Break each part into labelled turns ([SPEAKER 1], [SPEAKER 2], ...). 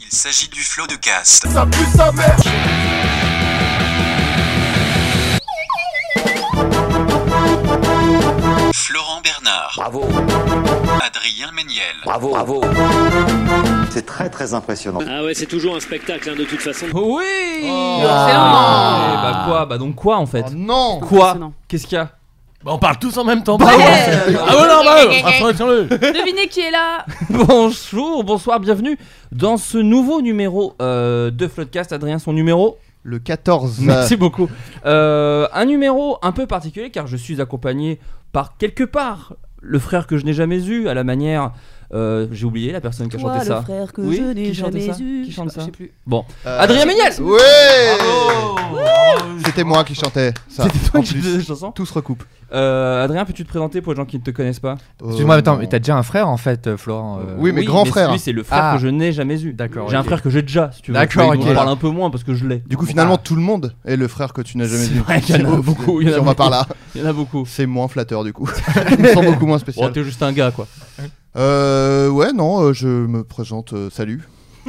[SPEAKER 1] Il s'agit du flot de cast.
[SPEAKER 2] Ça pue sa mère
[SPEAKER 1] Florent Bernard,
[SPEAKER 3] Bravo,
[SPEAKER 1] Adrien Méniel,
[SPEAKER 3] bravo, bravo.
[SPEAKER 4] C'est très très impressionnant.
[SPEAKER 5] Ah ouais, c'est toujours un spectacle hein, de toute façon.
[SPEAKER 6] Oh.
[SPEAKER 7] Oui
[SPEAKER 6] Ah. Excellent.
[SPEAKER 7] Eh Bah quoi Bah donc quoi en fait
[SPEAKER 6] Oh non
[SPEAKER 7] Quoi
[SPEAKER 6] Impressionnant.
[SPEAKER 7] Qu'est-ce qu'il y a
[SPEAKER 8] Bah, on parle tous en même temps.
[SPEAKER 6] Ouais.
[SPEAKER 8] Ah ouais, non, bah, ouais, franchement, sur le.
[SPEAKER 6] Devinez qui est là
[SPEAKER 7] Bonjour, bonsoir, bienvenue dans ce nouveau numéro euh, de Floodcast. Adrien, son numéro
[SPEAKER 6] Le 14.
[SPEAKER 7] Merci beaucoup. Euh, un numéro un peu particulier car je suis accompagné par quelque part le frère que je n'ai jamais eu à la manière. euh, J'ai oublié la personne qui a chanté ça.
[SPEAKER 6] frère que
[SPEAKER 7] Oui, qui chantait ça Qui chante
[SPEAKER 6] Bah, Je
[SPEAKER 7] ça
[SPEAKER 6] sais plus.
[SPEAKER 7] Euh, Adrien Méniel
[SPEAKER 6] Ouais C'était moi qui chantais ça.
[SPEAKER 7] C'était toi
[SPEAKER 6] en
[SPEAKER 7] qui
[SPEAKER 6] plus.
[SPEAKER 7] faisais la chanson
[SPEAKER 6] Tout se recoupe.
[SPEAKER 7] Euh, Adrien, peux-tu te présenter pour les gens qui ne te connaissent pas
[SPEAKER 9] Excuse-moi, mais attends,
[SPEAKER 6] Euh,
[SPEAKER 9] mais t'as déjà un frère en fait, euh, Florent. euh,
[SPEAKER 6] Oui, mais grand frère.
[SPEAKER 7] Lui, c'est le frère
[SPEAKER 9] Ah.
[SPEAKER 7] que je n'ai jamais eu.
[SPEAKER 9] D'accord,
[SPEAKER 7] J'ai un
[SPEAKER 9] ok.
[SPEAKER 7] frère que j'ai déjà, si tu veux.
[SPEAKER 9] D'accord,
[SPEAKER 7] Mais On
[SPEAKER 9] ok.
[SPEAKER 7] en parle un peu moins parce que je l'ai.
[SPEAKER 6] Du coup,
[SPEAKER 7] Bon,
[SPEAKER 6] finalement, tout le monde est le frère que tu n'as jamais
[SPEAKER 7] C'est
[SPEAKER 6] vu.
[SPEAKER 7] vrai qu'il y en a
[SPEAKER 6] Si on-
[SPEAKER 7] beaucoup, il y en
[SPEAKER 6] Si
[SPEAKER 7] a
[SPEAKER 6] on va par là,
[SPEAKER 7] Ah, Il y en a beaucoup.
[SPEAKER 6] c'est moins flatteur du coup. Je me sens beaucoup moins
[SPEAKER 7] Bon,
[SPEAKER 6] spécial.
[SPEAKER 7] t'es juste un gars, quoi.
[SPEAKER 6] Euh, ouais, non, euh, je me présente, euh, salut.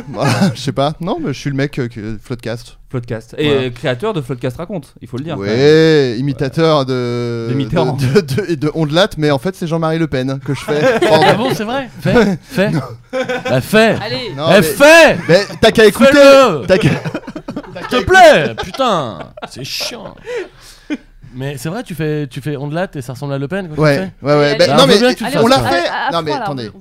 [SPEAKER 6] Voilà, je sais pas, non, mais je suis le mec euh, que- Floodcast.
[SPEAKER 7] Floodcast. Et
[SPEAKER 6] Voilà.
[SPEAKER 7] créateur de Floodcast Raconte, il faut le dire.
[SPEAKER 6] Ouais, imitateur de.
[SPEAKER 7] De Mitterrand.
[SPEAKER 6] De, de, et de Ondelat, mais en fait, c'est Jean-Marie Le Pen que je fais.
[SPEAKER 8] Ah
[SPEAKER 6] Pardon.
[SPEAKER 8] bon, c'est vrai Fais, fais. Bah, fais.
[SPEAKER 6] Non,
[SPEAKER 9] Allez
[SPEAKER 8] Eh,
[SPEAKER 6] mais,
[SPEAKER 8] fais
[SPEAKER 6] mais t'as qu'à écouter
[SPEAKER 8] Fais-le
[SPEAKER 6] T'as qu'à-
[SPEAKER 8] S'il te plaît Putain C'est chiant Mais c'est vrai, tu fais, tu fais ondelat et ça ressemble à Le Pen quand tu le
[SPEAKER 6] Ouais,
[SPEAKER 8] fais
[SPEAKER 6] ouais, ouais.
[SPEAKER 9] Allez,
[SPEAKER 6] bah,
[SPEAKER 8] on
[SPEAKER 6] non,
[SPEAKER 8] veut
[SPEAKER 6] mais
[SPEAKER 8] bien que tu le
[SPEAKER 6] on
[SPEAKER 8] fasses,
[SPEAKER 6] l'a
[SPEAKER 8] ouais.
[SPEAKER 6] fait. non, mais attendez.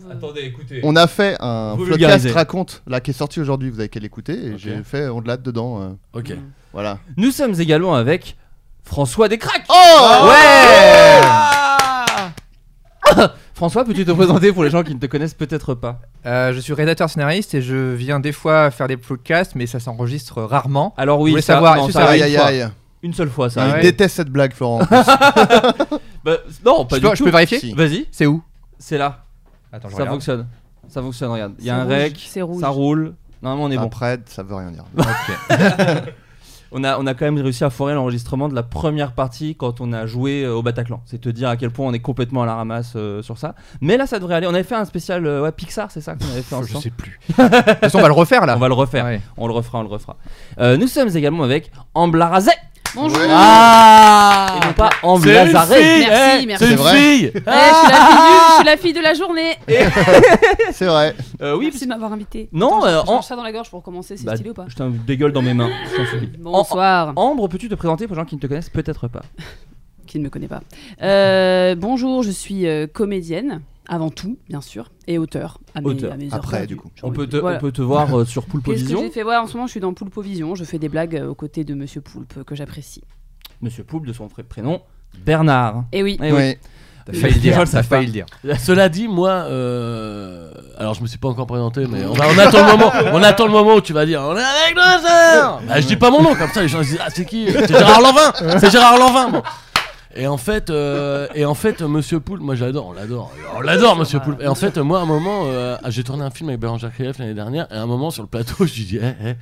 [SPEAKER 7] écoutez.
[SPEAKER 6] On a fait un
[SPEAKER 7] Vous
[SPEAKER 6] podcast
[SPEAKER 7] vulgarisez.
[SPEAKER 6] raconte là qui est sorti aujourd'hui, vous avez qu'à l'écouter et j'ai fait Ondelat dedans. euh,
[SPEAKER 8] Ok.
[SPEAKER 6] voilà.
[SPEAKER 7] Nous sommes également avec François Descraques.
[SPEAKER 6] Oh
[SPEAKER 7] Ouais
[SPEAKER 8] Ah
[SPEAKER 7] François, peux-tu te présenter pour les gens qui ne te connaissent peut-être pas
[SPEAKER 9] Euh, Je suis rédacteur scénariste et je viens des fois faire des podcasts, mais ça s'enregistre rarement.
[SPEAKER 7] Alors
[SPEAKER 9] Je
[SPEAKER 7] oui,
[SPEAKER 9] voulais
[SPEAKER 7] ça,
[SPEAKER 9] savoir,
[SPEAKER 7] non,
[SPEAKER 9] est-ce que
[SPEAKER 7] ça
[SPEAKER 9] ça
[SPEAKER 7] arrive
[SPEAKER 6] Aïe aïe
[SPEAKER 7] une fois.
[SPEAKER 6] aïe.
[SPEAKER 7] Une seule fois, ça
[SPEAKER 9] Ah
[SPEAKER 6] Il
[SPEAKER 7] arrive.
[SPEAKER 9] ouais.
[SPEAKER 6] déteste cette blague, Florent.
[SPEAKER 7] Bah, non, pas
[SPEAKER 9] Je
[SPEAKER 7] du
[SPEAKER 9] peux,
[SPEAKER 7] tout.
[SPEAKER 9] je peux vérifier
[SPEAKER 6] Si.
[SPEAKER 7] Vas-y,
[SPEAKER 9] C'est où
[SPEAKER 7] c'est là.
[SPEAKER 9] Attends, je
[SPEAKER 7] Ça
[SPEAKER 9] regarde.
[SPEAKER 7] fonctionne. Ça fonctionne, regarde. Il y
[SPEAKER 6] C'est
[SPEAKER 7] a un
[SPEAKER 6] rouge,
[SPEAKER 7] rec,
[SPEAKER 6] c'est rouge.
[SPEAKER 7] ça roule. Normalement, on est bon.
[SPEAKER 6] Après, ça veut rien dire.
[SPEAKER 7] On a, on a quand même réussi à foirer l'enregistrement de la première partie quand on a joué euh, au Bataclan. C'est te dire à quel point on est complètement à la ramasse euh, sur ça. Mais là, ça devrait aller. On avait fait un spécial euh, ouais, Pixar, c'est ça qu'on avait fait
[SPEAKER 9] Pff, Je
[SPEAKER 7] ensemble
[SPEAKER 9] sais plus. De toute façon, on va le refaire là.
[SPEAKER 7] On va le refaire.
[SPEAKER 9] Ouais.
[SPEAKER 7] On le refera, on le refera. Euh, nous sommes également avec Amblarazé.
[SPEAKER 6] Bonjour.
[SPEAKER 7] Ah Et non pas
[SPEAKER 8] C'est une
[SPEAKER 7] Amblazaré.
[SPEAKER 8] fille
[SPEAKER 6] Merci,
[SPEAKER 8] eh,
[SPEAKER 6] merci.
[SPEAKER 8] C'est
[SPEAKER 6] C'est
[SPEAKER 8] une
[SPEAKER 6] vrai.
[SPEAKER 8] fille
[SPEAKER 6] Eh,
[SPEAKER 7] Ah,
[SPEAKER 6] je suis la fille du- je suis la fille de la journée. C'est vrai.
[SPEAKER 7] Euh, oui,
[SPEAKER 6] Merci de m'avoir invité.
[SPEAKER 7] Non,
[SPEAKER 6] Attends,
[SPEAKER 7] euh,
[SPEAKER 6] je
[SPEAKER 7] en-
[SPEAKER 6] cherche ça dans la gorge pour commencer, c'est
[SPEAKER 7] Bah,
[SPEAKER 6] stylé ou pas
[SPEAKER 7] Je t'en dégueule dans mes mains. Je t'en supplie.
[SPEAKER 6] Bonsoir,
[SPEAKER 7] Am- Ambre, peux-tu te présenter pour les gens qui ne te connaissent peut-être pas
[SPEAKER 6] qui ne me connaît pas. Euh, bonjour, je suis euh, comédienne, avant tout, bien sûr, et auteur. À mes,
[SPEAKER 7] Auteur.
[SPEAKER 6] à mes heures
[SPEAKER 4] Après,
[SPEAKER 6] perdues.
[SPEAKER 4] du coup.
[SPEAKER 6] J'ai
[SPEAKER 7] on
[SPEAKER 6] envie
[SPEAKER 7] peut,
[SPEAKER 6] de-
[SPEAKER 7] te,
[SPEAKER 6] voilà.
[SPEAKER 7] on peut te voir euh, sur
[SPEAKER 6] Qu'est-ce que j'ai
[SPEAKER 7] Poulpovision.
[SPEAKER 6] fait Voilà, en ce moment, je suis dans Poulpe Vision, je fais des blagues euh, aux côtés de Monsieur Poulpe, euh, que j'apprécie.
[SPEAKER 7] Monsieur Poulpe, de son vrai prénom, Bernard.
[SPEAKER 6] Et oui, Bah,
[SPEAKER 7] Eh oui.
[SPEAKER 9] T'as failli le
[SPEAKER 7] Les gens
[SPEAKER 9] dire.
[SPEAKER 7] le
[SPEAKER 9] T'as
[SPEAKER 7] savent
[SPEAKER 9] failli le dire.
[SPEAKER 8] Cela dit, moi, euh... alors je me suis pas encore présenté, mais on, va- on attend le moment. On attend le moment où tu vas dire on est avec nos sœurs. Bah, je dis pas mon nom comme ça, les gens ils disent ah c'est qui C'est Gérard Lanvin. C'est Gérard Lanvin. bon. Et en fait, euh, et en fait, Monsieur Poulpe, moi j'adore, on l'adore, on l'adore, Monsieur Poulpe. Et en fait, moi, à un moment, euh, j'ai tourné un film avec Bérangère Krief l'année dernière, et à un moment sur le plateau, je lui dis, eh, eh.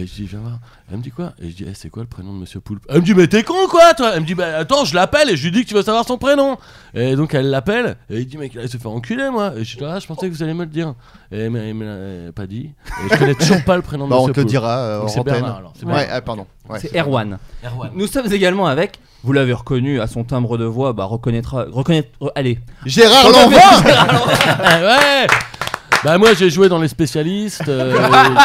[SPEAKER 8] et je dis, viens voir. Elle me dit quoi Et je dis, eh, c'est quoi le prénom de Monsieur Poulpe Elle me dit, mais t'es con quoi, toi Elle me dit, bah attends, je l'appelle et je lui dis que tu veux savoir son prénom. Et donc elle l'appelle et il dit, mec, il allait se faire enculer, moi. Et je dis, ah, je pensais que vous allez me le dire. Et mais il me l'a pas dit. Et je connais toujours pas le prénom
[SPEAKER 6] Bah,
[SPEAKER 8] de
[SPEAKER 6] on
[SPEAKER 8] Monsieur
[SPEAKER 6] te le
[SPEAKER 8] Poulpe.
[SPEAKER 6] dira euh,
[SPEAKER 8] Donc,
[SPEAKER 6] en
[SPEAKER 8] c'est
[SPEAKER 6] antenne.
[SPEAKER 8] Bernard, alors, c'est
[SPEAKER 6] ouais,
[SPEAKER 8] Bernard.
[SPEAKER 6] ah, pardon. Ouais.
[SPEAKER 7] C'est Erwan.
[SPEAKER 8] Erwan.
[SPEAKER 7] Nous sommes également avec, vous l'avez reconnu à son timbre de voix, bah reconnaîtra, reconnaître, re- allez.
[SPEAKER 8] Ah,
[SPEAKER 6] Gérard Lanvin
[SPEAKER 8] Eh ouais Bah moi j'ai joué dans les spécialistes euh,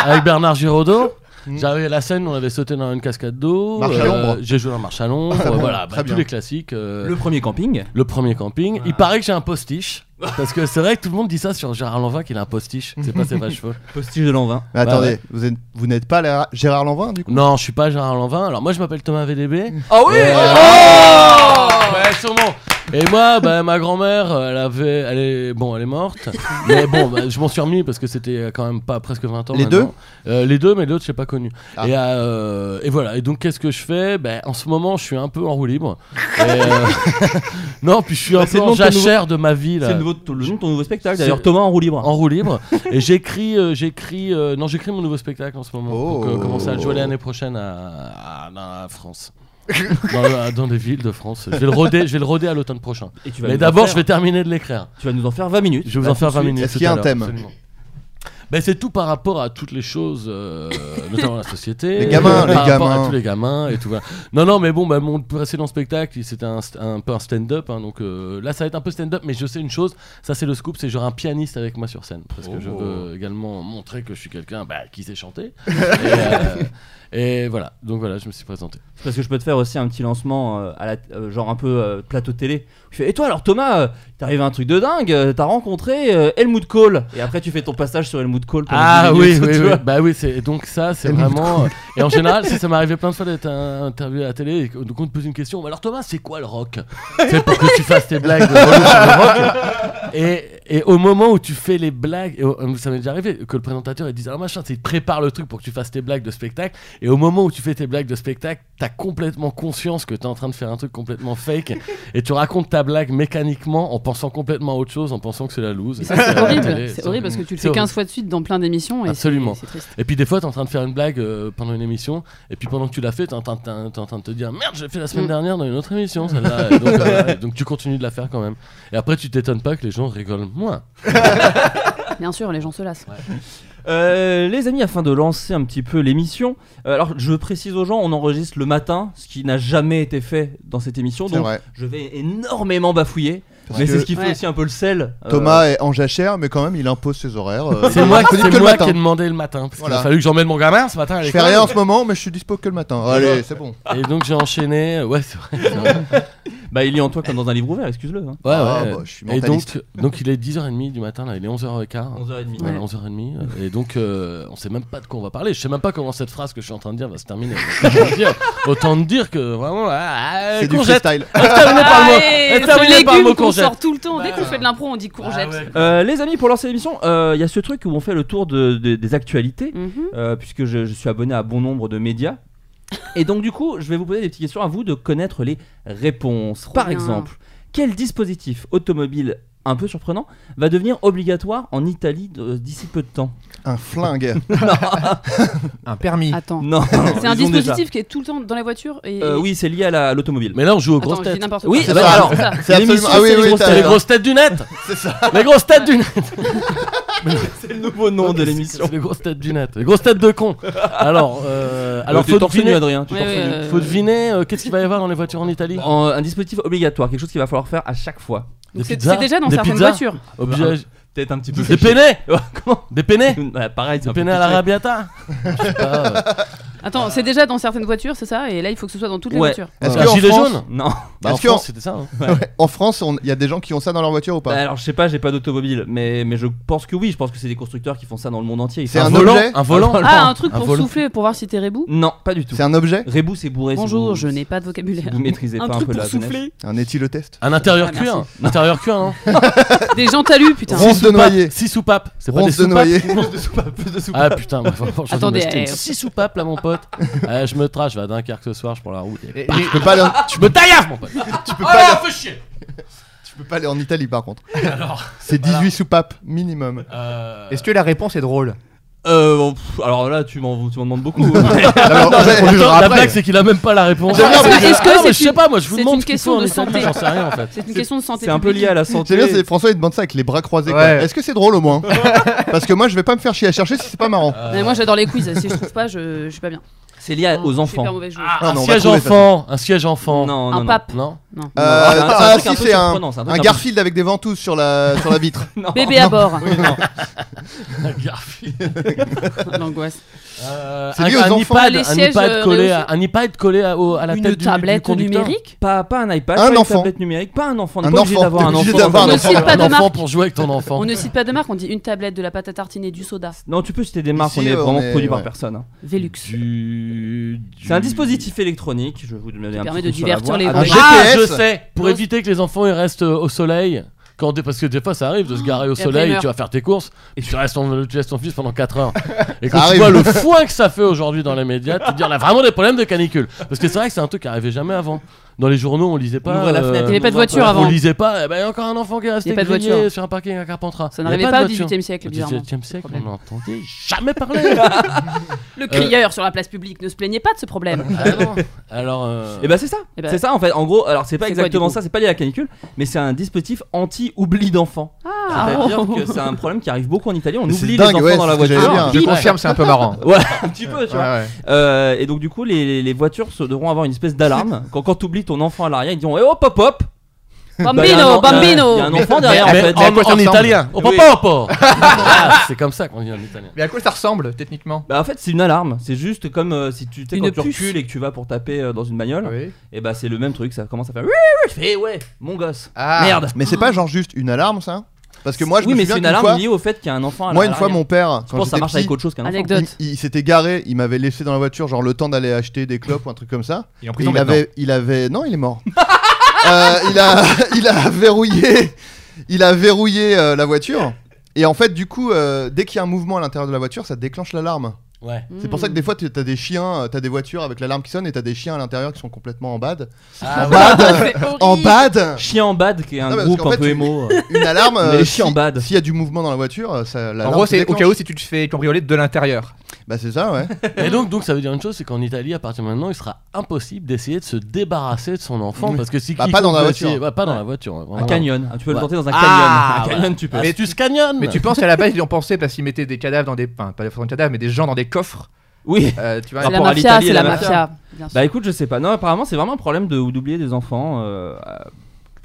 [SPEAKER 8] avec Bernard Giraudot. J'avais la scène où on avait sauté dans une cascade d'eau.
[SPEAKER 6] Mm.
[SPEAKER 8] euh,
[SPEAKER 6] Marche à l'ombre.
[SPEAKER 8] j'ai joué dans Marche à l'ombre.
[SPEAKER 6] Très bon,
[SPEAKER 8] voilà, bah,
[SPEAKER 6] très
[SPEAKER 8] tous
[SPEAKER 6] bien.
[SPEAKER 8] les classiques. euh,
[SPEAKER 7] Le
[SPEAKER 8] le...
[SPEAKER 7] premier camping.
[SPEAKER 8] premier camping. Il paraît que j'ai un postiche. Parce que c'est vrai que tout le monde dit ça sur Gérard Lanvin qu'il a un postiche. C'est pas ses vrais cheveux.
[SPEAKER 7] Postige de l'an 20.
[SPEAKER 6] Mais
[SPEAKER 8] Bah,
[SPEAKER 6] attendez,
[SPEAKER 8] ouais.
[SPEAKER 6] vous êtes- vous n'êtes pas la- Gérard Lanvin du coup
[SPEAKER 8] Non, je suis pas Gérard Lanvin. Alors moi je m'appelle Thomas VDB.
[SPEAKER 7] Ah oui
[SPEAKER 8] Et- euh, Ouais, sûrement. Et moi, bah, ma grand-mère, euh, elle avait, elle est, bon, elle est morte. mais bon, bah, je m'en suis remis parce que c'était quand même pas presque 20 ans.
[SPEAKER 6] Les
[SPEAKER 8] maintenant. Euh, Les deux, mais l'autre, je l'ai pas connu.
[SPEAKER 6] Ah.
[SPEAKER 8] Et, euh, et voilà. Et donc, qu'est-ce que je fais Ben, En ce moment, je suis un peu en roue libre. Et, euh, non, puis je suis
[SPEAKER 7] Bah,
[SPEAKER 8] un
[SPEAKER 7] c'est
[SPEAKER 8] peu
[SPEAKER 7] le
[SPEAKER 8] en
[SPEAKER 7] nom de ton
[SPEAKER 8] jachère de ma vie. là.
[SPEAKER 7] C'est le, nouveau- le nom de ton nouveau spectacle.
[SPEAKER 8] C'est-
[SPEAKER 7] D'ailleurs, Thomas en roue libre.
[SPEAKER 8] En roue libre. et j'écris, euh, j'écris, euh, non, j'écris mon nouveau spectacle en ce moment.
[SPEAKER 6] Oh.
[SPEAKER 8] Donc, euh, commencer à le jouer l'année prochaine à, à- dans la France. dans, euh, dans des villes de France. Je vais le roder, je vais le roder à l'automne prochain.
[SPEAKER 6] Bah,
[SPEAKER 7] Et tu vas
[SPEAKER 8] Mais
[SPEAKER 7] nous en
[SPEAKER 8] d'abord,
[SPEAKER 7] faire-
[SPEAKER 8] je vais terminer de l'écrire.
[SPEAKER 7] Tu vas nous en faire 20 minutes.
[SPEAKER 8] Je vais vous
[SPEAKER 7] Là,
[SPEAKER 8] en faire
[SPEAKER 7] tout de
[SPEAKER 8] 20
[SPEAKER 7] suite.
[SPEAKER 8] minutes.
[SPEAKER 6] Est-ce
[SPEAKER 8] tout
[SPEAKER 6] qu'il y a
[SPEAKER 8] à
[SPEAKER 6] un
[SPEAKER 8] l'heure,
[SPEAKER 6] thème
[SPEAKER 8] absolument. Ben, c'est tout par rapport à toutes les choses, euh, notamment la société.
[SPEAKER 6] Les gamins, les
[SPEAKER 8] par rapport
[SPEAKER 6] gamins.
[SPEAKER 8] à tous les gamins et tout. voilà. Non, non, mais bon, ben, mon précédent spectacle, il- c'était un, st- un peu un stand-up. hein, donc euh, là, ça va être un peu stand-up, mais je sais une chose, ça c'est le scoop, c'est j'aurai un pianiste avec moi sur scène. Parce que je veux également montrer que je suis quelqu'un bah, qui sait chanter. et, euh, et voilà, donc voilà, je me suis présenté.
[SPEAKER 7] Parce que je peux te faire aussi un petit lancement, euh, à la, euh, genre un peu euh, plateau télé. Tu fais, et toi alors Thomas, euh, t'arrives à un truc de dingue, euh, t'as rencontré euh, Helmut Kohl. Et après tu fais ton passage sur Helmut Kohl. pendant
[SPEAKER 8] Ah
[SPEAKER 7] 10
[SPEAKER 8] oui,
[SPEAKER 7] minutes,
[SPEAKER 8] oui,
[SPEAKER 7] tu
[SPEAKER 8] oui.
[SPEAKER 7] vois.
[SPEAKER 8] Bah oui, c'est donc ça, c'est
[SPEAKER 6] Et
[SPEAKER 8] vraiment. euh, Et en général, ça, ça m'est arrivé plein de fois d'être euh, interviewé à la télé. Et que- donc on te pose une question. Alors Thomas, c'est quoi le rock C'est pour que tu fasses tes blagues de relou sur le rock. Et, et au moment où tu fais les blagues, et au- euh, ça m'est déjà arrivé que le présentateur il dise ah machin, il prépare le truc pour que tu fasses tes blagues de spectacle. Et au moment où tu fais tes blagues de spectacle, t'as complètement conscience que t'es en train de faire un truc complètement fake. Et tu racontes ta blague mécaniquement en pensant complètement à autre chose, en pensant que c'est la loose.
[SPEAKER 2] Mais
[SPEAKER 8] Et
[SPEAKER 2] ça,
[SPEAKER 8] ça, à
[SPEAKER 2] c'est
[SPEAKER 8] la
[SPEAKER 2] horrible,
[SPEAKER 8] télé,
[SPEAKER 2] c'est
[SPEAKER 8] ça.
[SPEAKER 2] horrible parce que tu le
[SPEAKER 8] C'est
[SPEAKER 2] fais
[SPEAKER 8] horrible.
[SPEAKER 2] 15 fois de suite dans plein d'émissions et c'est-
[SPEAKER 8] Absolument.
[SPEAKER 2] c'est triste.
[SPEAKER 8] Et puis des fois, t'es en train de faire une blague euh, pendant une émission, et puis pendant que tu l'as fait, t'es en, train- t'es en- t'es en train de te dire merde, j'ai fait la semaine
[SPEAKER 2] Mm.
[SPEAKER 8] dernière dans une autre émission, celle-là. Et donc, euh, et donc tu continues de la faire quand même. Et après, tu t'étonnes pas que les gens rigolent moins.
[SPEAKER 2] Bien sûr, les gens se lassent.
[SPEAKER 7] Euh, les amis, afin de lancer un petit peu l'émission, euh, alors je précise aux gens, on enregistre le matin, ce qui n'a jamais été fait dans cette émission,
[SPEAKER 6] C'est
[SPEAKER 7] donc
[SPEAKER 6] vrai.
[SPEAKER 7] je vais énormément bafouiller,
[SPEAKER 6] Parce
[SPEAKER 7] mais
[SPEAKER 6] que
[SPEAKER 7] c'est ce qui fait
[SPEAKER 2] Ouais.
[SPEAKER 7] aussi un peu le sel. euh,
[SPEAKER 6] Thomas est en jachère, mais quand même, il impose ses horaires. euh,
[SPEAKER 8] C'est
[SPEAKER 6] il
[SPEAKER 8] moi,
[SPEAKER 6] est disponible
[SPEAKER 8] c'est
[SPEAKER 6] que le
[SPEAKER 8] moi
[SPEAKER 6] matin.
[SPEAKER 8] qui ai demandé le matin, parce qu'il
[SPEAKER 6] Voilà.
[SPEAKER 8] a fallu que j'emmène mon gamin ce matin à
[SPEAKER 6] Je fais
[SPEAKER 8] l'école.
[SPEAKER 6] rien en ce moment, mais je suis dispo que le matin. Allez, c'est bon.
[SPEAKER 8] Et donc j'ai enchaîné. Ouais, c'est vrai. c'est vrai.
[SPEAKER 7] bah il lit en toi comme dans un livre ouvert, excuse-le. hein.
[SPEAKER 8] Ouais,
[SPEAKER 6] Ah,
[SPEAKER 8] ouais.
[SPEAKER 6] bah, je suis
[SPEAKER 8] et
[SPEAKER 6] mentaliste.
[SPEAKER 8] donc, donc il est 10h30 du matin, là, il est
[SPEAKER 6] Ah.
[SPEAKER 8] 11h15.
[SPEAKER 7] 11h30.
[SPEAKER 2] Ouais.
[SPEAKER 8] Voilà, 11h30. euh, Et donc, euh, on sait même pas de quoi on va parler. Je sais même pas comment cette phrase que je suis en train de dire va se terminer. Autant te dire que vraiment, ah, ah,
[SPEAKER 6] C'est du
[SPEAKER 8] courgette.
[SPEAKER 6] freestyle.
[SPEAKER 8] Terminé par le mot.
[SPEAKER 2] Allez,
[SPEAKER 8] Et terminé
[SPEAKER 2] ce
[SPEAKER 8] par le mot
[SPEAKER 2] légume qu'on
[SPEAKER 8] courgette.
[SPEAKER 2] sort tout le temps. Dès
[SPEAKER 8] Bah,
[SPEAKER 2] qu'on fait de l'impro, on dit courgette.
[SPEAKER 7] Euh, les amis, pour lancer l'émission, euh, il y a ce truc où on fait le tour de- de- des actualités,
[SPEAKER 2] Mhm.
[SPEAKER 7] euh, puisque je, je suis abonné à bon nombre de médias. Et donc du coup, je vais vous poser des petites questions à vous de connaître les réponses. Par
[SPEAKER 2] bien.
[SPEAKER 7] exemple, quel dispositif automobile un peu surprenant va devenir obligatoire en Italie de- d'ici peu de temps
[SPEAKER 6] Un flingue.
[SPEAKER 9] Un permis.
[SPEAKER 2] Attends.
[SPEAKER 7] Non,
[SPEAKER 2] C'est
[SPEAKER 7] ils
[SPEAKER 2] un
[SPEAKER 7] ont déjà.
[SPEAKER 2] dispositif qui est tout le temps dans la voiture et.
[SPEAKER 7] Euh, oui, c'est lié à la- à l'automobile.
[SPEAKER 8] Mais là, on joue aux
[SPEAKER 2] Attends,
[SPEAKER 8] grosses
[SPEAKER 2] je dis
[SPEAKER 8] têtes.
[SPEAKER 2] n'importe quoi.
[SPEAKER 7] oui,
[SPEAKER 6] C'est
[SPEAKER 7] bah,
[SPEAKER 6] ça.
[SPEAKER 7] alors,
[SPEAKER 6] C'est absolument.
[SPEAKER 7] l'émission,
[SPEAKER 6] Ah oui,
[SPEAKER 7] c'est les
[SPEAKER 6] oui,
[SPEAKER 7] grosses
[SPEAKER 6] t'as-
[SPEAKER 8] C'est les grosses têtes du net.
[SPEAKER 6] C'est ça.
[SPEAKER 8] Les grosses têtes du net.
[SPEAKER 7] c'est le nouveau nom de l'émission.
[SPEAKER 8] C'est les grosses têtes du net. Les grosses têtes de con. Alors, euh, alors
[SPEAKER 7] tu
[SPEAKER 8] faut
[SPEAKER 7] torse nu,
[SPEAKER 8] deviner.
[SPEAKER 7] Adrien. tu
[SPEAKER 2] Ouais,
[SPEAKER 7] torse
[SPEAKER 2] ouais,
[SPEAKER 7] nu.
[SPEAKER 2] euh,
[SPEAKER 8] Faut deviner euh, qu'est-ce qu'il va y avoir dans les voitures en Italie.
[SPEAKER 7] En- un dispositif obligatoire, quelque chose qu'il va falloir faire à chaque fois.
[SPEAKER 8] Des
[SPEAKER 2] donc C'est
[SPEAKER 8] pizzas
[SPEAKER 2] c'est déjà dans
[SPEAKER 8] Des
[SPEAKER 2] certaines
[SPEAKER 8] pizzas
[SPEAKER 2] voitures.
[SPEAKER 6] Ah,
[SPEAKER 8] Obligé-
[SPEAKER 7] Ah, bah, Peut-être un petit peu.
[SPEAKER 8] Des peinés.
[SPEAKER 7] Comment
[SPEAKER 8] Des peinés.
[SPEAKER 7] Bah, Pareil, c'est
[SPEAKER 8] Des
[SPEAKER 7] un peu
[SPEAKER 8] peinés à la
[SPEAKER 7] cliché.
[SPEAKER 8] rabiata. Je sais pas, euh,
[SPEAKER 2] Attends, c'est déjà dans certaines voitures, c'est ça Et là, il faut que ce soit dans toutes les
[SPEAKER 7] Ouais.
[SPEAKER 2] voitures.
[SPEAKER 6] Est-ce
[SPEAKER 8] Un
[SPEAKER 6] qu'en
[SPEAKER 8] gilet
[SPEAKER 6] France,
[SPEAKER 8] jaune.
[SPEAKER 7] Non.
[SPEAKER 8] Bah, en
[SPEAKER 6] Est-ce que en-
[SPEAKER 8] France, c'était ça. hein.
[SPEAKER 6] en France, on- il y a des gens qui ont ça dans leur voiture ou
[SPEAKER 7] Bah,
[SPEAKER 6] pas
[SPEAKER 7] alors je sais pas, j'ai pas d'automobile, mais, mais je pense que oui, je pense que c'est des constructeurs qui font ça dans le monde entier. Ils
[SPEAKER 6] C'est
[SPEAKER 7] font-
[SPEAKER 6] un
[SPEAKER 8] volant,
[SPEAKER 6] objet
[SPEAKER 8] Un volant.
[SPEAKER 2] Ah, un truc
[SPEAKER 8] Un
[SPEAKER 2] pour
[SPEAKER 8] volant.
[SPEAKER 2] souffler, pour voir si t'es rebou
[SPEAKER 7] Non, pas du tout.
[SPEAKER 6] C'est un objet
[SPEAKER 7] Rébou, c'est bourré. si
[SPEAKER 2] Bonjour,
[SPEAKER 7] vous-
[SPEAKER 2] je n'ai pas de
[SPEAKER 7] si
[SPEAKER 2] vocabulaire.
[SPEAKER 7] vous maîtrisez
[SPEAKER 2] Un
[SPEAKER 7] pas un
[SPEAKER 2] truc
[SPEAKER 7] peu
[SPEAKER 2] pour
[SPEAKER 7] la jeunesse.
[SPEAKER 2] souffler.
[SPEAKER 6] Un éthylotest
[SPEAKER 8] Un intérieur
[SPEAKER 2] Ah,
[SPEAKER 8] cuir. Intérieur cuir, non
[SPEAKER 2] Des gens talus, putain.
[SPEAKER 6] Ronce de noyer.
[SPEAKER 8] 6 soupapes. C'est pas des
[SPEAKER 6] Ronce de
[SPEAKER 8] soupapes
[SPEAKER 6] noyer.
[SPEAKER 8] Ah putain, bah, franchement, je
[SPEAKER 2] Attendez,
[SPEAKER 8] vais
[SPEAKER 2] eh,
[SPEAKER 8] m'acheter 6 soupapes là, mon pote. Ah, je me trache, je vais à Dunkerque ce soir, je prends la route. et-
[SPEAKER 6] Tu peux pas aller en-
[SPEAKER 8] Je me taillaffe, mon pote. Tu peux pas. fais chier.
[SPEAKER 6] tu peux pas aller en Italie par contre.
[SPEAKER 8] Alors,
[SPEAKER 6] C'est 18 soupapes minimum.
[SPEAKER 8] euh,
[SPEAKER 9] Est-ce que la réponse est drôle
[SPEAKER 7] Euh, bon, pff, alors là, tu m'en tu m'en demandes beaucoup.
[SPEAKER 6] Alors, on
[SPEAKER 8] attends,
[SPEAKER 6] jugera
[SPEAKER 8] la
[SPEAKER 6] après.
[SPEAKER 8] blague, c'est qu'il a même pas la réponse. Ah,
[SPEAKER 2] Est-ce que-
[SPEAKER 8] Non, mais-
[SPEAKER 2] est-ce que
[SPEAKER 8] non, mais
[SPEAKER 2] c'est
[SPEAKER 8] je sais
[SPEAKER 2] une-
[SPEAKER 8] pas, moi, je vous
[SPEAKER 2] c'est
[SPEAKER 8] demande
[SPEAKER 2] une
[SPEAKER 8] ce qu'il
[SPEAKER 2] question
[SPEAKER 8] faut en
[SPEAKER 2] de
[SPEAKER 8] Italie,
[SPEAKER 2] santé.
[SPEAKER 8] J'en sais rien en fait.
[SPEAKER 2] C'est une question de santé.
[SPEAKER 7] c'est un peu lié
[SPEAKER 2] publique.
[SPEAKER 7] à la
[SPEAKER 6] C'est
[SPEAKER 7] santé.
[SPEAKER 6] bien, c'est François il demande ça avec les bras croisés. quoi.
[SPEAKER 9] Ouais.
[SPEAKER 6] Est-ce que c'est drôle au moins Parce que moi je vais pas me faire chier à chercher si c'est pas marrant.
[SPEAKER 8] Euh,
[SPEAKER 2] Mais moi, j'adore les quiz. Si je trouve pas, je, je suis pas bien.
[SPEAKER 7] C'est lié à-
[SPEAKER 2] Non, je
[SPEAKER 7] aux
[SPEAKER 2] suis hyper
[SPEAKER 7] enfants.
[SPEAKER 2] mauvaise joueuse.
[SPEAKER 6] Ah,
[SPEAKER 8] Un
[SPEAKER 6] non, on va
[SPEAKER 8] siège
[SPEAKER 6] trouver
[SPEAKER 8] enfant. Un siège enfant.
[SPEAKER 7] Non, non,
[SPEAKER 2] Un
[SPEAKER 7] non.
[SPEAKER 2] pape.
[SPEAKER 8] Non
[SPEAKER 2] Non.
[SPEAKER 6] Euh,
[SPEAKER 7] c'est un- c'est un
[SPEAKER 6] ah
[SPEAKER 7] truc un
[SPEAKER 6] si
[SPEAKER 7] peu
[SPEAKER 6] c'est un,
[SPEAKER 7] surprenant, c'est un
[SPEAKER 6] un
[SPEAKER 7] truc un peu-
[SPEAKER 6] Garfield avec des ventouses sur la sur la vitre.
[SPEAKER 7] Non.
[SPEAKER 2] Bébé à bord.
[SPEAKER 8] Garfield.
[SPEAKER 2] L'angoisse.
[SPEAKER 8] Euh,
[SPEAKER 6] C'est
[SPEAKER 8] Un
[SPEAKER 6] lié aux
[SPEAKER 8] un
[SPEAKER 6] enfants.
[SPEAKER 8] iPad,
[SPEAKER 2] Les
[SPEAKER 8] un
[SPEAKER 2] sièges,
[SPEAKER 8] iPad
[SPEAKER 2] euh,
[SPEAKER 8] collé, à-
[SPEAKER 2] réhaussés.
[SPEAKER 8] un iPad collé à, au- à la
[SPEAKER 2] Une
[SPEAKER 8] tête du,
[SPEAKER 2] tablette
[SPEAKER 8] du conducteur.
[SPEAKER 2] numérique
[SPEAKER 7] Pas, pas un iPad,
[SPEAKER 6] Un
[SPEAKER 7] pas
[SPEAKER 6] enfant.
[SPEAKER 7] une tablette numérique, pas un enfant. On n'est
[SPEAKER 6] Un
[SPEAKER 7] pas obligé
[SPEAKER 6] enfant,
[SPEAKER 7] d'avoir
[SPEAKER 6] t'es
[SPEAKER 7] un
[SPEAKER 6] obligé
[SPEAKER 7] enfant.
[SPEAKER 6] d'avoir
[SPEAKER 7] dans
[SPEAKER 6] un
[SPEAKER 7] un
[SPEAKER 2] enfant.
[SPEAKER 7] jeu.
[SPEAKER 2] cite pas
[SPEAKER 8] Un
[SPEAKER 2] de
[SPEAKER 8] enfant
[SPEAKER 2] marque.
[SPEAKER 8] pour jouer avec ton enfant.
[SPEAKER 2] On ne cite pas de marque, on dit une tablette, de la pâte à tartiner, du soda.
[SPEAKER 7] Non, tu peux citer des marques,
[SPEAKER 6] Ici,
[SPEAKER 7] on est
[SPEAKER 6] euh,
[SPEAKER 7] vraiment
[SPEAKER 6] on est-
[SPEAKER 7] produit par
[SPEAKER 6] ouais.
[SPEAKER 7] personne. hein.
[SPEAKER 2] Velux.
[SPEAKER 8] Du- du-
[SPEAKER 7] C'est un dispositif électronique, je vais vous donner un
[SPEAKER 2] permet
[SPEAKER 7] petit
[SPEAKER 2] de
[SPEAKER 7] coup sur la
[SPEAKER 2] divertir
[SPEAKER 7] voix.
[SPEAKER 2] les
[SPEAKER 7] Ah,
[SPEAKER 2] voisins.
[SPEAKER 8] Ah,
[SPEAKER 6] GPS.
[SPEAKER 8] je sais Pour
[SPEAKER 2] Pause.
[SPEAKER 8] éviter que les enfants ils restent euh, au soleil. Quand, des- parce que des fois ça arrive de
[SPEAKER 2] Ah,
[SPEAKER 8] se garer au
[SPEAKER 2] après,
[SPEAKER 8] soleil
[SPEAKER 2] ils
[SPEAKER 8] et tu
[SPEAKER 2] meurent.
[SPEAKER 8] vas faire tes courses et tu, restes ton- tu laisses ton fils pendant 4 heures. Et quand
[SPEAKER 6] Ça arrive.
[SPEAKER 8] tu vois le foin que ça fait aujourd'hui dans les médias, tu te dis on a vraiment des problèmes de canicule. Parce que c'est vrai que c'est un truc qui arrivait jamais avant. Dans les journaux on lisait
[SPEAKER 7] On
[SPEAKER 6] Ah,
[SPEAKER 8] pas. euh,
[SPEAKER 7] ouvrait la fenêtre,
[SPEAKER 2] Il n'y avait
[SPEAKER 7] on
[SPEAKER 2] pas de
[SPEAKER 7] voit
[SPEAKER 2] voiture
[SPEAKER 7] euh, pas.
[SPEAKER 8] On
[SPEAKER 2] avant.
[SPEAKER 8] lisait pas, eh ben, il y a encore un enfant qui est resté
[SPEAKER 2] Il y a pas de
[SPEAKER 8] grillé
[SPEAKER 2] voiture.
[SPEAKER 8] sur un parking à Carpentras.
[SPEAKER 2] Ça
[SPEAKER 8] Il y a
[SPEAKER 2] n'arrivait
[SPEAKER 8] de
[SPEAKER 2] pas au
[SPEAKER 8] voiture.
[SPEAKER 2] 18 e siècle,
[SPEAKER 8] Au
[SPEAKER 2] bizarrement.
[SPEAKER 8] 18e siècle, on
[SPEAKER 2] Problème.
[SPEAKER 8] n'entendait jamais parler.
[SPEAKER 2] Le crieur sur la place publique ne se plaignait pas de ce problème.
[SPEAKER 8] Ah non. Alors. euh,
[SPEAKER 7] Et bah c'est ça,
[SPEAKER 2] Eh ben-
[SPEAKER 7] c'est ça en fait. En gros, alors c'est pas
[SPEAKER 2] C'est quoi,
[SPEAKER 7] exactement
[SPEAKER 2] du coup
[SPEAKER 7] ça, c'est pas lié à la canicule, mais c'est un dispositif anti-oubli d'enfants.
[SPEAKER 2] Ah,
[SPEAKER 7] C'est-à-dire
[SPEAKER 2] oh.
[SPEAKER 7] que c'est un problème qui arrive beaucoup en Italie, on
[SPEAKER 6] Mais c'est
[SPEAKER 7] oublie
[SPEAKER 6] dingue,
[SPEAKER 7] les enfants
[SPEAKER 6] ouais,
[SPEAKER 7] dans la
[SPEAKER 6] c'est ce que
[SPEAKER 7] voiture.
[SPEAKER 6] j'allais
[SPEAKER 2] Ah,
[SPEAKER 6] dire.
[SPEAKER 9] Je confirme, c'est un peu marrant.
[SPEAKER 7] Ouais, un petit peu, tu vois.
[SPEAKER 6] Ouais, ouais.
[SPEAKER 7] Euh, et donc du coup, les, les- les voitures se- devront avoir une espèce d'alarme. Quand, quand t'oublies ton enfant à l'arrière, ils diront eh, hop hop hop. Bah, y a un en- y
[SPEAKER 2] Bambino,
[SPEAKER 7] a-
[SPEAKER 2] bambino.
[SPEAKER 7] y a un enfant derrière en
[SPEAKER 8] mais
[SPEAKER 7] fait. Bah,
[SPEAKER 8] en,
[SPEAKER 9] à quoi ça
[SPEAKER 8] en
[SPEAKER 9] ressemble
[SPEAKER 8] italien. Oh,
[SPEAKER 7] Oui.
[SPEAKER 8] papa, papa. Ah, c'est comme ça qu'on dit en italien.
[SPEAKER 9] Mais à quoi ça ressemble techniquement
[SPEAKER 7] Bah en fait c'est une alarme, c'est juste comme euh, si tu, tu sais,
[SPEAKER 2] Une
[SPEAKER 7] quand tu
[SPEAKER 2] puce.
[SPEAKER 7] recules et que tu vas pour taper euh, dans une bagnole,
[SPEAKER 9] Ah Oui.
[SPEAKER 7] et bah c'est le même truc, ça commence à faire oui oui, je fais eh ouais, mon gosse.
[SPEAKER 9] Ah.
[SPEAKER 7] Merde.
[SPEAKER 6] Mais c'est pas genre juste une alarme ça Parce que moi je
[SPEAKER 7] oui
[SPEAKER 6] me
[SPEAKER 7] mais
[SPEAKER 6] souviens
[SPEAKER 7] c'est une
[SPEAKER 6] qu'une
[SPEAKER 7] alarme
[SPEAKER 6] fois-
[SPEAKER 7] liée au fait qu'il y a un enfant à
[SPEAKER 6] Moi,
[SPEAKER 7] la-
[SPEAKER 6] une
[SPEAKER 7] à
[SPEAKER 6] fois,
[SPEAKER 7] l'arrière.
[SPEAKER 6] mon père,
[SPEAKER 7] Je
[SPEAKER 6] quand
[SPEAKER 7] pense que ça
[SPEAKER 6] j'étais
[SPEAKER 7] marche
[SPEAKER 6] petit,
[SPEAKER 7] avec autre chose qu'un enfant.
[SPEAKER 6] il,
[SPEAKER 2] Anecdote.
[SPEAKER 6] il s'était garé, il m'avait laissé dans la voiture, genre le temps d'aller acheter des clopes ou un truc comme ça.
[SPEAKER 3] Il est en
[SPEAKER 6] Et
[SPEAKER 3] prison
[SPEAKER 6] il
[SPEAKER 3] maintenant.
[SPEAKER 6] avait, il avait, non, il est mort. Euh, il a, il a verrouillé, il a verrouillé euh, la voiture. Et en fait, du coup, euh, dès qu'il y a un mouvement à l'intérieur de la voiture, ça déclenche l'alarme.
[SPEAKER 8] Ouais.
[SPEAKER 6] C'est pour ça que des fois, tu- t'as des chiens, euh, t'as des voitures avec l'alarme qui sonne et t'as des chiens à l'intérieur qui sont complètement en bad. en
[SPEAKER 8] Ah, ouais.
[SPEAKER 6] bad,
[SPEAKER 2] C'est horrible.
[SPEAKER 6] en bad,
[SPEAKER 7] Ah. Chien en bad qui est un
[SPEAKER 6] Non, mais parce
[SPEAKER 7] groupe
[SPEAKER 6] qu'en
[SPEAKER 7] un
[SPEAKER 6] fait,
[SPEAKER 7] peu
[SPEAKER 6] tu-
[SPEAKER 7] émo.
[SPEAKER 6] une alarme. euh,
[SPEAKER 7] Mais les chiens
[SPEAKER 6] si-
[SPEAKER 7] en bad.
[SPEAKER 6] S'il y a du mouvement dans la voiture, euh, ça.
[SPEAKER 9] En
[SPEAKER 6] l'alarme
[SPEAKER 9] gros,
[SPEAKER 6] se
[SPEAKER 9] c'est au cas
[SPEAKER 6] déclenche.
[SPEAKER 9] où si tu te fais cambrioler de l'intérieur.
[SPEAKER 6] Bah c'est ça, ouais.
[SPEAKER 8] Et donc, donc, ça veut dire une chose, c'est qu'en Italie, à partir de maintenant, il sera impossible d'essayer de se débarrasser de son enfant,
[SPEAKER 6] Oui.
[SPEAKER 8] parce que si
[SPEAKER 6] Bah,
[SPEAKER 8] il
[SPEAKER 6] pas dans la
[SPEAKER 8] continue à essayer-
[SPEAKER 6] voiture.
[SPEAKER 8] bah, pas dans la voiture. hein,
[SPEAKER 7] Un
[SPEAKER 8] vraiment.
[SPEAKER 7] canyon. Ah, Tu peux le
[SPEAKER 8] Ouais.
[SPEAKER 7] tenter dans un canyon.
[SPEAKER 8] Ah,
[SPEAKER 7] un
[SPEAKER 8] ouais.
[SPEAKER 7] canyon, tu peux.
[SPEAKER 8] Mais tu se canyonnes.
[SPEAKER 9] Mais tu penses qu'à la base ils ont pensé parce qu'ils mettaient des cadavres dans des, enfin pas forcément des cadavres, mais des gens dans des coffres.
[SPEAKER 7] Oui.
[SPEAKER 9] euh, tu vois.
[SPEAKER 2] C'est la
[SPEAKER 7] rapport à
[SPEAKER 2] mafia,
[SPEAKER 7] l'Italie et
[SPEAKER 2] c'est la
[SPEAKER 7] la mafia.
[SPEAKER 2] mafia. bien sûr.
[SPEAKER 7] Bah écoute, je sais pas. Non, apparemment, c'est vraiment un problème de d'oublier des enfants. euh, euh,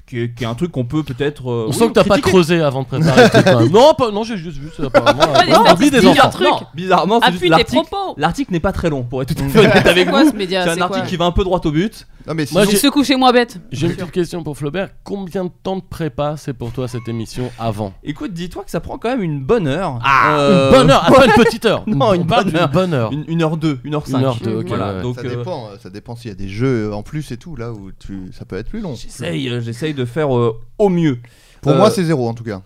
[SPEAKER 7] Qui est, qui est un truc qu'on peut peut-être. euh,
[SPEAKER 8] On
[SPEAKER 7] oui,
[SPEAKER 8] sent que t'as pas
[SPEAKER 7] critiquer.
[SPEAKER 8] creusé avant de préparer. le truc, quand même. non, pas, non, j'ai juste vu ça. Apparemment,
[SPEAKER 2] des
[SPEAKER 8] Non, on
[SPEAKER 7] Ah,
[SPEAKER 8] oublie des
[SPEAKER 2] statistiques, un
[SPEAKER 8] enfants.
[SPEAKER 2] truc.
[SPEAKER 7] Non, bizarrement, c'est juste
[SPEAKER 2] Appuie tes
[SPEAKER 7] l'article.
[SPEAKER 2] propos.
[SPEAKER 7] L'article n'est pas très long pour être tout à fait honnête
[SPEAKER 2] C'est
[SPEAKER 7] avec
[SPEAKER 2] quoi
[SPEAKER 7] vous.
[SPEAKER 2] ce média
[SPEAKER 7] C'est un
[SPEAKER 2] quoi
[SPEAKER 7] article qui va un peu droit au but.
[SPEAKER 6] Non mais
[SPEAKER 8] Moi,
[SPEAKER 6] sinon-
[SPEAKER 2] Je secoue chez moi bête.
[SPEAKER 8] J'ai une petite question pour Flaubert. Combien de temps de prépa c'est pour toi cette émission avant
[SPEAKER 7] Écoute, dis-toi que ça prend quand même une bonne heure.
[SPEAKER 8] Une
[SPEAKER 7] Euh,
[SPEAKER 8] bonne heure, ah, pas une petite heure.
[SPEAKER 7] Non, une
[SPEAKER 8] On parle
[SPEAKER 7] bonne
[SPEAKER 8] d'une
[SPEAKER 7] heure.
[SPEAKER 8] bonne heure.
[SPEAKER 7] Une, une heure deux, une heure cinq.
[SPEAKER 8] Une heure deux, ok,
[SPEAKER 7] Voilà,
[SPEAKER 8] ouais.
[SPEAKER 7] donc,
[SPEAKER 6] ça
[SPEAKER 7] euh,
[SPEAKER 6] dépend, euh, ça dépend s'il y a des jeux en plus et tout là où tu ça peut être plus long.
[SPEAKER 7] J'essaye, euh, j'essaye de faire euh, au mieux.
[SPEAKER 6] Pour
[SPEAKER 7] Euh,
[SPEAKER 6] moi c'est zéro en tout cas.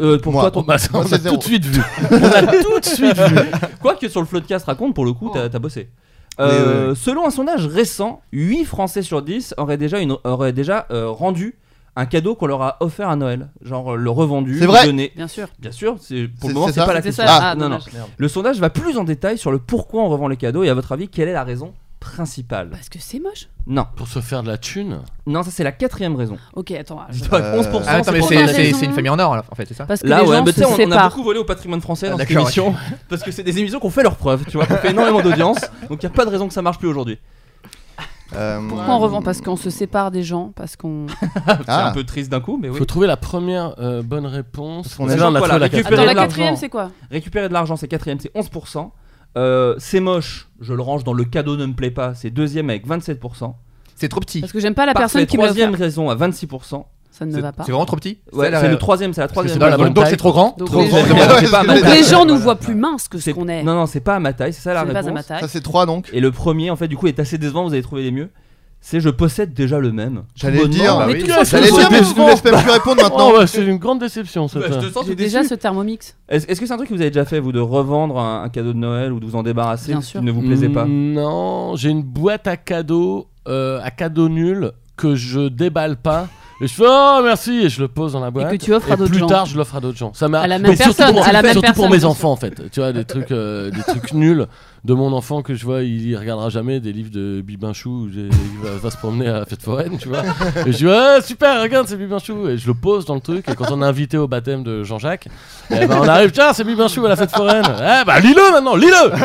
[SPEAKER 7] Euh, pour
[SPEAKER 6] Moi.
[SPEAKER 7] toi, ton...
[SPEAKER 8] Bah, ça,
[SPEAKER 6] Moi,
[SPEAKER 8] on
[SPEAKER 6] c'est
[SPEAKER 8] a tout
[SPEAKER 6] zéro.
[SPEAKER 8] de suite vu. on a tout de suite vu.
[SPEAKER 7] Quoi que sur le Floodcast raconte, pour le coup, t'as t'as bossé.
[SPEAKER 6] Oh. Oui,
[SPEAKER 7] Euh,
[SPEAKER 6] oui,
[SPEAKER 7] Selon un sondage récent, 8 Français sur 10 auraient déjà, une, auraient déjà euh, rendu un cadeau qu'on leur a offert à Noël. Genre euh, le revendu,
[SPEAKER 6] C'est vrai.
[SPEAKER 7] le donné.
[SPEAKER 2] Bien sûr.
[SPEAKER 7] Bien sûr, c'est-
[SPEAKER 6] C'est-
[SPEAKER 7] pour le moment,
[SPEAKER 6] c'est
[SPEAKER 7] c'est
[SPEAKER 6] ça
[SPEAKER 7] pas la
[SPEAKER 2] C'était
[SPEAKER 7] question.
[SPEAKER 2] ça.
[SPEAKER 6] Ah,
[SPEAKER 2] Ah,
[SPEAKER 7] non, non.
[SPEAKER 2] dommage.
[SPEAKER 7] Le sondage va plus en détail sur le pourquoi on revend les cadeaux et à votre avis, quelle est la raison principale
[SPEAKER 2] Parce que c'est moche.
[SPEAKER 7] Non,
[SPEAKER 8] Pour se faire de la thune.
[SPEAKER 7] non, ça c'est la quatrième raison.
[SPEAKER 2] Ok, attends. je-
[SPEAKER 7] Dis-toi,
[SPEAKER 6] Euh,
[SPEAKER 7] 11%.
[SPEAKER 9] Ah, attends,
[SPEAKER 7] c'est
[SPEAKER 9] mais
[SPEAKER 7] pour
[SPEAKER 9] c'est
[SPEAKER 7] ça.
[SPEAKER 2] plein de
[SPEAKER 9] c'est-
[SPEAKER 2] raisons.
[SPEAKER 9] c'est une famille en or là, en fait, c'est ça.
[SPEAKER 2] Parce que
[SPEAKER 7] Là,
[SPEAKER 2] les
[SPEAKER 7] ouais,
[SPEAKER 2] gens
[SPEAKER 7] mais tu
[SPEAKER 2] se
[SPEAKER 7] sais, on, on a
[SPEAKER 2] séparent.
[SPEAKER 7] beaucoup volé au patrimoine français
[SPEAKER 6] Ah,
[SPEAKER 7] dans cette
[SPEAKER 6] d'accord,
[SPEAKER 7] émission. Parce que c'est des émissions qu'on fait leurs preuves, tu vois, qu'on fait énormément d'audience. Donc il n'y a pas de raison que ça marche plus aujourd'hui.
[SPEAKER 6] Euh,
[SPEAKER 2] Pourquoi on revend Parce qu'on se sépare des gens, parce qu'on.
[SPEAKER 7] C'est un
[SPEAKER 6] Ah,
[SPEAKER 7] peu triste d'un coup, mais Eh oui.
[SPEAKER 8] Faut trouver la première euh, bonne réponse.
[SPEAKER 6] Parce qu'on a-
[SPEAKER 8] Déjà, on a
[SPEAKER 7] Voilà,
[SPEAKER 8] trouvé la
[SPEAKER 7] récupérer
[SPEAKER 2] Attends,
[SPEAKER 8] quatrième.
[SPEAKER 2] la
[SPEAKER 7] de l'argent.
[SPEAKER 2] quatrième, c'est quoi
[SPEAKER 7] Récupérer de l'argent, c'est quatrième, c'est 11%. Euh, c'est moche, je le range dans le cadeau ne me plaît pas, c'est deuxième avec 27%.
[SPEAKER 9] C'est trop petit.
[SPEAKER 2] Parce que j'aime pas la
[SPEAKER 7] Parfait,
[SPEAKER 2] personne qui me l'a
[SPEAKER 7] troisième
[SPEAKER 2] offert.
[SPEAKER 7] raison à 26%.
[SPEAKER 2] Ça ne me va pas.
[SPEAKER 9] C'est vraiment trop petit.
[SPEAKER 7] Ouais,
[SPEAKER 9] Celle,
[SPEAKER 7] c'est
[SPEAKER 9] euh,
[SPEAKER 7] le troisième, c'est la
[SPEAKER 9] parce que
[SPEAKER 7] troisième.
[SPEAKER 9] c'est pas la bonne- Donc c'est trop grand.
[SPEAKER 2] Donc,
[SPEAKER 7] Trop
[SPEAKER 2] les,
[SPEAKER 7] grand.
[SPEAKER 2] gens...
[SPEAKER 7] Ouais,
[SPEAKER 6] parce
[SPEAKER 7] c'est
[SPEAKER 6] que
[SPEAKER 7] pas à ma
[SPEAKER 2] donc
[SPEAKER 7] taille.
[SPEAKER 2] les gens nous
[SPEAKER 6] Voilà.
[SPEAKER 2] voient plus minces que ce qu'on est.
[SPEAKER 7] Non, non, c'est pas à ma taille, c'est ça la
[SPEAKER 2] Ce n'est pas à ma
[SPEAKER 7] réponse.
[SPEAKER 2] taille.
[SPEAKER 6] ça c'est 3 donc.
[SPEAKER 7] Et le premier, en fait, du coup, est assez décevant, vous avez trouvé les mieux. C'est je possède déjà le même.
[SPEAKER 6] J'allais
[SPEAKER 7] Bonnement.
[SPEAKER 6] dire,
[SPEAKER 9] Bah
[SPEAKER 2] Mais
[SPEAKER 9] oui.
[SPEAKER 2] tout ça, c'est
[SPEAKER 6] j'allais
[SPEAKER 2] le
[SPEAKER 6] dire mais
[SPEAKER 2] bonheur.
[SPEAKER 6] tu nous laisses même plus
[SPEAKER 7] Ah,
[SPEAKER 6] répondre maintenant.
[SPEAKER 8] Oh, bah, c'est une grande déception. cette- euh,
[SPEAKER 7] Bah, je te sens,
[SPEAKER 2] J'ai
[SPEAKER 7] t'es
[SPEAKER 2] déjà
[SPEAKER 7] déçu.
[SPEAKER 2] ce thermomix.
[SPEAKER 7] Est-ce est-ce que c'est un truc que vous avez déjà fait, vous, de revendre un, un cadeau de Noël ou de vous en débarrasser
[SPEAKER 2] Bien
[SPEAKER 7] parce
[SPEAKER 2] sûr.
[SPEAKER 7] qu'il ne vous plaisait pas
[SPEAKER 8] Mm, Non, j'ai une boîte à cadeaux, euh, à cadeaux nuls, que je déballe pas. Et je fais oh merci et je le pose dans la boîte.
[SPEAKER 2] que tu offres à d'autres
[SPEAKER 8] Plus
[SPEAKER 2] gens.
[SPEAKER 8] tard, je l'offre à d'autres gens. Ça m'a.
[SPEAKER 2] À la même
[SPEAKER 8] mais surtout
[SPEAKER 2] personne,
[SPEAKER 8] pour-
[SPEAKER 2] à la même
[SPEAKER 8] surtout pour
[SPEAKER 2] personne,
[SPEAKER 8] mes
[SPEAKER 2] bien
[SPEAKER 8] enfants en fait. Tu vois des trucs, euh, des trucs nuls de mon enfant que je vois, il y regardera jamais des livres de Bibinchou. où j'ai- Il va, va se promener à la fête foraine, tu vois. Et je dis ouais super, regarde c'est Bibinchou et je le pose dans le truc. Et quand on est invité au baptême de Jean-Jacques, eh ben, on arrive tiens c'est Bibinchou à la fête foraine. Eh bah lis-le maintenant, lis-le.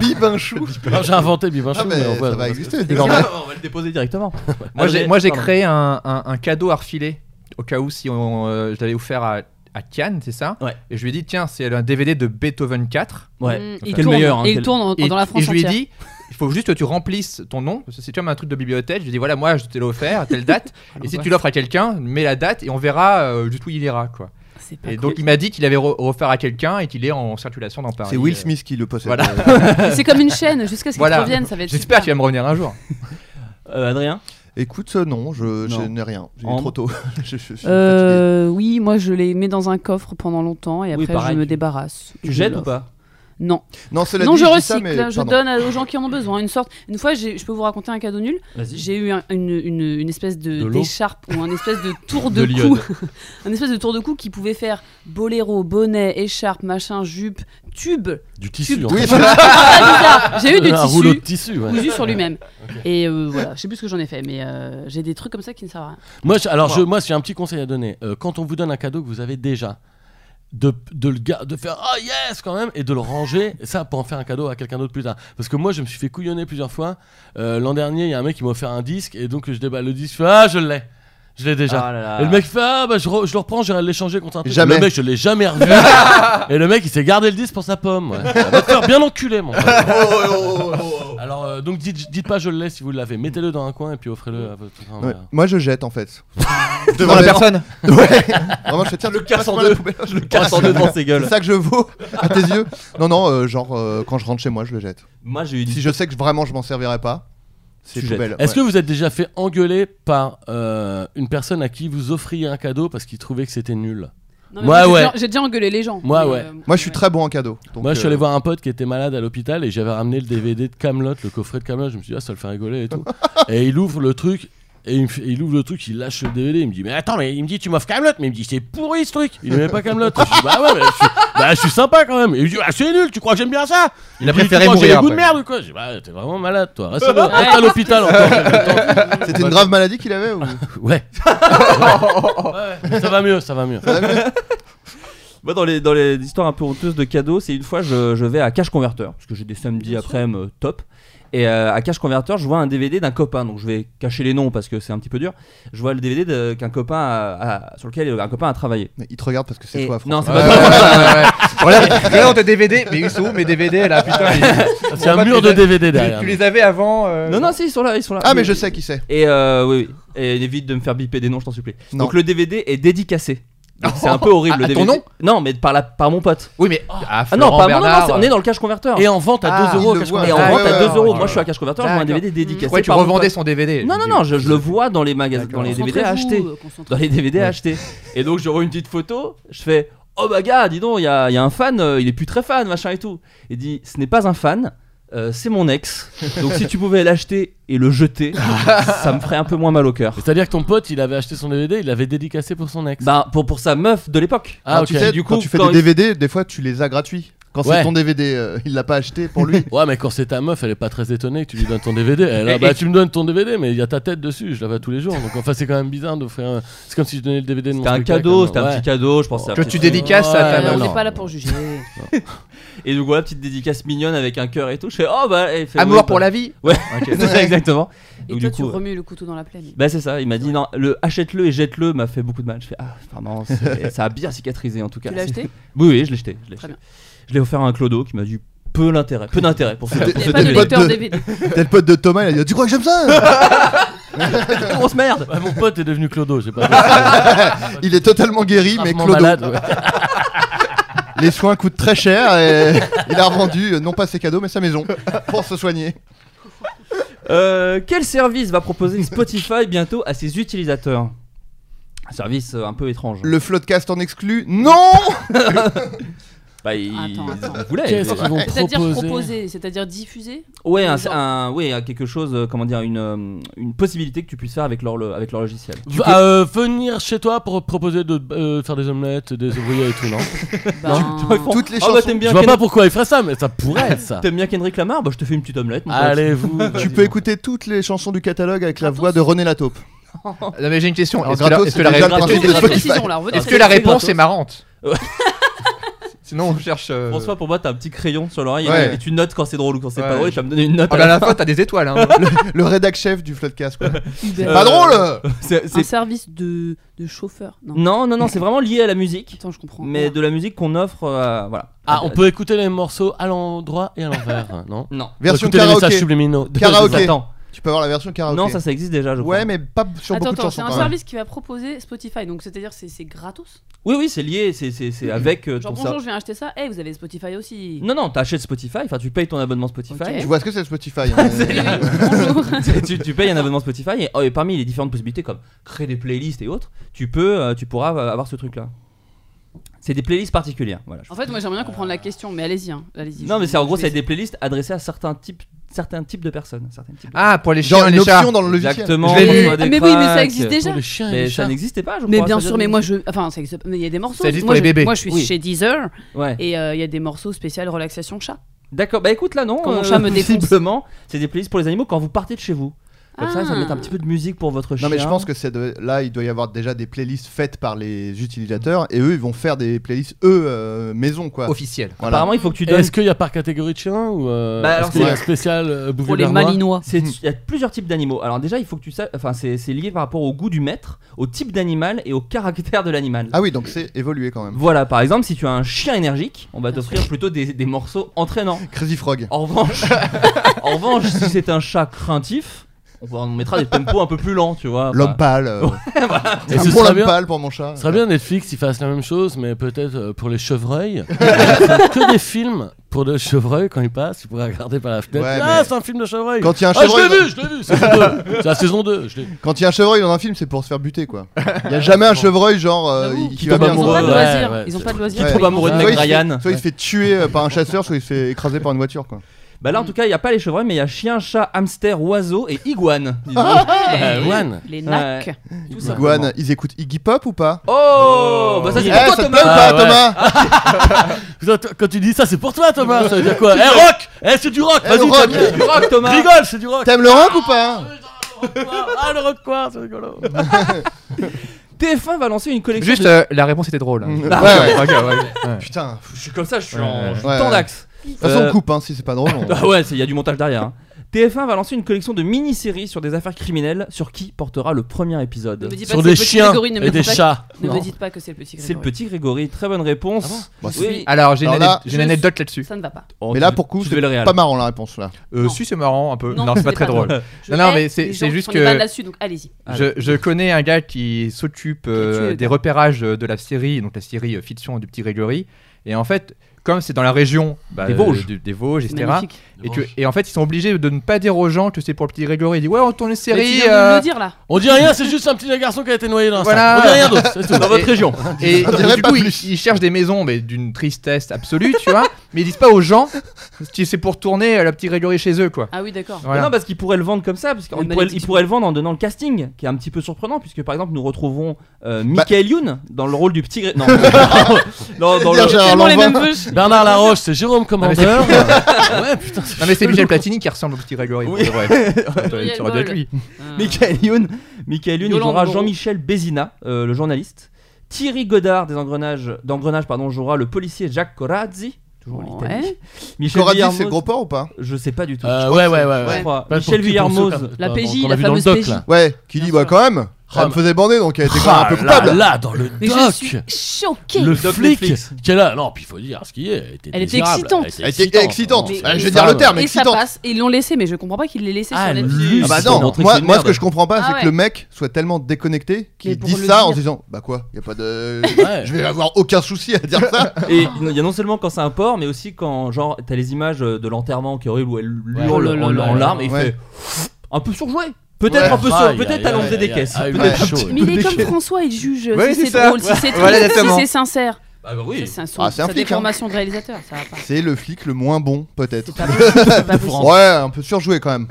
[SPEAKER 6] Bibin chou.
[SPEAKER 8] Alors, j'ai inventé Bibinchou,
[SPEAKER 6] Ah, mais
[SPEAKER 8] mais en vrai,
[SPEAKER 6] ça
[SPEAKER 8] euh,
[SPEAKER 6] va
[SPEAKER 8] parce que-
[SPEAKER 6] exister
[SPEAKER 7] Non,
[SPEAKER 6] désormais.
[SPEAKER 7] on va le déposer directement.
[SPEAKER 9] Moi, j'ai-
[SPEAKER 7] Adrien,
[SPEAKER 9] moi, j'ai
[SPEAKER 7] pardon.
[SPEAKER 9] créé un, un- un cadeau à refiler au cas où si on, euh, je l'avais offert à, à Cannes, c'est ça
[SPEAKER 7] Ouais.
[SPEAKER 9] Et je lui ai dit tiens, c'est un DVD de Beethoven 4.
[SPEAKER 7] Ouais.
[SPEAKER 2] Mm, il
[SPEAKER 7] Quel
[SPEAKER 2] tourne,
[SPEAKER 7] meilleur, hein,
[SPEAKER 2] et
[SPEAKER 7] quel-
[SPEAKER 2] il tourne en-
[SPEAKER 9] Et,
[SPEAKER 2] dans la
[SPEAKER 9] et
[SPEAKER 2] France
[SPEAKER 9] je lui ai
[SPEAKER 2] entière.
[SPEAKER 9] dit il faut juste que tu remplisses ton nom. Parce que c'est comme un truc de bibliothèque. Je lui ai dit voilà, moi, je te l'ai offert à telle date. et si tu l'offres à quelqu'un, mets la date et on verra euh, jusqu'où il ira. quoi.
[SPEAKER 2] C'est pas
[SPEAKER 9] Et
[SPEAKER 2] cool.
[SPEAKER 9] donc, il m'a dit qu'il avait re- offert à quelqu'un et qu'il est en circulation dans Paris.
[SPEAKER 6] C'est Will
[SPEAKER 9] Euh,
[SPEAKER 6] Smith qui le possède.
[SPEAKER 9] Voilà.
[SPEAKER 2] C'est comme une chaîne, jusqu'à ce qu'ils
[SPEAKER 9] Voilà.
[SPEAKER 2] reviennent, ça va être.
[SPEAKER 9] J'espère qu'il
[SPEAKER 2] super.
[SPEAKER 9] va me revenir un jour.
[SPEAKER 7] Euh, Adrien
[SPEAKER 6] Écoute, euh, non, je je
[SPEAKER 7] Non.
[SPEAKER 6] n'ai rien. J'ai
[SPEAKER 7] En-
[SPEAKER 6] eu trop tôt. Je je- je suis fatigué.
[SPEAKER 2] Euh, oui, moi je les mets dans un coffre pendant longtemps et
[SPEAKER 7] Oui,
[SPEAKER 2] après
[SPEAKER 7] pareil,
[SPEAKER 2] je me
[SPEAKER 7] tu-
[SPEAKER 2] débarrasse.
[SPEAKER 7] Tu jettes ou pas
[SPEAKER 2] Non.
[SPEAKER 6] Non, cela
[SPEAKER 2] non,
[SPEAKER 6] dit,
[SPEAKER 2] je
[SPEAKER 6] dis ça,
[SPEAKER 2] recycle,
[SPEAKER 6] mais-
[SPEAKER 2] je
[SPEAKER 6] pardon.
[SPEAKER 2] donne à- aux gens qui en ont besoin. Une sorte. Une fois, j'ai- je peux vous raconter un cadeau nul.
[SPEAKER 7] Vas-y.
[SPEAKER 2] J'ai eu un- une, une- une espèce
[SPEAKER 8] De
[SPEAKER 2] de
[SPEAKER 8] l'eau.
[SPEAKER 2] d'écharpe ou un espèce de tour
[SPEAKER 9] De
[SPEAKER 2] de, cou,
[SPEAKER 9] l'iode.
[SPEAKER 2] un espèce de tour de cou qui pouvait faire boléro, bonnet, écharpe, machin, jupe, tube.
[SPEAKER 8] Du tissu. en
[SPEAKER 6] Oui,
[SPEAKER 8] fait.
[SPEAKER 6] c'est là.
[SPEAKER 2] Ah, bizarre. J'ai eu du
[SPEAKER 8] un rouleau de
[SPEAKER 2] tissu
[SPEAKER 8] tissu. ouais.
[SPEAKER 2] cousu sur lui-même. Et euh, voilà, je sais plus ce que j'en ai fait, mais euh, j'ai des trucs comme ça qui ne servent à rien.
[SPEAKER 8] Moi, je- alors, je,
[SPEAKER 2] Voilà.
[SPEAKER 8] moi, j'ai un petit conseil à donner. Euh, quand on vous donne un cadeau que vous avez déjà, de, de le ga- de faire ah yes quand même et de le ranger ça pour en faire un cadeau à quelqu'un d'autre plus tard parce que moi je me suis fait couillonner plusieurs fois Euh, l'an dernier il y a un mec qui m'a offert un disque et donc je déballe le disque je fais, ah je l'ai je l'ai déjà
[SPEAKER 7] Ah là là.
[SPEAKER 8] et le mec fait ah bah je, re- je le reprends j'irai l'échanger contre un truc
[SPEAKER 6] Jamais.
[SPEAKER 8] le mec je l'ai jamais revu et le mec il s'est gardé le disque pour sa pomme ouais. va te faire bien enculé mon pote.
[SPEAKER 6] Oh,
[SPEAKER 8] alors euh, donc dites, dites pas je l'ai si vous l'avez mettez-le dans un coin et puis offrez-le à votre grand-mère.
[SPEAKER 6] Ouais. Moi, je jette en fait.
[SPEAKER 9] Devant la personne
[SPEAKER 6] Ouais. Vraiment, je fais tiens, le
[SPEAKER 7] casse en deux.
[SPEAKER 6] la poubelle. Je le
[SPEAKER 7] Ah,
[SPEAKER 6] casse
[SPEAKER 7] sans deux dans ses gueules.
[SPEAKER 6] C'est ça que je vaux à tes yeux Non, non, euh, genre euh, quand je rentre chez moi, je le jette.
[SPEAKER 7] Moi j'ai eu
[SPEAKER 6] Si
[SPEAKER 7] du.
[SPEAKER 6] je sais que vraiment je m'en servirai pas, c'est
[SPEAKER 7] Tu jettes.
[SPEAKER 6] poubelle.
[SPEAKER 8] Est-ce que
[SPEAKER 6] ouais.
[SPEAKER 8] vous êtes déjà fait engueuler par euh, une personne à qui vous offriez un cadeau parce qu'il trouvait que c'était nul
[SPEAKER 2] Non, mais
[SPEAKER 8] Ouais,
[SPEAKER 2] j'ai
[SPEAKER 8] ouais.
[SPEAKER 2] déjà- J'ai déjà engueulé les gens.
[SPEAKER 8] Moi,
[SPEAKER 2] Mais,
[SPEAKER 8] ouais.
[SPEAKER 2] euh,
[SPEAKER 6] Moi, je suis très bon en cadeau. donc,
[SPEAKER 8] Moi, je suis allé
[SPEAKER 6] euh,
[SPEAKER 8] voir un pote qui était malade à l'hôpital et j'avais ramené le DVD de Camelot, le coffret de Camelot. Je me suis dit, ah, ça le fait rigoler et tout. et il ouvre le truc. Et il, me fait- il ouvre le truc, il lâche le DVD, il me dit mais attends mais il me dit tu m'offres Camelot, mais il me dit c'est pourri ce truc, il aimait pas Camelot. je dis bah ouais mais je suis, bah, je suis sympa quand même. Et il me dit ah c'est nul, tu crois que j'aime bien ça
[SPEAKER 9] Il a
[SPEAKER 8] me dit, Tu
[SPEAKER 9] préféré
[SPEAKER 8] crois que j'ai
[SPEAKER 9] mourir
[SPEAKER 8] des goûts de
[SPEAKER 9] après.
[SPEAKER 8] merde ou quoi Je dis bah t'es vraiment malade toi, reste, à l'hô- reste à l'hôpital encore quelques temps.
[SPEAKER 6] C'était une grave maladie qu'il avait ou...
[SPEAKER 8] Ouais. Ouais, Ça va mieux, ça va mieux.
[SPEAKER 7] Moi dans les, dans les histoires un peu honteuses de cadeaux, c'est une fois je, je vais à Cash Converter, parce que j'ai des samedis après me top. Et euh, à Cash Converter, je vois un DVD d'un copain, donc je vais cacher les noms parce que c'est un petit peu dur. Je vois le DVD de- qu'un copain a- a- sur lequel un copain a travaillé.
[SPEAKER 6] Mais il te regarde parce que c'est
[SPEAKER 7] Et-
[SPEAKER 6] toi, François. Ah
[SPEAKER 7] non, c'est
[SPEAKER 9] Ouais, ouais,
[SPEAKER 7] pas
[SPEAKER 9] ouais, ouais, ouais. Regarde, regarde tes DVD, mais ils sont où mes DVD là Putain, ils-
[SPEAKER 8] C'est un
[SPEAKER 9] Bon,
[SPEAKER 8] mur
[SPEAKER 9] bah,
[SPEAKER 8] de
[SPEAKER 9] tu les-
[SPEAKER 8] DVD
[SPEAKER 9] tu,
[SPEAKER 8] derrière.
[SPEAKER 9] tu les avais avant euh,
[SPEAKER 7] Non, non, si, ils sont là, ils sont là.
[SPEAKER 6] Ah, mais je sais qui c'est.
[SPEAKER 7] Et euh, oui, oui. Et évite de me faire biper des noms, je t'en supplie.
[SPEAKER 6] Non.
[SPEAKER 7] Donc le DVD est dédicacé. Donc C'est un peu horrible
[SPEAKER 9] Ah,
[SPEAKER 7] le
[SPEAKER 9] à ton
[SPEAKER 7] DVD.
[SPEAKER 9] nom
[SPEAKER 7] non, mais par, la, par mon pote.
[SPEAKER 9] Oui, mais. Ah,
[SPEAKER 7] Ah non,
[SPEAKER 9] Florent
[SPEAKER 7] par mon nom,
[SPEAKER 9] Bernard,
[SPEAKER 7] non, c'est- on est dans le cash converter.
[SPEAKER 8] Et en vente à
[SPEAKER 9] Ah,
[SPEAKER 8] 2
[SPEAKER 6] il
[SPEAKER 8] euros,
[SPEAKER 6] le
[SPEAKER 8] cash
[SPEAKER 6] voit.
[SPEAKER 8] converter.
[SPEAKER 7] Et en
[SPEAKER 9] Ah,
[SPEAKER 7] vente
[SPEAKER 9] ouais,
[SPEAKER 7] à
[SPEAKER 9] ouais,
[SPEAKER 7] 2
[SPEAKER 9] ouais,
[SPEAKER 7] euros.
[SPEAKER 9] ouais.
[SPEAKER 7] Moi, je suis à cash converter, je vois un
[SPEAKER 9] D'accord.
[SPEAKER 7] DVD dédicacé.
[SPEAKER 9] Pourquoi tu
[SPEAKER 7] par mon
[SPEAKER 9] revendais
[SPEAKER 7] pote.
[SPEAKER 9] son DVD
[SPEAKER 7] Non, non, non, je, je le vois dans les magasins, dans les DVD à acheter.
[SPEAKER 2] concentrez-vous,
[SPEAKER 7] Dans
[SPEAKER 2] concentrez-vous.
[SPEAKER 7] les DVD à acheter. Et donc, je vois une petite photo, je fais Oh bah gars, dis donc, il y a, il y a un fan, euh, il est plus très fan, machin et tout. Il dit Ce n'est pas un fan. euh, c'est mon ex, donc si tu pouvais l'acheter et le jeter, ça me ferait un peu moins mal au cœur.
[SPEAKER 8] C'est-à-dire que ton pote, il avait acheté son DVD, il l'avait dédicacé pour son ex.
[SPEAKER 7] Bah pour, pour sa meuf de l'époque.
[SPEAKER 8] ah,
[SPEAKER 6] Quand
[SPEAKER 8] ok.
[SPEAKER 6] tu sais,
[SPEAKER 7] du
[SPEAKER 6] quand
[SPEAKER 7] coup,
[SPEAKER 6] tu fais
[SPEAKER 7] quand
[SPEAKER 6] des
[SPEAKER 7] il-
[SPEAKER 6] DVD, des fois, tu les as gratuits. Quand
[SPEAKER 8] Ouais.
[SPEAKER 6] c'est ton DVD, euh, il l'a pas acheté pour lui.
[SPEAKER 8] Ouais, mais quand c'est ta meuf, elle est pas très étonnée que tu lui donnes ton DVD. Elle a,
[SPEAKER 7] Et-
[SPEAKER 8] bah,
[SPEAKER 7] et-
[SPEAKER 8] tu me donnes ton DVD, mais il y a ta tête dessus, je la vois tous les jours. Donc, enfin, c'est quand même bizarre d'offrir. un- C'est comme si je donnais le DVD de mon
[SPEAKER 7] C'était un
[SPEAKER 8] spectacle,
[SPEAKER 7] cadeau,
[SPEAKER 8] hein.
[SPEAKER 7] c'était
[SPEAKER 8] Ouais.
[SPEAKER 7] un petit cadeau, je pense. à
[SPEAKER 9] Que
[SPEAKER 7] la
[SPEAKER 9] tu
[SPEAKER 7] petite-
[SPEAKER 9] dédicaces à ta
[SPEAKER 8] Ouais,
[SPEAKER 9] mère.
[SPEAKER 2] Alors, on
[SPEAKER 8] non.
[SPEAKER 2] n'est pas là pour juger.
[SPEAKER 7] Et donc voilà, petite dédicace mignonne avec un cœur et tout. Je fais oh bah. et il fait,
[SPEAKER 9] Amour
[SPEAKER 7] oui,
[SPEAKER 9] pour
[SPEAKER 7] bah.
[SPEAKER 9] la vie
[SPEAKER 7] Ouais, c'est ça, exactement.
[SPEAKER 2] Et
[SPEAKER 7] Donc,
[SPEAKER 2] toi,
[SPEAKER 7] du
[SPEAKER 2] tu
[SPEAKER 7] coup,
[SPEAKER 2] remues le couteau dans la plaie. mais-
[SPEAKER 7] Bah c'est ça, il m'a dit non, le achète-le et jette-le m'a fait beaucoup de mal. Je fais ah pardon, c'est- ça a bien cicatrisé en tout cas.
[SPEAKER 2] Tu l'as acheté
[SPEAKER 7] Oui oui, je l'ai acheté, je l'ai
[SPEAKER 2] Très
[SPEAKER 7] acheté.
[SPEAKER 2] bien.
[SPEAKER 7] Je l'ai offert à un clodo qui m'a dit peu l'intérêt, peu d'intérêt pour ce
[SPEAKER 6] C'était-
[SPEAKER 7] pour
[SPEAKER 2] Il
[SPEAKER 7] ce
[SPEAKER 2] n'y a pas de
[SPEAKER 6] C'était
[SPEAKER 7] DVD.
[SPEAKER 6] votre- de-
[SPEAKER 2] lecteur DVD.
[SPEAKER 6] T'es le pote de Thomas, il a dit oh, Tu crois que j'aime ça
[SPEAKER 7] Quelle grosse merde.
[SPEAKER 8] Ouais, mon pote est devenu Clodo, j'ai pas
[SPEAKER 6] Il est totalement guéri, mais
[SPEAKER 8] Gravement
[SPEAKER 6] Clodo.
[SPEAKER 8] malade, ouais.
[SPEAKER 6] Les soins coûtent très cher et il a revendu euh, non pas ses cadeaux, mais sa maison pour se soigner.
[SPEAKER 7] Euh, quel service va proposer Spotify bientôt à ses utilisateurs Un service euh, un peu étrange.
[SPEAKER 6] Le floodcast en exclut Non
[SPEAKER 7] Bah, ils
[SPEAKER 2] Attends, attends.
[SPEAKER 7] ils voulaient,
[SPEAKER 8] Qu'est-ce
[SPEAKER 7] ils-
[SPEAKER 8] qu'ils vont
[SPEAKER 2] C'est-à-dire
[SPEAKER 8] proposer
[SPEAKER 2] proposer, c'est-à-dire diffuser.
[SPEAKER 7] Ouais, un,
[SPEAKER 2] Genre-
[SPEAKER 7] un- ouais, un- quelque chose, euh, comment dire, une, euh, une possibilité que tu puisses faire avec leur, le- avec leur logiciel.
[SPEAKER 8] Va- euh, Venir chez toi pour proposer de euh, faire des omelettes, des ouvriers et tout, non
[SPEAKER 2] Ben,
[SPEAKER 6] Toutes les
[SPEAKER 7] Ah bah,
[SPEAKER 6] chansons.
[SPEAKER 7] t'aimes
[SPEAKER 8] Je
[SPEAKER 7] bien,
[SPEAKER 8] vois
[SPEAKER 7] Ken-
[SPEAKER 8] pas pourquoi il ferait ça, mais ça pourrait être ça.
[SPEAKER 7] t'aimes bien Kendrick Lamar Bah, je te fais une petite omelette. mon pote.
[SPEAKER 8] Allez-vous.
[SPEAKER 6] Tu peux écouter toutes les chansons du catalogue avec la voix de René Lataupe.
[SPEAKER 9] Non, mais j'ai une question.
[SPEAKER 6] Alors,
[SPEAKER 9] Est-ce que, la-
[SPEAKER 6] gratos,
[SPEAKER 9] est-ce
[SPEAKER 6] c'est
[SPEAKER 9] que la,
[SPEAKER 6] déjà
[SPEAKER 9] ré-
[SPEAKER 6] le
[SPEAKER 9] est-ce que-
[SPEAKER 6] principe.
[SPEAKER 2] Revenez sur les
[SPEAKER 9] est-ce que-
[SPEAKER 2] précisions, là. revenez
[SPEAKER 9] est-ce
[SPEAKER 2] sur
[SPEAKER 9] que
[SPEAKER 2] les
[SPEAKER 9] la
[SPEAKER 2] précisions.
[SPEAKER 9] réponse est marrante
[SPEAKER 7] Ouais.
[SPEAKER 9] Sinon, on cherche. euh,
[SPEAKER 7] François, pour moi, t'as un petit crayon sur l'oreille
[SPEAKER 6] Ouais.
[SPEAKER 7] et tu notes quand c'est drôle ou quand c'est pas
[SPEAKER 9] Ouais.
[SPEAKER 7] drôle. et Tu vas me donner une note.
[SPEAKER 9] Oh là là, toi, t'as des étoiles. Hein.
[SPEAKER 6] Le rédac chef du floodcast. quoi.
[SPEAKER 7] Euh,
[SPEAKER 2] Uber.
[SPEAKER 6] Pas drôle
[SPEAKER 7] C'est-
[SPEAKER 2] Euh, Un
[SPEAKER 7] c'est-
[SPEAKER 2] service de de chauffeur. Non.
[SPEAKER 7] Non, non, non, c'est vraiment lié à la musique,
[SPEAKER 2] Attends, je comprends.
[SPEAKER 7] mais de la musique qu'on offre. euh, voilà.
[SPEAKER 8] Ah, on peut écouter les morceaux à l'endroit et à l'envers, non
[SPEAKER 7] Non.
[SPEAKER 6] Version
[SPEAKER 8] Écouter les messages
[SPEAKER 6] karaoké.
[SPEAKER 8] subliminaux.
[SPEAKER 6] Karaoké.
[SPEAKER 7] Attends.
[SPEAKER 6] Tu peux avoir la version karaoké.
[SPEAKER 7] Non, ça, ça existe déjà, je crois.
[SPEAKER 6] Ah, Ouais, mais pas sur
[SPEAKER 2] Attends,
[SPEAKER 6] beaucoup de
[SPEAKER 2] attends,
[SPEAKER 6] chansons.
[SPEAKER 2] c'est un
[SPEAKER 6] quand même.
[SPEAKER 2] service qui va proposer Spotify, donc c'est-à-dire c'est c'est gratos.
[SPEAKER 7] Oui, oui, c'est lié, c'est c'est- c'est Hmm. avec euh,
[SPEAKER 2] Genre
[SPEAKER 7] ton
[SPEAKER 2] bonjour,
[SPEAKER 7] ser-
[SPEAKER 2] je viens acheter ça. Eh, vous avez Spotify aussi.
[SPEAKER 7] Non, non, t'achètes Spotify, enfin, tu payes ton abonnement Spotify.
[SPEAKER 2] Ok.
[SPEAKER 6] Je vois ce que c'est Spotify. hein.
[SPEAKER 2] Oui, oui, bonjour.
[SPEAKER 7] tu, tu payes un abonnement Spotify et, oh, et parmi les différentes possibilités comme créer des playlists et autres, tu peux, euh, tu pourras euh, avoir ce truc là. C'est des playlists particulières. Voilà.
[SPEAKER 2] En fait, moi j'aimerais bien comprendre la question, mais allez-y. hein, allez-y
[SPEAKER 7] Non, mais c'est en gros,
[SPEAKER 2] c'est
[SPEAKER 7] c'est des playlists adressées à certains types, certains types de personnes. Certains types de-
[SPEAKER 9] Ah, pour les
[SPEAKER 6] Genre
[SPEAKER 9] chiens et
[SPEAKER 6] une
[SPEAKER 9] les chats.
[SPEAKER 6] option dans le logiciel.
[SPEAKER 7] Exactement.
[SPEAKER 9] Je l'ai lu.
[SPEAKER 7] soit des
[SPEAKER 2] Ah, Mais oui, mais ça
[SPEAKER 7] cracks.
[SPEAKER 2] existe déjà.
[SPEAKER 8] Pour les chiens et
[SPEAKER 7] Mais
[SPEAKER 8] les
[SPEAKER 7] ça
[SPEAKER 8] chats.
[SPEAKER 7] n'existait pas, je
[SPEAKER 2] Mais
[SPEAKER 7] crois,
[SPEAKER 2] bien
[SPEAKER 7] ça
[SPEAKER 2] sûr,
[SPEAKER 7] vient
[SPEAKER 2] mais
[SPEAKER 7] de-
[SPEAKER 2] moi je. Enfin, ça existe- mais il y a des morceaux.
[SPEAKER 9] Ça existe
[SPEAKER 2] moi,
[SPEAKER 9] pour les
[SPEAKER 2] je-
[SPEAKER 9] bébés.
[SPEAKER 2] Moi je suis
[SPEAKER 7] Oui.
[SPEAKER 2] chez Deezer
[SPEAKER 7] Ouais.
[SPEAKER 2] et euh, il y a des morceaux spécial relaxation chat.
[SPEAKER 7] D'accord, bah écoute là non.
[SPEAKER 2] Quand mon chat me défonce.
[SPEAKER 7] visiblement, c'est des playlists pour les animaux quand vous partez de chez vous. Comme ça,
[SPEAKER 2] Ah.
[SPEAKER 7] ça met un petit peu de musique pour votre chien.
[SPEAKER 6] Non mais je pense que c'est de- là il doit y avoir déjà des playlists faites par les utilisateurs et eux ils vont faire des playlists eux euh, maison quoi.
[SPEAKER 9] Officiel.
[SPEAKER 6] Voilà.
[SPEAKER 7] Apparemment, il faut que tu
[SPEAKER 8] Et
[SPEAKER 7] donnes.
[SPEAKER 8] Est-ce qu'il y a par catégorie de chiens ou euh,
[SPEAKER 7] Bah, alors,
[SPEAKER 8] est-ce qu'il y a
[SPEAKER 6] c'est-
[SPEAKER 8] un spécial euh, bouvier
[SPEAKER 2] Pour les
[SPEAKER 8] bernois
[SPEAKER 2] malinois.
[SPEAKER 7] c'est-
[SPEAKER 6] Hmm.
[SPEAKER 7] Il y a plusieurs types d'animaux. Alors déjà, il faut que tu saches. Enfin, c'est c'est lié par rapport au goût du maître, au type d'animal et au caractère de l'animal.
[SPEAKER 6] Ah oui donc c'est évolué quand même.
[SPEAKER 7] Voilà, par exemple, si tu as un chien énergique, on va t'offrir plutôt des, des morceaux entraînants.
[SPEAKER 6] Crazy Frog.
[SPEAKER 7] En revanche, en revanche, si c'est un chat craintif, on va- on mettra des tempos un peu plus lents, tu vois.
[SPEAKER 6] L'homme
[SPEAKER 7] Enfin,
[SPEAKER 6] pâle. euh,
[SPEAKER 8] Et
[SPEAKER 6] un
[SPEAKER 8] ce
[SPEAKER 6] bon
[SPEAKER 8] serait
[SPEAKER 6] l'homme
[SPEAKER 8] bien,
[SPEAKER 6] pâle pour mon chat.
[SPEAKER 8] ce serait bien Netflix ils fassent la même chose, mais peut-être euh, pour les chevreuils. Ils font que des films pour les chevreuils quand ils passent, ils pourraient regarder par la fenêtre.
[SPEAKER 6] Ouais,
[SPEAKER 8] ah,
[SPEAKER 6] mais-
[SPEAKER 8] c'est un film de chevreuil.
[SPEAKER 6] Quand il y a un
[SPEAKER 8] Ah, je
[SPEAKER 6] chevreuil,
[SPEAKER 8] l'ai vu, je l'ai vu, saison 2. c'est la saison 2. Je l'ai...
[SPEAKER 6] Quand il y a un chevreuil dans un film, c'est pour se faire buter quoi. Il y a jamais un chevreuil genre euh,
[SPEAKER 2] J'avoue.
[SPEAKER 6] qui
[SPEAKER 7] Qui
[SPEAKER 6] va
[SPEAKER 7] tombe
[SPEAKER 6] bien.
[SPEAKER 2] Ils ont
[SPEAKER 7] amoureux.
[SPEAKER 2] pas de
[SPEAKER 8] Ouais,
[SPEAKER 2] loisirs.
[SPEAKER 8] ouais.
[SPEAKER 2] Ils ont pas de loisirs.
[SPEAKER 6] Qui
[SPEAKER 7] tombe amoureux de
[SPEAKER 6] Soit il se fait-
[SPEAKER 7] Ryan.
[SPEAKER 6] Soit il se fait tuer euh, par un chasseur, soit il se fait écraser par une voiture quoi.
[SPEAKER 7] Bah là, en tout cas, il n'y a pas les chevreuils, mais il y a chien, chat, hamster, oiseau et iguane. dis donc.
[SPEAKER 8] Euh, Juan.
[SPEAKER 2] Les nacs.
[SPEAKER 7] Tout simplement.
[SPEAKER 6] Iguane, ils écoutent Iggy Pop ou pas
[SPEAKER 7] Oh, bah ça c'est
[SPEAKER 6] Eh,
[SPEAKER 7] pour
[SPEAKER 6] ça
[SPEAKER 7] toi
[SPEAKER 6] te plaît ou
[SPEAKER 7] Thomas.
[SPEAKER 6] pas
[SPEAKER 8] Ah, ouais.
[SPEAKER 6] Thomas
[SPEAKER 8] Putain, t- Quand tu dis ça, c'est pour toi, Thomas. Ça veut dire quoi Eh, rock Eh, c'est du rock
[SPEAKER 6] Eh,
[SPEAKER 8] Vas-y,
[SPEAKER 6] le rock.
[SPEAKER 8] Thomas.
[SPEAKER 7] Du rock, Thomas.
[SPEAKER 8] Rigole, c'est du rock
[SPEAKER 6] T'aimes le rock ou pas
[SPEAKER 8] Ah, le rock quoi C'est rigolo
[SPEAKER 7] TF1 va lancer une collection.
[SPEAKER 9] Juste,
[SPEAKER 7] de-
[SPEAKER 9] euh, la réponse était drôle. hein.
[SPEAKER 6] Ouais,
[SPEAKER 7] Bah,
[SPEAKER 6] ouais.
[SPEAKER 9] Ok, ouais. Ouais.
[SPEAKER 6] Putain, de
[SPEAKER 7] Je suis comme ça, je suis
[SPEAKER 9] Ouais,
[SPEAKER 7] en
[SPEAKER 9] ouais.
[SPEAKER 7] je suis
[SPEAKER 6] Ouais,
[SPEAKER 7] tant
[SPEAKER 6] ouais.
[SPEAKER 7] d'axe.
[SPEAKER 6] toute façon
[SPEAKER 7] Euh,
[SPEAKER 6] on coupe hein, si c'est pas drôle. on-
[SPEAKER 7] Ah ouais, c'est- il y a du montage derrière. hein. TF1 va lancer une collection de mini-séries sur des affaires criminelles sur qui portera le premier
[SPEAKER 2] Ne me
[SPEAKER 7] épisode.
[SPEAKER 2] dites pas
[SPEAKER 8] Sur
[SPEAKER 2] que c'est
[SPEAKER 8] des
[SPEAKER 2] le petit
[SPEAKER 8] chiens
[SPEAKER 2] Grégory, ne me
[SPEAKER 8] et des
[SPEAKER 2] dites pas-
[SPEAKER 8] chats.
[SPEAKER 2] Ne me
[SPEAKER 7] Non.
[SPEAKER 2] dites pas que c'est le petit
[SPEAKER 7] C'est le
[SPEAKER 2] Grégory.
[SPEAKER 7] petit Grégory, très bonne réponse.
[SPEAKER 6] Bah, c'est-
[SPEAKER 7] Oui.
[SPEAKER 9] Alors, j'ai une,
[SPEAKER 6] Alors là,
[SPEAKER 9] anecdote- j'ai une
[SPEAKER 2] je-
[SPEAKER 9] anecdote là-dessus.
[SPEAKER 2] Ça ne va pas.
[SPEAKER 7] Oh,
[SPEAKER 6] Mais
[SPEAKER 7] tu-
[SPEAKER 6] là pour coup,
[SPEAKER 7] tu devais
[SPEAKER 6] c'est
[SPEAKER 7] le réel.
[SPEAKER 6] pas marrant la réponse là.
[SPEAKER 9] Euh,
[SPEAKER 2] Non.
[SPEAKER 9] si, c'est marrant un peu.
[SPEAKER 2] Non,
[SPEAKER 9] Non, c'est pas
[SPEAKER 2] c'était
[SPEAKER 9] très
[SPEAKER 2] pas
[SPEAKER 9] drôle.
[SPEAKER 2] Je
[SPEAKER 9] Non, non,
[SPEAKER 2] hais
[SPEAKER 9] mais c'est-
[SPEAKER 2] Eh, les
[SPEAKER 9] c'est
[SPEAKER 2] gens qui
[SPEAKER 9] juste
[SPEAKER 2] font des vannes
[SPEAKER 9] que-
[SPEAKER 2] là-dessus, donc allez-y.
[SPEAKER 9] Je, je connais un gars qui s'occupe euh,
[SPEAKER 2] Qui tue le
[SPEAKER 9] des
[SPEAKER 2] gars.
[SPEAKER 9] repérages euh, de la série, donc la série euh, fiction du petit Grégory. Et en fait, comme c'est dans la région bah,
[SPEAKER 7] Des Vosges.
[SPEAKER 9] euh, du- des Vosges,
[SPEAKER 2] C'est
[SPEAKER 9] etc.
[SPEAKER 2] magnifique.
[SPEAKER 9] Et, que- et en fait, ils sont obligés de ne pas dire aux gens que c'est pour le petit Grégory. Ils disent Ouais, on tourne une
[SPEAKER 2] Mais tu
[SPEAKER 9] série.
[SPEAKER 2] viens de
[SPEAKER 9] euh,
[SPEAKER 2] me le dire là.
[SPEAKER 8] On dit rien, c'est juste un petit garçon qui a été noyé dans un
[SPEAKER 9] Voilà.
[SPEAKER 8] sac. On dit rien d'autre, c'est tout.
[SPEAKER 9] Dans votre
[SPEAKER 8] région.
[SPEAKER 9] Et
[SPEAKER 6] On dirait
[SPEAKER 9] du
[SPEAKER 6] pas
[SPEAKER 9] coup, ils,
[SPEAKER 6] plus.
[SPEAKER 9] ils cherchent des maisons, mais d'une tristesse absolue, tu vois. Mais ils disent pas aux gens que c'est pour tourner euh, le petit Grégory chez eux, quoi.
[SPEAKER 2] Ah oui, d'accord.
[SPEAKER 7] Mais
[SPEAKER 9] Voilà.
[SPEAKER 7] Non, parce qu'ils pourraient le vendre comme ça, parce
[SPEAKER 2] Le
[SPEAKER 7] qu'ils pourraient,
[SPEAKER 2] malédiction.
[SPEAKER 7] ils pourraient le vendre en donnant le casting, qui est un petit peu surprenant, puisque par exemple nous retrouvons
[SPEAKER 6] Bah
[SPEAKER 7] euh, Michael Youn dans le rôle du petit Gré... Non, non, dans
[SPEAKER 6] Bien,
[SPEAKER 7] le...
[SPEAKER 6] Gérard
[SPEAKER 2] Tellement les
[SPEAKER 6] Lanvin.
[SPEAKER 2] mêmes bouches.
[SPEAKER 8] Bernard Laroche, c'est Jérôme Commandeur. ouais, putain,
[SPEAKER 9] Non, mais c'est Michel Platini qui ressemble au petit Grégory.
[SPEAKER 7] Oui.
[SPEAKER 9] pour de vrai. Ça aurait dû être lui.
[SPEAKER 2] Ah.
[SPEAKER 7] Michael Youn, Michael Youn il
[SPEAKER 2] Hmm. Yolande
[SPEAKER 7] jouera
[SPEAKER 2] Moreau.
[SPEAKER 7] Jean-Michel Bézina, euh, le journaliste. Thierry Godard des engrenages, d'engrenages pardon, jouera le policier Jacques Corazzi. Toujours en
[SPEAKER 2] Ouais.
[SPEAKER 7] Italie. Michel
[SPEAKER 6] Corazzi c'est
[SPEAKER 7] Villarmoz-
[SPEAKER 6] gros porc ou pas
[SPEAKER 7] Je sais pas du tout.
[SPEAKER 8] Euh, ouais, ouais, ouais,
[SPEAKER 7] Je
[SPEAKER 8] ouais.
[SPEAKER 7] crois.
[SPEAKER 8] Pas pour
[SPEAKER 7] Michel
[SPEAKER 8] qui, pour ceux
[SPEAKER 7] Villarmoz.
[SPEAKER 8] qu'on-
[SPEAKER 2] La
[SPEAKER 8] qu'on-
[SPEAKER 2] PJ,
[SPEAKER 8] qu'on a
[SPEAKER 2] la
[SPEAKER 8] vu dans le
[SPEAKER 2] fameuse
[SPEAKER 8] doc,
[SPEAKER 2] PJ.
[SPEAKER 8] là.
[SPEAKER 6] Ouais, qui dit
[SPEAKER 2] Bien
[SPEAKER 6] bah
[SPEAKER 2] sûr.
[SPEAKER 6] quand même, ça
[SPEAKER 8] Ah,
[SPEAKER 6] me faisait bander donc elle était quand même
[SPEAKER 8] Ah,
[SPEAKER 6] un peu
[SPEAKER 8] là,
[SPEAKER 6] coupable.
[SPEAKER 8] là, dans le
[SPEAKER 2] Mais je suis
[SPEAKER 8] doc.
[SPEAKER 2] choquée.
[SPEAKER 8] Le
[SPEAKER 7] doc
[SPEAKER 8] flic
[SPEAKER 7] Netflix.
[SPEAKER 8] qui est là. Non, puis il faut dire ce qui est. Elle était,
[SPEAKER 2] Elle était
[SPEAKER 8] désirable,
[SPEAKER 2] excitante.
[SPEAKER 6] Elle était excitante.
[SPEAKER 2] Mais-
[SPEAKER 6] Ah, Je vais
[SPEAKER 2] mais-
[SPEAKER 6] dire le terme,
[SPEAKER 2] Et ça
[SPEAKER 6] excitante.
[SPEAKER 2] passe, et ils l'ont laissé, mais je comprends pas qu'ils l'aient laissé
[SPEAKER 8] Ah,
[SPEAKER 2] sur
[SPEAKER 8] lui,
[SPEAKER 2] Netflix.
[SPEAKER 6] Ah bah
[SPEAKER 8] Ils se
[SPEAKER 6] non,
[SPEAKER 8] sont montrés
[SPEAKER 6] moi,
[SPEAKER 8] que
[SPEAKER 6] moi
[SPEAKER 8] c'est
[SPEAKER 6] ce que je comprends pas,
[SPEAKER 2] Ah
[SPEAKER 6] c'est
[SPEAKER 2] ouais.
[SPEAKER 6] que le mec soit tellement déconnecté
[SPEAKER 2] Mais
[SPEAKER 6] qu'il
[SPEAKER 2] pour
[SPEAKER 6] dise
[SPEAKER 2] le
[SPEAKER 6] ça en
[SPEAKER 2] dire.
[SPEAKER 6] se disant Bah quoi, y a pas de.
[SPEAKER 8] Ouais.
[SPEAKER 6] Je vais avoir aucun souci à dire ça.
[SPEAKER 7] Et il y a non seulement quand c'est un porc, mais aussi quand, genre, t'as les images de l'enterrement qui est horrible où elle
[SPEAKER 8] Ouais.
[SPEAKER 7] hurle
[SPEAKER 8] Oh là
[SPEAKER 7] en,
[SPEAKER 8] là
[SPEAKER 7] en
[SPEAKER 8] là
[SPEAKER 7] larmes et il
[SPEAKER 6] là.
[SPEAKER 7] fait un peu surjoué. Peut-être
[SPEAKER 6] Ouais.
[SPEAKER 7] un peu
[SPEAKER 8] Ah,
[SPEAKER 7] sur,
[SPEAKER 8] il y a-
[SPEAKER 7] peut-être
[SPEAKER 8] il y a-
[SPEAKER 7] t'annonces des
[SPEAKER 8] il y a-
[SPEAKER 7] caisses.
[SPEAKER 8] ah, il y a-
[SPEAKER 7] Peut-être
[SPEAKER 8] chaud,
[SPEAKER 7] un petit-
[SPEAKER 8] ouais.
[SPEAKER 2] Mais il est comme François, il juge euh,
[SPEAKER 9] Ouais,
[SPEAKER 2] si
[SPEAKER 9] c'est
[SPEAKER 2] c'est
[SPEAKER 9] ça.
[SPEAKER 2] drôle, si c'est
[SPEAKER 9] Voilà,
[SPEAKER 2] triste, si
[SPEAKER 9] exactement.
[SPEAKER 2] c'est sincère.
[SPEAKER 7] Ah bah oui.
[SPEAKER 2] Ça, C'est un son-
[SPEAKER 6] Ah, c'est un
[SPEAKER 2] sa
[SPEAKER 6] flic, hein.
[SPEAKER 2] déformation de réalisateur, ça va pas.
[SPEAKER 6] C'est le flic le moins bon, peut-être.
[SPEAKER 2] C'est pas possible, c'est pas possible.
[SPEAKER 6] Ouais, un peu surjoué quand même.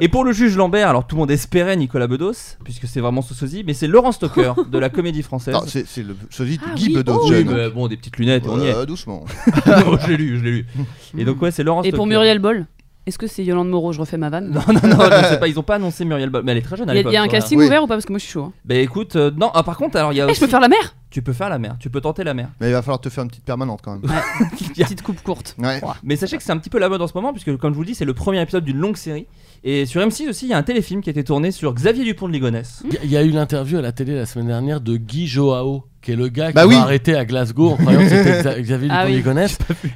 [SPEAKER 7] Et pour le juge Lambert, alors tout le monde espérait Nicolas Bedos, puisque c'est vraiment ce sosie, mais c'est Laurent Stoker de la comédie française.
[SPEAKER 6] Non, c'est c'est le sosie de
[SPEAKER 2] Ah
[SPEAKER 6] Guy
[SPEAKER 2] oui,
[SPEAKER 6] Bedos
[SPEAKER 2] oh.
[SPEAKER 7] Oui,
[SPEAKER 6] jeune.
[SPEAKER 7] mais bon, des petites lunettes, on y est.
[SPEAKER 6] Euh, doucement.
[SPEAKER 7] Non, je l'ai lu, je l'ai lu. Et donc, ouais, c'est Laurent
[SPEAKER 2] Et pour
[SPEAKER 7] Stoker.
[SPEAKER 2] Muriel Boll, est-ce que c'est Yolande Moreau Je refais ma vanne.
[SPEAKER 7] Non, non, non, je sais pas, ils ont pas annoncé Muriel Boll, mais elle est très jeune à
[SPEAKER 2] Il y a-
[SPEAKER 7] l'époque.
[SPEAKER 2] il y a un
[SPEAKER 7] voilà.
[SPEAKER 2] casting
[SPEAKER 6] Oui.
[SPEAKER 2] ouvert ou pas Parce que moi je suis chaud. hein.
[SPEAKER 7] Bah écoute, euh, non, ah, par contre, alors il y a
[SPEAKER 2] Eh, je peux
[SPEAKER 7] aussi-
[SPEAKER 2] faire la mer
[SPEAKER 7] Tu peux faire la mer, tu peux tenter la mer.
[SPEAKER 6] Mais il va falloir te faire une petite permanente quand même.
[SPEAKER 7] Il y a-
[SPEAKER 2] Petite coupe courte.
[SPEAKER 6] Ouais.
[SPEAKER 7] Mais sachez que c'est un petit peu la mode en ce moment, puisque comme je vous le dis, c'est le premier épisode d'une longue série. Et sur M6 aussi, il y a un téléfilm qui a été tourné sur Xavier Dupont de Ligonnès.
[SPEAKER 8] Il y a- il y a eu l'interview à la télé la semaine dernière de Guy Joao, qui est le gars
[SPEAKER 6] Bah
[SPEAKER 8] qui
[SPEAKER 6] oui.
[SPEAKER 8] m'a arrêté à Glasgow en croyant que c'était Xa- Xavier
[SPEAKER 2] Ah oui.
[SPEAKER 8] Dupont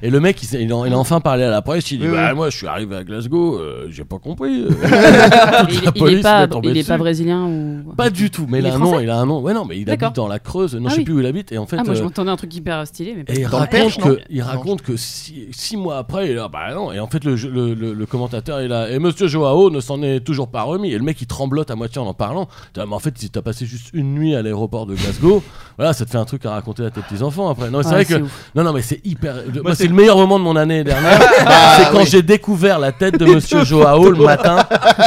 [SPEAKER 8] Et le mec, il, s'est- il en- il a enfin parlé à la presse. Il dit
[SPEAKER 6] Oui,
[SPEAKER 8] Bah,
[SPEAKER 6] oui.
[SPEAKER 8] Moi, je suis arrivé à Glasgow, euh, j'ai pas compris. euh.
[SPEAKER 2] Ah, Il, il
[SPEAKER 8] police
[SPEAKER 2] est pas,
[SPEAKER 8] m'est tombée
[SPEAKER 2] il est pas
[SPEAKER 8] dessus.
[SPEAKER 2] brésilien ou.
[SPEAKER 8] pas du tout, mais il,
[SPEAKER 2] Il
[SPEAKER 8] a
[SPEAKER 2] est
[SPEAKER 8] un nom.
[SPEAKER 2] français
[SPEAKER 8] Il a un nom. Ouais, non, mais il
[SPEAKER 2] D'accord.
[SPEAKER 8] habite dans la Creuse. Non,
[SPEAKER 2] Ah
[SPEAKER 8] je sais
[SPEAKER 2] oui.
[SPEAKER 8] plus où il habite. Et en fait.
[SPEAKER 2] Ah, moi je
[SPEAKER 8] euh,
[SPEAKER 2] m'entendais un truc hyper stylé, mais.
[SPEAKER 8] et il
[SPEAKER 6] Dans le
[SPEAKER 8] raconte,
[SPEAKER 6] Perche, non
[SPEAKER 8] que, il
[SPEAKER 6] Non,
[SPEAKER 8] raconte que six, six mois après, il est là, bah non. Et en fait, le, le- le- le commentateur est là. Et Monsieur Joao ne s'en est toujours pas ah, remis. Et le mec, il tremblote à moitié en en parlant. T'as- Mais en fait, si t'as passé juste une nuit à l'aéroport de Glasgow, voilà, ça te fait un truc à raconter à tes petits enfants après. Non, mais c'est
[SPEAKER 2] Ouais,
[SPEAKER 8] vrai que
[SPEAKER 2] ouf.
[SPEAKER 8] non, non, mais c'est hyper. le- Moi, c'est le meilleur moment de mon année dernière. c'est quand
[SPEAKER 6] oui.
[SPEAKER 8] j'ai découvert la tête de Monsieur Joao le matin.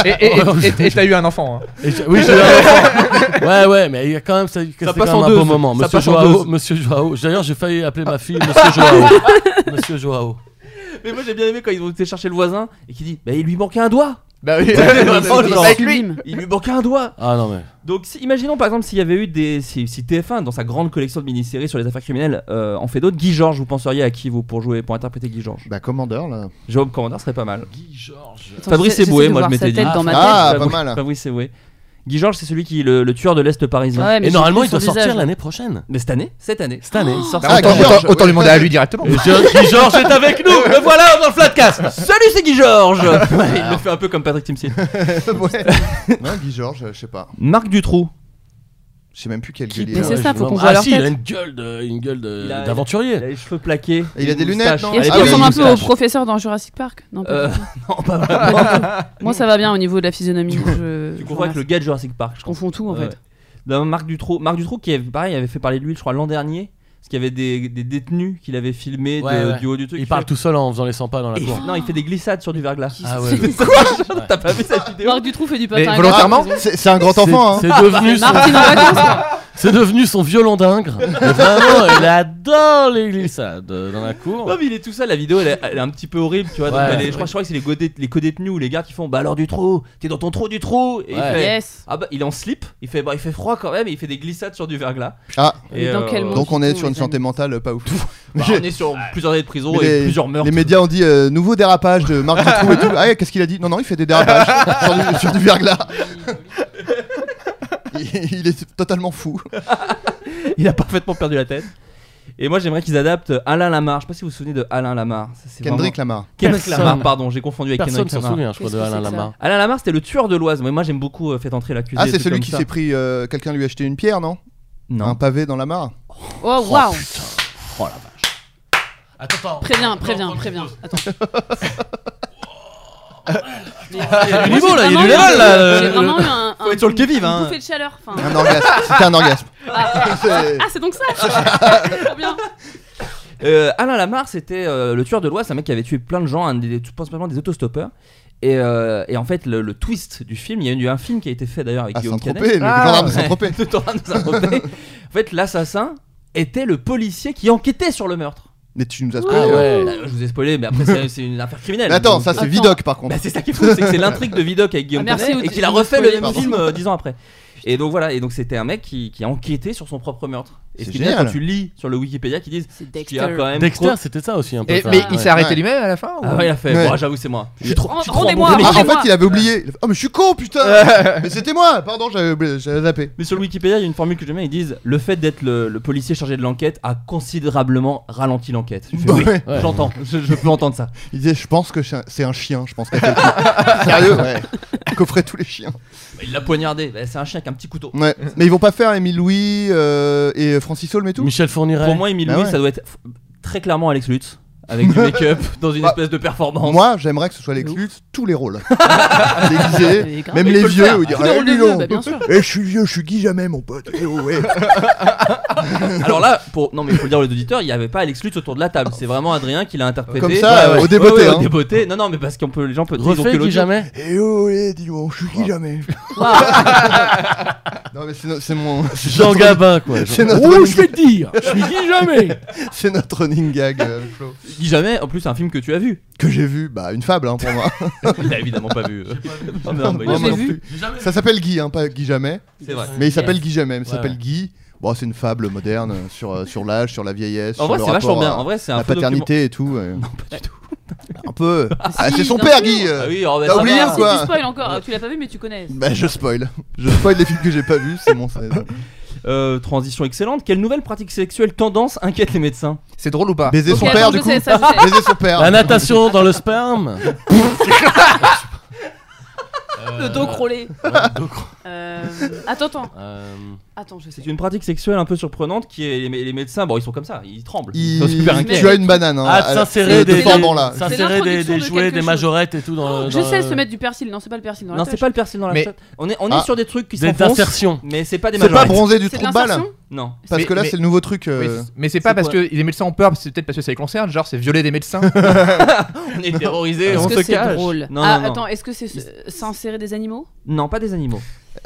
[SPEAKER 9] Et et- et- et t'as eu un enfant. hein.
[SPEAKER 8] Et je- Oui, j'ai eu un enfant. Ouais, ouais, mais il y a quand même ça, c'est
[SPEAKER 7] passe
[SPEAKER 8] quand
[SPEAKER 7] en
[SPEAKER 8] même un
[SPEAKER 7] dose.
[SPEAKER 8] beau moment.
[SPEAKER 7] Ça
[SPEAKER 8] Monsieur
[SPEAKER 7] passe en
[SPEAKER 8] Joao,
[SPEAKER 7] dose.
[SPEAKER 8] Monsieur Joao. D'ailleurs, j'ai failli appeler ma fille Monsieur Joao. Monsieur Joao.
[SPEAKER 7] Mais moi j'ai bien aimé quand ils ont été chercher le voisin et qui dit Bah il lui manquait un doigt
[SPEAKER 9] Bah oui.
[SPEAKER 8] Oh,
[SPEAKER 7] C'était
[SPEAKER 2] C'était
[SPEAKER 9] Avec lui.
[SPEAKER 2] sublime.
[SPEAKER 7] Il lui manquait un doigt
[SPEAKER 8] Ah non mais.
[SPEAKER 7] Donc si- imaginons par exemple s'il y avait eu des. Si, si TF1 dans sa grande collection de mini-séries sur les affaires criminelles euh, en fait d'autres, Guy Georges, vous penseriez à qui vous pour jouer, pour interpréter Guy Georges
[SPEAKER 6] Bah, commandeur là.
[SPEAKER 7] Jérôme Commandeur serait pas mal.
[SPEAKER 8] Guy Georges.
[SPEAKER 2] Attends,
[SPEAKER 7] Fabrice
[SPEAKER 2] j'essaie- j'essaie
[SPEAKER 7] Eboué,
[SPEAKER 2] de
[SPEAKER 7] moi, je
[SPEAKER 2] voir sa
[SPEAKER 7] m'étais
[SPEAKER 2] tête
[SPEAKER 7] dit.
[SPEAKER 2] dans ma tête.
[SPEAKER 6] Ah,
[SPEAKER 7] Fabrice-
[SPEAKER 6] pas mal.
[SPEAKER 7] Fabrice Eboué. Guy Georges c'est celui qui est le, le tueur de l'Est parisien.
[SPEAKER 2] Ouais, mais
[SPEAKER 8] Et
[SPEAKER 2] j'ai
[SPEAKER 8] normalement,
[SPEAKER 2] plus
[SPEAKER 8] il doit
[SPEAKER 2] son
[SPEAKER 8] sortir
[SPEAKER 2] visage.
[SPEAKER 8] l'année prochaine.
[SPEAKER 7] Mais cette année Cette année. bah,
[SPEAKER 8] Cette année, il sort
[SPEAKER 6] Ah,
[SPEAKER 8] ça.
[SPEAKER 9] Bah, Autant-
[SPEAKER 6] Guy Georges,
[SPEAKER 9] Autant autant
[SPEAKER 6] oui.
[SPEAKER 9] lui demander à lui directement.
[SPEAKER 8] Et Guy Guy Georges est avec nous. Le voilà dans le flatcast.
[SPEAKER 7] Salut c'est Guy Georges Il le fait un peu comme Patrick Timsit.
[SPEAKER 6] Ouais. Non, Guy Georges, euh, je sais pas.
[SPEAKER 7] Marc Dutroux.
[SPEAKER 6] Je sais même plus quel euh,
[SPEAKER 8] Qui
[SPEAKER 6] gueule il
[SPEAKER 2] Mais
[SPEAKER 6] a.
[SPEAKER 2] c'est
[SPEAKER 8] Ouais,
[SPEAKER 2] ça,
[SPEAKER 8] je
[SPEAKER 2] faut
[SPEAKER 8] me
[SPEAKER 2] qu'on
[SPEAKER 8] demande-
[SPEAKER 2] voit
[SPEAKER 8] ah,
[SPEAKER 2] leur
[SPEAKER 8] si, il a
[SPEAKER 2] tête.
[SPEAKER 8] une gueule de- une gueule
[SPEAKER 7] Il a-
[SPEAKER 8] de-
[SPEAKER 7] il a- Il a
[SPEAKER 8] d'aventurier.
[SPEAKER 7] les cheveux plaqués.
[SPEAKER 6] Et il a
[SPEAKER 7] une
[SPEAKER 6] des lunettes,
[SPEAKER 7] moustache.
[SPEAKER 6] non
[SPEAKER 2] Et est-ce
[SPEAKER 6] Ah
[SPEAKER 2] qu'il
[SPEAKER 6] oui,
[SPEAKER 2] ressemble un peu au
[SPEAKER 6] moustache.
[SPEAKER 2] professeur dans Jurassic Park Non, pas
[SPEAKER 7] Euh,
[SPEAKER 2] du tout.
[SPEAKER 7] non, pas vraiment.
[SPEAKER 2] Moi, ça va bien au niveau de la physionomie. je,
[SPEAKER 7] Tu
[SPEAKER 2] je
[SPEAKER 7] confonds avec le
[SPEAKER 2] remercie.
[SPEAKER 7] gars de Jurassic Park, je
[SPEAKER 2] Je
[SPEAKER 7] pense.
[SPEAKER 2] confonds tout en
[SPEAKER 7] Ouais.
[SPEAKER 2] fait.
[SPEAKER 7] D'un Bah, Marc Dutroux. Marc Dutroux qui, avait, pareil, avait fait parler de lui, je crois, l'an dernier. Parce qu'il y avait des, des détenus qu'il avait filmé
[SPEAKER 8] Ouais, ouais.
[SPEAKER 7] du haut du truc.
[SPEAKER 8] Il parle tout seul en faisant les 100 pas dans la
[SPEAKER 7] Et-
[SPEAKER 8] cour.
[SPEAKER 7] Non, il fait des glissades sur du verglas.
[SPEAKER 8] Ah ouais.
[SPEAKER 7] T'as pas vu cette vidéo
[SPEAKER 2] Marc Dutroux fait du patin. à
[SPEAKER 6] Ah,
[SPEAKER 2] glace.
[SPEAKER 9] volontairement
[SPEAKER 6] C'est c'est un grand
[SPEAKER 8] C'est-
[SPEAKER 6] enfant, hein.
[SPEAKER 8] C'est devenu son-
[SPEAKER 2] Martine en vacances, quoi.
[SPEAKER 8] C'est devenu son violon d'ingre. Mais Vraiment, il adore les glissades euh, dans la cour.
[SPEAKER 7] Non, mais il est tout seul, la vidéo elle est, elle est un petit peu horrible, tu vois. donc
[SPEAKER 8] Ouais.
[SPEAKER 7] elle est- je, crois, je crois que c'est les, godé- les codétenus ou les gars qui font Bah alors du trou, t'es dans ton trou du trou. Et il
[SPEAKER 8] Ouais.
[SPEAKER 7] fait,
[SPEAKER 2] Yes.
[SPEAKER 7] Ah bah il est en slip, il fait, bah, il fait froid quand même, et il fait des glissades sur du verglas.
[SPEAKER 6] Ah.
[SPEAKER 2] Mais dans quel monde
[SPEAKER 6] Donc on
[SPEAKER 2] du
[SPEAKER 6] est
[SPEAKER 2] tout,
[SPEAKER 6] sur une
[SPEAKER 2] les
[SPEAKER 6] santé mentale euh, pas ouf.
[SPEAKER 7] bah, on est sur plusieurs années de prison
[SPEAKER 6] Mais
[SPEAKER 7] et
[SPEAKER 6] les-
[SPEAKER 7] plusieurs meurtres.
[SPEAKER 6] Les médias ont dit euh, nouveau dérapage de Marc Dutroux et tout. Ah, qu'est-ce qu'il a dit Non, non, il fait des dérapages sur, du, sur du verglas. Il, il est totalement fou.
[SPEAKER 7] Il a parfaitement perdu la tête. Et moi j'aimerais qu'ils adaptent Alain Lamar. Je sais pas si vous vous souvenez de Alain Lamar. Ça, c'est
[SPEAKER 6] Kendrick
[SPEAKER 7] vraiment-
[SPEAKER 6] Lamar.
[SPEAKER 7] Kendrick
[SPEAKER 8] Personne.
[SPEAKER 7] Lamar, Ah, pardon, j'ai confondu avec
[SPEAKER 8] Personne
[SPEAKER 7] Kendrick
[SPEAKER 8] s'en
[SPEAKER 7] Lamar.
[SPEAKER 8] souvient, je crois,
[SPEAKER 2] Qu'est-ce
[SPEAKER 8] de
[SPEAKER 2] que
[SPEAKER 8] Alain
[SPEAKER 2] c'est que
[SPEAKER 8] Lama.
[SPEAKER 7] Alain Lamar c'était le tueur de l'Oise. Mais moi j'aime beaucoup euh, fait entrer l'accusé.
[SPEAKER 6] Ah,
[SPEAKER 7] des
[SPEAKER 6] c'est
[SPEAKER 7] trucs
[SPEAKER 6] celui
[SPEAKER 7] comme
[SPEAKER 6] qui
[SPEAKER 7] ça.
[SPEAKER 6] s'est pris. euh, Quelqu'un lui a acheté une pierre, non, Un
[SPEAKER 7] Non.
[SPEAKER 6] pavé dans la mare
[SPEAKER 2] Oh waouh.
[SPEAKER 8] Oh la vache. Attends, attends.
[SPEAKER 2] Préviens, préviens, préviens. Attends. Mais-
[SPEAKER 8] Ah, Il y a du
[SPEAKER 2] Moi,
[SPEAKER 8] niveau
[SPEAKER 2] j'ai
[SPEAKER 8] là, il y
[SPEAKER 2] vraiment
[SPEAKER 8] a du
[SPEAKER 2] eu
[SPEAKER 8] level
[SPEAKER 2] un-
[SPEAKER 8] là.
[SPEAKER 2] J'ai
[SPEAKER 8] le-
[SPEAKER 2] vraiment eu un.
[SPEAKER 7] Faut être sur le
[SPEAKER 2] un-
[SPEAKER 7] Kevin,
[SPEAKER 2] une
[SPEAKER 7] hein.
[SPEAKER 2] bouffée de chaleur. enfin.
[SPEAKER 8] Ah,
[SPEAKER 6] Un orgasme. C'était un orgasme.
[SPEAKER 2] Ah,
[SPEAKER 6] C'est-
[SPEAKER 2] ah, c'est donc ça. Trop bien.
[SPEAKER 7] Euh, Alain Lamar c'était euh, le tueur de l'Oise, un mec qui avait tué plein de gens, un des, tout- principalement des autostoppeurs. Et, euh, et en fait le, le twist du film, il y a eu un film qui a été fait d'ailleurs avec
[SPEAKER 6] À
[SPEAKER 7] Guillaume Canet. Ah
[SPEAKER 6] Saint-Tropez, le gendarme de Saint-Tropez.
[SPEAKER 7] Le gendarme de Saint-Tropez. en fait l'assassin était le policier qui enquêtait sur le meurtre.
[SPEAKER 6] Mais tu nous as
[SPEAKER 8] Ah
[SPEAKER 6] spoilé. hein.
[SPEAKER 8] ouais.
[SPEAKER 7] Là, je vous ai spoilé, mais après, c'est- c'est une affaire criminelle.
[SPEAKER 6] Mais attends,
[SPEAKER 7] Donc,
[SPEAKER 6] ça c'est
[SPEAKER 2] Attends.
[SPEAKER 6] Vidoc par contre.
[SPEAKER 7] Bah, c'est ça qui est fou, c'est que c'est l'intrigue de Vidocq avec Guillaume
[SPEAKER 2] Ah, merci,
[SPEAKER 7] Canet et
[SPEAKER 2] Audrey,
[SPEAKER 7] qu'il a
[SPEAKER 2] de nous
[SPEAKER 7] refait le
[SPEAKER 2] spoiler,
[SPEAKER 7] même
[SPEAKER 2] pardon.
[SPEAKER 7] film euh, dix ans après. Et donc voilà, et donc c'était un mec qui, qui a enquêté sur son propre meurtre. Et
[SPEAKER 6] C'est
[SPEAKER 7] ce qui est bien
[SPEAKER 6] génial.
[SPEAKER 7] quand tu lis sur le Wikipédia qu'ils disent
[SPEAKER 2] C'est
[SPEAKER 7] qu'il y a quand
[SPEAKER 2] Dexter.
[SPEAKER 7] même
[SPEAKER 8] Dexter,
[SPEAKER 7] trop-
[SPEAKER 8] c'était ça aussi un peu.
[SPEAKER 9] Et-
[SPEAKER 8] ça,
[SPEAKER 9] Mais
[SPEAKER 8] ouais.
[SPEAKER 9] il s'est arrêté
[SPEAKER 6] Ouais.
[SPEAKER 9] lui-même à la fin ou-
[SPEAKER 7] Ah ouais, il a fait.
[SPEAKER 6] Ouais.
[SPEAKER 7] Bon, j'avoue, c'est moi. Je suis trop, je suis trop
[SPEAKER 2] Rendez-moi,
[SPEAKER 7] embrouillé.
[SPEAKER 6] Ah, en
[SPEAKER 2] Chez moi. bah,
[SPEAKER 6] fait, il avait oublié. Ah, mais je suis con, putain! mais c'était moi! Pardon, j'avais oublié- j'avais zappé.
[SPEAKER 7] Mais sur le Wikipédia, il y a une formule que j'aime bien. Ils disent le fait d'être le, le policier chargé de l'enquête a considérablement ralenti l'enquête. Je fais,
[SPEAKER 6] Bah
[SPEAKER 7] oui,
[SPEAKER 6] ouais.
[SPEAKER 8] Ouais.
[SPEAKER 7] J'entends, je, je peux entendre ça.
[SPEAKER 6] Il disait, je pense que c'est un- c'est un chien, je pense. qu'à quelqu'un. Sérieux? Ouais. Coffrait tous les chiens.
[SPEAKER 7] Bah, il l'a poignardé. Bah, c'est un chien avec un petit couteau.
[SPEAKER 6] Ouais. Mais ils vont pas faire Émile Louis euh, et Francis Holm et tout?
[SPEAKER 8] Michel Fourniret.
[SPEAKER 7] Pour moi, Emile
[SPEAKER 6] Bah
[SPEAKER 7] Louis,
[SPEAKER 6] ouais.
[SPEAKER 7] ça doit être f- très clairement Alex Lutz. Avec du make-up, dans une
[SPEAKER 6] Bah,
[SPEAKER 7] espèce de performance.
[SPEAKER 6] Moi, j'aimerais que ce soit les
[SPEAKER 2] De ouf.
[SPEAKER 6] cultes, tous les rôles. Déguisés,
[SPEAKER 2] Mais
[SPEAKER 6] même
[SPEAKER 7] Ah,
[SPEAKER 2] grave.
[SPEAKER 7] Mais il
[SPEAKER 6] les
[SPEAKER 7] peut le
[SPEAKER 6] vieux,
[SPEAKER 7] faire.
[SPEAKER 6] où ils
[SPEAKER 2] Tous les rôles de vieux, bah, bien sûr.
[SPEAKER 6] Eh, je suis vieux, je suis Guy Jamais, mon pote. Eh, oh, ouais.
[SPEAKER 7] Alors là, pour... non mais faut le dire aux auditeurs, il n'y avait pas Alex Lutz autour de la table. C'est vraiment Adrien qui l'a interprété.
[SPEAKER 6] Comme ça, euh, au débeauté,
[SPEAKER 7] Ouais, ouais, au
[SPEAKER 6] hein.
[SPEAKER 7] débeauté. Non, non, mais parce que peut... les gens peuvent ils ont que
[SPEAKER 8] Refait qui
[SPEAKER 7] l'audio.
[SPEAKER 8] jamais.
[SPEAKER 6] Eh, oh, ouais, dis donc, je suis Guy Jamais. non, mais c'est no- c'est mon. c'est
[SPEAKER 8] Jean
[SPEAKER 6] notre-
[SPEAKER 8] Gabin quoi.
[SPEAKER 6] C'est
[SPEAKER 8] Jean-
[SPEAKER 6] notre-
[SPEAKER 8] Oh, je vais te dire. Je suis Guy jamais.
[SPEAKER 6] C'est notre running gag, euh, Flo.
[SPEAKER 7] Dis jamais, en plus, c'est un film que tu as vu.
[SPEAKER 6] Que j'ai vu, bah, une fable hein, pour moi.
[SPEAKER 7] Il l'a évidemment pas vu. Non, non, mais
[SPEAKER 2] Moi,
[SPEAKER 7] il-
[SPEAKER 2] je l'ai vu.
[SPEAKER 6] Ça s'appelle Guy, hein, pas Guy Jamais.
[SPEAKER 7] C'est vrai.
[SPEAKER 6] Mais il s'appelle Guy Jamais, mais ça
[SPEAKER 8] Ouais,
[SPEAKER 6] s'appelle
[SPEAKER 8] ouais.
[SPEAKER 6] Guy. Bon, c'est une fable moderne euh, sur, euh, sur l'âge, sur la vieillesse,
[SPEAKER 7] En
[SPEAKER 6] sur
[SPEAKER 7] vrai,
[SPEAKER 6] le
[SPEAKER 7] c'est vachement
[SPEAKER 6] rapport
[SPEAKER 7] bien.
[SPEAKER 6] à
[SPEAKER 7] En vrai, c'est un
[SPEAKER 6] la
[SPEAKER 7] faux
[SPEAKER 6] paternité et tout. euh.
[SPEAKER 7] document. Non, pas du tout.
[SPEAKER 6] Un peu. Ah,
[SPEAKER 2] si,
[SPEAKER 6] c'est son
[SPEAKER 2] bien
[SPEAKER 6] père,
[SPEAKER 2] sûr.
[SPEAKER 6] Guy. euh.
[SPEAKER 7] Ah oui, alors, bah,
[SPEAKER 6] T'as
[SPEAKER 7] ça
[SPEAKER 6] oublié
[SPEAKER 7] va.
[SPEAKER 6] ou
[SPEAKER 2] Si
[SPEAKER 6] quoi
[SPEAKER 2] tu spoil encore, euh, tu l'as pas vu mais tu connais.
[SPEAKER 6] Bah, je spoil. Je spoil les films que j'ai pas vus, c'est mon. c'est-
[SPEAKER 7] Euh, Transition excellente. Quelle nouvelle pratique sexuelle tendance inquiète les médecins
[SPEAKER 9] C'est drôle ou pas
[SPEAKER 6] Baiser
[SPEAKER 2] Ok,
[SPEAKER 6] son
[SPEAKER 2] attends,
[SPEAKER 6] père,
[SPEAKER 2] je
[SPEAKER 6] du coup.
[SPEAKER 2] sais, ça, je sais.
[SPEAKER 6] Baiser son père.
[SPEAKER 8] La natation dans le sperme.
[SPEAKER 2] Le dos crawlé.
[SPEAKER 8] Euh, Ouais, donc,
[SPEAKER 2] Euh, Attends, attends.
[SPEAKER 8] Euh,
[SPEAKER 2] Attends, je sais.
[SPEAKER 7] C'est une pratique sexuelle un peu surprenante qui est les, mé- les médecins, bon, ils sont comme ça, ils tremblent.
[SPEAKER 6] Il-
[SPEAKER 7] Ils sont super
[SPEAKER 6] Tu
[SPEAKER 7] inquiets.
[SPEAKER 6] as une banane. Hein,
[SPEAKER 8] Ah,
[SPEAKER 6] à-
[SPEAKER 8] de
[SPEAKER 6] de-
[SPEAKER 8] s'insérer
[SPEAKER 6] de
[SPEAKER 8] des-
[SPEAKER 6] Forban, là.
[SPEAKER 2] C'est
[SPEAKER 8] S'insérer des,
[SPEAKER 2] l'introduction
[SPEAKER 8] des
[SPEAKER 2] de
[SPEAKER 8] jouets,
[SPEAKER 2] quelque
[SPEAKER 8] des
[SPEAKER 2] chose. Oh,
[SPEAKER 8] majorettes et tout dans.
[SPEAKER 2] Je
[SPEAKER 8] euh, dans-
[SPEAKER 2] sais se mettre du persil. Non, c'est pas le persil dans la
[SPEAKER 7] Non, c'est
[SPEAKER 2] tâche.
[SPEAKER 7] pas le persil dans la
[SPEAKER 9] Mais-
[SPEAKER 7] tête. On est, on est
[SPEAKER 6] Ah.
[SPEAKER 7] sur des trucs qui
[SPEAKER 8] Des
[SPEAKER 7] s'enfoncent,
[SPEAKER 8] insertions.
[SPEAKER 7] mais c'est pas des
[SPEAKER 6] C'est pas
[SPEAKER 7] majorettes.
[SPEAKER 6] bronzé du
[SPEAKER 2] C'est
[SPEAKER 6] trou
[SPEAKER 2] de
[SPEAKER 6] de balle hein,
[SPEAKER 2] l'insertion
[SPEAKER 7] Non.
[SPEAKER 6] Parce
[SPEAKER 9] Mais-
[SPEAKER 6] que là,
[SPEAKER 9] mais-
[SPEAKER 6] c'est le nouveau truc. euh,
[SPEAKER 9] Oui, c- mais c'est pas
[SPEAKER 7] c'est
[SPEAKER 9] parce
[SPEAKER 7] quoi
[SPEAKER 9] que les médecins ont peur, c'est peut-être parce que ça les concerne, genre c'est violer des médecins.
[SPEAKER 7] On est terrorisés,
[SPEAKER 2] Est-ce
[SPEAKER 7] on
[SPEAKER 2] que
[SPEAKER 7] se
[SPEAKER 2] c'est
[SPEAKER 7] cache.
[SPEAKER 2] drôle
[SPEAKER 7] Non,
[SPEAKER 2] Ah,
[SPEAKER 7] non, non.
[SPEAKER 2] Attends, est-ce que c'est euh, s'insérer des animaux
[SPEAKER 7] Non, pas des animaux.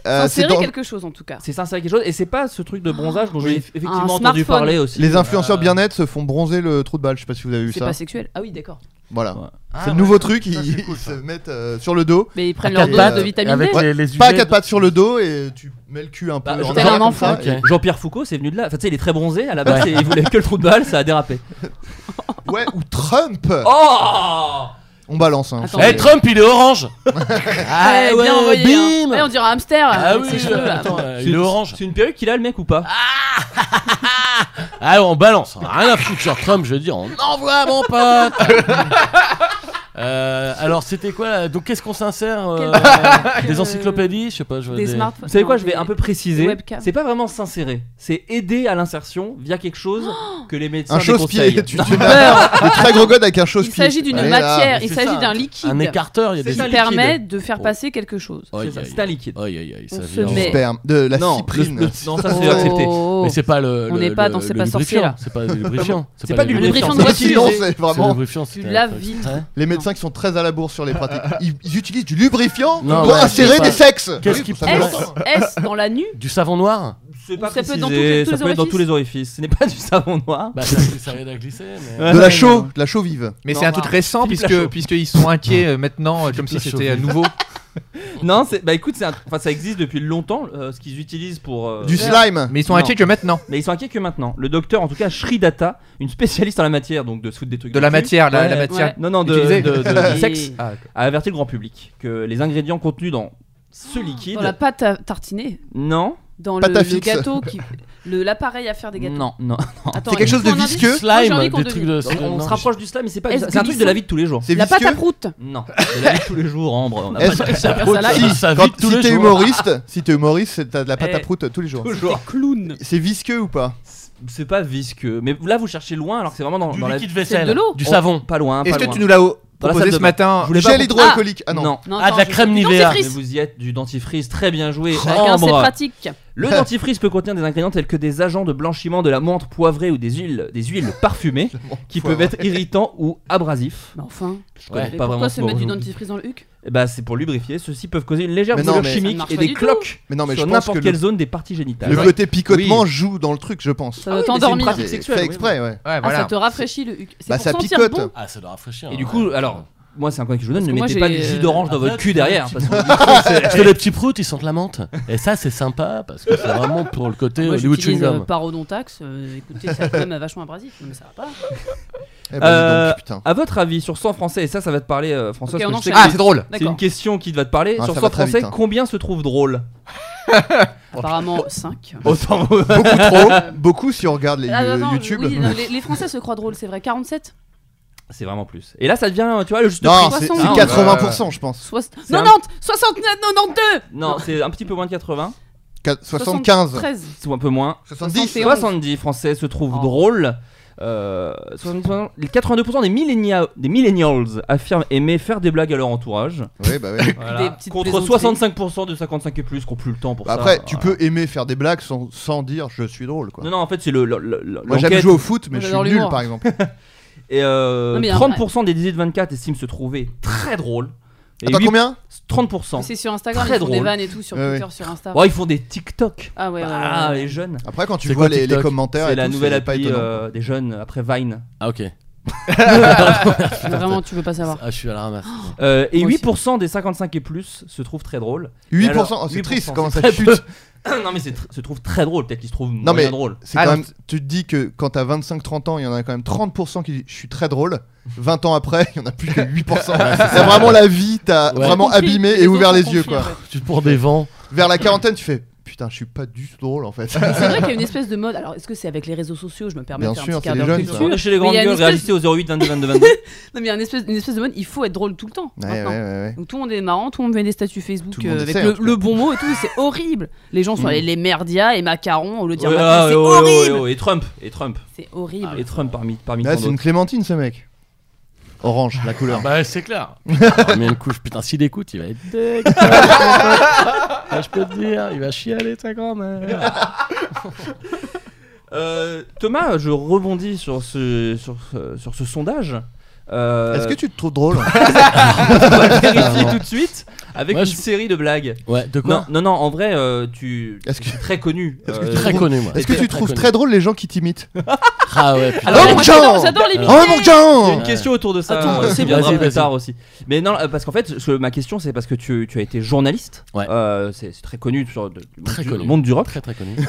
[SPEAKER 6] euh, c'est
[SPEAKER 2] S'insérer
[SPEAKER 6] dans-
[SPEAKER 2] quelque chose en tout cas.
[SPEAKER 7] C'est sincère quelque chose, et c'est pas ce truc de bronzage dont j'ai
[SPEAKER 2] Oui.
[SPEAKER 7] eff- effectivement
[SPEAKER 2] Un
[SPEAKER 7] entendu
[SPEAKER 2] smartphone.
[SPEAKER 7] parler aussi.
[SPEAKER 6] Les influenceurs
[SPEAKER 8] Euh,
[SPEAKER 6] bien-être se font bronzer le trou de balle. Je sais pas si vous avez vu
[SPEAKER 2] C'est
[SPEAKER 6] ça.
[SPEAKER 2] pas sexuel. Ah oui, d'accord.
[SPEAKER 6] Voilà.
[SPEAKER 7] Ouais.
[SPEAKER 6] c'est
[SPEAKER 8] Ah,
[SPEAKER 6] le nouveau
[SPEAKER 8] ouais.
[SPEAKER 6] truc.
[SPEAKER 8] Ça,
[SPEAKER 6] Ils,
[SPEAKER 8] c'est cool,
[SPEAKER 6] ils
[SPEAKER 8] ça.
[SPEAKER 6] se mettent euh, sur le dos.
[SPEAKER 2] Mais ils prennent leur
[SPEAKER 8] À quatre
[SPEAKER 2] dose
[SPEAKER 8] pattes,
[SPEAKER 2] de vitamine D.
[SPEAKER 8] Avec les, les
[SPEAKER 6] Pas à
[SPEAKER 8] UV.
[SPEAKER 6] quatre pattes sur le dos et tu mets le cul un peu.
[SPEAKER 7] Bah,
[SPEAKER 6] en
[SPEAKER 7] genre
[SPEAKER 2] tel
[SPEAKER 6] arrière
[SPEAKER 2] un
[SPEAKER 6] comme
[SPEAKER 2] enfant.
[SPEAKER 6] ça,
[SPEAKER 8] Ok.
[SPEAKER 6] et-
[SPEAKER 7] Jean-Pierre Foucault, c'est venu de là. Enfin, tu sais, il est très bronzé à la base, et il voulait que le trou de balle, ça a dérapé.
[SPEAKER 6] Ouais, ou Trump.
[SPEAKER 7] Oh
[SPEAKER 6] On balance. Hein.
[SPEAKER 2] Attends.
[SPEAKER 8] Eh, Trump, il est orange
[SPEAKER 7] eh,
[SPEAKER 2] Ah,
[SPEAKER 8] ouais,
[SPEAKER 2] bien envoyé. hein.
[SPEAKER 8] bim
[SPEAKER 2] Ouais, on dirait un hamster. hein,
[SPEAKER 8] Ah
[SPEAKER 2] avec
[SPEAKER 8] oui,
[SPEAKER 2] ses cheveux, là.
[SPEAKER 8] attends, euh,
[SPEAKER 7] C'est-
[SPEAKER 8] il est orange.
[SPEAKER 7] C'est une perruque qu'il a, le mec, ou pas
[SPEAKER 8] Ah, on balance. on a Rien à foutre sur Trump, je veux dire, hein. on envoie mon pote. Euh, alors, c'était quoi là Donc, qu'est-ce qu'on s'insère euh,
[SPEAKER 2] Quel-
[SPEAKER 8] Des encyclopédies Je sais pas. Je vois
[SPEAKER 2] Des smartphones.
[SPEAKER 7] Vous savez quoi,
[SPEAKER 2] Non,
[SPEAKER 7] je vais
[SPEAKER 2] des-
[SPEAKER 7] un peu
[SPEAKER 2] des
[SPEAKER 7] préciser.
[SPEAKER 2] webcams.
[SPEAKER 7] C'est pas vraiment s'insérer, c'est aider à l'insertion via quelque chose que les médecins
[SPEAKER 6] Un chausse-pied.
[SPEAKER 7] déconseillent.
[SPEAKER 6] Tu, tu mets un le très gros god avec un chausse-pied.
[SPEAKER 2] Il s'agit d'une
[SPEAKER 6] Allez, là.
[SPEAKER 2] matière,
[SPEAKER 8] Mais
[SPEAKER 2] il
[SPEAKER 8] c'est
[SPEAKER 2] s'agit
[SPEAKER 8] ça,
[SPEAKER 2] d'un
[SPEAKER 8] un-
[SPEAKER 2] liquide
[SPEAKER 8] Un écarteur, il y a
[SPEAKER 7] C'est
[SPEAKER 8] des.
[SPEAKER 2] qui
[SPEAKER 7] ça, un
[SPEAKER 2] permet de faire
[SPEAKER 8] Oh.
[SPEAKER 2] passer quelque chose.
[SPEAKER 8] Aïe,
[SPEAKER 7] C'est
[SPEAKER 8] aïe,
[SPEAKER 7] ça, C'est un liquide.
[SPEAKER 8] aïe, aïe, aïe, ça
[SPEAKER 2] On se
[SPEAKER 8] vire.
[SPEAKER 2] met-
[SPEAKER 6] Du sperme, de la
[SPEAKER 7] non,
[SPEAKER 6] cyprine.
[SPEAKER 7] le- le- non, ça c'est
[SPEAKER 2] Oh.
[SPEAKER 7] accepté.
[SPEAKER 8] Mais c'est pas le.
[SPEAKER 2] On
[SPEAKER 8] le-
[SPEAKER 2] n'est pas
[SPEAKER 8] le-
[SPEAKER 2] dans- c'est
[SPEAKER 8] le
[SPEAKER 2] pas sorcier,
[SPEAKER 8] lubrifiant,
[SPEAKER 2] là.
[SPEAKER 8] C'est pas le lubrifiant.
[SPEAKER 7] C'est pas du lubrifiant
[SPEAKER 2] lubrifiant
[SPEAKER 7] de
[SPEAKER 2] de
[SPEAKER 7] voiture.
[SPEAKER 2] voiture.
[SPEAKER 6] Sinon, c'est
[SPEAKER 8] C'est le
[SPEAKER 6] vraiment
[SPEAKER 8] lubrifiant.
[SPEAKER 2] Tu
[SPEAKER 8] c'est-
[SPEAKER 2] laves vite.
[SPEAKER 8] Hein
[SPEAKER 6] les médecins qui sont très à la bourre sur les pratiques. Ils, ils utilisent du lubrifiant
[SPEAKER 8] Non,
[SPEAKER 6] pour
[SPEAKER 8] ouais, je
[SPEAKER 6] insérer
[SPEAKER 8] sais pas.
[SPEAKER 6] des sexes.
[SPEAKER 8] Qu'est-ce
[SPEAKER 6] Oui,
[SPEAKER 8] qu'ils
[SPEAKER 6] ça fait
[SPEAKER 8] pensent
[SPEAKER 6] longtemps.
[SPEAKER 2] Est-ce est-ce dans la nu
[SPEAKER 8] Du savon noir
[SPEAKER 7] C'est
[SPEAKER 2] Ou ça peut être
[SPEAKER 7] précisé,
[SPEAKER 2] dans tous les-
[SPEAKER 7] ça peut être dans
[SPEAKER 2] tous les
[SPEAKER 7] tous les orifices. Ce n'est pas du savon noir.
[SPEAKER 8] Bah, c'est un glycérine à glisser.
[SPEAKER 7] Euh,
[SPEAKER 8] mais-
[SPEAKER 6] De la chaux, de la chaux vive.
[SPEAKER 9] Mais
[SPEAKER 7] Non,
[SPEAKER 9] c'est un
[SPEAKER 7] bah,
[SPEAKER 9] truc récent
[SPEAKER 7] Philippe
[SPEAKER 9] puisque
[SPEAKER 7] Lachaud.
[SPEAKER 9] puisqu'ils sont inquiets euh, maintenant, euh, comme si
[SPEAKER 8] Lachaud.
[SPEAKER 9] c'était euh, nouveau.
[SPEAKER 7] Non, c'est- bah écoute, c'est un- enfin, ça existe depuis longtemps, euh, ce qu'ils utilisent pour. euh,
[SPEAKER 6] Du slime.
[SPEAKER 9] Mais ils sont
[SPEAKER 7] Non.
[SPEAKER 9] inquiets que maintenant.
[SPEAKER 7] Mais ils sont inquiets que maintenant. Le docteur, en tout cas, Shridata, une spécialiste en la matière, donc de se foutre des trucs.
[SPEAKER 9] De la
[SPEAKER 7] du cul,
[SPEAKER 9] matière, la,
[SPEAKER 7] Ouais.
[SPEAKER 9] la matière.
[SPEAKER 7] Non, non, de,
[SPEAKER 9] utilisée.
[SPEAKER 7] de- de- du sexe,
[SPEAKER 2] Et-
[SPEAKER 9] Ah,
[SPEAKER 7] a averti le grand public que les ingrédients contenus dans ce liquide.
[SPEAKER 2] Ah, Dans la pâte à tartiner
[SPEAKER 7] Non,
[SPEAKER 2] Dans le,
[SPEAKER 6] Pâte à
[SPEAKER 2] le
[SPEAKER 6] fixe.
[SPEAKER 2] gâteau qui. le- L'appareil à faire des gâteaux.
[SPEAKER 7] non, non.
[SPEAKER 2] Attends,
[SPEAKER 6] C'est quelque
[SPEAKER 2] il
[SPEAKER 6] chose
[SPEAKER 2] faut
[SPEAKER 6] de
[SPEAKER 2] un indice.
[SPEAKER 6] visqueux.
[SPEAKER 2] Moi, j'ai envie
[SPEAKER 8] Slime,
[SPEAKER 2] qu'on
[SPEAKER 8] des trucs
[SPEAKER 2] devine.
[SPEAKER 8] de.
[SPEAKER 7] On, on
[SPEAKER 8] non,
[SPEAKER 7] se
[SPEAKER 8] je-
[SPEAKER 7] rapproche du slam, mais c'est pas. du-
[SPEAKER 2] Est-ce
[SPEAKER 7] C'est un
[SPEAKER 2] qu'ils
[SPEAKER 7] truc de la
[SPEAKER 2] sont-
[SPEAKER 7] vie de tous les jours.
[SPEAKER 6] C'est
[SPEAKER 2] La pâte à
[SPEAKER 6] visqueux.
[SPEAKER 2] croûte.
[SPEAKER 7] Non, de la vie de tous les jours, Ambre. On a pas
[SPEAKER 6] Est-ce-
[SPEAKER 7] de-
[SPEAKER 8] Ça
[SPEAKER 2] faire
[SPEAKER 8] coûte,
[SPEAKER 2] ça live.
[SPEAKER 8] ça, ça
[SPEAKER 6] Quand-
[SPEAKER 8] vide tous
[SPEAKER 6] si
[SPEAKER 8] les
[SPEAKER 6] t'es
[SPEAKER 8] jours.
[SPEAKER 6] humoriste, si t'es humoriste, c'est t'as de la pâte à
[SPEAKER 7] Eh.
[SPEAKER 6] proutes tous les jours.
[SPEAKER 7] Toujours.
[SPEAKER 2] Clown.
[SPEAKER 6] C'est visqueux ou pas
[SPEAKER 7] C'est pas visqueux. Mais là, vous cherchez loin, alors que c'est vraiment dans,
[SPEAKER 8] Du
[SPEAKER 7] dans la.
[SPEAKER 8] liquide vaisselle.
[SPEAKER 2] de l'eau.
[SPEAKER 8] Du
[SPEAKER 7] Oh,
[SPEAKER 8] savon.
[SPEAKER 7] Pas loin.
[SPEAKER 9] Est-ce
[SPEAKER 7] pas
[SPEAKER 9] que
[SPEAKER 7] loin.
[SPEAKER 9] tu nous l'as oh,
[SPEAKER 7] Dans la salle de
[SPEAKER 9] proposé ce
[SPEAKER 7] bain.
[SPEAKER 9] matin
[SPEAKER 7] Je voulais pas
[SPEAKER 6] Gel hydroalcoolique. Ah non.
[SPEAKER 2] Non,
[SPEAKER 8] Ah, de
[SPEAKER 2] attends,
[SPEAKER 8] la
[SPEAKER 2] je-
[SPEAKER 8] crème
[SPEAKER 2] du
[SPEAKER 8] Nivea.
[SPEAKER 7] Ah, Mais
[SPEAKER 2] dentifrice.
[SPEAKER 7] vous y êtes du dentifrice, très bien joué.
[SPEAKER 2] Chacun ses
[SPEAKER 7] Ambre.
[SPEAKER 2] pratiques.
[SPEAKER 7] Le dentifrice peut contenir des ingrédients tels que des agents de blanchiment, de la menthe poivrée ou des huiles, des huiles parfumées qui peuvent être irritants ou abrasifs.
[SPEAKER 2] Mais enfin,
[SPEAKER 7] Je
[SPEAKER 8] Ouais.
[SPEAKER 7] connais
[SPEAKER 2] mais
[SPEAKER 7] pas
[SPEAKER 2] pourquoi
[SPEAKER 7] vraiment
[SPEAKER 2] se
[SPEAKER 7] ce mot
[SPEAKER 2] mettre du
[SPEAKER 7] aujourd'hui.
[SPEAKER 2] dentifrice dans le huc
[SPEAKER 7] Eh Bah c'est pour lubrifier. Ceux-ci peuvent causer une légère
[SPEAKER 6] Mais non,
[SPEAKER 7] brûlure
[SPEAKER 6] mais- Ça
[SPEAKER 7] chimique
[SPEAKER 2] marche
[SPEAKER 7] et
[SPEAKER 2] pas
[SPEAKER 7] des
[SPEAKER 2] du tout.
[SPEAKER 7] cloques
[SPEAKER 6] Mais non, mais
[SPEAKER 7] sur
[SPEAKER 6] je pense que
[SPEAKER 7] n'importe quelle
[SPEAKER 6] le,
[SPEAKER 7] zone des parties génitales.
[SPEAKER 6] le côté picotement
[SPEAKER 9] Oui.
[SPEAKER 6] joue dans le truc, je pense.
[SPEAKER 7] Ah
[SPEAKER 2] Ça
[SPEAKER 7] oui,
[SPEAKER 2] doit
[SPEAKER 7] mais c'est une
[SPEAKER 2] t'endormir.
[SPEAKER 7] pratique
[SPEAKER 6] C'est
[SPEAKER 7] sexuelle,
[SPEAKER 6] fait
[SPEAKER 7] oui,
[SPEAKER 6] exprès, ouais.
[SPEAKER 9] Ouais,
[SPEAKER 2] Ah, ça
[SPEAKER 9] voilà.
[SPEAKER 2] te rafraîchit le huc. C'est
[SPEAKER 6] Bah
[SPEAKER 2] pour
[SPEAKER 6] ça
[SPEAKER 2] sentir
[SPEAKER 6] picote.
[SPEAKER 2] bon.
[SPEAKER 8] Ah, ça doit rafraîchir.
[SPEAKER 7] Et du coup, alors moi c'est un conseil que je vous donne,
[SPEAKER 2] Parce
[SPEAKER 7] ne
[SPEAKER 2] que moi,
[SPEAKER 7] mettez pas
[SPEAKER 2] j'ai,
[SPEAKER 7] du jus
[SPEAKER 2] euh,
[SPEAKER 7] d'orange dans votre cul derrière. parce que-
[SPEAKER 8] Parce que les petits proutes, ils sentent la menthe. Et ça, c'est sympa parce que c'est vraiment pour le côté
[SPEAKER 2] Moi,
[SPEAKER 8] Hollywood chewing
[SPEAKER 2] j'utilise euh,
[SPEAKER 8] gum.
[SPEAKER 2] parodontax. euh, écoutez, ça quand même vachement abrasif. Non, mais ça va pas.
[SPEAKER 6] Eh ben, dis
[SPEAKER 7] Euh,
[SPEAKER 6] donc, putain.
[SPEAKER 7] À votre avis sur 100 français et ça ça va te parler euh, François.
[SPEAKER 2] Ok,
[SPEAKER 7] parce
[SPEAKER 2] on
[SPEAKER 7] que je sais
[SPEAKER 2] enchaîne.
[SPEAKER 7] que
[SPEAKER 9] Ah, c'est drôle.
[SPEAKER 7] c'est une
[SPEAKER 2] D'accord.
[SPEAKER 7] question qui va te parler.
[SPEAKER 6] Ah,
[SPEAKER 7] sur
[SPEAKER 6] ça
[SPEAKER 7] 100
[SPEAKER 6] va très
[SPEAKER 7] français,
[SPEAKER 6] vite, hein.
[SPEAKER 7] combien se trouve drôle
[SPEAKER 2] Apparemment 5.
[SPEAKER 7] Autant vous-
[SPEAKER 6] Beaucoup trop, beaucoup si on regarde les
[SPEAKER 2] Ah,
[SPEAKER 6] euh, YouTube.
[SPEAKER 2] les, les Français se croient drôles, c'est vrai. 47
[SPEAKER 7] C'est vraiment plus. Et là ça devient, tu vois, le juste
[SPEAKER 6] Non,
[SPEAKER 7] prix.
[SPEAKER 6] c'est c'est
[SPEAKER 2] Poisson.
[SPEAKER 7] bah,
[SPEAKER 6] 80%, je pense.
[SPEAKER 2] soix-
[SPEAKER 7] un-
[SPEAKER 2] 90 69 92
[SPEAKER 7] Non, c'est un petit peu moins de 80.
[SPEAKER 6] Quatre- 75.
[SPEAKER 2] 13
[SPEAKER 7] C'est un peu moins.
[SPEAKER 6] 70.
[SPEAKER 2] 71.
[SPEAKER 7] 70 Français se trouvent
[SPEAKER 2] Oh.
[SPEAKER 7] drôles. Euh, 70, 70, les 82% des, millénia- des millennials affirment aimer faire des blagues à leur entourage.
[SPEAKER 6] Ouais, bah ouais.
[SPEAKER 7] Voilà.
[SPEAKER 2] petites
[SPEAKER 7] Contre
[SPEAKER 2] plaisanteries.
[SPEAKER 7] 65% de 55 et plus qui ont plus le temps pour
[SPEAKER 6] Bah
[SPEAKER 7] ça.
[SPEAKER 6] Après, tu
[SPEAKER 7] Voilà.
[SPEAKER 6] peux aimer faire des blagues sans, sans dire je suis drôle quoi.
[SPEAKER 7] Non, non, en fait, c'est le. le- le- le-
[SPEAKER 6] Moi j'aime
[SPEAKER 7] l'enquête.
[SPEAKER 6] jouer au foot, mais
[SPEAKER 2] Moi,
[SPEAKER 6] je suis
[SPEAKER 2] j'adore
[SPEAKER 6] nul
[SPEAKER 2] l'humour.
[SPEAKER 6] par exemple.
[SPEAKER 7] Et euh,
[SPEAKER 2] Non, mais il y a un
[SPEAKER 7] 30% des 18-24 estiment se trouver très drôles. Et
[SPEAKER 6] Attends,
[SPEAKER 7] huit-
[SPEAKER 6] combien
[SPEAKER 7] 30%.
[SPEAKER 2] C'est sur Instagram,
[SPEAKER 7] Très
[SPEAKER 2] ils font des
[SPEAKER 7] drôle.
[SPEAKER 2] vannes et tout, sur
[SPEAKER 6] Ouais,
[SPEAKER 2] Twitter, sur Insta.
[SPEAKER 7] Oh, ils font des TikTok.
[SPEAKER 2] Ah ouais, ouais, ouais,
[SPEAKER 7] Ah,
[SPEAKER 2] ouais.
[SPEAKER 7] les jeunes.
[SPEAKER 6] Après, quand tu
[SPEAKER 8] C'est
[SPEAKER 6] vois
[SPEAKER 8] quoi,
[SPEAKER 6] les, les
[SPEAKER 8] TikTok
[SPEAKER 6] commentaires,
[SPEAKER 7] C'est
[SPEAKER 6] et
[SPEAKER 7] la
[SPEAKER 6] tout,
[SPEAKER 7] nouvelle
[SPEAKER 6] c'est pas
[SPEAKER 7] appli
[SPEAKER 6] étonnant.
[SPEAKER 7] euh, des jeunes après Vine.
[SPEAKER 8] Ah, ok.
[SPEAKER 2] Vraiment, tu veux pas savoir.
[SPEAKER 8] Ah, je suis à la ramasse.
[SPEAKER 7] Euh, et
[SPEAKER 2] Moi aussi.
[SPEAKER 7] 8% des 55 et plus se trouvent très drôles.
[SPEAKER 6] 8%,
[SPEAKER 7] Et alors,
[SPEAKER 6] oh, c'est
[SPEAKER 7] 8%,
[SPEAKER 6] triste
[SPEAKER 7] c'est
[SPEAKER 6] comment ça
[SPEAKER 7] très
[SPEAKER 6] chute.
[SPEAKER 7] peu. non mais c'est tr- se trouve très drôle, peut-être qu'il se trouve moyen
[SPEAKER 6] mais-
[SPEAKER 7] drôle.
[SPEAKER 6] C'est
[SPEAKER 9] Ah,
[SPEAKER 6] quand
[SPEAKER 9] non,
[SPEAKER 6] même, tu te dis que quand t'as 25-30 ans, il y en a quand même 30% qui disent je suis très drôle. 20 ans après, il y en a plus que 8%.
[SPEAKER 2] Ah.
[SPEAKER 6] T'as vraiment la vie, t'as
[SPEAKER 8] Ouais.
[SPEAKER 6] vraiment
[SPEAKER 2] Confie,
[SPEAKER 6] abîmé
[SPEAKER 2] les
[SPEAKER 6] et ouvert
[SPEAKER 2] autres
[SPEAKER 6] les
[SPEAKER 2] confient,
[SPEAKER 6] yeux
[SPEAKER 2] en
[SPEAKER 6] quoi.
[SPEAKER 2] fait.
[SPEAKER 8] Tu te prends des vents.
[SPEAKER 6] Vers la quarantaine, tu fais putain, je suis pas du tout drôle en fait.
[SPEAKER 2] C'est vrai qu'il y a une espèce de mode. Alors, est-ce que c'est avec les réseaux sociaux Je me permets
[SPEAKER 6] Bien
[SPEAKER 2] de faire
[SPEAKER 6] sûr,
[SPEAKER 2] un petit quart
[SPEAKER 6] c'est les
[SPEAKER 2] d'heure
[SPEAKER 6] jeunes, ça.
[SPEAKER 2] culture.
[SPEAKER 7] Chez les
[SPEAKER 2] Mais il
[SPEAKER 7] grandes
[SPEAKER 2] y a une
[SPEAKER 7] gueules,
[SPEAKER 2] espèce-
[SPEAKER 7] réagissez au 08 22 22 22.
[SPEAKER 2] Non, mais il y a une espèce, une espèce de mode. Il faut être drôle tout le temps.
[SPEAKER 6] Ouais,
[SPEAKER 2] maintenant.
[SPEAKER 6] ouais, ouais, ouais.
[SPEAKER 2] Donc tout le monde est marrant, tout le monde met des statuts Facebook
[SPEAKER 6] Tout le monde
[SPEAKER 2] euh,
[SPEAKER 6] le
[SPEAKER 2] avec
[SPEAKER 6] sait, en
[SPEAKER 2] le,
[SPEAKER 6] tout cas.
[SPEAKER 2] le bon mot et tout, et c'est horrible. Les gens sont
[SPEAKER 7] Mm.
[SPEAKER 2] allés les merdias et macarons au lieu de dire
[SPEAKER 7] Ouais, ah, ouais,
[SPEAKER 2] Macron, c'est
[SPEAKER 7] ouais, ouais,
[SPEAKER 2] horrible.
[SPEAKER 7] ouais, ouais, oh, Et Trump, et Trump, Ah,
[SPEAKER 2] C'est horrible.
[SPEAKER 7] et Trump parmi parmi
[SPEAKER 6] Là,
[SPEAKER 7] tant
[SPEAKER 6] c'est une
[SPEAKER 7] d'autres.
[SPEAKER 6] clémentine ce mec. Orange, la couleur.
[SPEAKER 8] Bah c'est clair. Putain, Mais une couche, putain, s'il écoute, il va être deg. Ah, je peux te dire, il va chialer ta grand-mère.
[SPEAKER 7] Euh, Thomas, je rebondis sur ce sur ce, sur ce sondage. Euh,
[SPEAKER 6] Est-ce que tu te trouves drôle
[SPEAKER 7] on va le vérifier tout de suite avec
[SPEAKER 8] Moi,
[SPEAKER 7] une
[SPEAKER 8] je-
[SPEAKER 7] série de blagues
[SPEAKER 8] Ouais, de
[SPEAKER 7] Non,
[SPEAKER 8] quoi
[SPEAKER 7] non, non, en vrai, euh, tu
[SPEAKER 6] Est-ce que-
[SPEAKER 7] tu es très connu.
[SPEAKER 6] Est-ce que
[SPEAKER 7] euh,
[SPEAKER 6] tu-
[SPEAKER 8] Très connu, moi.
[SPEAKER 6] Est-ce que tu trouves
[SPEAKER 8] connu.
[SPEAKER 6] très drôle les gens qui t'imitent
[SPEAKER 8] Ah ouais, putain.
[SPEAKER 2] Alors,
[SPEAKER 6] Oh,
[SPEAKER 2] moi,
[SPEAKER 6] mon
[SPEAKER 2] j'adore-
[SPEAKER 6] Dieu
[SPEAKER 2] J'adore les
[SPEAKER 8] Euh,
[SPEAKER 6] Oh mon
[SPEAKER 7] Il y a
[SPEAKER 6] gars
[SPEAKER 7] une question autour de ça.
[SPEAKER 2] Attends,
[SPEAKER 7] on
[SPEAKER 8] c'est
[SPEAKER 7] y
[SPEAKER 8] bien,
[SPEAKER 7] reviendra
[SPEAKER 8] vas-y,
[SPEAKER 7] plus
[SPEAKER 8] vas-y.
[SPEAKER 7] tard aussi. Mais non, euh, parce qu'en fait, ce- ma question, c'est parce que tu, tu as été journaliste.
[SPEAKER 8] Ouais.
[SPEAKER 7] Euh, c'est c'est très connu sur le
[SPEAKER 8] Très connu.
[SPEAKER 7] monde du rock.
[SPEAKER 8] Très très connu.
[SPEAKER 7] Euh,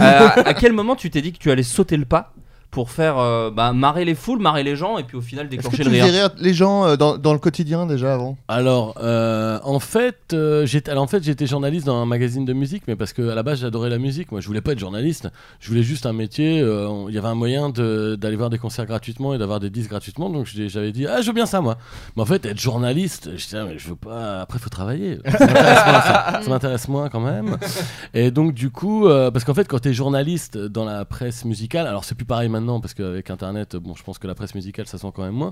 [SPEAKER 7] à quel moment tu t'es dit que tu allais sauter le pas pour faire euh, bah, marrer les foules, marrer les gens et puis au final
[SPEAKER 6] Est-ce que
[SPEAKER 7] déclencher
[SPEAKER 6] tu
[SPEAKER 7] le rire
[SPEAKER 6] faisais rire les gens euh, dans, dans le quotidien déjà avant
[SPEAKER 8] Alors, euh, en fait, euh, j'étais, alors, en fait, j'étais journaliste dans un magazine de musique, mais parce que à la base, j'adorais la musique. Moi, je voulais pas être journaliste. Je voulais juste un métier. euh, on- Il y avait un moyen de- d'aller voir des concerts gratuitement et d'avoir des disques gratuitement. Donc, j'ai- j'avais dit, ah, je veux bien ça, moi. Mais en fait, être journaliste, je disais, Ah, mais je veux pas. Après, faut travailler. Ça m'intéresse moins, ça. Ça m'intéresse moins quand même. Et donc, du coup, euh, parce qu'en fait, quand t'es journaliste dans la presse musicale, alors c'est plus pareil maintenant parce qu'avec Internet, bon, je pense que la presse musicale, ça se vend quand même moins.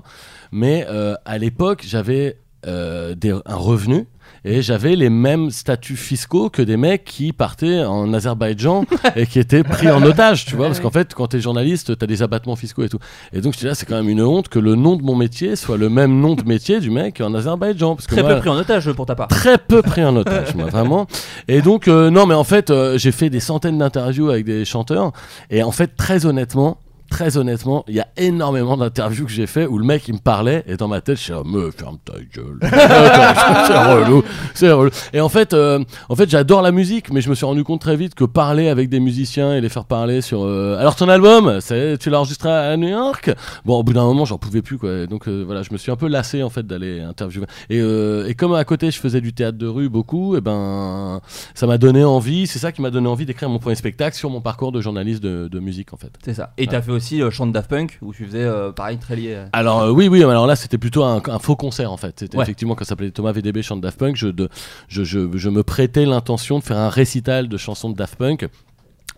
[SPEAKER 8] Mais euh, à l'époque, j'avais euh, des- un revenu et j'avais les mêmes statuts fiscaux que des mecs qui partaient en Azerbaïdjan et qui étaient pris en otage, tu vois, parce qu'en fait, quand t'es journaliste, t'as des abattements fiscaux et tout. Et donc, je là, c'est quand même une honte que le nom de mon métier soit le même nom de métier du mec en Azerbaïdjan. Parce que
[SPEAKER 7] Très
[SPEAKER 8] moi,
[SPEAKER 7] peu pris en otage pour ta part.
[SPEAKER 8] très peu pris en otage, moi, vraiment. Et donc, euh, non, mais en fait, euh, j'ai fait des centaines d'interviews avec des chanteurs. Et en fait, très honnêtement, très honnêtement, il y a énormément d'interviews que j'ai fait où le mec, il me parlait. Et dans ma tête, je suis là, me ferme ta gueule. hein, c'est relou. C'est relou. Et en fait, euh, en fait j'adore la musique, mais je me suis rendu compte très vite que parler avec des musiciens et les faire parler sur. euh, Alors, ton album, c'est- tu l'as enregistré à New York Bon, au bout d'un moment, j'en pouvais plus, quoi. Et Donc euh, voilà, je me suis un peu lassé en fait d'aller interviewer. Et, euh, et comme à côté, je faisais du théâtre de rue beaucoup, et ben ça m'a donné envie. C'est ça qui m'a donné envie d'écrire mon premier spectacle sur mon parcours de journaliste de, de musique en fait.
[SPEAKER 7] C'est ça. Et t'as fait aussi le chant de Daft Punk où tu faisais euh, pareil très lié. à-
[SPEAKER 8] Alors euh, oui, oui, mais alors là c'était plutôt un, un faux concert en fait. C'était
[SPEAKER 7] Ouais.
[SPEAKER 8] effectivement quand ça s'appelait Thomas VDB chante Daft Punk, je, de- je, je, je me prêtais l'intention de faire un récital de chansons de Daft Punk.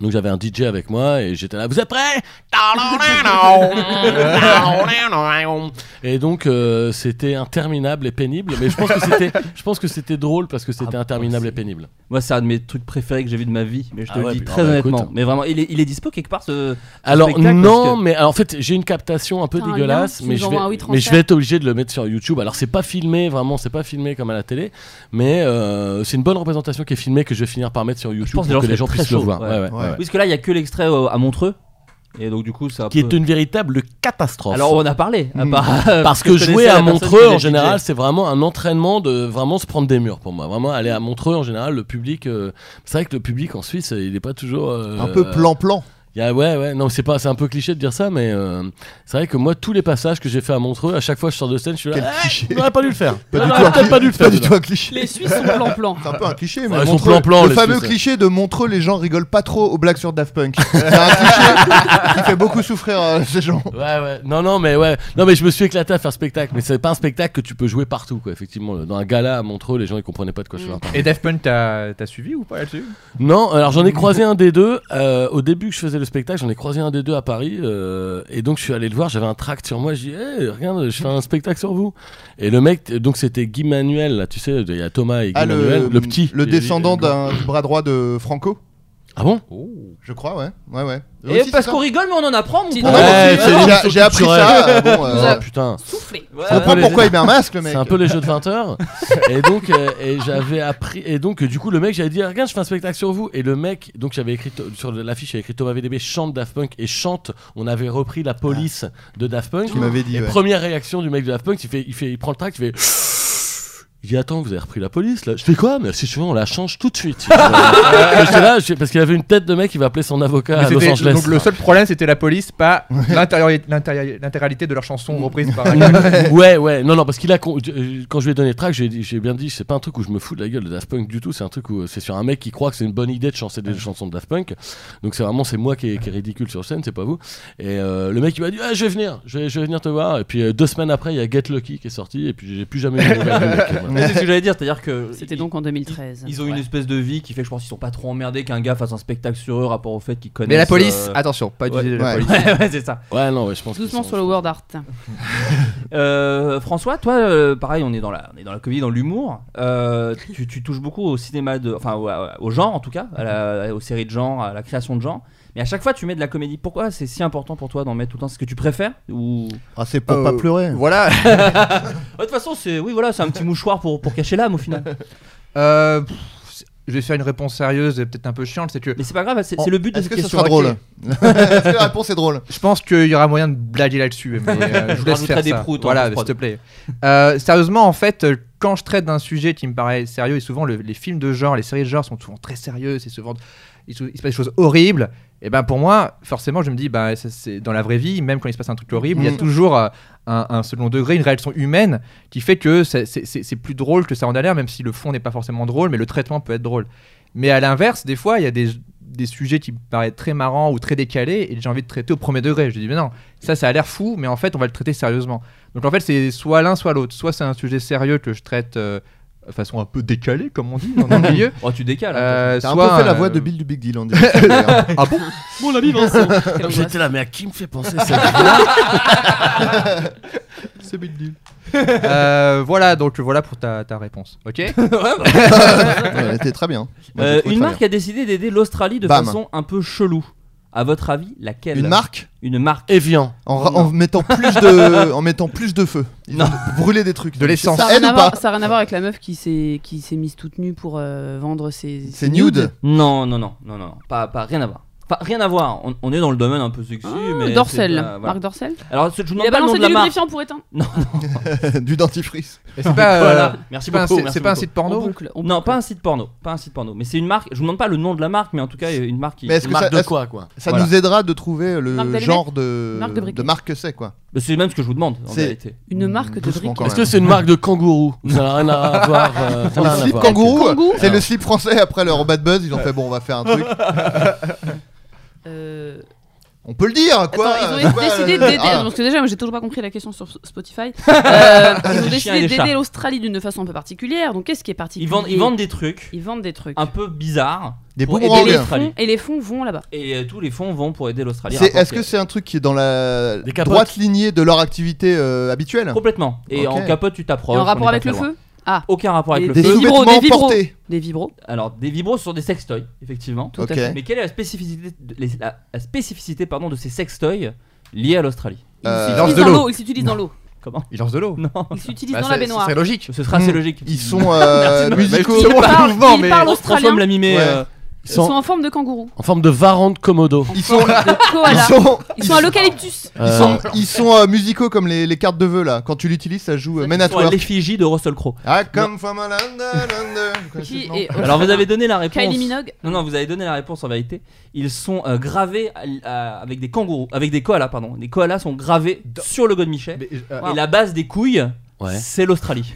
[SPEAKER 8] Donc j'avais un DJ avec moi et j'étais là, vous êtes prêts Et donc euh, c'était interminable et pénible, mais je pense que c'était, je pense que c'était drôle parce que c'était
[SPEAKER 7] Ah,
[SPEAKER 8] interminable
[SPEAKER 7] ouais,
[SPEAKER 8] et pénible.
[SPEAKER 7] Moi, c'est un de mes trucs préférés que j'ai vu de ma vie. Mais je te
[SPEAKER 8] Ah
[SPEAKER 7] le
[SPEAKER 8] ouais,
[SPEAKER 7] dis
[SPEAKER 8] puis-
[SPEAKER 7] très
[SPEAKER 8] ah bah,
[SPEAKER 7] honnêtement.
[SPEAKER 8] écoute.
[SPEAKER 7] Mais vraiment, il est, il est dispo quelque part ce.
[SPEAKER 8] Alors
[SPEAKER 7] spectacle, parce
[SPEAKER 8] non,
[SPEAKER 7] que-
[SPEAKER 8] mais alors, en fait j'ai une captation un peu
[SPEAKER 2] T'as un
[SPEAKER 8] dégueulasse,
[SPEAKER 2] lien, tu
[SPEAKER 8] mais
[SPEAKER 2] nous
[SPEAKER 8] je, vais,
[SPEAKER 2] envoies un oui transfert.
[SPEAKER 8] mais je vais être obligé de le mettre sur YouTube. Alors c'est pas filmé vraiment, c'est pas filmé comme à la télé, mais euh, c'est une bonne représentation qui est filmée que je vais finir par mettre sur YouTube
[SPEAKER 7] pense que
[SPEAKER 8] pour que
[SPEAKER 7] les
[SPEAKER 8] les
[SPEAKER 7] gens
[SPEAKER 8] gens
[SPEAKER 7] seraient
[SPEAKER 8] puissent
[SPEAKER 7] très
[SPEAKER 8] le voir.
[SPEAKER 7] chauds,
[SPEAKER 8] Ouais,
[SPEAKER 7] ouais.
[SPEAKER 8] ouais,
[SPEAKER 6] Ouais.
[SPEAKER 8] ouais.
[SPEAKER 7] Oui, parce que là, il y a que l'extrait euh, à Montreux. Et donc, du coup, ça.
[SPEAKER 8] Qui est une véritable catastrophe.
[SPEAKER 7] Alors, on en a parlé. à
[SPEAKER 6] Mm.
[SPEAKER 7] part-
[SPEAKER 8] Parce
[SPEAKER 7] je
[SPEAKER 8] que
[SPEAKER 7] connaissais
[SPEAKER 8] jouer
[SPEAKER 7] la
[SPEAKER 8] à
[SPEAKER 7] personne
[SPEAKER 8] Montreux
[SPEAKER 7] qui
[SPEAKER 8] en
[SPEAKER 7] était
[SPEAKER 8] général,
[SPEAKER 7] DJ.
[SPEAKER 8] c'est vraiment un entraînement de vraiment se prendre des murs pour moi. Vraiment aller à Montreux en général, le public, euh, c'est vrai que le public en Suisse, euh, il est pas toujours euh,
[SPEAKER 6] Un peu plan-plan.
[SPEAKER 8] il y a- ouais, ouais, non, c'est pas, c'est un peu cliché de dire ça, mais euh, c'est vrai que moi, tous les passages que j'ai fait à Montreux, à chaque fois que je sors de scène, je suis là,
[SPEAKER 6] Quel
[SPEAKER 8] Ah,
[SPEAKER 6] cliché.
[SPEAKER 8] j'aurais pas dû le faire.
[SPEAKER 6] Pas du
[SPEAKER 8] J'aurais
[SPEAKER 6] tout un
[SPEAKER 8] peut-être
[SPEAKER 6] cli-
[SPEAKER 8] pas dû le
[SPEAKER 6] Pas
[SPEAKER 8] faire.
[SPEAKER 6] du
[SPEAKER 8] déjà.
[SPEAKER 6] tout un cliché.
[SPEAKER 2] Les Suisses sont plan-plan.
[SPEAKER 6] C'est un peu un cliché, mais
[SPEAKER 8] Ouais, ils sont
[SPEAKER 6] Montreux-
[SPEAKER 8] plan-plan,
[SPEAKER 6] le
[SPEAKER 8] les
[SPEAKER 6] fameux
[SPEAKER 8] Suisses.
[SPEAKER 6] cliché de Montreux, les gens rigolent pas trop aux blagues sur Daft Punk. C'est un cliché qui fait beaucoup souffrir euh, ces gens.
[SPEAKER 8] Ouais, ouais. Non, non, mais ouais. Non, mais je me suis éclaté à faire spectacle. Mais c'est pas un spectacle que tu peux jouer partout, quoi. Effectivement, dans un gala à Montreux, les gens ils comprenaient pas de quoi je parlais.
[SPEAKER 9] Et Daft Punk, t'as t'as suivi ou pas là-dessus
[SPEAKER 8] Non, alors j'en ai croisé un des deux. euh, au début que je faisais le spectacle, j'en ai croisé un des deux à Paris. euh, et donc je suis allé le voir, j'avais un tract sur moi. J'ai dit, Hey, regarde, je fais un spectacle sur vous. Et le mec, t- donc c'était Guy Manuel, là, tu sais, il y a Thomas et Guy
[SPEAKER 6] Ah,
[SPEAKER 8] Manuel, le, petit.
[SPEAKER 6] Le
[SPEAKER 8] Et-
[SPEAKER 6] descendant
[SPEAKER 8] et-
[SPEAKER 6] d'un du bras droit de Franco,
[SPEAKER 8] Ah bon
[SPEAKER 6] je crois, ouais. Ouais, ouais. Eux
[SPEAKER 7] Et
[SPEAKER 6] aussi,
[SPEAKER 7] parce
[SPEAKER 6] c'est
[SPEAKER 7] qu'on rigole, mais on en apprend, mon
[SPEAKER 2] Ouais,
[SPEAKER 6] ça
[SPEAKER 7] pauvre.
[SPEAKER 6] Ouais,
[SPEAKER 8] Ouais,
[SPEAKER 6] c'est-
[SPEAKER 8] c'est-
[SPEAKER 6] j'ai-
[SPEAKER 8] c'est
[SPEAKER 6] J'ai appris ça.
[SPEAKER 8] culturel.
[SPEAKER 6] euh, bon, euh,
[SPEAKER 8] Ah, putain.
[SPEAKER 2] Soufflé.
[SPEAKER 7] Ouais,
[SPEAKER 6] Je comprends
[SPEAKER 8] les-
[SPEAKER 6] pourquoi il met un masque, le mec.
[SPEAKER 8] C'est un peu les jeux de 20 heures. et donc, euh, et j'avais appris. Et donc, euh, du coup, le mec, j'avais dit, Ah, regarde, je fais un spectacle sur vous. Et le mec, donc, j'avais écrit to- sur l'affiche, j'avais écrit Thomas VDB chante Daft Punk et chante. On avait repris la police de Daft Punk.
[SPEAKER 6] Ah. Tu m'avais dit,
[SPEAKER 8] Et
[SPEAKER 6] ouais.
[SPEAKER 8] première réaction du mec de Daft Punk, il fait, il fait, il prend le track, il fait. Il dit attends vous avez repris la police là Je fais quoi Mais si tu veux on la change tout de suite. Parce que là, je- parce qu'il avait une tête de mec qui va appeler son
[SPEAKER 7] Bah,
[SPEAKER 8] avocat
[SPEAKER 9] Mais
[SPEAKER 8] à Los
[SPEAKER 9] Ah, c'était-
[SPEAKER 8] Angeles.
[SPEAKER 9] donc le seul problème c'était la police, pas l'intériori- l'intériori- l'intéralité de leur chanson
[SPEAKER 7] Mm.
[SPEAKER 9] reprise par.
[SPEAKER 8] ouais, ouais, non, non, parce qu'il a. con- euh, Quand je lui ai donné le track, j'ai dit- j'ai bien dit, c'est pas un truc où je me fous de la gueule de Daft Punk du tout, c'est un truc où euh, c'est sur un mec qui croit que c'est une bonne idée de chanter des chansons de Daft Punk. Donc c'est vraiment, c'est moi qui est, qui est ridicule sur scène, c'est pas vous. Et euh, le mec, il m'a dit, ah, je vais venir, je vais, je vais venir te voir. Et puis euh, deux semaines après, il y a Get Lucky qui est sorti, et puis j'ai plus jamais eu de nouvelles du mec, voilà.
[SPEAKER 7] Mais C'est ce que j'allais dire, c'est-à-dire que.
[SPEAKER 2] C'était
[SPEAKER 7] ils-
[SPEAKER 2] donc en 2013.
[SPEAKER 7] Ils ont une espèce de vie qui fait que je pense qu'ils sont pas trop emmerdés qu'un gars fasse un spectacle sur eux rapport au fait qu'ils connaissent.
[SPEAKER 9] Mais la police,
[SPEAKER 7] euh,
[SPEAKER 9] attention, pas
[SPEAKER 7] ouais.
[SPEAKER 9] utiliser la
[SPEAKER 6] Ouais.
[SPEAKER 9] police.
[SPEAKER 7] ouais, ouais, c'est ça.
[SPEAKER 8] Ouais, non, ouais, je pense. qu'ils
[SPEAKER 2] Doucement
[SPEAKER 8] sont-
[SPEAKER 2] sur le World Art.
[SPEAKER 7] Euh, François, toi, euh, pareil, on est dans la, on est dans la comédie, dans l'humour. Euh, tu, tu touches beaucoup au cinéma, de, enfin au, au genre en tout cas, à la- aux séries de genre, à la création de genre. Mais à chaque fois, tu mets de la comédie. Pourquoi c'est si important pour toi d'en mettre tout le temps C'est ce que tu préfères ou
[SPEAKER 6] Ah, c'est pour
[SPEAKER 9] Euh,
[SPEAKER 6] pas pleurer.
[SPEAKER 9] Voilà.
[SPEAKER 7] Ah, De toute façon, c'est oui, voilà, c'est un petit mouchoir pour, pour cacher l'âme au final.
[SPEAKER 9] Euh, pff, je vais faire une réponse sérieuse et peut-être un peu chiante, c'est que
[SPEAKER 7] Mais c'est pas grave, c'est c'est le but de
[SPEAKER 6] Est-ce
[SPEAKER 7] cette
[SPEAKER 6] que ce
[SPEAKER 7] question.
[SPEAKER 6] sera drôle Est-ce que la réponse est drôle
[SPEAKER 9] je pense qu'il y aura moyen de blaguer là-dessus. Mais euh, je vous laisse
[SPEAKER 7] Rajouterai
[SPEAKER 9] faire
[SPEAKER 7] des
[SPEAKER 9] ça.
[SPEAKER 7] proutes hein, en
[SPEAKER 9] voilà, s'il
[SPEAKER 7] post-prod.
[SPEAKER 9] te plaît. Euh, sérieusement, en fait, euh, quand je traite d'un sujet qui me paraît sérieux, et souvent le- les films de genre, les séries de genre sont souvent très sérieuses, c'est souvent il, se il se passe des choses horribles. Et ben pour moi, forcément, je me dis, bah, ça, c'est dans la vraie vie, même quand il se passe un truc horrible, il y a
[SPEAKER 6] Mm.
[SPEAKER 9] toujours euh, un, un second degré, une réaction humaine qui fait que c'est- c'est c'est- c'est plus drôle que ça en a l'air, même si le fond n'est pas forcément drôle, mais le traitement peut être drôle. Mais à l'inverse, des fois, il y a des, des sujets qui me paraissent très marrants ou très décalés et j'ai envie de traiter au premier degré. Je dis, mais non, ça, ça a l'air fou, mais en fait, on va le traiter sérieusement. Donc en fait, c'est soit l'un, soit l'autre. Soit c'est un sujet sérieux que je traite euh, de façon un peu décalée, comme on dit, dans le milieu.
[SPEAKER 7] Oh, tu décales. hein,
[SPEAKER 9] Euh,
[SPEAKER 6] T'as un
[SPEAKER 9] soit,
[SPEAKER 6] peu fait la voix
[SPEAKER 9] euh,
[SPEAKER 6] de Bill du Big Deal, on dirait. D'ailleurs.
[SPEAKER 9] Ah bon
[SPEAKER 7] Mon ami Vincent.
[SPEAKER 8] J'étais là, mais à qui me fait penser ça
[SPEAKER 9] C'est Big Deal. Euh, voilà, donc voilà pour ta, ta réponse. Ok
[SPEAKER 6] Ouais, Elle était très bah, bien. Moi, j'ai
[SPEAKER 7] Euh,
[SPEAKER 6] trouvé
[SPEAKER 7] une
[SPEAKER 6] très
[SPEAKER 7] marque a décidé d'aider l'Australie de
[SPEAKER 6] Bam.
[SPEAKER 7] façon un peu chelou. À votre avis,
[SPEAKER 6] bien.
[SPEAKER 7] laquelle
[SPEAKER 6] Une marque
[SPEAKER 7] Une marque.
[SPEAKER 8] Evian.
[SPEAKER 6] en, ra- en mettant plus de en mettant plus de feu. Ils
[SPEAKER 7] Non.
[SPEAKER 6] ont brûlé des trucs.
[SPEAKER 9] De l'essence.
[SPEAKER 2] Ça
[SPEAKER 6] Ça
[SPEAKER 2] n'a
[SPEAKER 6] aide
[SPEAKER 2] rien,
[SPEAKER 6] ou
[SPEAKER 2] à
[SPEAKER 6] pas
[SPEAKER 2] voir- ça a rien à voir avec la meuf qui s'est qui s'est mise toute nue pour euh, vendre ses,
[SPEAKER 6] C'est nude.
[SPEAKER 7] Non, non, non, non, non, non. Pas, pas rien à voir. Pas rien à voir. On, on est dans le domaine un peu sexy, mais c'est
[SPEAKER 2] Dorsel,
[SPEAKER 7] pas- voilà.
[SPEAKER 2] Ah, Marc Dorsel.
[SPEAKER 7] Alors, je vous
[SPEAKER 2] Il
[SPEAKER 7] demande
[SPEAKER 2] a
[SPEAKER 7] pas le nom de
[SPEAKER 2] balancé du
[SPEAKER 7] la marque.
[SPEAKER 2] lubrifiant pour éteindre.
[SPEAKER 7] Non, non.
[SPEAKER 6] du dentifrice.
[SPEAKER 9] Mais C'est pas, euh,
[SPEAKER 7] Voilà. Merci
[SPEAKER 9] c'est pas un,
[SPEAKER 7] beaucoup.
[SPEAKER 9] c'est-
[SPEAKER 7] merci
[SPEAKER 9] c'est pas un
[SPEAKER 7] beaucoup.
[SPEAKER 9] site
[SPEAKER 2] On
[SPEAKER 9] porno
[SPEAKER 2] boucle, on
[SPEAKER 7] Non,
[SPEAKER 2] boucle.
[SPEAKER 7] pas un site porno, pas un site porno, mais c'est une marque. Je vous demande pas le nom de la marque, mais en tout cas une marque. Qui...
[SPEAKER 6] Mais est-ce que
[SPEAKER 8] Une marque
[SPEAKER 6] ça,
[SPEAKER 8] de
[SPEAKER 6] est-ce-
[SPEAKER 8] quoi, quoi
[SPEAKER 6] ça
[SPEAKER 7] Voilà.
[SPEAKER 6] nous aidera de trouver le
[SPEAKER 2] Marque d'allumettes
[SPEAKER 6] genre de
[SPEAKER 2] Marque de briquet.
[SPEAKER 6] marque que c'est quoi
[SPEAKER 7] Mais C'est même ce que je vous demande en
[SPEAKER 6] C'est-
[SPEAKER 7] réalité.
[SPEAKER 2] Une marque de
[SPEAKER 6] Doucement,
[SPEAKER 2] briques.
[SPEAKER 6] quand
[SPEAKER 8] Est-ce que c'est une marque de kangourou Ça n'a rien à voir. euh, ça n'a rien
[SPEAKER 6] Le
[SPEAKER 8] à
[SPEAKER 6] slip
[SPEAKER 8] voir.
[SPEAKER 2] Kangou
[SPEAKER 6] kangourou, c'est le slip français après leur bad buzz, ils ont fait bon, on va faire un truc.
[SPEAKER 2] Euh,
[SPEAKER 6] On peut le dire quoi
[SPEAKER 2] Attends, ils ont
[SPEAKER 6] Quoi,
[SPEAKER 2] décidé
[SPEAKER 6] euh,
[SPEAKER 2] d'aider.
[SPEAKER 6] ah.
[SPEAKER 2] Parce que déjà, moi, j'ai toujours pas compris la question sur Spotify. Euh, ils ont
[SPEAKER 7] Des chiens et
[SPEAKER 2] décidé
[SPEAKER 7] des chats.
[SPEAKER 2] d'aider l'Australie d'une façon un peu particulière. Donc, qu'est-ce qui est particulier
[SPEAKER 7] Ils vendent, ils vendent des trucs
[SPEAKER 2] Ils vendent des trucs.
[SPEAKER 7] un peu bizarres.
[SPEAKER 6] Des
[SPEAKER 7] pour
[SPEAKER 6] boomerangs.
[SPEAKER 7] aider
[SPEAKER 2] Et les
[SPEAKER 7] l'Australie.
[SPEAKER 2] fonds- Et les fonds vont là-bas.
[SPEAKER 7] Et euh, tous les fonds vont pour aider l'australie
[SPEAKER 6] C'est- Est-ce
[SPEAKER 7] rapporté.
[SPEAKER 6] que c'est un truc qui est dans la
[SPEAKER 8] Des capotes.
[SPEAKER 6] droite lignée de leur activité euh, habituelle
[SPEAKER 7] complètement Et
[SPEAKER 6] Ok.
[SPEAKER 7] en capote, tu
[SPEAKER 2] Et
[SPEAKER 7] t'approches.
[SPEAKER 2] en
[SPEAKER 7] on est
[SPEAKER 2] rapport
[SPEAKER 7] pas
[SPEAKER 2] avec
[SPEAKER 7] très
[SPEAKER 2] le
[SPEAKER 7] loin.
[SPEAKER 2] feu
[SPEAKER 7] Aucun rapport avec
[SPEAKER 2] Et
[SPEAKER 7] le
[SPEAKER 6] Des
[SPEAKER 7] feu.
[SPEAKER 2] vibros, des
[SPEAKER 6] sous-vêtements
[SPEAKER 2] vibros.
[SPEAKER 6] portés.
[SPEAKER 2] Des vibros.
[SPEAKER 7] Alors des vibros sur des sextoys, effectivement.
[SPEAKER 6] Ok.
[SPEAKER 2] à fait.
[SPEAKER 7] Mais quelle est la spécificité, de, les- la, la spécificité pardon, de ces sextoys liés à l'australie
[SPEAKER 2] Ils
[SPEAKER 6] Euh,
[SPEAKER 2] s'utilisent
[SPEAKER 9] lance de
[SPEAKER 2] dans
[SPEAKER 9] l'eau.
[SPEAKER 2] l'eau. Ils s'utilisent dans l'eau.
[SPEAKER 7] Comment
[SPEAKER 9] Ils lancent de l'eau.
[SPEAKER 7] Non.
[SPEAKER 2] Ils s'utilisent
[SPEAKER 9] Bah,
[SPEAKER 2] dans la
[SPEAKER 9] c'est-
[SPEAKER 2] bénoire.
[SPEAKER 9] ce serait logique.
[SPEAKER 7] Ce sera assez logique. Ah,
[SPEAKER 6] Ils sont euh,
[SPEAKER 7] Merci,
[SPEAKER 6] musicaux.
[SPEAKER 9] Maxime.
[SPEAKER 2] Ils
[SPEAKER 9] Bon, le
[SPEAKER 2] parlent-
[SPEAKER 9] mouvement,
[SPEAKER 2] Ils
[SPEAKER 9] mais-
[SPEAKER 2] parlent
[SPEAKER 7] François
[SPEAKER 2] australien.
[SPEAKER 7] me l'a mimé.
[SPEAKER 6] Ouais.
[SPEAKER 7] euh,
[SPEAKER 8] Ils
[SPEAKER 2] Ils sont
[SPEAKER 8] sont
[SPEAKER 2] en forme de kangourou.
[SPEAKER 8] en forme de varande Komodo.
[SPEAKER 6] Ils sont,
[SPEAKER 2] De
[SPEAKER 6] ils
[SPEAKER 2] koala.
[SPEAKER 6] sont,
[SPEAKER 2] Ils sont à l'eucalyptus.
[SPEAKER 6] ils
[SPEAKER 8] Euh,
[SPEAKER 6] sont, ils sont, euh, musicaux comme les, les cartes de vœux là. Quand tu l'utilises, ça joue euh, Men
[SPEAKER 7] ils
[SPEAKER 6] at
[SPEAKER 7] sont à
[SPEAKER 6] Work.
[SPEAKER 7] l'effigie de Russell Crowe.
[SPEAKER 6] Ah, come from a land, land, land.
[SPEAKER 2] Qui
[SPEAKER 6] Non.
[SPEAKER 2] est
[SPEAKER 7] Alors vous avez donné la réponse.
[SPEAKER 2] Ah, Kylie Minogue.
[SPEAKER 7] Non, non, vous avez donné la réponse en vérité. Ils sont euh, gravés à l- à- avec des kangourous, avec des koalas, pardon. Les koalas sont gravés sur le godemichet.
[SPEAKER 9] Mais, euh,
[SPEAKER 7] Et la base des couilles,
[SPEAKER 8] Ouais.
[SPEAKER 7] c'est l'Australie.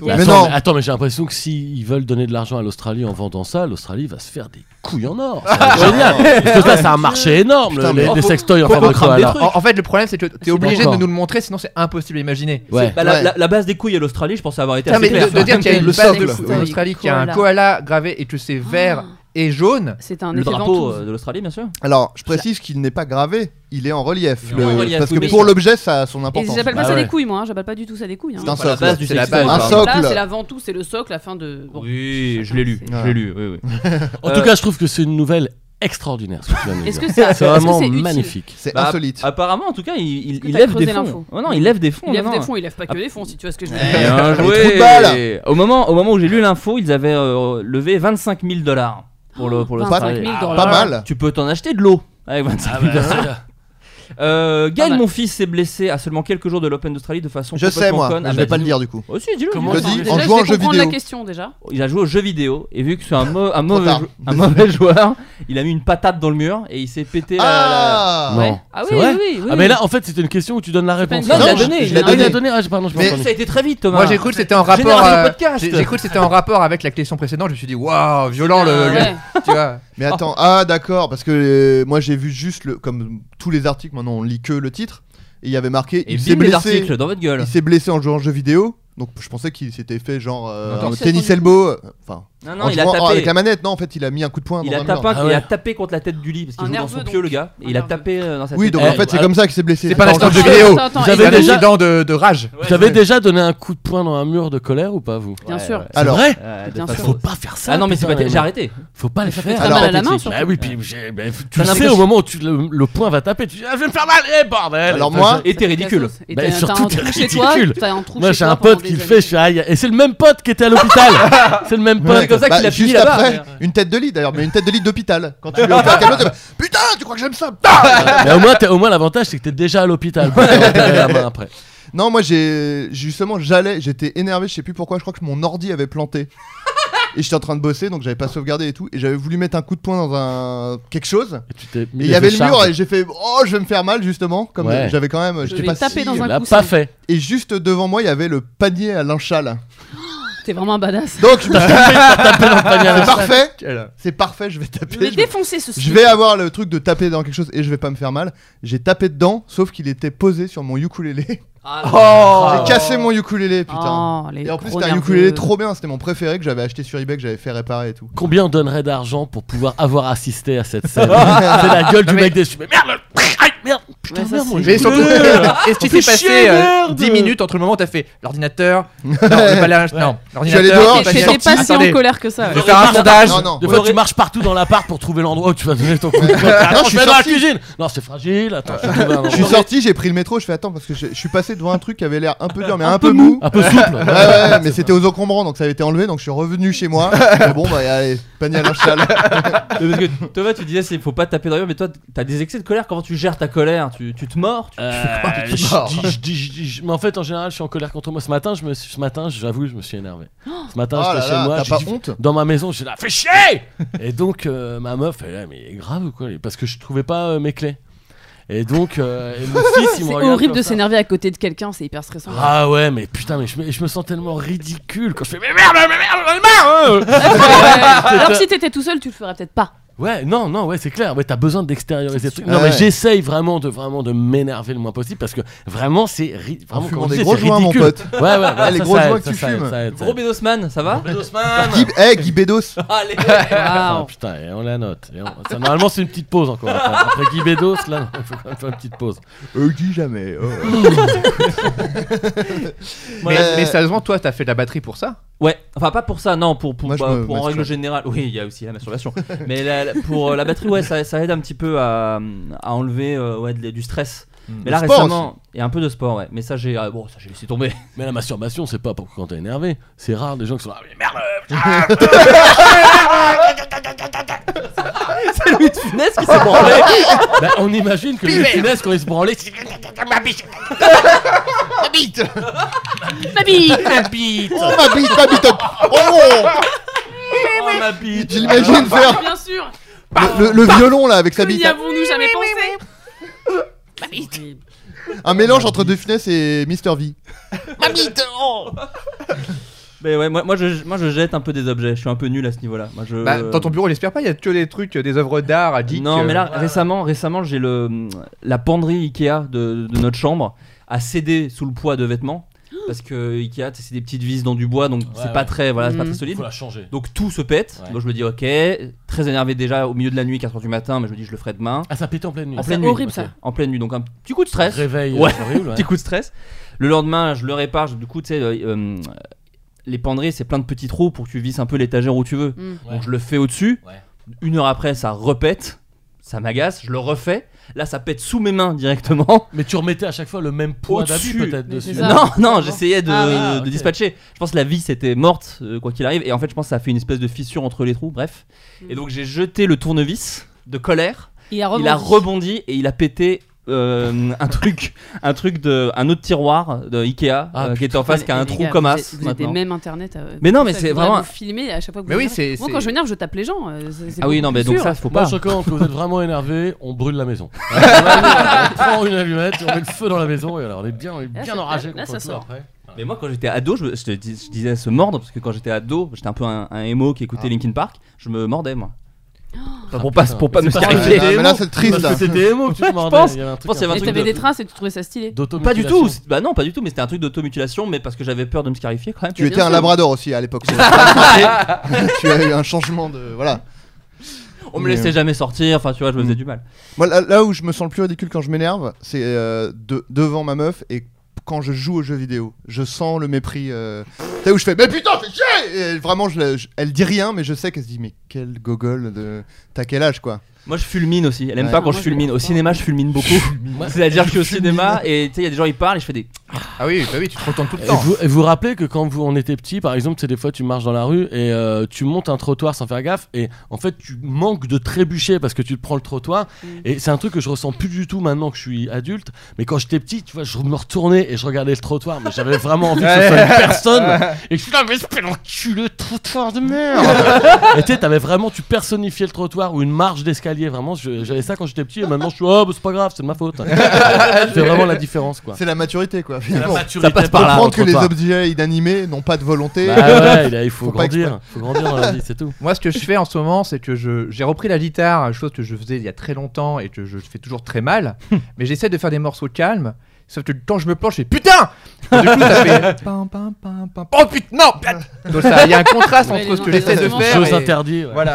[SPEAKER 8] Mais
[SPEAKER 6] Mais
[SPEAKER 8] attends,
[SPEAKER 6] non.
[SPEAKER 8] mais, attends, mais j'ai l'impression que s'ils veulent donner de l'argent à l'Australie en vendant ça, l'Australie va se faire des couilles en or. Ça va être génial. Parce que ça, c'est un marché énorme,
[SPEAKER 6] Putain,
[SPEAKER 8] les,
[SPEAKER 6] mais-
[SPEAKER 8] les sextoys en
[SPEAKER 7] Faut
[SPEAKER 8] forme
[SPEAKER 7] qu'on
[SPEAKER 8] de
[SPEAKER 7] crame des
[SPEAKER 8] koala.
[SPEAKER 7] trucs.
[SPEAKER 9] en, en fait, le problème, c'est que t'es obligé
[SPEAKER 8] encore.
[SPEAKER 9] de nous le montrer, sinon c'est impossible à imaginer.
[SPEAKER 8] Ouais.
[SPEAKER 7] Bah, la,
[SPEAKER 6] Ouais.
[SPEAKER 7] la- la base des couilles à l'Australie, je pensais avoir été
[SPEAKER 9] Non,
[SPEAKER 7] assez
[SPEAKER 9] mais
[SPEAKER 7] clair.
[SPEAKER 9] de, de dire qu'il y a une
[SPEAKER 6] Le
[SPEAKER 9] base
[SPEAKER 6] socle.
[SPEAKER 9] en Australie qui a un
[SPEAKER 2] Koala.
[SPEAKER 9] koala gravé et que c'est vert et jaune.
[SPEAKER 2] C'est un
[SPEAKER 7] Le
[SPEAKER 2] effet
[SPEAKER 7] drapeau euh,
[SPEAKER 2] ventouse.
[SPEAKER 7] de l'Australie, bien sûr.
[SPEAKER 6] Alors, je précise qu'il n'est pas gravé, il est en relief.
[SPEAKER 7] Il est
[SPEAKER 6] le-
[SPEAKER 7] en relief,
[SPEAKER 6] parce
[SPEAKER 7] oui,
[SPEAKER 6] que
[SPEAKER 7] mais-
[SPEAKER 6] pour l'objet, ça a son
[SPEAKER 2] Et
[SPEAKER 6] importance.
[SPEAKER 2] j'appelle pas
[SPEAKER 8] Bah
[SPEAKER 2] ça
[SPEAKER 8] ouais.
[SPEAKER 2] des couilles, moi. hein. J'appelle pas du tout ça des couilles. hein.
[SPEAKER 6] C'est un
[SPEAKER 7] Enfin, la
[SPEAKER 6] socle.
[SPEAKER 7] base du
[SPEAKER 9] C'est la
[SPEAKER 7] sextoy,
[SPEAKER 6] base.
[SPEAKER 7] pardon.
[SPEAKER 6] Un
[SPEAKER 2] Là,
[SPEAKER 6] socle.
[SPEAKER 2] c'est la ventouse, c'est le socle afin de. bon.
[SPEAKER 7] Oui, je l'ai lu.
[SPEAKER 6] Ouais.
[SPEAKER 7] Je l'ai lu, oui, oui.
[SPEAKER 8] En
[SPEAKER 7] Euh,
[SPEAKER 8] tout cas, je trouve que c'est une nouvelle extraordinaire. ce que tu viens de nous
[SPEAKER 2] Est-ce
[SPEAKER 8] dire.
[SPEAKER 2] que ça-
[SPEAKER 8] c'est
[SPEAKER 2] est-ce que
[SPEAKER 8] vraiment
[SPEAKER 2] c'est utile
[SPEAKER 8] magnifique.
[SPEAKER 6] C'est
[SPEAKER 7] Bah,
[SPEAKER 6] insolite.
[SPEAKER 7] Apparemment, en tout cas, il, il,
[SPEAKER 2] que
[SPEAKER 7] il
[SPEAKER 2] t'as
[SPEAKER 7] lève
[SPEAKER 2] creusé
[SPEAKER 7] des fonds.
[SPEAKER 2] l'info
[SPEAKER 7] Oh non, il lève des fonds.
[SPEAKER 2] Il lève
[SPEAKER 7] non,
[SPEAKER 2] des
[SPEAKER 7] non.
[SPEAKER 2] fonds, il lève pas que des fonds, si tu vois ce que je veux dire.
[SPEAKER 7] Bien
[SPEAKER 6] Les
[SPEAKER 7] joué.
[SPEAKER 6] trous de balle.
[SPEAKER 7] Au moment, au moment où j'ai lu l'info, ils avaient euh, levé 25 000 dollars pour le pour le
[SPEAKER 2] 25
[SPEAKER 7] travail.
[SPEAKER 2] 000
[SPEAKER 7] Ah,
[SPEAKER 2] dollars.
[SPEAKER 6] Pas mal.
[SPEAKER 7] Tu peux t'en acheter de l'eau avec 25 000 dollars. Euh, Gaël,
[SPEAKER 2] Pas mal.
[SPEAKER 7] mon fils, s'est blessé à seulement quelques jours de l'Open d'Australie de façon
[SPEAKER 6] Je sais,
[SPEAKER 7] complètement
[SPEAKER 6] moi.
[SPEAKER 7] conne. Ah
[SPEAKER 6] je
[SPEAKER 7] bah,
[SPEAKER 6] vais pas le
[SPEAKER 7] dis-nous.
[SPEAKER 6] dire du coup.
[SPEAKER 7] Oh, si, dis-le,
[SPEAKER 8] Comment
[SPEAKER 7] dis-le.
[SPEAKER 6] dis,
[SPEAKER 2] Déjà,
[SPEAKER 6] en
[SPEAKER 2] je
[SPEAKER 6] jouant
[SPEAKER 2] vais
[SPEAKER 6] aux jeux
[SPEAKER 2] comprendre la
[SPEAKER 6] vidéo.
[SPEAKER 2] question déjà.
[SPEAKER 7] Il a joué aux jeux vidéo et vu que c'est un, mau- un, mauvais,
[SPEAKER 6] tard.
[SPEAKER 7] jou- un mauvais joueur, il a mis une patate dans le mur et il s'est pété la- la.
[SPEAKER 6] Ah
[SPEAKER 8] Non.
[SPEAKER 2] Ah
[SPEAKER 8] C'est
[SPEAKER 2] oui,
[SPEAKER 8] vrai
[SPEAKER 2] oui, oui, oui.
[SPEAKER 8] Ah, mais là, en fait, c'était une question où tu donnes la réponse.
[SPEAKER 2] une- Non,
[SPEAKER 7] il a
[SPEAKER 6] je-
[SPEAKER 7] donné,
[SPEAKER 6] je
[SPEAKER 7] il
[SPEAKER 6] l'ai
[SPEAKER 7] a
[SPEAKER 8] Ah, il a
[SPEAKER 6] donné.
[SPEAKER 8] donné, ah, j'ai- pardon, je
[SPEAKER 6] Mais
[SPEAKER 8] m'entends.
[SPEAKER 7] Ça a été très vite, Thomas.
[SPEAKER 9] Moi j'ai cru que c'était en rapport.
[SPEAKER 7] Génération
[SPEAKER 9] euh,
[SPEAKER 7] podcast.
[SPEAKER 9] j'ai j'ai cru que c'était en rapport avec la question précédente. Je me suis dit waouh violent le.
[SPEAKER 2] Ouais.
[SPEAKER 9] Tu vois.
[SPEAKER 6] Mais
[SPEAKER 7] Oh.
[SPEAKER 6] attends, ah d'accord, parce que euh, moi j'ai vu juste le, comme tous les articles, maintenant on lit que le titre, et il y avait marqué
[SPEAKER 7] Et
[SPEAKER 6] il s'est
[SPEAKER 7] bim, les
[SPEAKER 6] blessé,
[SPEAKER 7] articles dans votre gueule.
[SPEAKER 6] il s'est blessé en jouant aux jeux vidéo, donc je pensais qu'il s'était fait genre euh,
[SPEAKER 7] Attends,
[SPEAKER 6] un
[SPEAKER 2] c'est
[SPEAKER 6] tennis
[SPEAKER 2] son-
[SPEAKER 6] elbow, euh, enfin
[SPEAKER 7] Non,
[SPEAKER 6] en
[SPEAKER 7] non, il a
[SPEAKER 6] jouant- oh, avec
[SPEAKER 7] tapé.
[SPEAKER 6] la manette, non en fait il a mis un coup de poing.
[SPEAKER 7] Il
[SPEAKER 6] dans
[SPEAKER 7] a,
[SPEAKER 6] un mur.
[SPEAKER 7] tapé,
[SPEAKER 8] Ah
[SPEAKER 7] il a
[SPEAKER 8] ouais.
[SPEAKER 7] tapé contre la tête du lit parce
[SPEAKER 2] Un
[SPEAKER 7] qu'il joue dans son
[SPEAKER 2] nerveux,
[SPEAKER 7] pieu,
[SPEAKER 2] donc.
[SPEAKER 7] le gars. et
[SPEAKER 2] Un
[SPEAKER 7] il a
[SPEAKER 2] nerveux.
[SPEAKER 7] tapé euh, dans sa tête.
[SPEAKER 6] Oui, donc
[SPEAKER 8] Eh,
[SPEAKER 6] en fait c'est
[SPEAKER 8] alors-
[SPEAKER 6] comme ça qu'il s'est blessé.
[SPEAKER 9] C'est pas la
[SPEAKER 6] en
[SPEAKER 9] star
[SPEAKER 6] jeu
[SPEAKER 9] du
[SPEAKER 2] Attends,
[SPEAKER 9] vidéo.
[SPEAKER 2] attends, attends,
[SPEAKER 8] Vous avez
[SPEAKER 9] C'est un
[SPEAKER 2] et-
[SPEAKER 8] déjà-
[SPEAKER 9] accident de, de rage.
[SPEAKER 8] Vous avez déjà donné un coup de poing dans un mur de colère ou pas, vous
[SPEAKER 2] Bien
[SPEAKER 7] Ouais,
[SPEAKER 2] sûr.
[SPEAKER 7] ouais.
[SPEAKER 8] C'est
[SPEAKER 6] Alors-
[SPEAKER 8] vrai
[SPEAKER 7] Euh, de
[SPEAKER 2] Bien
[SPEAKER 7] façon-
[SPEAKER 2] sûr.
[SPEAKER 8] bah, Faut pas faire ça.
[SPEAKER 7] Ah non, mais c'est
[SPEAKER 8] putain,
[SPEAKER 7] pas.
[SPEAKER 8] les
[SPEAKER 7] J'ai
[SPEAKER 8] mecs.
[SPEAKER 7] arrêté.
[SPEAKER 8] Faut pas les faire.
[SPEAKER 2] très
[SPEAKER 8] ça.
[SPEAKER 2] mal à la
[SPEAKER 8] Pathétique.
[SPEAKER 2] main, surtout.
[SPEAKER 8] Bah oui, puis j'ai- bah, tu
[SPEAKER 7] Ça
[SPEAKER 8] le
[SPEAKER 7] n'a
[SPEAKER 8] sais
[SPEAKER 7] pas-
[SPEAKER 8] au moment où tu- le, le point va taper, tu dis ah, je vais me faire mal, eh bordel.
[SPEAKER 6] Alors
[SPEAKER 8] Enfin,
[SPEAKER 6] moi-
[SPEAKER 7] Et t'es ridicule.
[SPEAKER 2] Et
[SPEAKER 8] Bah,
[SPEAKER 2] t'as- t'as
[SPEAKER 8] surtout,
[SPEAKER 2] un
[SPEAKER 8] t'es
[SPEAKER 2] trou chez toi,
[SPEAKER 8] ridicule.
[SPEAKER 2] t'as un trou
[SPEAKER 8] Moi
[SPEAKER 2] chez
[SPEAKER 8] j'ai
[SPEAKER 2] toi
[SPEAKER 8] un pote
[SPEAKER 2] pendant
[SPEAKER 8] qui le
[SPEAKER 2] des
[SPEAKER 8] fait,
[SPEAKER 2] années.
[SPEAKER 8] je suis aïe. Et c'est le même pote qui était à l'hôpital. c'est le même pote.
[SPEAKER 7] C'est comme ça
[SPEAKER 6] Bah,
[SPEAKER 7] qu'il a fini
[SPEAKER 6] juste
[SPEAKER 7] là-bas. Bah,
[SPEAKER 6] après, une tête de lit d'ailleurs, mais une tête de lit d'hôpital. Quand tu lui as offert un cadeau, t'as fait, putain, tu crois que j'aime ça Bah
[SPEAKER 8] Mais au moins, t'es- au moins l'avantage c'est que t'es déjà à l'hôpital. quoi. T'as enterré la main après.
[SPEAKER 6] Non, moi j'ai justement j'allais, j'étais énervé, je sais plus pourquoi, je crois que mon ordi avait planté. et j'étais en train de bosser donc j'avais pas sauvegardé et tout et j'avais voulu mettre un coup de poing dans un quelque chose
[SPEAKER 8] Et tu t'es mis
[SPEAKER 6] et il
[SPEAKER 8] les
[SPEAKER 6] y avait le
[SPEAKER 8] écharpes.
[SPEAKER 6] mur et j'ai fait oh, je vais me faire mal justement comme
[SPEAKER 8] Ouais.
[SPEAKER 6] j'avais quand même
[SPEAKER 2] Je
[SPEAKER 6] j'étais
[SPEAKER 2] vais
[SPEAKER 6] pas
[SPEAKER 2] taper
[SPEAKER 6] si-
[SPEAKER 2] dans
[SPEAKER 8] Tu
[SPEAKER 2] un
[SPEAKER 8] l'as
[SPEAKER 2] coussin.
[SPEAKER 8] pas fait.
[SPEAKER 6] et juste devant moi, il y avait le panier à linge sale.
[SPEAKER 2] T'es vraiment un badass.
[SPEAKER 6] Donc je me suis dit, c'est
[SPEAKER 8] Panier
[SPEAKER 6] parfait. C'est parfait, je vais
[SPEAKER 2] Je vais
[SPEAKER 6] taper. Je vais,
[SPEAKER 2] défoncer ce
[SPEAKER 6] je vais avoir le truc de taper dans quelque chose et je vais pas me faire mal. J'ai tapé dedans sauf qu'il était posé sur mon ukulélé.
[SPEAKER 7] Oh
[SPEAKER 6] J'ai cassé mon ukulélé, putain.
[SPEAKER 2] Oh, les
[SPEAKER 6] Et en plus,
[SPEAKER 2] gros
[SPEAKER 6] c'était un
[SPEAKER 2] nerveux.
[SPEAKER 6] ukulélé trop bien, c'était mon préféré que j'avais acheté sur eBay, que j'avais fait réparer et tout.
[SPEAKER 8] Combien on donnerait d'argent pour pouvoir avoir assisté à cette scène C'est la gueule du mec déçu. Mais merde, le- aïe, merde, putain,
[SPEAKER 2] Ouais, ça,
[SPEAKER 8] merde,
[SPEAKER 2] c'est-
[SPEAKER 8] mon
[SPEAKER 9] Mais
[SPEAKER 8] Dieu.
[SPEAKER 9] surtout, est-ce qu'il
[SPEAKER 8] fait
[SPEAKER 9] s'est passé
[SPEAKER 8] chier,
[SPEAKER 9] euh,
[SPEAKER 8] merde
[SPEAKER 9] 10 minutes entre le moment où t'as fait l'ordinateur Non, le palais à linge- non,
[SPEAKER 6] Je suis allé dehors,
[SPEAKER 9] l'ordinateur, le
[SPEAKER 2] T'étais-
[SPEAKER 9] palais à
[SPEAKER 6] j'ai
[SPEAKER 2] T'étais
[SPEAKER 9] linge-
[SPEAKER 6] sorti-
[SPEAKER 2] pas si en
[SPEAKER 9] Attendez,
[SPEAKER 2] colère que ça.
[SPEAKER 9] je
[SPEAKER 2] ouais.
[SPEAKER 9] vais faire un sondage.
[SPEAKER 6] Non, non.
[SPEAKER 8] Des fois, tu marches partout dans l'appart pour trouver l'endroit où tu vas donner ton coup. de poing. Attends,
[SPEAKER 6] Non, je
[SPEAKER 8] je
[SPEAKER 6] suis
[SPEAKER 8] vais dans la
[SPEAKER 6] sorti.
[SPEAKER 8] cuisine. Non, c'est fragile. Attends, je vais trouver un
[SPEAKER 6] Je suis
[SPEAKER 8] endroit.
[SPEAKER 6] sorti, j'ai pris le métro, je fais attends parce que je je suis passé devant un truc qui avait l'air un peu dur mais un, peu mou.
[SPEAKER 8] Un peu souple.
[SPEAKER 6] Ouais, ouais, ouais, mais c'était aux encombrants donc ça avait été enlevé donc je suis revenu chez moi. Mais bon bah allez, panier à linge sale.
[SPEAKER 7] Mais Parce que Thomas, tu disais, c'est faut pas taper dans le mur, mais toi, t'as des excès de colère. Comment tu gères ta colère tu, tu te mords tu-
[SPEAKER 8] Euh, je dis- je dis- je dis- je- Mais en fait, en général, je suis en colère contre moi. Ce matin, je me suis- ce matin, j'avoue, je me suis énervé. Ce matin,
[SPEAKER 6] Oh là
[SPEAKER 8] j'étais chez
[SPEAKER 6] là,
[SPEAKER 8] moi.
[SPEAKER 6] t'as
[SPEAKER 8] j'ai
[SPEAKER 6] pas
[SPEAKER 8] dit-
[SPEAKER 6] honte
[SPEAKER 8] Dans ma maison, j'ai là, fais chier Et donc, euh, ma meuf, elle est là, mais il est grave ou quoi Parce que je trouvais pas euh, mes clés. Et donc, euh, et mon fils, il me
[SPEAKER 2] C'est
[SPEAKER 8] regarde
[SPEAKER 2] horrible
[SPEAKER 8] comme
[SPEAKER 2] de
[SPEAKER 8] ça.
[SPEAKER 2] s'énerver à côté de quelqu'un, c'est hyper stressant.
[SPEAKER 8] Ah ouais, mais putain, mais je me, je me sens tellement ridicule quand je fais mais merde, mais merde, mais merde hein.
[SPEAKER 2] Ouais. Alors que si t'étais tout seul, tu le ferais peut-être pas.
[SPEAKER 8] Ouais, non, non, ouais, c'est clair. Ouais, t'as besoin d'extérioriser le truc. Non,
[SPEAKER 6] Ah Ouais,
[SPEAKER 8] mais
[SPEAKER 6] ouais.
[SPEAKER 8] j'essaye vraiment de vraiment de m'énerver le moins possible parce que vraiment, c'est ri-
[SPEAKER 6] En
[SPEAKER 8] vraiment
[SPEAKER 6] fumant
[SPEAKER 8] comme je
[SPEAKER 6] des
[SPEAKER 8] dis,
[SPEAKER 6] gros
[SPEAKER 8] c'est
[SPEAKER 6] joints mon
[SPEAKER 8] ridicule.
[SPEAKER 6] pote.
[SPEAKER 8] Ouais, ouais, ouais,
[SPEAKER 6] les
[SPEAKER 8] ça,
[SPEAKER 6] gros
[SPEAKER 8] ça
[SPEAKER 6] joints
[SPEAKER 8] aide,
[SPEAKER 6] que tu
[SPEAKER 8] ça, ça aide,
[SPEAKER 6] fumes.
[SPEAKER 8] ça aide, ça
[SPEAKER 7] Gros
[SPEAKER 8] aide.
[SPEAKER 7] Bédosman, ça va
[SPEAKER 6] Guy, eh, Guy Bedos.
[SPEAKER 7] Allez
[SPEAKER 8] Ah,
[SPEAKER 2] Waouh.
[SPEAKER 8] putain, et on la note. et on- ça, normalement, c'est une petite pause encore. Après, après Guy Bédos, là, il faut quand même faire une petite pause.
[SPEAKER 6] Euh, Guy jamais. oh.
[SPEAKER 9] Mais,
[SPEAKER 6] Euh,
[SPEAKER 9] mais sérieusement, toi, t'as fait de la batterie pour ça
[SPEAKER 7] Ouais, enfin pas pour ça, non, pour, pour,
[SPEAKER 6] Moi, je
[SPEAKER 7] bah,
[SPEAKER 6] me
[SPEAKER 7] pour en
[SPEAKER 6] masturbe.
[SPEAKER 7] règle générale. Oui, il y a aussi la masturbation. Mais la- la- pour euh, la batterie, ouais, ça, ça aide un petit peu à, à enlever euh, ouais, de- du stress. Mais là
[SPEAKER 6] Le sport
[SPEAKER 7] récemment, et un peu de sport, ouais. Mais ça, j'ai ah, bon, ça j'ai laissé tomber.
[SPEAKER 8] Mais la masturbation, c'est pas pour quand t'es énervé. C'est rare des gens qui sont là, mais merde,
[SPEAKER 7] Funès qui s'est branlé.
[SPEAKER 8] Bah, on imagine que les punaises quand ils se branlaient, c'est
[SPEAKER 2] Ma bite
[SPEAKER 8] ma bite
[SPEAKER 6] Oh ma bite, ma bite. Oh, oh.
[SPEAKER 7] Oh ma bite.
[SPEAKER 6] J'imagine faire
[SPEAKER 2] Bien sûr
[SPEAKER 6] le, le violon là avec sa
[SPEAKER 2] Que
[SPEAKER 6] bite.
[SPEAKER 2] n'y avons-nous jamais pensé Ma bite
[SPEAKER 6] Un mélange entre De Funès et Mr V.
[SPEAKER 2] Ma bite oh.
[SPEAKER 7] Mais ouais, moi, moi, je, moi je jette un peu des objets. Je suis un peu nul à ce niveau-là. Moi, je...
[SPEAKER 9] Bah, Dans ton bureau, j'espère pas, il y a que des trucs, euh, des œuvres d'art à geek,
[SPEAKER 7] Non,
[SPEAKER 9] euh,
[SPEAKER 7] mais là récemment, récemment, j'ai le la penderie Ikea de, de notre chambre a cédé sous le poids de vêtements parce que Ikea, c'est des petites vis dans du bois, donc c'est
[SPEAKER 8] ouais.
[SPEAKER 7] pas très voilà, c'est pas
[SPEAKER 2] Mhm.
[SPEAKER 7] très solide.
[SPEAKER 8] Faut la changer.
[SPEAKER 7] Donc tout se pète.
[SPEAKER 8] Ouais.
[SPEAKER 7] Donc je me dis ok, très énervé déjà au milieu de la nuit, 4h du matin, mais je me dis je le ferai demain.
[SPEAKER 8] Ah, ça pète en pleine nuit.
[SPEAKER 7] En
[SPEAKER 2] c'est
[SPEAKER 7] pleine nuit.
[SPEAKER 2] horrible,
[SPEAKER 7] ok.
[SPEAKER 2] ça.
[SPEAKER 7] En pleine nuit. Donc un petit coup de stress.
[SPEAKER 8] Réveil
[SPEAKER 7] Ouais.
[SPEAKER 8] euh, horrible. ouais.
[SPEAKER 7] Petit coup de stress. Le lendemain, je le répare. je- Du coup, tu sais, euh, euh, les penderies, c'est plein de petits trous pour que tu visses un peu l'étagère où tu veux.
[SPEAKER 2] Mm.
[SPEAKER 8] Ouais.
[SPEAKER 7] Donc je le fais au-dessus.
[SPEAKER 8] Ouais.
[SPEAKER 7] Une heure après, ça repète. Ça m'agace. Je le refais. Là, ça pète sous mes mains directement.
[SPEAKER 8] Mais tu remettais à chaque fois le même poids d'habit
[SPEAKER 7] Au-dessus.
[SPEAKER 8] peut-être
[SPEAKER 2] Mais
[SPEAKER 8] dessus.
[SPEAKER 2] c'est ça.
[SPEAKER 7] Non, non, j'essayais de,
[SPEAKER 2] Ah oui.
[SPEAKER 8] Ah,
[SPEAKER 7] de
[SPEAKER 8] ok.
[SPEAKER 7] dispatcher. Je pense que la vis était morte, euh, quoi qu'il arrive. Et en fait, je pense que ça a fait une espèce de fissure entre les trous. Bref.
[SPEAKER 2] Mm.
[SPEAKER 7] Et donc, j'ai jeté le tournevis de colère.
[SPEAKER 2] Il a
[SPEAKER 7] Il a rebondi et il a pété euh, un truc, un truc de, un autre tiroir de Ikea euh, qui était en face, qui a un
[SPEAKER 2] Ah, Les
[SPEAKER 7] trou
[SPEAKER 2] gars,
[SPEAKER 7] comme
[SPEAKER 2] vous
[SPEAKER 7] as.
[SPEAKER 2] êtes- Vous avez
[SPEAKER 7] maintenant.
[SPEAKER 2] même internet. euh,
[SPEAKER 7] Mais non,
[SPEAKER 2] pour
[SPEAKER 7] mais
[SPEAKER 2] ça,
[SPEAKER 7] c'est
[SPEAKER 2] il faudra
[SPEAKER 7] vraiment-
[SPEAKER 2] vous filmer à chaque fois que
[SPEAKER 9] Mais
[SPEAKER 2] vous
[SPEAKER 9] oui,
[SPEAKER 2] énervez.
[SPEAKER 9] c'est-
[SPEAKER 2] Moi,
[SPEAKER 9] c'est-
[SPEAKER 2] quand je m'énerve, je tape les gens. euh, c'est- c'est
[SPEAKER 7] Ah oui,
[SPEAKER 2] beaucoup
[SPEAKER 7] non, mais
[SPEAKER 2] plus
[SPEAKER 7] donc
[SPEAKER 2] sûr.
[SPEAKER 7] ça, faut
[SPEAKER 8] Moi,
[SPEAKER 7] pas.
[SPEAKER 8] je recommande que vous êtes vraiment énervé, on brûle la maison. On prend une allumette, on met le feu dans la maison et alors on est bien, on est
[SPEAKER 2] Là,
[SPEAKER 8] bien
[SPEAKER 2] ça-
[SPEAKER 8] enragé.
[SPEAKER 2] là, ça
[SPEAKER 8] contre tout
[SPEAKER 2] sort.
[SPEAKER 8] après.
[SPEAKER 7] Mais moi, quand j'étais ado, je, je te dis- je disais se mordre parce que quand j'étais ado, j'étais un peu un, un emo qui
[SPEAKER 2] Ah.
[SPEAKER 7] écoutait Linkin Park. Je me mordais moi. Enfin, pour pas, pour pas me
[SPEAKER 8] Ah, C'est parce que
[SPEAKER 7] scarifier.
[SPEAKER 8] t'étais
[SPEAKER 6] mais là,
[SPEAKER 8] émo.
[SPEAKER 6] c'est triste,
[SPEAKER 8] Parce que
[SPEAKER 6] là.
[SPEAKER 8] t'étais émo que tu te
[SPEAKER 7] Je
[SPEAKER 8] mordais.
[SPEAKER 7] pense.
[SPEAKER 8] Il y avait un truc
[SPEAKER 7] Je pense qu'il y avait
[SPEAKER 2] Et
[SPEAKER 7] un truc
[SPEAKER 2] t'avais
[SPEAKER 7] de-
[SPEAKER 2] des traces et tu trouvais ça stylé.
[SPEAKER 7] Pas du
[SPEAKER 8] d'automutilation.
[SPEAKER 7] tout. c'est- Bah non, pas du tout. Mais c'était un truc d'automutilation, mais parce que j'avais peur de me scarifier quand même.
[SPEAKER 6] Tu
[SPEAKER 2] Mais
[SPEAKER 6] étais
[SPEAKER 2] bien
[SPEAKER 6] un
[SPEAKER 2] sûr.
[SPEAKER 6] labrador aussi à l'époque. ça a pas marché. tu as eu un changement de. Voilà.
[SPEAKER 7] On me
[SPEAKER 6] Mais-
[SPEAKER 7] laissait jamais sortir. Enfin, tu vois, je me faisais du mal.
[SPEAKER 6] Moi, là, là où je me sens le plus ridicule quand je m'énerve, c'est euh, de- devant ma meuf et quand je joue aux jeux vidéo. Je sens le mépris. Euh... Tu sais, où je fais Mais putain, fais chier Et Vraiment, je, la- je- elle dit rien, mais je sais qu'elle se dit Mais quel gogol de. T'as quel âge, quoi
[SPEAKER 7] Moi, je fulmine aussi. Elle aime
[SPEAKER 6] Ouais.
[SPEAKER 7] pas quand
[SPEAKER 2] Moi,
[SPEAKER 7] je
[SPEAKER 2] je
[SPEAKER 7] fulmine. Au
[SPEAKER 2] comprends.
[SPEAKER 7] cinéma, je fulmine beaucoup.
[SPEAKER 8] Moi-
[SPEAKER 7] C'est-à-dire que je suis au cinéma et tu sais, il y a des gens ils parlent et je fais des.
[SPEAKER 9] Ah oui, bah oui, tu te retournes tout le
[SPEAKER 8] Et
[SPEAKER 9] temps.
[SPEAKER 8] vous, et vous rappelez que quand vous, on était petit, par exemple, c'est des fois tu marches dans la rue et euh, tu montes un trottoir sans faire gaffe et en fait tu manques de trébucher parce que tu te prends le trottoir
[SPEAKER 2] Mm.
[SPEAKER 8] et c'est un truc que je ressens plus du tout maintenant que je suis adulte. Mais quand j'étais petit, tu vois, je me retournais et je regardais le trottoir, mais j'avais vraiment envie que ce soit une personne et je suis là mais espèce d'enculé de trottoir de merde. et tu sais, t'avais vraiment, tu personnifiais le trottoir ou une marche d'escalier. Vraiment, je- j'avais ça quand j'étais petit et maintenant je suis oh bah, c'est pas grave, c'est de ma faute. c'est vraiment la différence quoi.
[SPEAKER 6] C'est la maturité, quoi.
[SPEAKER 8] Bah. La
[SPEAKER 6] Finalement.
[SPEAKER 8] maturité
[SPEAKER 7] passe par là,
[SPEAKER 6] Comprendre
[SPEAKER 8] au
[SPEAKER 6] que les
[SPEAKER 8] trottoir.
[SPEAKER 6] objets inanimés n'ont pas de volonté.
[SPEAKER 8] Bah ouais, il, a- il faut,
[SPEAKER 6] Faut pas
[SPEAKER 8] grandir, faut grandir dans la vie, c'est tout.
[SPEAKER 9] Moi, ce que je fais en ce moment, c'est que je- j'ai repris la guitare, chose que je faisais il y a très longtemps et que je fais toujours très mal. mais j'essaie de faire des morceaux calmes. Sauf que quand je me planche, je fais putain Et Du coup, ça fait. Pam, pam, pam, pam. Oh putain, non putain Donc, ça- il y a un contraste
[SPEAKER 2] Ouais,
[SPEAKER 9] entre ce
[SPEAKER 2] les
[SPEAKER 9] que j'essaie de
[SPEAKER 2] entraînements
[SPEAKER 9] faire.
[SPEAKER 8] J'ose
[SPEAKER 9] Et...
[SPEAKER 8] interdit, ouais.
[SPEAKER 9] Voilà.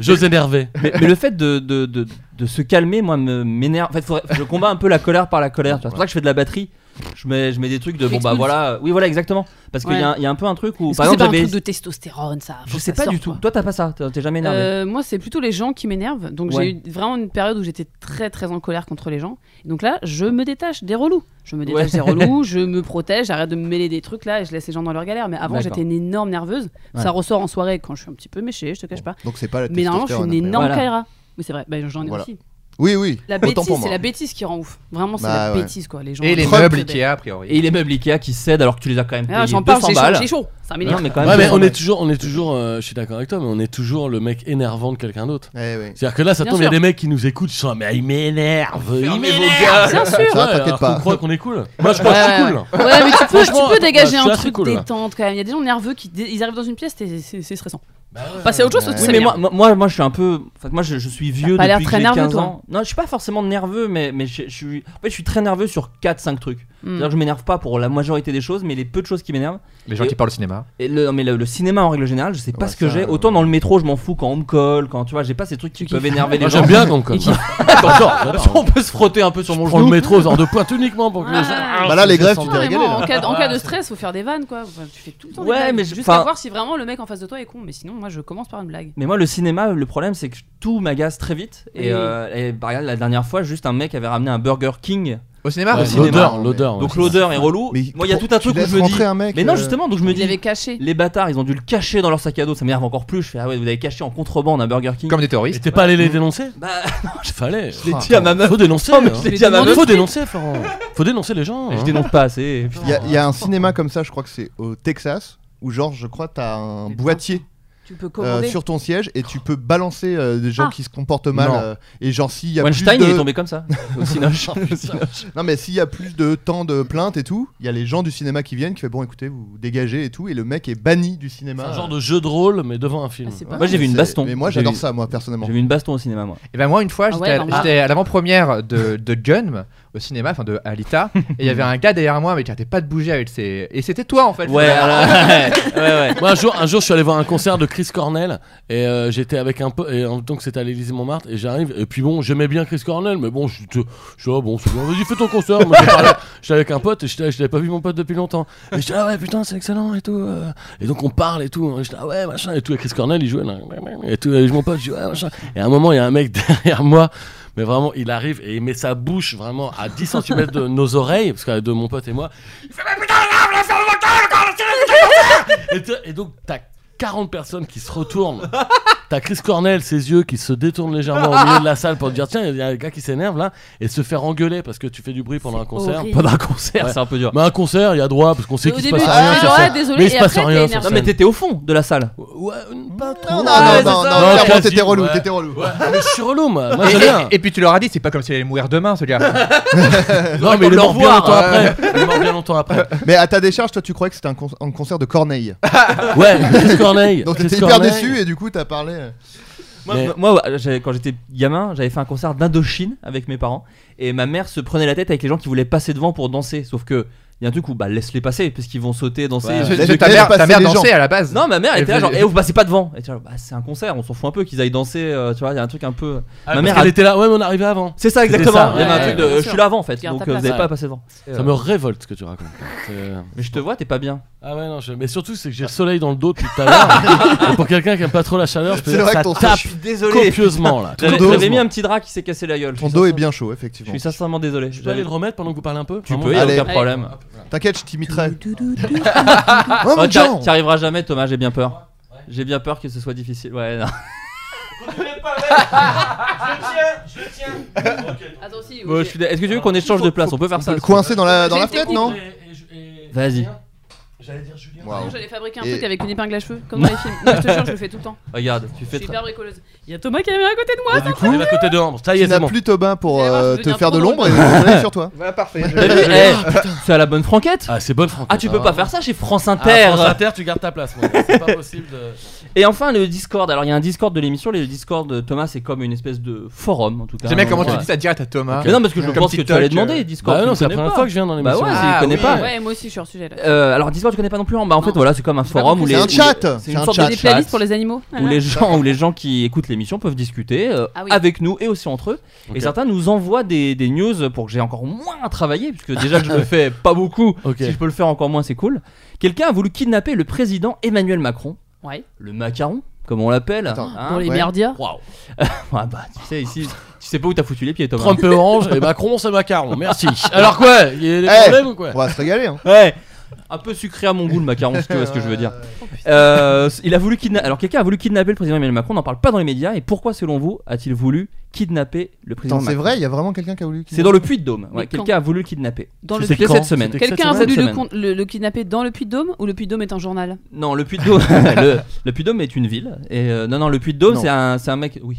[SPEAKER 8] j'ose énerver.
[SPEAKER 7] Mais, mais le fait de, de, de, de se calmer, moi, me- m'énerve. En fait, faudrait- je combats un peu la colère par la colère. tu vois. C'est pour ça que je fais de la batterie. Je mets, je mets des trucs de bon bah
[SPEAKER 2] T'expulses.
[SPEAKER 7] voilà, oui voilà exactement. Parce qu'il y, a un- il y a un peu un truc où
[SPEAKER 2] Est-ce que c'est pas un
[SPEAKER 7] j'avais-
[SPEAKER 2] truc de testostérone, ça Faut
[SPEAKER 7] je
[SPEAKER 2] que
[SPEAKER 7] sais
[SPEAKER 2] ça
[SPEAKER 7] pas
[SPEAKER 2] sorte,
[SPEAKER 7] du tout.
[SPEAKER 2] quoi.
[SPEAKER 7] Toi t'as pas ça, t'es jamais énervé.
[SPEAKER 2] Euh, moi, c'est plutôt les gens qui m'énervent. Donc,
[SPEAKER 7] Ouais.
[SPEAKER 2] j'ai eu vraiment une période où j'étais très très en colère contre les gens. Donc là, je me détache des relous. Je me détache
[SPEAKER 7] Ouais.
[SPEAKER 2] des relous, je me protège, j'arrête de me mêler des trucs là et je laisse les gens dans leur galère. Mais avant,
[SPEAKER 7] D'accord.
[SPEAKER 2] j'étais une énorme nerveuse.
[SPEAKER 7] Ouais.
[SPEAKER 2] Ça ressort en soirée quand je suis un petit peu méchée, je te cache pas.
[SPEAKER 6] Donc c'est pas la
[SPEAKER 2] Mais normalement, je suis une
[SPEAKER 6] testostérone,
[SPEAKER 2] énorme
[SPEAKER 7] Voilà.
[SPEAKER 2] caïra. Oui, c'est vrai, Bah, j'en ai
[SPEAKER 6] Voilà.
[SPEAKER 2] aussi.
[SPEAKER 6] Oui, oui.
[SPEAKER 2] La
[SPEAKER 6] Autant
[SPEAKER 2] bêtise,
[SPEAKER 6] pour moi.
[SPEAKER 2] c'est la bêtise qui rend ouf. Vraiment, c'est
[SPEAKER 6] Bah,
[SPEAKER 2] la
[SPEAKER 6] ouais.
[SPEAKER 2] bêtise quoi. Les gens
[SPEAKER 9] Et les
[SPEAKER 2] Trump,
[SPEAKER 9] meubles
[SPEAKER 2] c'est
[SPEAKER 9] Ikea, a
[SPEAKER 7] Et
[SPEAKER 9] priori.
[SPEAKER 7] les meubles Ikea qui cèdent alors que tu les as quand même
[SPEAKER 2] bête. Ah,
[SPEAKER 7] payés
[SPEAKER 2] J'en parle,
[SPEAKER 7] 200
[SPEAKER 2] j'ai
[SPEAKER 7] balles.
[SPEAKER 2] chaud, j'ai chaud. Ça
[SPEAKER 7] Non,
[SPEAKER 2] m'énerve.
[SPEAKER 7] mais quand même,
[SPEAKER 8] Ouais, mais
[SPEAKER 7] 200
[SPEAKER 8] on est
[SPEAKER 7] balles.
[SPEAKER 8] toujours, on est toujours, euh, je suis d'accord avec toi, mais on est toujours le mec énervant de quelqu'un d'autre.
[SPEAKER 6] Eh oui.
[SPEAKER 8] C'est-à-dire que là, ça
[SPEAKER 2] Bien
[SPEAKER 8] tombe, il y a
[SPEAKER 2] sûr.
[SPEAKER 8] des mecs qui nous écoutent, ils sont là, mais il m'énerve, il
[SPEAKER 7] Fermez vos
[SPEAKER 8] m'énerve.
[SPEAKER 6] gueules.
[SPEAKER 2] Bien sûr.
[SPEAKER 6] Ça, t'inquiète
[SPEAKER 8] alors
[SPEAKER 6] pas.
[SPEAKER 8] qu'on croit qu'on est cool. Moi, je crois que je suis
[SPEAKER 2] Ouais,
[SPEAKER 8] cool.
[SPEAKER 2] Ouais, mais tu peux, tu
[SPEAKER 8] Franchement,
[SPEAKER 2] peux dégager
[SPEAKER 8] moi, je suis
[SPEAKER 2] un
[SPEAKER 8] assez
[SPEAKER 2] truc
[SPEAKER 8] cool, là.
[SPEAKER 2] détente quand même. Il y a des gens nerveux qui dé- ils arrivent dans une pièce, t'es- c'est Bah, c'est stressant.
[SPEAKER 8] Bah
[SPEAKER 2] Passer à autre chose,
[SPEAKER 6] Ouais.
[SPEAKER 2] parce que
[SPEAKER 7] Oui, mais
[SPEAKER 2] ça m'énerve.
[SPEAKER 7] moi, moi- moi, moi, je suis un peu. enfin, moi, je, je suis vieux
[SPEAKER 2] pas l'air
[SPEAKER 7] depuis que
[SPEAKER 2] très
[SPEAKER 7] j'ai
[SPEAKER 2] nerveux,
[SPEAKER 7] 15
[SPEAKER 2] toi.
[SPEAKER 7] ans. Non, je suis pas forcément nerveux, mais, mais je, je suis. En fait, je suis très nerveux sur 4-5 trucs.
[SPEAKER 2] Mm.
[SPEAKER 7] C'est-à-dire que je m'énerve pas pour la majorité des choses, mais les peu de choses qui m'énervent.
[SPEAKER 9] Les gens qui parlent au cinéma.
[SPEAKER 7] Et le, non, mais le, le cinéma en règle générale, je sais pas
[SPEAKER 6] Ouais,
[SPEAKER 7] ce que
[SPEAKER 6] ça,
[SPEAKER 7] j'ai.
[SPEAKER 6] euh,
[SPEAKER 7] Autant dans le métro, je m'en fous quand on me colle, quand tu vois, j'ai pas ces trucs qui peuvent énerver
[SPEAKER 8] Moi,
[SPEAKER 7] les
[SPEAKER 8] j'aime
[SPEAKER 7] gens.
[SPEAKER 8] bien donc. on peut se frotter un peu sur mon genou. le métro aux heures de pointe uniquement pour que les gens.
[SPEAKER 2] Ah,
[SPEAKER 6] Bah là, les grèves,
[SPEAKER 2] Non,
[SPEAKER 6] tu t'es
[SPEAKER 2] mais
[SPEAKER 6] régalé.
[SPEAKER 2] vraiment,
[SPEAKER 6] là.
[SPEAKER 2] en cas, en cas de stress, faut faire des vannes quoi. Enfin, tu fais tout le temps
[SPEAKER 7] Ouais,
[SPEAKER 2] des blagues.
[SPEAKER 7] mais je-
[SPEAKER 2] juste
[SPEAKER 7] enfin-
[SPEAKER 2] à voir si vraiment le mec en face de toi est con. Mais sinon, moi, je commence par une blague.
[SPEAKER 7] Mais moi, le cinéma, le problème, c'est que tout m'agace très vite. Et,
[SPEAKER 2] Oui.
[SPEAKER 7] euh, et bah, regarde, la dernière fois, juste un mec avait ramené un Burger King.
[SPEAKER 9] Au cinéma
[SPEAKER 8] Ouais,
[SPEAKER 7] au cinéma.
[SPEAKER 8] l'odeur, l'odeur. ouais.
[SPEAKER 7] donc l'odeur est relou.
[SPEAKER 6] Mais
[SPEAKER 7] moi, il y a tout un
[SPEAKER 6] tu
[SPEAKER 7] truc où
[SPEAKER 6] laisses
[SPEAKER 7] je me dis.
[SPEAKER 6] rentrer un mec,
[SPEAKER 7] Mais non,
[SPEAKER 6] euh,
[SPEAKER 7] justement, donc je me
[SPEAKER 2] Il avait
[SPEAKER 7] dis.
[SPEAKER 2] caché.
[SPEAKER 7] Les bâtards, ils ont dû le cacher dans leur sac à dos. Ça m'énerve encore plus. Je fais, ah ouais, vous avez caché en contrebande un Burger King.
[SPEAKER 9] Comme des
[SPEAKER 8] Et
[SPEAKER 9] terroristes.
[SPEAKER 8] t'es pas allé les dénoncer
[SPEAKER 7] Bah,
[SPEAKER 8] Il Ah, fallait.
[SPEAKER 7] je l'ai dit à ma meuf.
[SPEAKER 8] Faut dénoncer.
[SPEAKER 7] Non, mais
[SPEAKER 8] hein.
[SPEAKER 7] je l'ai dit à ma
[SPEAKER 2] demandé.
[SPEAKER 7] meuf.
[SPEAKER 8] Faut dénoncer, Florent. Faut dénoncer les gens.
[SPEAKER 7] Je
[SPEAKER 8] hein.
[SPEAKER 7] dénonce pas assez. putain.
[SPEAKER 6] Il y, a- il y a un cinéma comme ça, je crois que c'est au Texas, où genre, je crois, t'as un
[SPEAKER 2] Mais
[SPEAKER 6] boîtier
[SPEAKER 2] Tu peux
[SPEAKER 6] euh,
[SPEAKER 2] commander.
[SPEAKER 6] sur ton siège et tu peux balancer euh, des gens
[SPEAKER 2] Ah.
[SPEAKER 6] qui se comportent mal.
[SPEAKER 7] Non.
[SPEAKER 6] euh, et genre, s'il y a plus
[SPEAKER 7] Weinstein, il est
[SPEAKER 6] de...
[SPEAKER 7] tombé comme ça. Au cinoche. Au cinoche.
[SPEAKER 6] Non, mais s'il y a plus de temps de plainte et tout, il y a les gens du cinéma qui viennent, qui fait bon, écoutez, vous dégagez et tout, et le mec est banni du
[SPEAKER 8] C'est
[SPEAKER 6] cinéma.
[SPEAKER 8] un genre de jeu de rôle, mais devant un film.
[SPEAKER 2] Ah, c'est
[SPEAKER 6] Ouais,
[SPEAKER 2] pas
[SPEAKER 7] Moi, j'ai vu une
[SPEAKER 6] c'est-
[SPEAKER 7] baston.
[SPEAKER 6] Mais moi,
[SPEAKER 7] J'ai
[SPEAKER 6] j'adore
[SPEAKER 7] vu-
[SPEAKER 6] ça, moi, personnellement.
[SPEAKER 7] J'ai vu une baston au cinéma, moi.
[SPEAKER 9] Et ben moi, une fois,
[SPEAKER 2] Ah
[SPEAKER 9] j'étais
[SPEAKER 2] ouais,
[SPEAKER 9] à-
[SPEAKER 2] non, mais-
[SPEAKER 9] j'étais à l'avant-première de, de Gun au cinéma, enfin de Alita, et il y avait un gars derrière moi, mais qui arrêtait pas de bouger avec ses. Et c'était toi en fait.
[SPEAKER 7] Ouais, alors- ouais, ouais.
[SPEAKER 8] Moi, un jour, un jour, je suis allé voir un concert de Chris Cornell et euh, j'étais avec un peu. Et en même temps que c'était à l'Élysée Montmartre, et j'arrive. Et puis bon, j'aimais bien Chris Cornell, mais bon, je je- je suis là, bon, c'est bon, vas-y, fais ton concert. Moi, je parlais- j'étais avec un pote et j'étais là, je l'avais pas vu mon pote depuis longtemps. Et j'étais là, ouais, putain, c'est excellent et tout. euh. Et donc, on parle et tout. hein. Et J'étais là, ah ouais, machin et tout. Et Chris Cornell, il jouait là. Et tout, et mon pote, je dis, ouais, machin. Et à un moment, il y a un mec derrière moi. Mais vraiment, il arrive et il met sa bouche vraiment à 10 cm de nos oreilles, parce que de mon pote et moi. Il fait, mais putain, là, là, c'est le moteur, le corps, le ciel, le ciel, le ciel. et, t- et donc, t'as 40 personnes qui se retournent T'as Chris Cornell, ses yeux qui se détournent légèrement au milieu de la salle pour te dire tiens, il y a un gars qui s'énerve là et se faire engueuler parce que tu fais du bruit pendant un concert.
[SPEAKER 2] horrible.
[SPEAKER 7] Pendant un concert,
[SPEAKER 8] Ouais.
[SPEAKER 7] c'est un peu dur.
[SPEAKER 8] Mais un concert, il y a droit parce qu'on sait
[SPEAKER 2] Au
[SPEAKER 8] qu'il se
[SPEAKER 2] début,
[SPEAKER 8] passe
[SPEAKER 2] tu
[SPEAKER 8] rien
[SPEAKER 2] dis,
[SPEAKER 8] sur
[SPEAKER 2] ouais,
[SPEAKER 8] scène.
[SPEAKER 2] désolé,
[SPEAKER 8] Mais il
[SPEAKER 2] et
[SPEAKER 8] se passe
[SPEAKER 2] après,
[SPEAKER 8] rien
[SPEAKER 2] t'es
[SPEAKER 8] sur
[SPEAKER 2] énervé.
[SPEAKER 7] Non, mais
[SPEAKER 8] scène.
[SPEAKER 7] t'étais au fond de la salle.
[SPEAKER 8] Ouais, pas trop.
[SPEAKER 6] Non, non,
[SPEAKER 7] ouais,
[SPEAKER 6] non, non,
[SPEAKER 7] c'est ça.
[SPEAKER 6] non, clairement,
[SPEAKER 8] quasi,
[SPEAKER 6] t'étais relou,
[SPEAKER 8] ouais.
[SPEAKER 6] t'étais relou.
[SPEAKER 8] Ouais, mais je suis relou, moi. Moi,
[SPEAKER 9] Et,
[SPEAKER 8] j'aime bien.
[SPEAKER 9] et- et puis tu leur as dit, c'est pas comme s'il allait mourir demain, ce gars.
[SPEAKER 8] Non, mais
[SPEAKER 7] on
[SPEAKER 8] il est
[SPEAKER 7] le
[SPEAKER 8] mort bien
[SPEAKER 7] revoit,
[SPEAKER 8] longtemps
[SPEAKER 7] ouais.
[SPEAKER 8] après. Il est mort bien longtemps après.
[SPEAKER 6] Mais à ta décharge, toi, tu croyais que c'était un, con- un concert de Corneille.
[SPEAKER 8] Ouais, Chris Corneille.
[SPEAKER 6] Donc
[SPEAKER 8] Chris
[SPEAKER 6] t'étais hyper
[SPEAKER 8] Corneille.
[SPEAKER 6] déçu et du coup, t'as parlé.
[SPEAKER 7] Moi,
[SPEAKER 8] Mais-
[SPEAKER 7] moi, ouais, j'avais- quand j'étais gamin, j'avais fait un concert d'Indochine avec mes parents et ma mère se prenait la tête avec les gens qui voulaient passer devant pour danser. Sauf que il y a un truc où bah laisse-les passer parce qu'ils vont sauter, danser.
[SPEAKER 8] Ouais.
[SPEAKER 7] Je-
[SPEAKER 9] Parce
[SPEAKER 6] je
[SPEAKER 9] que ta
[SPEAKER 6] laisse
[SPEAKER 9] mère, ta
[SPEAKER 6] passer
[SPEAKER 9] mère
[SPEAKER 6] les gens.
[SPEAKER 9] dansait à la base.
[SPEAKER 7] Non, ma mère elle
[SPEAKER 9] Et
[SPEAKER 7] était là
[SPEAKER 9] puis-
[SPEAKER 7] genre, eh, vous passez pas devant. Et tu vois, bah, c'est un concert, on s'en fout un peu qu'ils aillent danser. euh, tu vois, il y a un truc un peu.
[SPEAKER 8] Ah,
[SPEAKER 7] Ma
[SPEAKER 8] parce
[SPEAKER 7] mère
[SPEAKER 8] qu'elle
[SPEAKER 7] a-
[SPEAKER 8] était là. Ouais, mais on arrivait avant.
[SPEAKER 7] C'est ça
[SPEAKER 8] C'était
[SPEAKER 7] exactement.
[SPEAKER 8] ça,
[SPEAKER 7] il y avait
[SPEAKER 8] ouais,
[SPEAKER 7] un truc
[SPEAKER 2] ouais,
[SPEAKER 7] de,
[SPEAKER 2] bien
[SPEAKER 7] euh, je
[SPEAKER 2] sûr.
[SPEAKER 7] suis là avant en fait,
[SPEAKER 2] Garde
[SPEAKER 7] donc
[SPEAKER 2] ta
[SPEAKER 7] euh, vous n'avez
[SPEAKER 8] place.
[SPEAKER 7] pas à passer devant.
[SPEAKER 8] Ça me révolte ce que tu racontes. C'est-
[SPEAKER 7] Mais je te vois, t'es pas bien.
[SPEAKER 8] Euh, Ah ouais, non, je- mais surtout, c'est que j'ai le soleil dans le dos depuis tout à l'heure. Et pour quelqu'un qui aime pas trop la chaleur, je peux
[SPEAKER 6] C'est
[SPEAKER 8] dire
[SPEAKER 6] vrai
[SPEAKER 8] ça
[SPEAKER 6] que ton-
[SPEAKER 8] tape
[SPEAKER 7] Ah, suis désolé.
[SPEAKER 8] copieusement là.
[SPEAKER 7] J'avais
[SPEAKER 6] dos,
[SPEAKER 7] j'avais
[SPEAKER 6] moi.
[SPEAKER 7] mis un petit drap qui s'est cassé la gueule. je
[SPEAKER 6] Ton
[SPEAKER 7] suis
[SPEAKER 6] dos est
[SPEAKER 7] sincèrement-
[SPEAKER 6] bien chaud,
[SPEAKER 7] Je
[SPEAKER 6] effectivement.
[SPEAKER 7] suis sincèrement désolé.
[SPEAKER 8] Je peux aller le remettre pendant que vous parlez un peu
[SPEAKER 7] Tu
[SPEAKER 8] Vraiment
[SPEAKER 7] peux, il a
[SPEAKER 6] Allez.
[SPEAKER 7] aucun problème.
[SPEAKER 6] T'inquiète, je t'imiterai.
[SPEAKER 7] Tu
[SPEAKER 9] Ah,
[SPEAKER 6] Oh mon Dieu
[SPEAKER 7] n'y arriveras jamais, Thomas, j'ai bien peur. J'ai bien peur que ce soit difficile. Ouais, non.
[SPEAKER 2] Attends, si.
[SPEAKER 7] Bon, je suis dé- Est-ce que tu veux
[SPEAKER 9] Ah,
[SPEAKER 7] qu'on échange de place On peut faire ça.
[SPEAKER 6] Le coincer dans la, dans
[SPEAKER 2] J'ai
[SPEAKER 6] la
[SPEAKER 2] une
[SPEAKER 6] fenêtre, non
[SPEAKER 2] technique.
[SPEAKER 7] Vas-y.
[SPEAKER 8] J'allais dire Julien.
[SPEAKER 6] Waouh.
[SPEAKER 2] J'allais fabriquer un
[SPEAKER 6] Et-
[SPEAKER 2] truc avec une épingle à cheveux, comme dans les films. Non, je te jure, je le fais tout le temps.
[SPEAKER 7] Regarde, tu
[SPEAKER 2] Je
[SPEAKER 7] fais.
[SPEAKER 2] suis
[SPEAKER 7] tra-
[SPEAKER 2] hyper bricoleuse. Il y a Thomas qui est à côté de moi.
[SPEAKER 8] Et du coup, il est à côté de Ambre. Ça y
[SPEAKER 6] Tu
[SPEAKER 8] est, c'est
[SPEAKER 6] n'as
[SPEAKER 8] bon.
[SPEAKER 6] plus Tobin pour
[SPEAKER 2] Vous allez voir,
[SPEAKER 6] euh,
[SPEAKER 2] je
[SPEAKER 6] te
[SPEAKER 2] deviens
[SPEAKER 6] faire de
[SPEAKER 2] trop
[SPEAKER 6] l'ombre et
[SPEAKER 2] drôle.
[SPEAKER 6] je vais sur toi.
[SPEAKER 9] Voilà, parfait.
[SPEAKER 7] T'as vu Eh, C'est à la bonne franquette.
[SPEAKER 8] Ah, c'est bonne franquette.
[SPEAKER 7] Ah, tu peux pas faire ça chez France
[SPEAKER 8] Ah,
[SPEAKER 7] Inter.
[SPEAKER 8] France Inter, tu gardes ta place. moi. C'est pas possible de.
[SPEAKER 7] Et enfin le Discord. Alors il y a un Discord de l'émission. Le Discord de Thomas, c'est comme une espèce de forum en tout cas.
[SPEAKER 9] J'aime bien comment tu
[SPEAKER 7] Ouais.
[SPEAKER 9] dis ça direct à Thomas.
[SPEAKER 7] Mais non, parce que je
[SPEAKER 9] Comme
[SPEAKER 7] pense que tu
[SPEAKER 9] TikTok,
[SPEAKER 7] allais
[SPEAKER 9] euh.
[SPEAKER 7] demander Discord.
[SPEAKER 8] Bah
[SPEAKER 7] tu
[SPEAKER 8] non,
[SPEAKER 7] le
[SPEAKER 8] c'est la
[SPEAKER 7] connais
[SPEAKER 8] première
[SPEAKER 7] pas.
[SPEAKER 8] fois que je viens dans
[SPEAKER 7] Bah
[SPEAKER 8] l'émission.
[SPEAKER 7] ouais,
[SPEAKER 9] Ah,
[SPEAKER 7] il connaît
[SPEAKER 9] oui.
[SPEAKER 7] pas.
[SPEAKER 2] Ouais, moi aussi, je suis hors sujet là.
[SPEAKER 7] Euh, alors Discord, je connais pas non plus. Bah en fait,
[SPEAKER 2] Non.
[SPEAKER 7] voilà, c'est comme un forum où
[SPEAKER 2] compris.
[SPEAKER 7] les
[SPEAKER 6] C'est un
[SPEAKER 7] où les-
[SPEAKER 6] chat
[SPEAKER 7] C'est
[SPEAKER 6] C'est
[SPEAKER 7] une
[SPEAKER 6] un
[SPEAKER 7] sorte
[SPEAKER 6] chat.
[SPEAKER 7] de
[SPEAKER 2] Des
[SPEAKER 7] chat.
[SPEAKER 2] playlists pour les animaux.
[SPEAKER 7] où les gens où les gens qui écoutent l'émission peuvent discuter euh,
[SPEAKER 2] Ah oui.
[SPEAKER 7] avec nous et aussi entre eux
[SPEAKER 8] Ok.
[SPEAKER 7] et certains nous envoient des, des news pour que j'ai encore moins à travailler puisque déjà que je le fais pas beaucoup
[SPEAKER 8] Ok.
[SPEAKER 7] si je peux le faire encore moins c'est cool quelqu'un a voulu kidnapper le président Emmanuel Macron
[SPEAKER 2] Ouais.
[SPEAKER 7] le macaron comme on l'appelle
[SPEAKER 6] Attends,
[SPEAKER 7] hein.
[SPEAKER 2] Pour les
[SPEAKER 6] ouais.
[SPEAKER 2] merdias.
[SPEAKER 8] Waouh.
[SPEAKER 7] Ouais, bah, tu sais ici tu sais pas où t'as foutu les pieds Thomas
[SPEAKER 8] Trump est orange et Macron, c'est macaron. Merci. Alors quoi Il y a des
[SPEAKER 6] Eh.
[SPEAKER 8] problèmes ou quoi
[SPEAKER 6] On va se régaler, hein.
[SPEAKER 7] ouais un peu sucré à mon goût le macaron si tu vois ce que je veux dire Euh, il a voulu kidna- Alors quelqu'un a voulu kidnapper le président Emmanuel Macron, on n'en parle pas dans les médias. Et pourquoi, selon vous, a-t-il voulu kidnapper le président
[SPEAKER 6] Attends, c'est
[SPEAKER 7] Macron
[SPEAKER 6] vrai, il y a vraiment quelqu'un qui a voulu.
[SPEAKER 7] C'est dans le Puy-de-Dôme.
[SPEAKER 2] Mais
[SPEAKER 7] Ouais,
[SPEAKER 2] quand
[SPEAKER 7] quelqu'un a voulu le kidnapper.
[SPEAKER 2] Dans le
[SPEAKER 7] C'était
[SPEAKER 8] Puy-
[SPEAKER 7] cette semaine.
[SPEAKER 8] C'était-
[SPEAKER 2] Quelqu'un a
[SPEAKER 8] Cette
[SPEAKER 2] voulu
[SPEAKER 7] semaine.
[SPEAKER 2] le, con- le, le kidnapper dans le Puy-de-Dôme ou le Puy-de-Dôme est un journal
[SPEAKER 7] Non, le Puy-de-Dôme. le, le Puy-de-Dôme est une ville. Et euh, non, non, le Puy-de-Dôme,
[SPEAKER 6] Non.
[SPEAKER 7] c'est un, c'est un mec. Oui.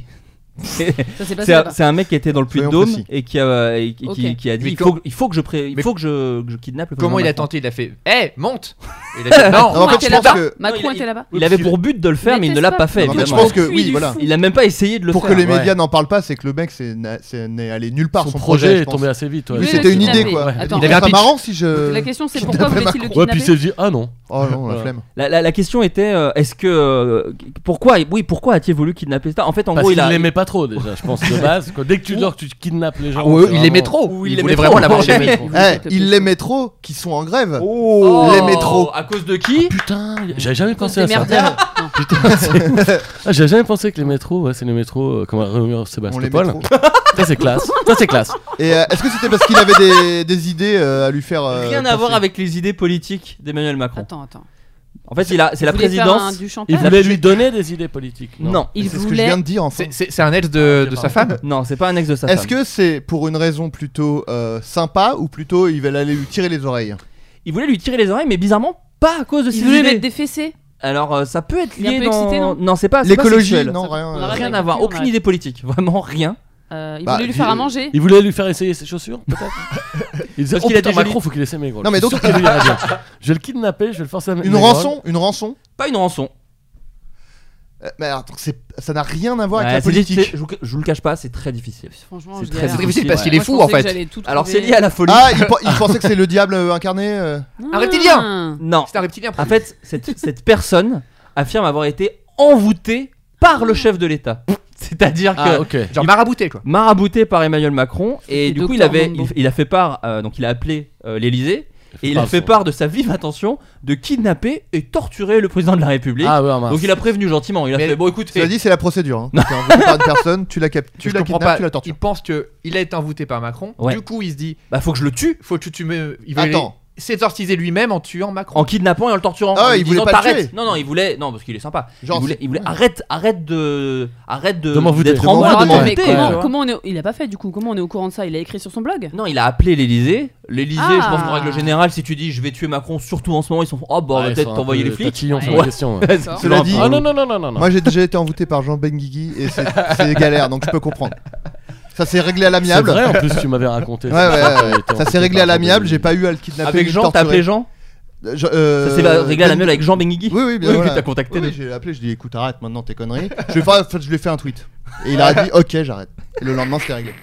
[SPEAKER 7] c'est
[SPEAKER 2] Ça s'est passé
[SPEAKER 7] c'est un,
[SPEAKER 2] là-bas.
[SPEAKER 7] c'est un mec qui était dans le
[SPEAKER 6] Soyons
[SPEAKER 7] Puy-de-Dôme
[SPEAKER 6] précis.
[SPEAKER 7] et qui a, et qui,
[SPEAKER 2] Ok.
[SPEAKER 7] qui- qui a dit
[SPEAKER 9] Mais
[SPEAKER 7] il
[SPEAKER 9] quand-
[SPEAKER 7] faut, que- il faut que je pré- il
[SPEAKER 9] Mais-
[SPEAKER 7] faut que je, que je kidnappe le président.
[SPEAKER 9] Comment il a
[SPEAKER 7] Macron.
[SPEAKER 9] tenté Il a fait Eh, monte Et il a dit Non
[SPEAKER 6] Non, en fait,
[SPEAKER 2] était
[SPEAKER 6] je pense
[SPEAKER 2] là-bas.
[SPEAKER 6] que-
[SPEAKER 2] Macron
[SPEAKER 7] Non, il-
[SPEAKER 2] était là-bas.
[SPEAKER 7] Il avait pour but de le faire, mais il ne l'a pas fait.
[SPEAKER 6] En fait, je
[SPEAKER 7] évidemment.
[SPEAKER 6] pense que oui, voilà.
[SPEAKER 7] Il a même pas essayé de le
[SPEAKER 6] Pour que
[SPEAKER 7] faire.
[SPEAKER 6] les médias n'en parlent pas, c'est que le mec c'est na- c'est- n'est allé nulle part.
[SPEAKER 8] Son
[SPEAKER 6] Son,
[SPEAKER 8] projet est
[SPEAKER 6] je pense.
[SPEAKER 8] tombé assez vite. ouais.
[SPEAKER 6] Oui,
[SPEAKER 2] Oui,
[SPEAKER 6] c'était
[SPEAKER 2] le
[SPEAKER 6] une idée
[SPEAKER 2] kidnapper.
[SPEAKER 6] quoi.
[SPEAKER 2] Attends.
[SPEAKER 9] Il avait un
[SPEAKER 6] serait
[SPEAKER 9] pitch.
[SPEAKER 6] marrant si je.
[SPEAKER 2] La question c'est
[SPEAKER 6] Kidnapper
[SPEAKER 2] pourquoi voulait-il le
[SPEAKER 6] Macron.
[SPEAKER 8] Ouais, puis il
[SPEAKER 2] kidnapper
[SPEAKER 8] s'est dit Ah non.
[SPEAKER 6] Oh non, la
[SPEAKER 8] Voilà.
[SPEAKER 6] flemme.
[SPEAKER 7] La, la- la question était euh, est-ce que euh, pourquoi oui pourquoi a-t-il voulu kidnapper ça En fait en
[SPEAKER 8] Parce
[SPEAKER 7] gros il
[SPEAKER 8] qu'il
[SPEAKER 7] a
[SPEAKER 8] l'aimait pas trop déjà, je pense, de base. quoi. Dès que tu dors, tu kidnappes les gens.
[SPEAKER 9] Ah ouais,
[SPEAKER 8] c'est
[SPEAKER 9] Il aimait
[SPEAKER 8] vraiment-
[SPEAKER 9] trop.
[SPEAKER 7] il
[SPEAKER 9] Il
[SPEAKER 7] aimait
[SPEAKER 9] voulait
[SPEAKER 7] trop.
[SPEAKER 9] vraiment l'avoir
[SPEAKER 8] Il aimait
[SPEAKER 9] chez
[SPEAKER 8] trop.
[SPEAKER 2] Vous
[SPEAKER 6] Eh,
[SPEAKER 2] êtes le
[SPEAKER 6] il
[SPEAKER 2] plus
[SPEAKER 6] les
[SPEAKER 2] chaud.
[SPEAKER 6] métros qui sont en grève.
[SPEAKER 7] Oh
[SPEAKER 6] les métros.
[SPEAKER 7] à cause de qui
[SPEAKER 8] Putain, j'avais jamais pensé
[SPEAKER 2] des
[SPEAKER 8] à ça.
[SPEAKER 2] merdias.
[SPEAKER 8] Putain, c'est ouf. Ah, J'avais jamais pensé que les métros, ouais, c'est les métros euh, comme à Romeo
[SPEAKER 6] On les
[SPEAKER 8] Sébastopol.
[SPEAKER 6] métros.
[SPEAKER 8] Ça c'est classe. Ça c'est classe.
[SPEAKER 6] Et euh, est-ce que c'était parce qu'il avait des, des idées euh, à lui faire euh,
[SPEAKER 7] Rien à
[SPEAKER 6] passer
[SPEAKER 7] voir avec les idées politiques d'Emmanuel Macron.
[SPEAKER 2] Attends, attends.
[SPEAKER 6] Ah.
[SPEAKER 7] En fait, il a c'est
[SPEAKER 2] Vous
[SPEAKER 7] la
[SPEAKER 2] voulez faire un-
[SPEAKER 7] présidence.
[SPEAKER 2] du
[SPEAKER 8] Il
[SPEAKER 2] chantage
[SPEAKER 8] voulait lui donner des idées politiques.
[SPEAKER 7] Non.
[SPEAKER 2] Il
[SPEAKER 6] C'est ce que je
[SPEAKER 2] voulait
[SPEAKER 6] viens de dire enfin.
[SPEAKER 9] C'est- C'est c'est un ex de, de sa femme
[SPEAKER 7] Non, c'est pas un ex de sa
[SPEAKER 6] Est-ce
[SPEAKER 7] femme.
[SPEAKER 6] que c'est pour une raison plutôt euh, sympa ou plutôt il va aller lui tirer les oreilles
[SPEAKER 7] Il voulait lui tirer les oreilles mais bizarrement pas à cause de
[SPEAKER 2] il
[SPEAKER 7] ses
[SPEAKER 2] voulait
[SPEAKER 7] idées.
[SPEAKER 2] mettre des fessées.
[SPEAKER 7] Alors euh, ça peut être
[SPEAKER 2] Il est un
[SPEAKER 7] lié
[SPEAKER 2] peu
[SPEAKER 7] dans
[SPEAKER 2] excité, non
[SPEAKER 7] c'est pas c'est pas
[SPEAKER 6] L'écologie,
[SPEAKER 7] sexuel.
[SPEAKER 6] non,
[SPEAKER 2] Ça- on
[SPEAKER 6] rien. euh,
[SPEAKER 2] arrête.
[SPEAKER 7] Rien
[SPEAKER 2] Ouais,
[SPEAKER 7] à voir,
[SPEAKER 2] on
[SPEAKER 7] aucune
[SPEAKER 2] arrête.
[SPEAKER 7] idée politique, vraiment rien.
[SPEAKER 2] Euh, il
[SPEAKER 6] Bah,
[SPEAKER 2] voulait lui
[SPEAKER 6] dis-
[SPEAKER 2] faire à manger.
[SPEAKER 8] Il voulait lui faire essayer ses chaussures, peut-être. Il disait
[SPEAKER 7] Parce
[SPEAKER 8] oh,
[SPEAKER 7] qu'il a
[SPEAKER 8] putain,
[SPEAKER 7] déjà
[SPEAKER 8] Macron, faut qu'il essaie mes gros.
[SPEAKER 6] Non, mais
[SPEAKER 8] Je suis
[SPEAKER 6] donc-
[SPEAKER 8] sûr qu'il ira bien. Je vais le kidnapper, je vais le forcer à
[SPEAKER 6] Une rançon Une rançon
[SPEAKER 7] Pas une rançon.
[SPEAKER 6] Euh, Mais attends, c'est- ça n'a rien à voir
[SPEAKER 7] Ouais,
[SPEAKER 6] avec la
[SPEAKER 7] c'est difficile,
[SPEAKER 6] politique.
[SPEAKER 7] je, vous- je vous le cache pas, c'est très difficile.
[SPEAKER 2] Franchement,
[SPEAKER 7] C'est
[SPEAKER 2] je
[SPEAKER 7] très
[SPEAKER 2] galère.
[SPEAKER 9] C'est difficile
[SPEAKER 7] Ouais.
[SPEAKER 9] parce qu'il est
[SPEAKER 2] Moi, je
[SPEAKER 9] fou en
[SPEAKER 2] pensais que
[SPEAKER 9] fait.
[SPEAKER 2] j'allais tout
[SPEAKER 7] Alors c'est
[SPEAKER 2] trouver.
[SPEAKER 7] lié à la folie.
[SPEAKER 6] Ah, il, pe- il pensait que c'est le diable euh, incarné euh.
[SPEAKER 2] Ah.
[SPEAKER 9] Un reptilien
[SPEAKER 7] Non.
[SPEAKER 9] C'est un reptilien.
[SPEAKER 7] En fait, cette, cette personne affirme avoir été envoûtée par le chef de l'État. C'est-à-dire que
[SPEAKER 8] Ah, ok.
[SPEAKER 9] Genre marabouté quoi.
[SPEAKER 7] marabouté par Emmanuel Macron et
[SPEAKER 2] C'est
[SPEAKER 7] du coup il
[SPEAKER 2] Docteur
[SPEAKER 7] avait
[SPEAKER 2] Mambo.
[SPEAKER 7] il, il a fait part euh, donc il a appelé euh, l'Élysée et il a
[SPEAKER 8] Ah,
[SPEAKER 7] fait
[SPEAKER 8] son-
[SPEAKER 7] part de sa vive intention de kidnapper et torturer le président de la République.
[SPEAKER 8] Ah, ouais, mince.
[SPEAKER 7] donc il a prévenu gentiment, il a
[SPEAKER 9] Mais-
[SPEAKER 7] fait bon écoute, eh,
[SPEAKER 6] Cela dit, c'est la procédure. Hein. T'es envoyé par une personne, tu la captures, tu
[SPEAKER 9] Je
[SPEAKER 6] la
[SPEAKER 9] comprends
[SPEAKER 6] kidnappes,
[SPEAKER 9] pas.
[SPEAKER 6] tu la tortures.
[SPEAKER 9] Il pense que il a été envoûté par Macron.
[SPEAKER 7] Ouais.
[SPEAKER 9] Du coup, il se dit
[SPEAKER 7] bah faut que je le tue.
[SPEAKER 9] Faut que tu me. Il veut
[SPEAKER 6] Attends,
[SPEAKER 9] s'est exorcisé lui-même en tuant Macron.
[SPEAKER 7] En kidnappant et en le torturant.
[SPEAKER 6] Ah,
[SPEAKER 7] en lui
[SPEAKER 6] il voulait
[SPEAKER 7] disant,
[SPEAKER 6] pas le
[SPEAKER 7] t'arrêtes.
[SPEAKER 6] tuer.
[SPEAKER 7] Non, non, il voulait. Non, parce qu'il est sympa.
[SPEAKER 6] Genre,
[SPEAKER 7] il voulait,
[SPEAKER 6] c'est-
[SPEAKER 7] il voulait- arrête, arrête de, arrête de,
[SPEAKER 8] De m'en foutre,
[SPEAKER 7] d'être
[SPEAKER 6] de
[SPEAKER 7] en
[SPEAKER 6] m'en
[SPEAKER 7] mode
[SPEAKER 6] foutre, de m'en
[SPEAKER 7] arrêté,
[SPEAKER 2] mais
[SPEAKER 7] tu
[SPEAKER 2] comment,
[SPEAKER 7] vois.
[SPEAKER 2] comment on est... Il a pas fait du coup, comment on est au courant de ça Il a écrit sur son blog
[SPEAKER 7] Non, il a appelé l'Elysée. L'Elysée, je pense qu'en
[SPEAKER 2] Ah.
[SPEAKER 7] règle générale, si tu dis je vais tuer Macron, surtout en ce moment, ils sont oh bah on va
[SPEAKER 8] Ouais, ils sont
[SPEAKER 7] peut-être
[SPEAKER 8] un
[SPEAKER 7] t'envoyer
[SPEAKER 8] peu
[SPEAKER 7] les flics.
[SPEAKER 8] tatillons sur
[SPEAKER 2] Ouais.
[SPEAKER 8] la question, ouais.
[SPEAKER 7] C'est
[SPEAKER 6] Cela
[SPEAKER 7] toujours
[SPEAKER 6] dit-
[SPEAKER 7] un
[SPEAKER 8] Ah
[SPEAKER 7] peu-
[SPEAKER 8] non, non, non, non, non. non.
[SPEAKER 6] Moi, j'ai déjà été envoûté par Jean Benguigui et c'est c'est galère, donc je peux comprendre. Ça s'est réglé à
[SPEAKER 8] C'est
[SPEAKER 6] l'amiable.
[SPEAKER 8] vrai, en plus, tu m'avais raconté.
[SPEAKER 6] Ouais, ouais,
[SPEAKER 8] ça,
[SPEAKER 6] ouais.
[SPEAKER 8] t'avais été
[SPEAKER 6] Ça s'est
[SPEAKER 8] envoûté
[SPEAKER 6] réglé
[SPEAKER 8] par
[SPEAKER 6] à l'amiable,
[SPEAKER 8] Jean-Denis.
[SPEAKER 6] j'ai pas eu à le kidnapper.
[SPEAKER 7] avec
[SPEAKER 6] ni
[SPEAKER 7] Jean,
[SPEAKER 6] torturer.
[SPEAKER 7] t'as appelé Jean
[SPEAKER 6] Euh, je- euh,
[SPEAKER 7] Ça s'est réglé à la mienne avec Jean Benguigui.
[SPEAKER 6] Oui, oui, bien
[SPEAKER 7] oui,
[SPEAKER 6] voilà.
[SPEAKER 7] que t'as contacté.
[SPEAKER 6] Oui, oui, j'ai appelé, je lui ai dit écoute, arrête maintenant tes conneries. je, vais faire- je lui ai fait un tweet. Et il a dit ok, j'arrête. Et le lendemain, c'était réglé.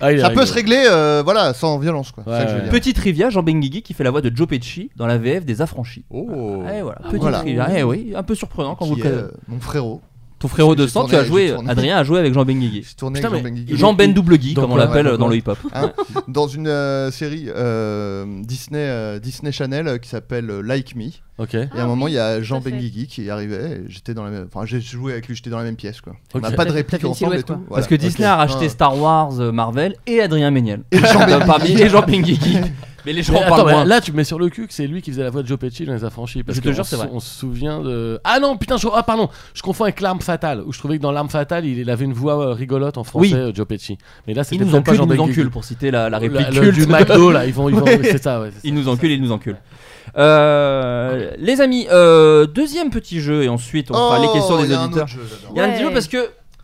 [SPEAKER 8] Ah, il est
[SPEAKER 6] Ça peut
[SPEAKER 8] réglé.
[SPEAKER 6] se régler euh, voilà, sans violence, quoi. C'est
[SPEAKER 8] Ouais,
[SPEAKER 6] ça que je veux
[SPEAKER 8] ouais.
[SPEAKER 6] dire.
[SPEAKER 7] Petite trivia, Jean Benguigui qui fait la voix de Joe Pesci dans la VF des Affranchis.
[SPEAKER 6] Oh.
[SPEAKER 8] Ah
[SPEAKER 7] Eh voilà, petite
[SPEAKER 6] Voilà.
[SPEAKER 7] trivia. Eh oui, un peu surprendant quand vous
[SPEAKER 6] Qui
[SPEAKER 7] le
[SPEAKER 6] est,
[SPEAKER 7] connaissez.
[SPEAKER 6] euh, Mon frérot.
[SPEAKER 7] Ton frérot de
[SPEAKER 6] j'ai
[SPEAKER 7] sang, tu
[SPEAKER 6] tourné-
[SPEAKER 7] as
[SPEAKER 6] j'ai
[SPEAKER 7] joué,
[SPEAKER 6] tourné.
[SPEAKER 7] Adrien a joué avec Jean Benguigui.
[SPEAKER 6] J'ai tourné
[SPEAKER 8] Putain,
[SPEAKER 6] avec Jean
[SPEAKER 8] mais
[SPEAKER 6] Benguigui.
[SPEAKER 7] Jean Ben double Guy,
[SPEAKER 8] Donc,
[SPEAKER 7] comme on
[SPEAKER 8] ouais,
[SPEAKER 7] l'appelle
[SPEAKER 8] ouais,
[SPEAKER 7] dans
[SPEAKER 8] ouais.
[SPEAKER 7] le hip-hop.
[SPEAKER 6] Hein, dans une euh, série euh, Disney, euh, Disney Channel euh, qui s'appelle euh, Like Me. Et
[SPEAKER 8] Ok.
[SPEAKER 2] Ah
[SPEAKER 6] à un moment,
[SPEAKER 2] oui,
[SPEAKER 6] il y a Jean
[SPEAKER 2] tout à fait.
[SPEAKER 6] Benguigui qui arrivait. et J'étais dans la même. Enfin, j'ai joué avec lui. J'étais dans la même pièce, quoi. On
[SPEAKER 8] Ok.
[SPEAKER 6] n'a pas de
[SPEAKER 2] T'as fait- t'as
[SPEAKER 6] réplique
[SPEAKER 2] fait une
[SPEAKER 6] ensemble et
[SPEAKER 2] silhouette,
[SPEAKER 6] tout.
[SPEAKER 2] quoi.
[SPEAKER 6] Voilà.
[SPEAKER 7] Parce que Disney
[SPEAKER 6] Ok.
[SPEAKER 7] a racheté
[SPEAKER 6] Ah.
[SPEAKER 7] Star Wars, euh, Marvel et Adrien Méniel.
[SPEAKER 6] Et Jean
[SPEAKER 7] Dans-
[SPEAKER 6] Benguigui.
[SPEAKER 7] Parmi et Jean Benguigui. Mais les gens
[SPEAKER 8] Mais
[SPEAKER 7] en
[SPEAKER 8] attends,
[SPEAKER 7] parlent
[SPEAKER 8] mais
[SPEAKER 7] moins.
[SPEAKER 8] là tu me mets sur le cul que c'est lui qui faisait la voix de Joe Pesci dans les affranchis. Parce
[SPEAKER 7] Je te
[SPEAKER 8] qu'on
[SPEAKER 7] jure, c'est
[SPEAKER 8] se-
[SPEAKER 7] vrai.
[SPEAKER 8] On se souvient de. Ah non, putain, je... ah, pardon, je confonds avec l'arme fatale. Où je trouvais que dans l'arme fatale, il avait une voix euh, rigolote en français,
[SPEAKER 7] Oui.
[SPEAKER 8] euh, Joe Pesci. Mais là,
[SPEAKER 7] Ils
[SPEAKER 8] c'était
[SPEAKER 7] nous
[SPEAKER 8] peut-être pas
[SPEAKER 7] enculent, ils
[SPEAKER 8] Jean
[SPEAKER 7] nous
[SPEAKER 8] Benguigui.
[SPEAKER 7] enculent, pour citer la, la
[SPEAKER 8] Le-
[SPEAKER 7] réplique
[SPEAKER 8] le-
[SPEAKER 7] culte.
[SPEAKER 8] du McDo là, ils vont, ils vont.
[SPEAKER 7] Ouais.
[SPEAKER 8] C'est ça, ouais. c'est ça.
[SPEAKER 7] Ils nous enculent, ils nous enculent. Euh, les amis, euh, deuxième petit jeu et ensuite on fera les
[SPEAKER 6] Oh,
[SPEAKER 7] questions
[SPEAKER 6] il y
[SPEAKER 7] des
[SPEAKER 6] a un
[SPEAKER 7] auditeurs.
[SPEAKER 6] autre jeu, j'adore.
[SPEAKER 7] Il y a un petit
[SPEAKER 2] Ouais.
[SPEAKER 7] jeu parce que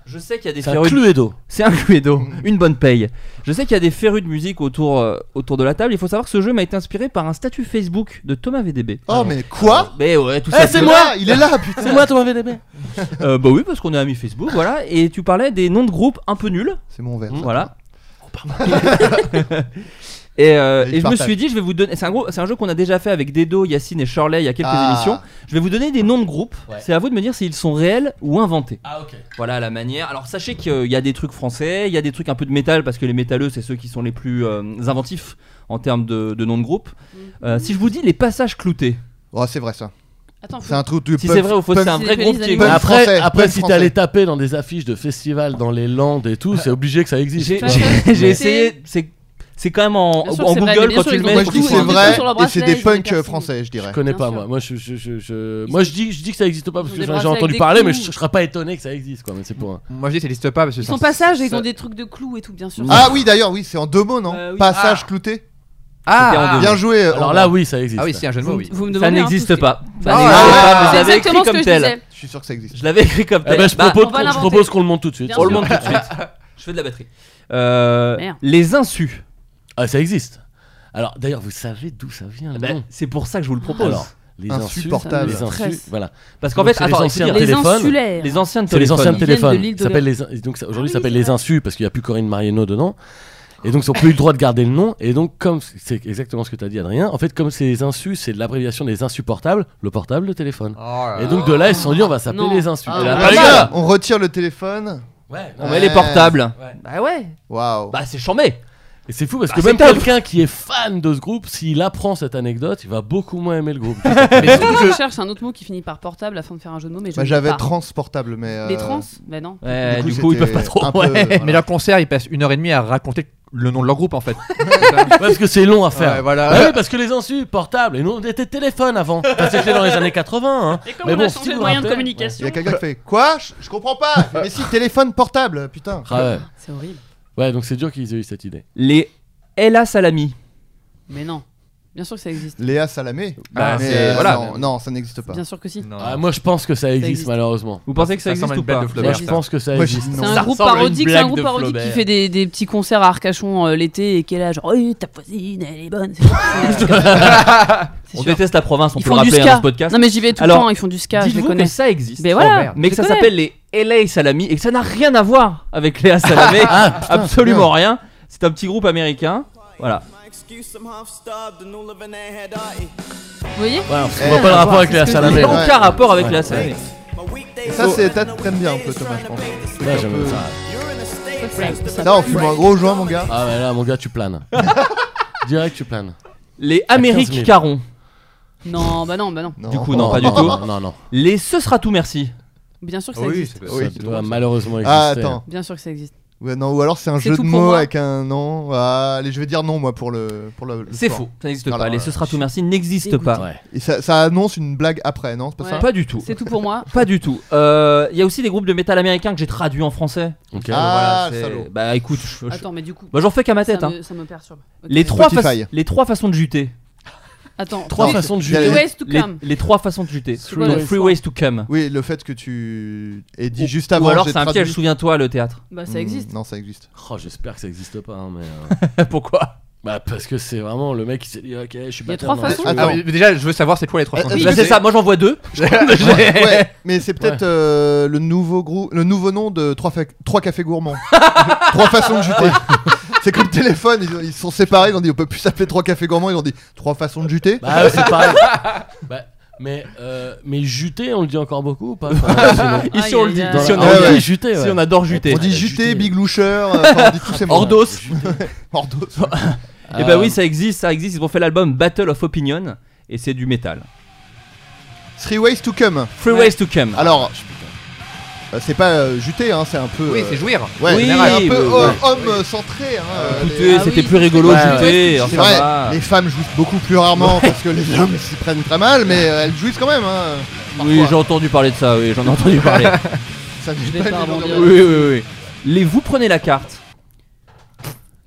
[SPEAKER 7] je sais qu'il y a des
[SPEAKER 8] C'est un
[SPEAKER 7] férus.
[SPEAKER 8] Cluedo.
[SPEAKER 7] C'est un cluedo,
[SPEAKER 6] Mm.
[SPEAKER 7] une bonne paye. Je sais qu'il y a des férus de musique autour, euh, autour de la table. Il faut savoir que ce jeu m'a été inspiré par un statut Facebook de Thomas VDB.
[SPEAKER 6] Oh, mais quoi
[SPEAKER 7] Mais Euh, ben ouais, tout
[SPEAKER 8] Eh,
[SPEAKER 7] ça.
[SPEAKER 8] c'est
[SPEAKER 7] tout-
[SPEAKER 8] moi
[SPEAKER 6] Ah, Il est là, putain.
[SPEAKER 8] C'est moi, Thomas VDB.
[SPEAKER 7] Euh, Bah oui, parce qu'on est amis Facebook, voilà. Et tu parlais des noms de groupes un peu nuls,
[SPEAKER 6] C'est mon verre.
[SPEAKER 7] voilà. et euh,
[SPEAKER 6] Et
[SPEAKER 7] et je me
[SPEAKER 6] partage.
[SPEAKER 7] suis dit, je vais vous donner. C'est un, gros- c'est un jeu qu'on a déjà fait avec Dedo, Yacine et Shirley il y a quelques
[SPEAKER 6] Ah.
[SPEAKER 7] émissions. Je vais vous donner des noms de groupes.
[SPEAKER 8] Ouais.
[SPEAKER 7] C'est à vous de me dire s'ils sont réels ou inventés.
[SPEAKER 8] Ah ok.
[SPEAKER 7] Voilà la manière. Alors sachez qu'il y a des trucs français, il y a des trucs un peu de métal parce que les métalleux c'est ceux qui sont les plus euh, inventifs en termes de, de noms de groupe. Euh, si je vous dis les passages cloutés,
[SPEAKER 6] Oh, c'est vrai ça.
[SPEAKER 2] Attends, faut-
[SPEAKER 6] C'est un truc du
[SPEAKER 7] si
[SPEAKER 6] pub-
[SPEAKER 7] c'est vrai ou faux,
[SPEAKER 6] pub-
[SPEAKER 7] c'est un
[SPEAKER 2] c'est
[SPEAKER 7] vrai
[SPEAKER 2] les
[SPEAKER 7] groupe
[SPEAKER 2] polices
[SPEAKER 7] qui
[SPEAKER 6] Peuple
[SPEAKER 8] Mais
[SPEAKER 7] existe.
[SPEAKER 8] après,
[SPEAKER 6] français,
[SPEAKER 8] après
[SPEAKER 6] peuple
[SPEAKER 8] si
[SPEAKER 6] français.
[SPEAKER 8] t'allais taper dans des affiches de festivals dans les Landes et tout, c'est obligé que ça existe.
[SPEAKER 7] J'ai
[SPEAKER 8] tu vois.
[SPEAKER 7] j'ai- j'ai
[SPEAKER 2] Ouais.
[SPEAKER 7] essayé. C'est c'est quand même en,
[SPEAKER 2] Bien sûr,
[SPEAKER 7] en
[SPEAKER 2] c'est vrai, mais
[SPEAKER 7] Google
[SPEAKER 2] bien
[SPEAKER 7] quand
[SPEAKER 2] sûr,
[SPEAKER 7] tu le
[SPEAKER 2] ils ont
[SPEAKER 7] mets.
[SPEAKER 6] Moi
[SPEAKER 2] des
[SPEAKER 6] je
[SPEAKER 7] faut
[SPEAKER 6] dis que
[SPEAKER 7] que tu
[SPEAKER 6] c'est
[SPEAKER 7] sois
[SPEAKER 2] tatous, ils ont des
[SPEAKER 6] vrai
[SPEAKER 2] tatous sur leur
[SPEAKER 6] et c'est
[SPEAKER 2] bracelet,
[SPEAKER 6] des
[SPEAKER 2] ils ont des
[SPEAKER 6] punks
[SPEAKER 2] piercings.
[SPEAKER 6] français, je dirais.
[SPEAKER 8] Je connais
[SPEAKER 2] Bien
[SPEAKER 8] pas
[SPEAKER 2] sûr.
[SPEAKER 8] moi. Moi je, je, je, je-
[SPEAKER 2] Ils
[SPEAKER 8] moi
[SPEAKER 2] ont-
[SPEAKER 8] je dis je dis que ça existe pas parce
[SPEAKER 2] ils ont
[SPEAKER 8] que
[SPEAKER 2] des
[SPEAKER 8] j'en ai
[SPEAKER 2] bracelets avec
[SPEAKER 8] entendu
[SPEAKER 2] des
[SPEAKER 8] parler mais
[SPEAKER 2] clous.
[SPEAKER 8] je, je serais pas étonné que ça existe quoi. Mais c'est pour un.
[SPEAKER 9] Moi je dis ça n'existe pas parce que
[SPEAKER 2] Ils
[SPEAKER 9] ça-
[SPEAKER 2] sont passages, ils
[SPEAKER 9] ça-
[SPEAKER 2] ont des trucs de clous et tout, bien sûr.
[SPEAKER 6] Ah oui, d'ailleurs, oui, c'est en deux mots, non
[SPEAKER 7] Euh, oui.
[SPEAKER 6] Passage clouté.
[SPEAKER 7] C'était en
[SPEAKER 9] Ah,
[SPEAKER 7] deux
[SPEAKER 6] Bien joué. euh,
[SPEAKER 8] Alors
[SPEAKER 6] Ambre.
[SPEAKER 8] là oui ça existe.
[SPEAKER 9] ah oui, c'est un jeu de mots,
[SPEAKER 2] vous,
[SPEAKER 9] oui.
[SPEAKER 2] vous me
[SPEAKER 7] mots.
[SPEAKER 2] demandez
[SPEAKER 7] Ça
[SPEAKER 2] hein,
[SPEAKER 7] n'existe
[SPEAKER 2] tout ce
[SPEAKER 7] pas. Ça
[SPEAKER 6] Ah,
[SPEAKER 7] n'existe
[SPEAKER 6] ah,
[SPEAKER 7] pas, mais
[SPEAKER 2] qui-
[SPEAKER 7] je l'avais
[SPEAKER 2] C'est
[SPEAKER 7] écrit
[SPEAKER 2] exactement ce
[SPEAKER 7] comme
[SPEAKER 2] que je
[SPEAKER 7] tel.
[SPEAKER 2] disais.
[SPEAKER 6] Je suis sûr que ça existe.
[SPEAKER 7] Je l'avais écrit comme
[SPEAKER 8] Eh
[SPEAKER 7] tel.
[SPEAKER 8] ben, je
[SPEAKER 7] Bah,
[SPEAKER 8] propose
[SPEAKER 2] on va
[SPEAKER 8] qu'on- je
[SPEAKER 2] l'inventer.
[SPEAKER 8] propose qu'on le monte tout de suite.
[SPEAKER 2] Bien
[SPEAKER 7] on
[SPEAKER 2] sûr.
[SPEAKER 7] le monte tout de suite. Je fais de la batterie. Euh,
[SPEAKER 2] Merde.
[SPEAKER 7] les insus.
[SPEAKER 8] Ah ça existe. Alors d'ailleurs vous savez d'où ça vient le
[SPEAKER 7] Bah,
[SPEAKER 8] nom
[SPEAKER 7] c'est pour ça que je vous le propose.
[SPEAKER 8] Ah ben. Alors, les
[SPEAKER 6] Insupportable.
[SPEAKER 8] insus, les insus,
[SPEAKER 2] Stress.
[SPEAKER 8] voilà.
[SPEAKER 7] Parce qu'en
[SPEAKER 8] Donc,
[SPEAKER 7] fait,
[SPEAKER 8] c'est les
[SPEAKER 7] attends,
[SPEAKER 8] anciens
[SPEAKER 7] il faut dire-
[SPEAKER 2] Les
[SPEAKER 8] téléphone.
[SPEAKER 2] insulaires.
[SPEAKER 7] les anciens
[SPEAKER 8] C'est les anciens
[SPEAKER 7] téléphones.
[SPEAKER 2] Ils viennent de l'île
[SPEAKER 8] téléphones.
[SPEAKER 2] de
[SPEAKER 8] Ça s'appelle les in- donc ça-
[SPEAKER 2] Ah
[SPEAKER 8] aujourd'hui
[SPEAKER 2] oui,
[SPEAKER 8] ça s'appelle
[SPEAKER 2] c'est
[SPEAKER 8] les
[SPEAKER 2] vrai.
[SPEAKER 8] insus parce qu'il n'y a plus Corinne Mariano dedans. Et donc ils n'ont plus eu le droit de garder le nom. Et donc comme c'est- c'est exactement ce que tu as dit Adrien, en fait comme c'est les insus, c'est de l'abréviation des insupportables, le portable, le téléphone.
[SPEAKER 9] Oh.
[SPEAKER 8] Et donc de là ils se sont dit on va s'appeler
[SPEAKER 2] Non.
[SPEAKER 8] les insus.
[SPEAKER 2] Ah,
[SPEAKER 8] Et
[SPEAKER 7] ouais.
[SPEAKER 8] là,
[SPEAKER 7] Ah,
[SPEAKER 8] les
[SPEAKER 7] mal.
[SPEAKER 8] gars
[SPEAKER 6] On retire le téléphone.
[SPEAKER 7] On met les
[SPEAKER 6] Ouais.
[SPEAKER 7] portables. Bah ouais.
[SPEAKER 6] Waouh.
[SPEAKER 7] Bah c'est chambé.
[SPEAKER 8] Et c'est fou parce
[SPEAKER 7] Bah,
[SPEAKER 8] que
[SPEAKER 7] c'est
[SPEAKER 8] même
[SPEAKER 7] top.
[SPEAKER 8] quelqu'un qui est fan de ce groupe, s'il apprend cette anecdote, il va beaucoup moins aimer le groupe.
[SPEAKER 9] Mais surtout,
[SPEAKER 2] Je cherche un autre mot qui finit par portable afin de faire un jeu de mots, mais je
[SPEAKER 6] Bah,
[SPEAKER 2] ne
[SPEAKER 6] J'avais
[SPEAKER 2] sais pas.
[SPEAKER 6] transportable, mais. euh,
[SPEAKER 2] Les trans Bah non.
[SPEAKER 7] Ouais, du coup, ils
[SPEAKER 6] c'était
[SPEAKER 7] peuvent pas trop.
[SPEAKER 6] un peu,
[SPEAKER 7] ouais.
[SPEAKER 6] voilà.
[SPEAKER 9] Mais leur concert, ils passent une heure et demie à raconter le nom de leur groupe en fait. Ouais,
[SPEAKER 8] parce que c'est long à faire.
[SPEAKER 9] voilà.
[SPEAKER 8] Ah oui, parce que les insus, portables, et nous on était téléphone avant. Enfin, C'était dans les années 80. Hein.
[SPEAKER 2] Et comme
[SPEAKER 8] Mais
[SPEAKER 2] on
[SPEAKER 8] bon,
[SPEAKER 2] a
[SPEAKER 8] si
[SPEAKER 2] changé de
[SPEAKER 8] vous
[SPEAKER 2] moyen de
[SPEAKER 6] Il
[SPEAKER 8] rappelez-
[SPEAKER 2] communication.
[SPEAKER 6] y a quelqu'un
[SPEAKER 7] Bah.
[SPEAKER 6] qui fait Quoi je, je comprends pas Mais si, téléphone portable, putain
[SPEAKER 8] Ah ouais.
[SPEAKER 2] C'est horrible.
[SPEAKER 8] Ouais, donc c'est dur qu'ils aient eu cette idée.
[SPEAKER 7] Les Ella Salami.
[SPEAKER 2] Mais non. Bien sûr que ça existe.
[SPEAKER 6] Léa Salamé
[SPEAKER 7] Bah,
[SPEAKER 6] mais,
[SPEAKER 7] c'est-
[SPEAKER 6] euh,
[SPEAKER 7] voilà.
[SPEAKER 6] non, non, ça n'existe pas.
[SPEAKER 2] Bien sûr que si.
[SPEAKER 9] Non.
[SPEAKER 8] Ah, moi je pense que ça existe,
[SPEAKER 2] existe.
[SPEAKER 8] malheureusement.
[SPEAKER 7] Vous pensez que ça,
[SPEAKER 9] Ça
[SPEAKER 7] existe
[SPEAKER 9] ressemble à
[SPEAKER 7] ou
[SPEAKER 9] une bête
[SPEAKER 7] pas
[SPEAKER 9] de
[SPEAKER 8] Moi
[SPEAKER 9] Flaubert,
[SPEAKER 8] je
[SPEAKER 9] ça.
[SPEAKER 8] pense que ça
[SPEAKER 6] Moi, je-
[SPEAKER 8] existe.
[SPEAKER 6] non.
[SPEAKER 2] C'est un
[SPEAKER 7] Ça
[SPEAKER 2] groupe
[SPEAKER 7] ressemble à une
[SPEAKER 2] parodique, c'est
[SPEAKER 7] blague
[SPEAKER 2] un groupe
[SPEAKER 7] de
[SPEAKER 2] parodique qui
[SPEAKER 7] Flaubert.
[SPEAKER 2] fait des, des petits concerts à Arcachon euh, l'été et qui est là genre oh, ta voisine elle est bonne. C'est- c'est- c'est
[SPEAKER 7] On
[SPEAKER 2] sûr.
[SPEAKER 7] déteste la province, on
[SPEAKER 2] Ils
[SPEAKER 7] peut
[SPEAKER 2] font
[SPEAKER 7] le
[SPEAKER 2] du
[SPEAKER 7] rappeler
[SPEAKER 2] ska.
[SPEAKER 7] dans ce podcast.
[SPEAKER 2] Non mais j'y vais tout le
[SPEAKER 7] Alors,
[SPEAKER 2] temps, ils font du ska, je les
[SPEAKER 7] Dites-vous que
[SPEAKER 2] connais.
[SPEAKER 7] ça existe.
[SPEAKER 2] Mais voilà,
[SPEAKER 9] merde.
[SPEAKER 7] Mais que
[SPEAKER 2] je
[SPEAKER 7] ça
[SPEAKER 2] connais.
[SPEAKER 7] s'appelle les LA Salami et que ça n'a rien à voir avec Léa Salamé. Absolument rien. C'est un petit groupe américain. Voilà.
[SPEAKER 2] Vous voyez
[SPEAKER 8] Voilà,
[SPEAKER 6] Eh,
[SPEAKER 8] on voit pas le rapport avec Léa
[SPEAKER 2] Ah, bah, c'est ce que je
[SPEAKER 8] Salamé.
[SPEAKER 7] Mais
[SPEAKER 6] Ouais.
[SPEAKER 8] Ouais,
[SPEAKER 7] aucun rapport avec
[SPEAKER 8] Ouais.
[SPEAKER 7] Léa Salamé.
[SPEAKER 6] Et ça, c'est t'as- t'aimes bien un peu, Thomas, je pense.
[SPEAKER 8] j'aime ça.
[SPEAKER 6] Là, on fume un gros joint, mon gars.
[SPEAKER 8] Ah, mais là, mon gars, tu planes. Direct, tu planes.
[SPEAKER 7] Les
[SPEAKER 8] 15
[SPEAKER 7] Amériques
[SPEAKER 8] 000.
[SPEAKER 7] Caron.
[SPEAKER 2] Non, bah non, bah non.
[SPEAKER 6] Non.
[SPEAKER 7] Du coup, non, pas du tout.
[SPEAKER 8] Non, non, non.
[SPEAKER 7] Les Ce sera tout merci.
[SPEAKER 2] Bien sûr que ça
[SPEAKER 9] Oui,
[SPEAKER 2] existe.
[SPEAKER 9] c'est-
[SPEAKER 6] Oui,
[SPEAKER 8] ça
[SPEAKER 6] c'est
[SPEAKER 8] doit
[SPEAKER 6] drôle, ça.
[SPEAKER 8] malheureusement exister.
[SPEAKER 6] Ah, attends.
[SPEAKER 2] Bien sûr que ça existe.
[SPEAKER 6] Ouais, non, ou alors c'est un jeu
[SPEAKER 2] C'est
[SPEAKER 6] de
[SPEAKER 2] tout pour
[SPEAKER 6] mots
[SPEAKER 2] moi.
[SPEAKER 6] avec un nom. Ah, allez, je vais dire non, moi, pour le. Pour le, le
[SPEAKER 7] C'est
[SPEAKER 6] sport.
[SPEAKER 7] faux, ça n'existe
[SPEAKER 6] Alors,
[SPEAKER 7] pas. Les
[SPEAKER 6] euh,
[SPEAKER 7] ce sera tout merci n'existe
[SPEAKER 2] Écoute.
[SPEAKER 7] pas.
[SPEAKER 8] Ouais.
[SPEAKER 6] Et ça, ça annonce une blague après, non C'est pas
[SPEAKER 2] Ouais.
[SPEAKER 6] ça
[SPEAKER 7] Pas du tout.
[SPEAKER 2] C'est tout pour moi.
[SPEAKER 7] Pas du tout. Euh, Il y a aussi des groupes de métal américains que j'ai traduits en français.
[SPEAKER 8] Ok.
[SPEAKER 6] Ah.
[SPEAKER 7] c'est-
[SPEAKER 6] salaud.
[SPEAKER 7] Bah écoute, je- je-
[SPEAKER 2] Attends, mais du coup,
[SPEAKER 7] bah, j'en fais qu'à ma tête.
[SPEAKER 2] ça,
[SPEAKER 7] hein.
[SPEAKER 2] me, ça me perturbe. Ok.
[SPEAKER 7] Les, trois fa-
[SPEAKER 6] Spotify.
[SPEAKER 7] les trois façons de juter.
[SPEAKER 2] Attends,
[SPEAKER 8] Trois
[SPEAKER 2] three-
[SPEAKER 8] façons de
[SPEAKER 6] Il y a
[SPEAKER 2] three
[SPEAKER 6] les-
[SPEAKER 8] juger.
[SPEAKER 2] ways to
[SPEAKER 7] Les,
[SPEAKER 2] come.
[SPEAKER 7] les trois façons de juter.
[SPEAKER 2] C'est quoi
[SPEAKER 7] Donc
[SPEAKER 2] les
[SPEAKER 7] Three
[SPEAKER 2] trois
[SPEAKER 7] Ways to Come.
[SPEAKER 6] Oui, le fait que tu aies dit
[SPEAKER 7] Ou-
[SPEAKER 6] juste
[SPEAKER 7] Ou
[SPEAKER 6] avant.
[SPEAKER 7] alors
[SPEAKER 6] j'ai
[SPEAKER 7] c'est un
[SPEAKER 6] traduit.
[SPEAKER 7] piège, souviens-toi, le théâtre.
[SPEAKER 2] Bah,
[SPEAKER 6] Hmm,
[SPEAKER 2] ça existe.
[SPEAKER 6] Non, ça existe.
[SPEAKER 8] Oh, j'espère que ça existe pas, hein, mais. euh,
[SPEAKER 7] Pourquoi
[SPEAKER 8] bah, parce que c'est vraiment le mec qui s'est dit, ok, je suis
[SPEAKER 2] Il y a
[SPEAKER 8] batteur
[SPEAKER 2] trois
[SPEAKER 8] dans
[SPEAKER 2] façons.
[SPEAKER 8] le jeu.
[SPEAKER 7] Ah
[SPEAKER 6] Attends.
[SPEAKER 9] mais déjà, je veux savoir c'est quoi les trois
[SPEAKER 6] Eh,
[SPEAKER 9] façons.
[SPEAKER 6] Oui,
[SPEAKER 7] Là, Bah, c'est ça, moi j'en vois deux.
[SPEAKER 6] ouais, mais c'est peut-être euh, le nouveau groupe, le nouveau nom de trois, fa- trois cafés gourmands. trois façons de juter. c'est comme téléphone, ils, ils sont séparés, ils ont dit on peut plus s'appeler trois cafés gourmands, ils ont dit trois façons de juter.
[SPEAKER 8] Bah, c'est pareil. Bah, mais, euh, mais juter, on le dit encore beaucoup ou pas Enfin, sinon-
[SPEAKER 7] Ici on le dit.
[SPEAKER 2] Aïe, aïe, aïe.
[SPEAKER 7] Si on
[SPEAKER 6] Ah
[SPEAKER 8] Ah,
[SPEAKER 6] ouais.
[SPEAKER 7] adore-
[SPEAKER 8] oui, juter,
[SPEAKER 7] si
[SPEAKER 8] ouais.
[SPEAKER 7] on adore juter.
[SPEAKER 6] on dit
[SPEAKER 8] ouais,
[SPEAKER 6] juter,
[SPEAKER 8] juter.
[SPEAKER 6] big loucheur, euh, enfin, on dit tous ces mots.
[SPEAKER 7] Ordos.
[SPEAKER 6] Ordos.
[SPEAKER 7] Et bah oui, ça existe, ça existe. Ils ont fait l'album Battle of Opinion et c'est du métal.
[SPEAKER 6] Three ways to come.
[SPEAKER 7] Three
[SPEAKER 2] Ouais.
[SPEAKER 7] Ways to Come.
[SPEAKER 6] Alors, euh, c'est pas euh, juter, hein, c'est un peu.
[SPEAKER 9] Oui,
[SPEAKER 6] euh,
[SPEAKER 9] c'est jouir.
[SPEAKER 6] Ouais,
[SPEAKER 7] Oui,
[SPEAKER 6] c'est un peu
[SPEAKER 7] euh,
[SPEAKER 6] ho-
[SPEAKER 7] ouais.
[SPEAKER 6] homme euh, centré. hein, euh,
[SPEAKER 7] Écoutez,
[SPEAKER 2] Ah
[SPEAKER 7] c'était
[SPEAKER 2] oui.
[SPEAKER 7] plus rigolo
[SPEAKER 8] Ouais,
[SPEAKER 7] juter.
[SPEAKER 6] C'est
[SPEAKER 7] enfin,
[SPEAKER 6] vrai,
[SPEAKER 7] voilà.
[SPEAKER 6] les femmes jouissent beaucoup plus rarement parce que les hommes s'y prennent très mal, mais euh, elles jouissent quand même. hein,
[SPEAKER 7] Oui,
[SPEAKER 6] parfois.
[SPEAKER 7] j'ai entendu parler de ça, oui, j'en ai entendu parler.
[SPEAKER 6] Ça n'est
[SPEAKER 2] Je vais
[SPEAKER 6] pas
[SPEAKER 2] pas
[SPEAKER 6] une légende
[SPEAKER 2] rebondir.
[SPEAKER 6] urbaine.
[SPEAKER 7] oui, oui, oui. Les vous prenez la carte.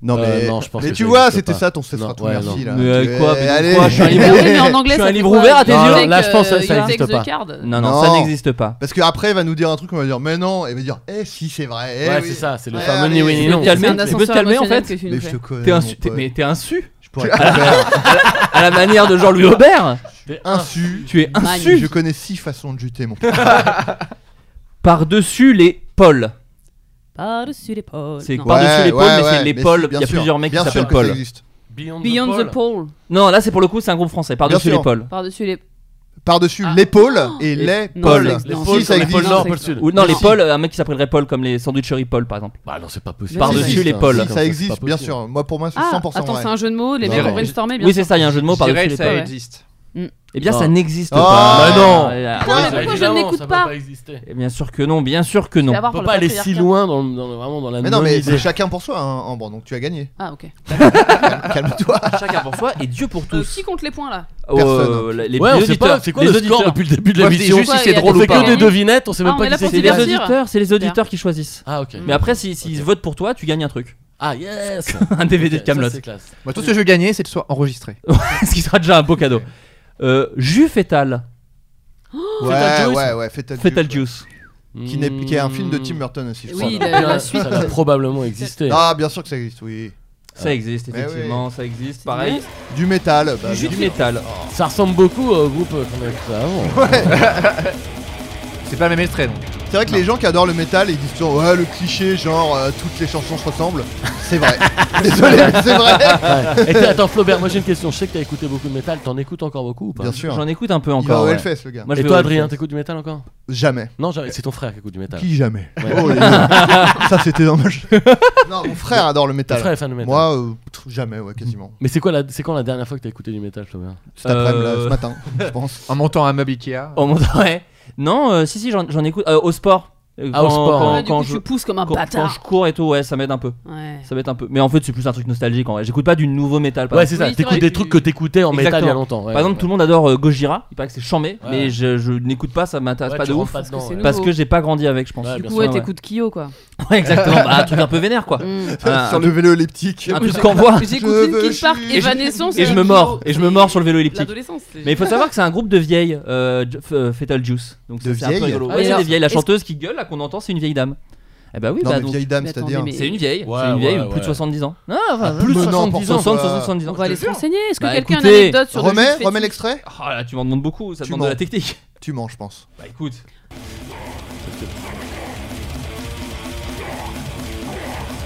[SPEAKER 6] Non,
[SPEAKER 8] Euh,
[SPEAKER 6] mais,
[SPEAKER 8] non, je pense
[SPEAKER 6] mais
[SPEAKER 8] que
[SPEAKER 6] tu
[SPEAKER 8] ça
[SPEAKER 6] vois,
[SPEAKER 8] existe
[SPEAKER 6] c'était
[SPEAKER 8] pas.
[SPEAKER 6] ça ton ce sera
[SPEAKER 8] Non,
[SPEAKER 6] tout
[SPEAKER 8] ouais,
[SPEAKER 6] merci
[SPEAKER 8] non.
[SPEAKER 6] là.
[SPEAKER 7] Mais avec quoi, mais avec
[SPEAKER 6] allez.
[SPEAKER 7] quoi, je suis un
[SPEAKER 2] Mais oui, mais en
[SPEAKER 7] Je
[SPEAKER 2] anglais,
[SPEAKER 7] suis
[SPEAKER 2] ça
[SPEAKER 7] un
[SPEAKER 2] fait
[SPEAKER 7] livre
[SPEAKER 2] quoi
[SPEAKER 7] ouvert à tes
[SPEAKER 2] You
[SPEAKER 8] yeux.
[SPEAKER 2] take,
[SPEAKER 8] Là, je pense que ça-
[SPEAKER 2] euh,
[SPEAKER 8] ça
[SPEAKER 2] you
[SPEAKER 8] existe
[SPEAKER 2] take the
[SPEAKER 8] pas.
[SPEAKER 2] card.
[SPEAKER 7] Non, non,
[SPEAKER 6] Non.
[SPEAKER 7] ça n'existe pas.
[SPEAKER 6] Parce qu'après, il va nous dire un truc, on va dire, mais non, et il va dire, eh si, c'est vrai. eh
[SPEAKER 8] Ouais,
[SPEAKER 6] oui.
[SPEAKER 8] c'est ça, c'est le
[SPEAKER 6] Ouais,
[SPEAKER 8] fameux
[SPEAKER 6] allez.
[SPEAKER 8] ni Ah, oui ni
[SPEAKER 7] Tu peux
[SPEAKER 8] non.
[SPEAKER 7] te calmer,
[SPEAKER 2] C'est un
[SPEAKER 7] tu peux te
[SPEAKER 2] ascenseur
[SPEAKER 7] calmer en
[SPEAKER 2] émotionnel
[SPEAKER 7] fait
[SPEAKER 2] que tu nous
[SPEAKER 6] Mais je
[SPEAKER 2] fais.
[SPEAKER 6] te connais.
[SPEAKER 7] T'es un,
[SPEAKER 6] mon
[SPEAKER 7] su- t'es-
[SPEAKER 6] pote.
[SPEAKER 7] mais t'es un su
[SPEAKER 6] Je pourrais pas faire.
[SPEAKER 7] à la manière de Jean-Louis Aubert.
[SPEAKER 8] T'es un-
[SPEAKER 6] un su.
[SPEAKER 7] Tu es un
[SPEAKER 2] Magnifique.
[SPEAKER 7] su
[SPEAKER 6] Je connais six façons de juter, mon pote.
[SPEAKER 7] par-dessus les pôles.
[SPEAKER 2] Par-dessus l'épaule.
[SPEAKER 7] C'est
[SPEAKER 2] Non.
[SPEAKER 7] quoi Par-dessus
[SPEAKER 6] Ouais,
[SPEAKER 7] l'épaule,
[SPEAKER 6] ouais,
[SPEAKER 7] mais
[SPEAKER 6] ouais,
[SPEAKER 7] c'est l'épaule,
[SPEAKER 6] si, bien
[SPEAKER 7] il y a
[SPEAKER 6] sûr.
[SPEAKER 7] plusieurs mecs qui
[SPEAKER 6] Bien sûr
[SPEAKER 7] s'appellent
[SPEAKER 6] que ça
[SPEAKER 7] Paul.
[SPEAKER 6] existe.
[SPEAKER 2] Beyond the pole.
[SPEAKER 7] Non, là c'est pour le coup, c'est un groupe français. Par-dessus
[SPEAKER 6] Bien sûr.
[SPEAKER 7] les pôles.
[SPEAKER 2] Par-dessus les.
[SPEAKER 6] Par-dessus
[SPEAKER 2] Ah.
[SPEAKER 6] l'épaule et les
[SPEAKER 2] Non,
[SPEAKER 6] pôles.
[SPEAKER 2] c'est- non,
[SPEAKER 6] Si,
[SPEAKER 2] c'est-
[SPEAKER 6] ça
[SPEAKER 2] non,
[SPEAKER 6] existe.
[SPEAKER 8] Pôle Nord,
[SPEAKER 2] c'est-
[SPEAKER 8] Pôle Sud.
[SPEAKER 7] Ou non, les
[SPEAKER 6] si.
[SPEAKER 7] pôles, un mec qui s'appellerait Paul comme les sandwicheries Paul par exemple.
[SPEAKER 8] Bah non, c'est pas possible.
[SPEAKER 2] Par-dessus
[SPEAKER 8] Ça existe,
[SPEAKER 7] les
[SPEAKER 8] hein,
[SPEAKER 7] pôles.
[SPEAKER 8] c'est
[SPEAKER 6] Si,
[SPEAKER 8] comme
[SPEAKER 6] ça existe,
[SPEAKER 8] pas
[SPEAKER 6] bien
[SPEAKER 8] possible.
[SPEAKER 6] sûr. Moi, pour moi, c'est
[SPEAKER 2] Ah,
[SPEAKER 6] 100%
[SPEAKER 2] attends,
[SPEAKER 6] vrai.
[SPEAKER 2] c'est un jeu de mots, les
[SPEAKER 6] Non.
[SPEAKER 2] mecs ont
[SPEAKER 9] J'irai-
[SPEAKER 2] brainstormé, bien
[SPEAKER 7] Oui,
[SPEAKER 2] sûr.
[SPEAKER 7] c'est ça, il y a un jeu de mots
[SPEAKER 9] Je dirais
[SPEAKER 7] par-dessus
[SPEAKER 9] que
[SPEAKER 7] les
[SPEAKER 9] ça
[SPEAKER 7] pôles.
[SPEAKER 2] ouais.
[SPEAKER 9] existe.
[SPEAKER 7] Eh bien,
[SPEAKER 8] Non.
[SPEAKER 7] ça n'existe
[SPEAKER 6] Ah,
[SPEAKER 7] pas.
[SPEAKER 6] bah non.
[SPEAKER 7] Ah,
[SPEAKER 2] Putain,
[SPEAKER 7] ouais,
[SPEAKER 2] mais
[SPEAKER 7] ça-
[SPEAKER 2] pourquoi je
[SPEAKER 8] évidemment,
[SPEAKER 2] n'écoute
[SPEAKER 8] ça peut
[SPEAKER 2] pas
[SPEAKER 8] exister.
[SPEAKER 7] Eh Bien sûr que non, bien sûr que non.
[SPEAKER 2] C'est à voir
[SPEAKER 8] On peut
[SPEAKER 2] par
[SPEAKER 8] pas
[SPEAKER 2] le
[SPEAKER 8] aller si
[SPEAKER 2] patriarcat.
[SPEAKER 8] loin dans, dans- vraiment dans la
[SPEAKER 6] Mais non, mais c'est
[SPEAKER 8] non-idée.
[SPEAKER 6] chacun pour soi, hein, Ambre, donc tu as gagné.
[SPEAKER 2] Ah, ok.
[SPEAKER 6] Calme-toi.
[SPEAKER 7] Chacun pour soi et Dieu pour
[SPEAKER 2] Euh,
[SPEAKER 7] tous. Oh,
[SPEAKER 2] qui compte les points là
[SPEAKER 6] Personne.
[SPEAKER 7] les les
[SPEAKER 8] Ouais, on sait
[SPEAKER 7] auditeurs,
[SPEAKER 8] pas, c'est quoi
[SPEAKER 7] les
[SPEAKER 8] le score
[SPEAKER 7] auditeurs.
[SPEAKER 8] depuis le début de
[SPEAKER 9] Moi, je dis
[SPEAKER 8] l'émission
[SPEAKER 9] juste si
[SPEAKER 2] Quoi,
[SPEAKER 9] c'est
[SPEAKER 2] il y a
[SPEAKER 9] drôle
[SPEAKER 8] On
[SPEAKER 9] ou
[SPEAKER 8] fait
[SPEAKER 9] pas.
[SPEAKER 8] que
[SPEAKER 2] hein.
[SPEAKER 8] des devinettes, on sait
[SPEAKER 2] Ah,
[SPEAKER 8] même
[SPEAKER 2] on est
[SPEAKER 8] pas
[SPEAKER 2] là
[SPEAKER 8] qui
[SPEAKER 2] pour
[SPEAKER 7] C'est
[SPEAKER 8] c'est.
[SPEAKER 7] les
[SPEAKER 2] divertir.
[SPEAKER 7] auditeurs, c'est les auditeurs qui choisissent.
[SPEAKER 8] Ah,
[SPEAKER 2] Mm.
[SPEAKER 8] ok.
[SPEAKER 7] Mais après, si- s'ils
[SPEAKER 8] Ok.
[SPEAKER 7] votent pour toi, tu gagnes un truc.
[SPEAKER 8] Ah, yes
[SPEAKER 7] Un DVD
[SPEAKER 8] Ok,
[SPEAKER 7] de
[SPEAKER 8] ça,
[SPEAKER 7] Camelot.
[SPEAKER 8] c'est classe.
[SPEAKER 9] Moi, tout ce que je veux gagner, c'est de soit enregistré.
[SPEAKER 7] Ce qui sera déjà un beau cadeau. Euh, jus fétal.
[SPEAKER 6] Ouais,
[SPEAKER 8] Fetal Juice. Mmh.
[SPEAKER 6] ouais, ouais, Fetal
[SPEAKER 7] Fetal
[SPEAKER 6] Juice,
[SPEAKER 7] juice.
[SPEAKER 6] ouais. Qui, n'est- qui est un film de Tim Burton aussi, je crois.
[SPEAKER 2] Oui,
[SPEAKER 8] Ça
[SPEAKER 2] la-
[SPEAKER 8] doit-
[SPEAKER 2] la suite.
[SPEAKER 8] Ça a probablement existé.
[SPEAKER 6] Ah, bien sûr que ça existe, oui.
[SPEAKER 8] Ah.
[SPEAKER 7] Ça
[SPEAKER 8] Eh
[SPEAKER 7] existe,
[SPEAKER 6] Mais
[SPEAKER 7] effectivement, ça existe. Pareil,
[SPEAKER 6] Du métal. Bah,
[SPEAKER 7] jus de
[SPEAKER 6] bien sûr.
[SPEAKER 7] métal.
[SPEAKER 8] Ça ressemble beaucoup au groupe euh, qu'on a écouté avant.
[SPEAKER 9] C'est pas le même extrait, donc.
[SPEAKER 6] C'est vrai que les gens qui adorent le métal, ils disent toujours, ouais, le cliché, genre, euh, toutes les chansons se ressemblent. C'est vrai. Désolé, mais c'est vrai.
[SPEAKER 8] Ouais. Et t'es- attends, Flaubert, moi j'ai une question. Je sais que t'as écouté beaucoup de métal. T'en écoutes encore beaucoup ou pas
[SPEAKER 6] Bien sûr.
[SPEAKER 7] J'en écoute un peu
[SPEAKER 6] Il va
[SPEAKER 7] encore.
[SPEAKER 6] au
[SPEAKER 7] ouais.
[SPEAKER 6] Hellfest, le gars.
[SPEAKER 7] Moi, je
[SPEAKER 8] Et
[SPEAKER 7] vais
[SPEAKER 8] toi,
[SPEAKER 7] au
[SPEAKER 8] Adrien,
[SPEAKER 7] Hellfest.
[SPEAKER 8] t'écoutes du métal encore
[SPEAKER 6] Jamais.
[SPEAKER 8] Non, j'avais- c'est ton frère qui écoute du métal.
[SPEAKER 6] Qui jamais
[SPEAKER 8] Ouais.
[SPEAKER 6] Oh, les gars. Ça, c'était dommage. Non, mon frère adore le
[SPEAKER 8] Ton
[SPEAKER 6] métal.
[SPEAKER 8] frère est fan de métal.
[SPEAKER 6] Moi, euh, pff, jamais, ouais, quasiment.
[SPEAKER 8] Mais c'est quoi la, c'est quand la dernière fois que t'as écouté du métal, Flaubert
[SPEAKER 6] Cet après-midi, là,
[SPEAKER 7] Euh.
[SPEAKER 6] ce matin, je pense.
[SPEAKER 9] En montant un meuble Ikea.
[SPEAKER 7] Oh mon dieu, ouais. Non, euh, si, si, j'en j'en écoute. euh, au sport. Euh,
[SPEAKER 8] Ah, au sport,
[SPEAKER 7] Quand,
[SPEAKER 8] ouais.
[SPEAKER 2] du
[SPEAKER 7] quand
[SPEAKER 2] coup,
[SPEAKER 7] je,
[SPEAKER 2] tu pousses comme un
[SPEAKER 7] quand- quand je
[SPEAKER 2] bâtard.
[SPEAKER 7] cours et tout, ouais, ça m'aide un peu.
[SPEAKER 2] Ouais.
[SPEAKER 7] Ça m'aide un peu. Mais en fait, c'est plus un truc nostalgique en vrai. J'écoute pas du nouveau métal. Par,
[SPEAKER 8] Ouais,
[SPEAKER 7] exemple.
[SPEAKER 8] c'est ça.
[SPEAKER 2] Oui, c'est
[SPEAKER 8] T'écoutes
[SPEAKER 2] vrai
[SPEAKER 8] des
[SPEAKER 2] que
[SPEAKER 8] trucs que
[SPEAKER 2] tu-
[SPEAKER 8] t'écoutais en métal il y a
[SPEAKER 7] Exactement.
[SPEAKER 8] longtemps. ouais,
[SPEAKER 7] Par exemple,
[SPEAKER 8] ouais.
[SPEAKER 7] tout le monde adore euh, Gojira. Il paraît que c'est chambé,
[SPEAKER 8] Ouais.
[SPEAKER 7] mais je, je n'écoute pas, ça m'intéresse
[SPEAKER 8] Ouais,
[SPEAKER 7] pas
[SPEAKER 8] tu
[SPEAKER 7] de
[SPEAKER 8] rentres
[SPEAKER 7] ouf.
[SPEAKER 8] pas dedans,
[SPEAKER 2] Parce que
[SPEAKER 8] ouais.
[SPEAKER 2] c'est
[SPEAKER 7] Parce
[SPEAKER 2] nouveau.
[SPEAKER 7] que j'ai pas grandi avec, je pense.
[SPEAKER 8] Ouais,
[SPEAKER 2] Du
[SPEAKER 8] bien
[SPEAKER 2] coup,
[SPEAKER 8] sûr,
[SPEAKER 2] ouais,
[SPEAKER 7] ouais.
[SPEAKER 2] t'écoutes Kyo quoi.
[SPEAKER 7] Ouais, exactement. Bah, un truc un peu vénère, quoi. Ah,
[SPEAKER 6] Sur le vélo elliptique.
[SPEAKER 7] Un truc qu'on voit.
[SPEAKER 2] J'écoute
[SPEAKER 6] Je veux
[SPEAKER 2] Linkin Park,
[SPEAKER 6] chier.
[SPEAKER 2] Evanescence.
[SPEAKER 7] Et je me
[SPEAKER 2] Kyo.
[SPEAKER 7] mords. Et je me mords sur le vélo elliptique.
[SPEAKER 2] L'adolescence. c'est-
[SPEAKER 7] Mais il faut savoir que c'est un groupe de vieilles, euh, Ju- F- euh, Fetal Juice. Donc ça,
[SPEAKER 6] De
[SPEAKER 7] c'est un peu
[SPEAKER 6] vieilles
[SPEAKER 7] rigolo.
[SPEAKER 8] Ah,
[SPEAKER 7] Ouais, c'est
[SPEAKER 8] alors,
[SPEAKER 7] des vieilles. La
[SPEAKER 2] est-ce-
[SPEAKER 7] chanteuse qui gueule, là, qu'on entend, c'est une vieille dame. Eh bah oui,
[SPEAKER 6] Non,
[SPEAKER 7] bah
[SPEAKER 6] mais
[SPEAKER 7] donc.
[SPEAKER 6] vieille dame,
[SPEAKER 2] Mais attendez,
[SPEAKER 6] c'est-à-dire.
[SPEAKER 2] mais-
[SPEAKER 7] C'est une vieille,
[SPEAKER 8] Ouais,
[SPEAKER 7] c'est une vieille,
[SPEAKER 8] ouais,
[SPEAKER 7] plus
[SPEAKER 8] ouais.
[SPEAKER 7] de 70 ans. Ah, enfin,
[SPEAKER 6] plus
[SPEAKER 7] plus de
[SPEAKER 6] de
[SPEAKER 7] 70 ans,
[SPEAKER 6] 60,
[SPEAKER 7] 60,
[SPEAKER 6] quoi.
[SPEAKER 7] 70 ans.
[SPEAKER 2] On va aller
[SPEAKER 7] Je
[SPEAKER 2] se
[SPEAKER 7] te jure.
[SPEAKER 2] renseigner. Est-ce que
[SPEAKER 7] Bah,
[SPEAKER 2] quelqu'un a une
[SPEAKER 7] écoutez,
[SPEAKER 2] anecdote sur
[SPEAKER 6] Remets,
[SPEAKER 2] le
[SPEAKER 6] remets l'extrait.
[SPEAKER 7] Oh là, tu m'en demandes beaucoup, ça
[SPEAKER 6] Tu
[SPEAKER 7] demande de
[SPEAKER 6] mens.
[SPEAKER 7] la technique.
[SPEAKER 6] Tu mens, je pense.
[SPEAKER 7] Bah écoute.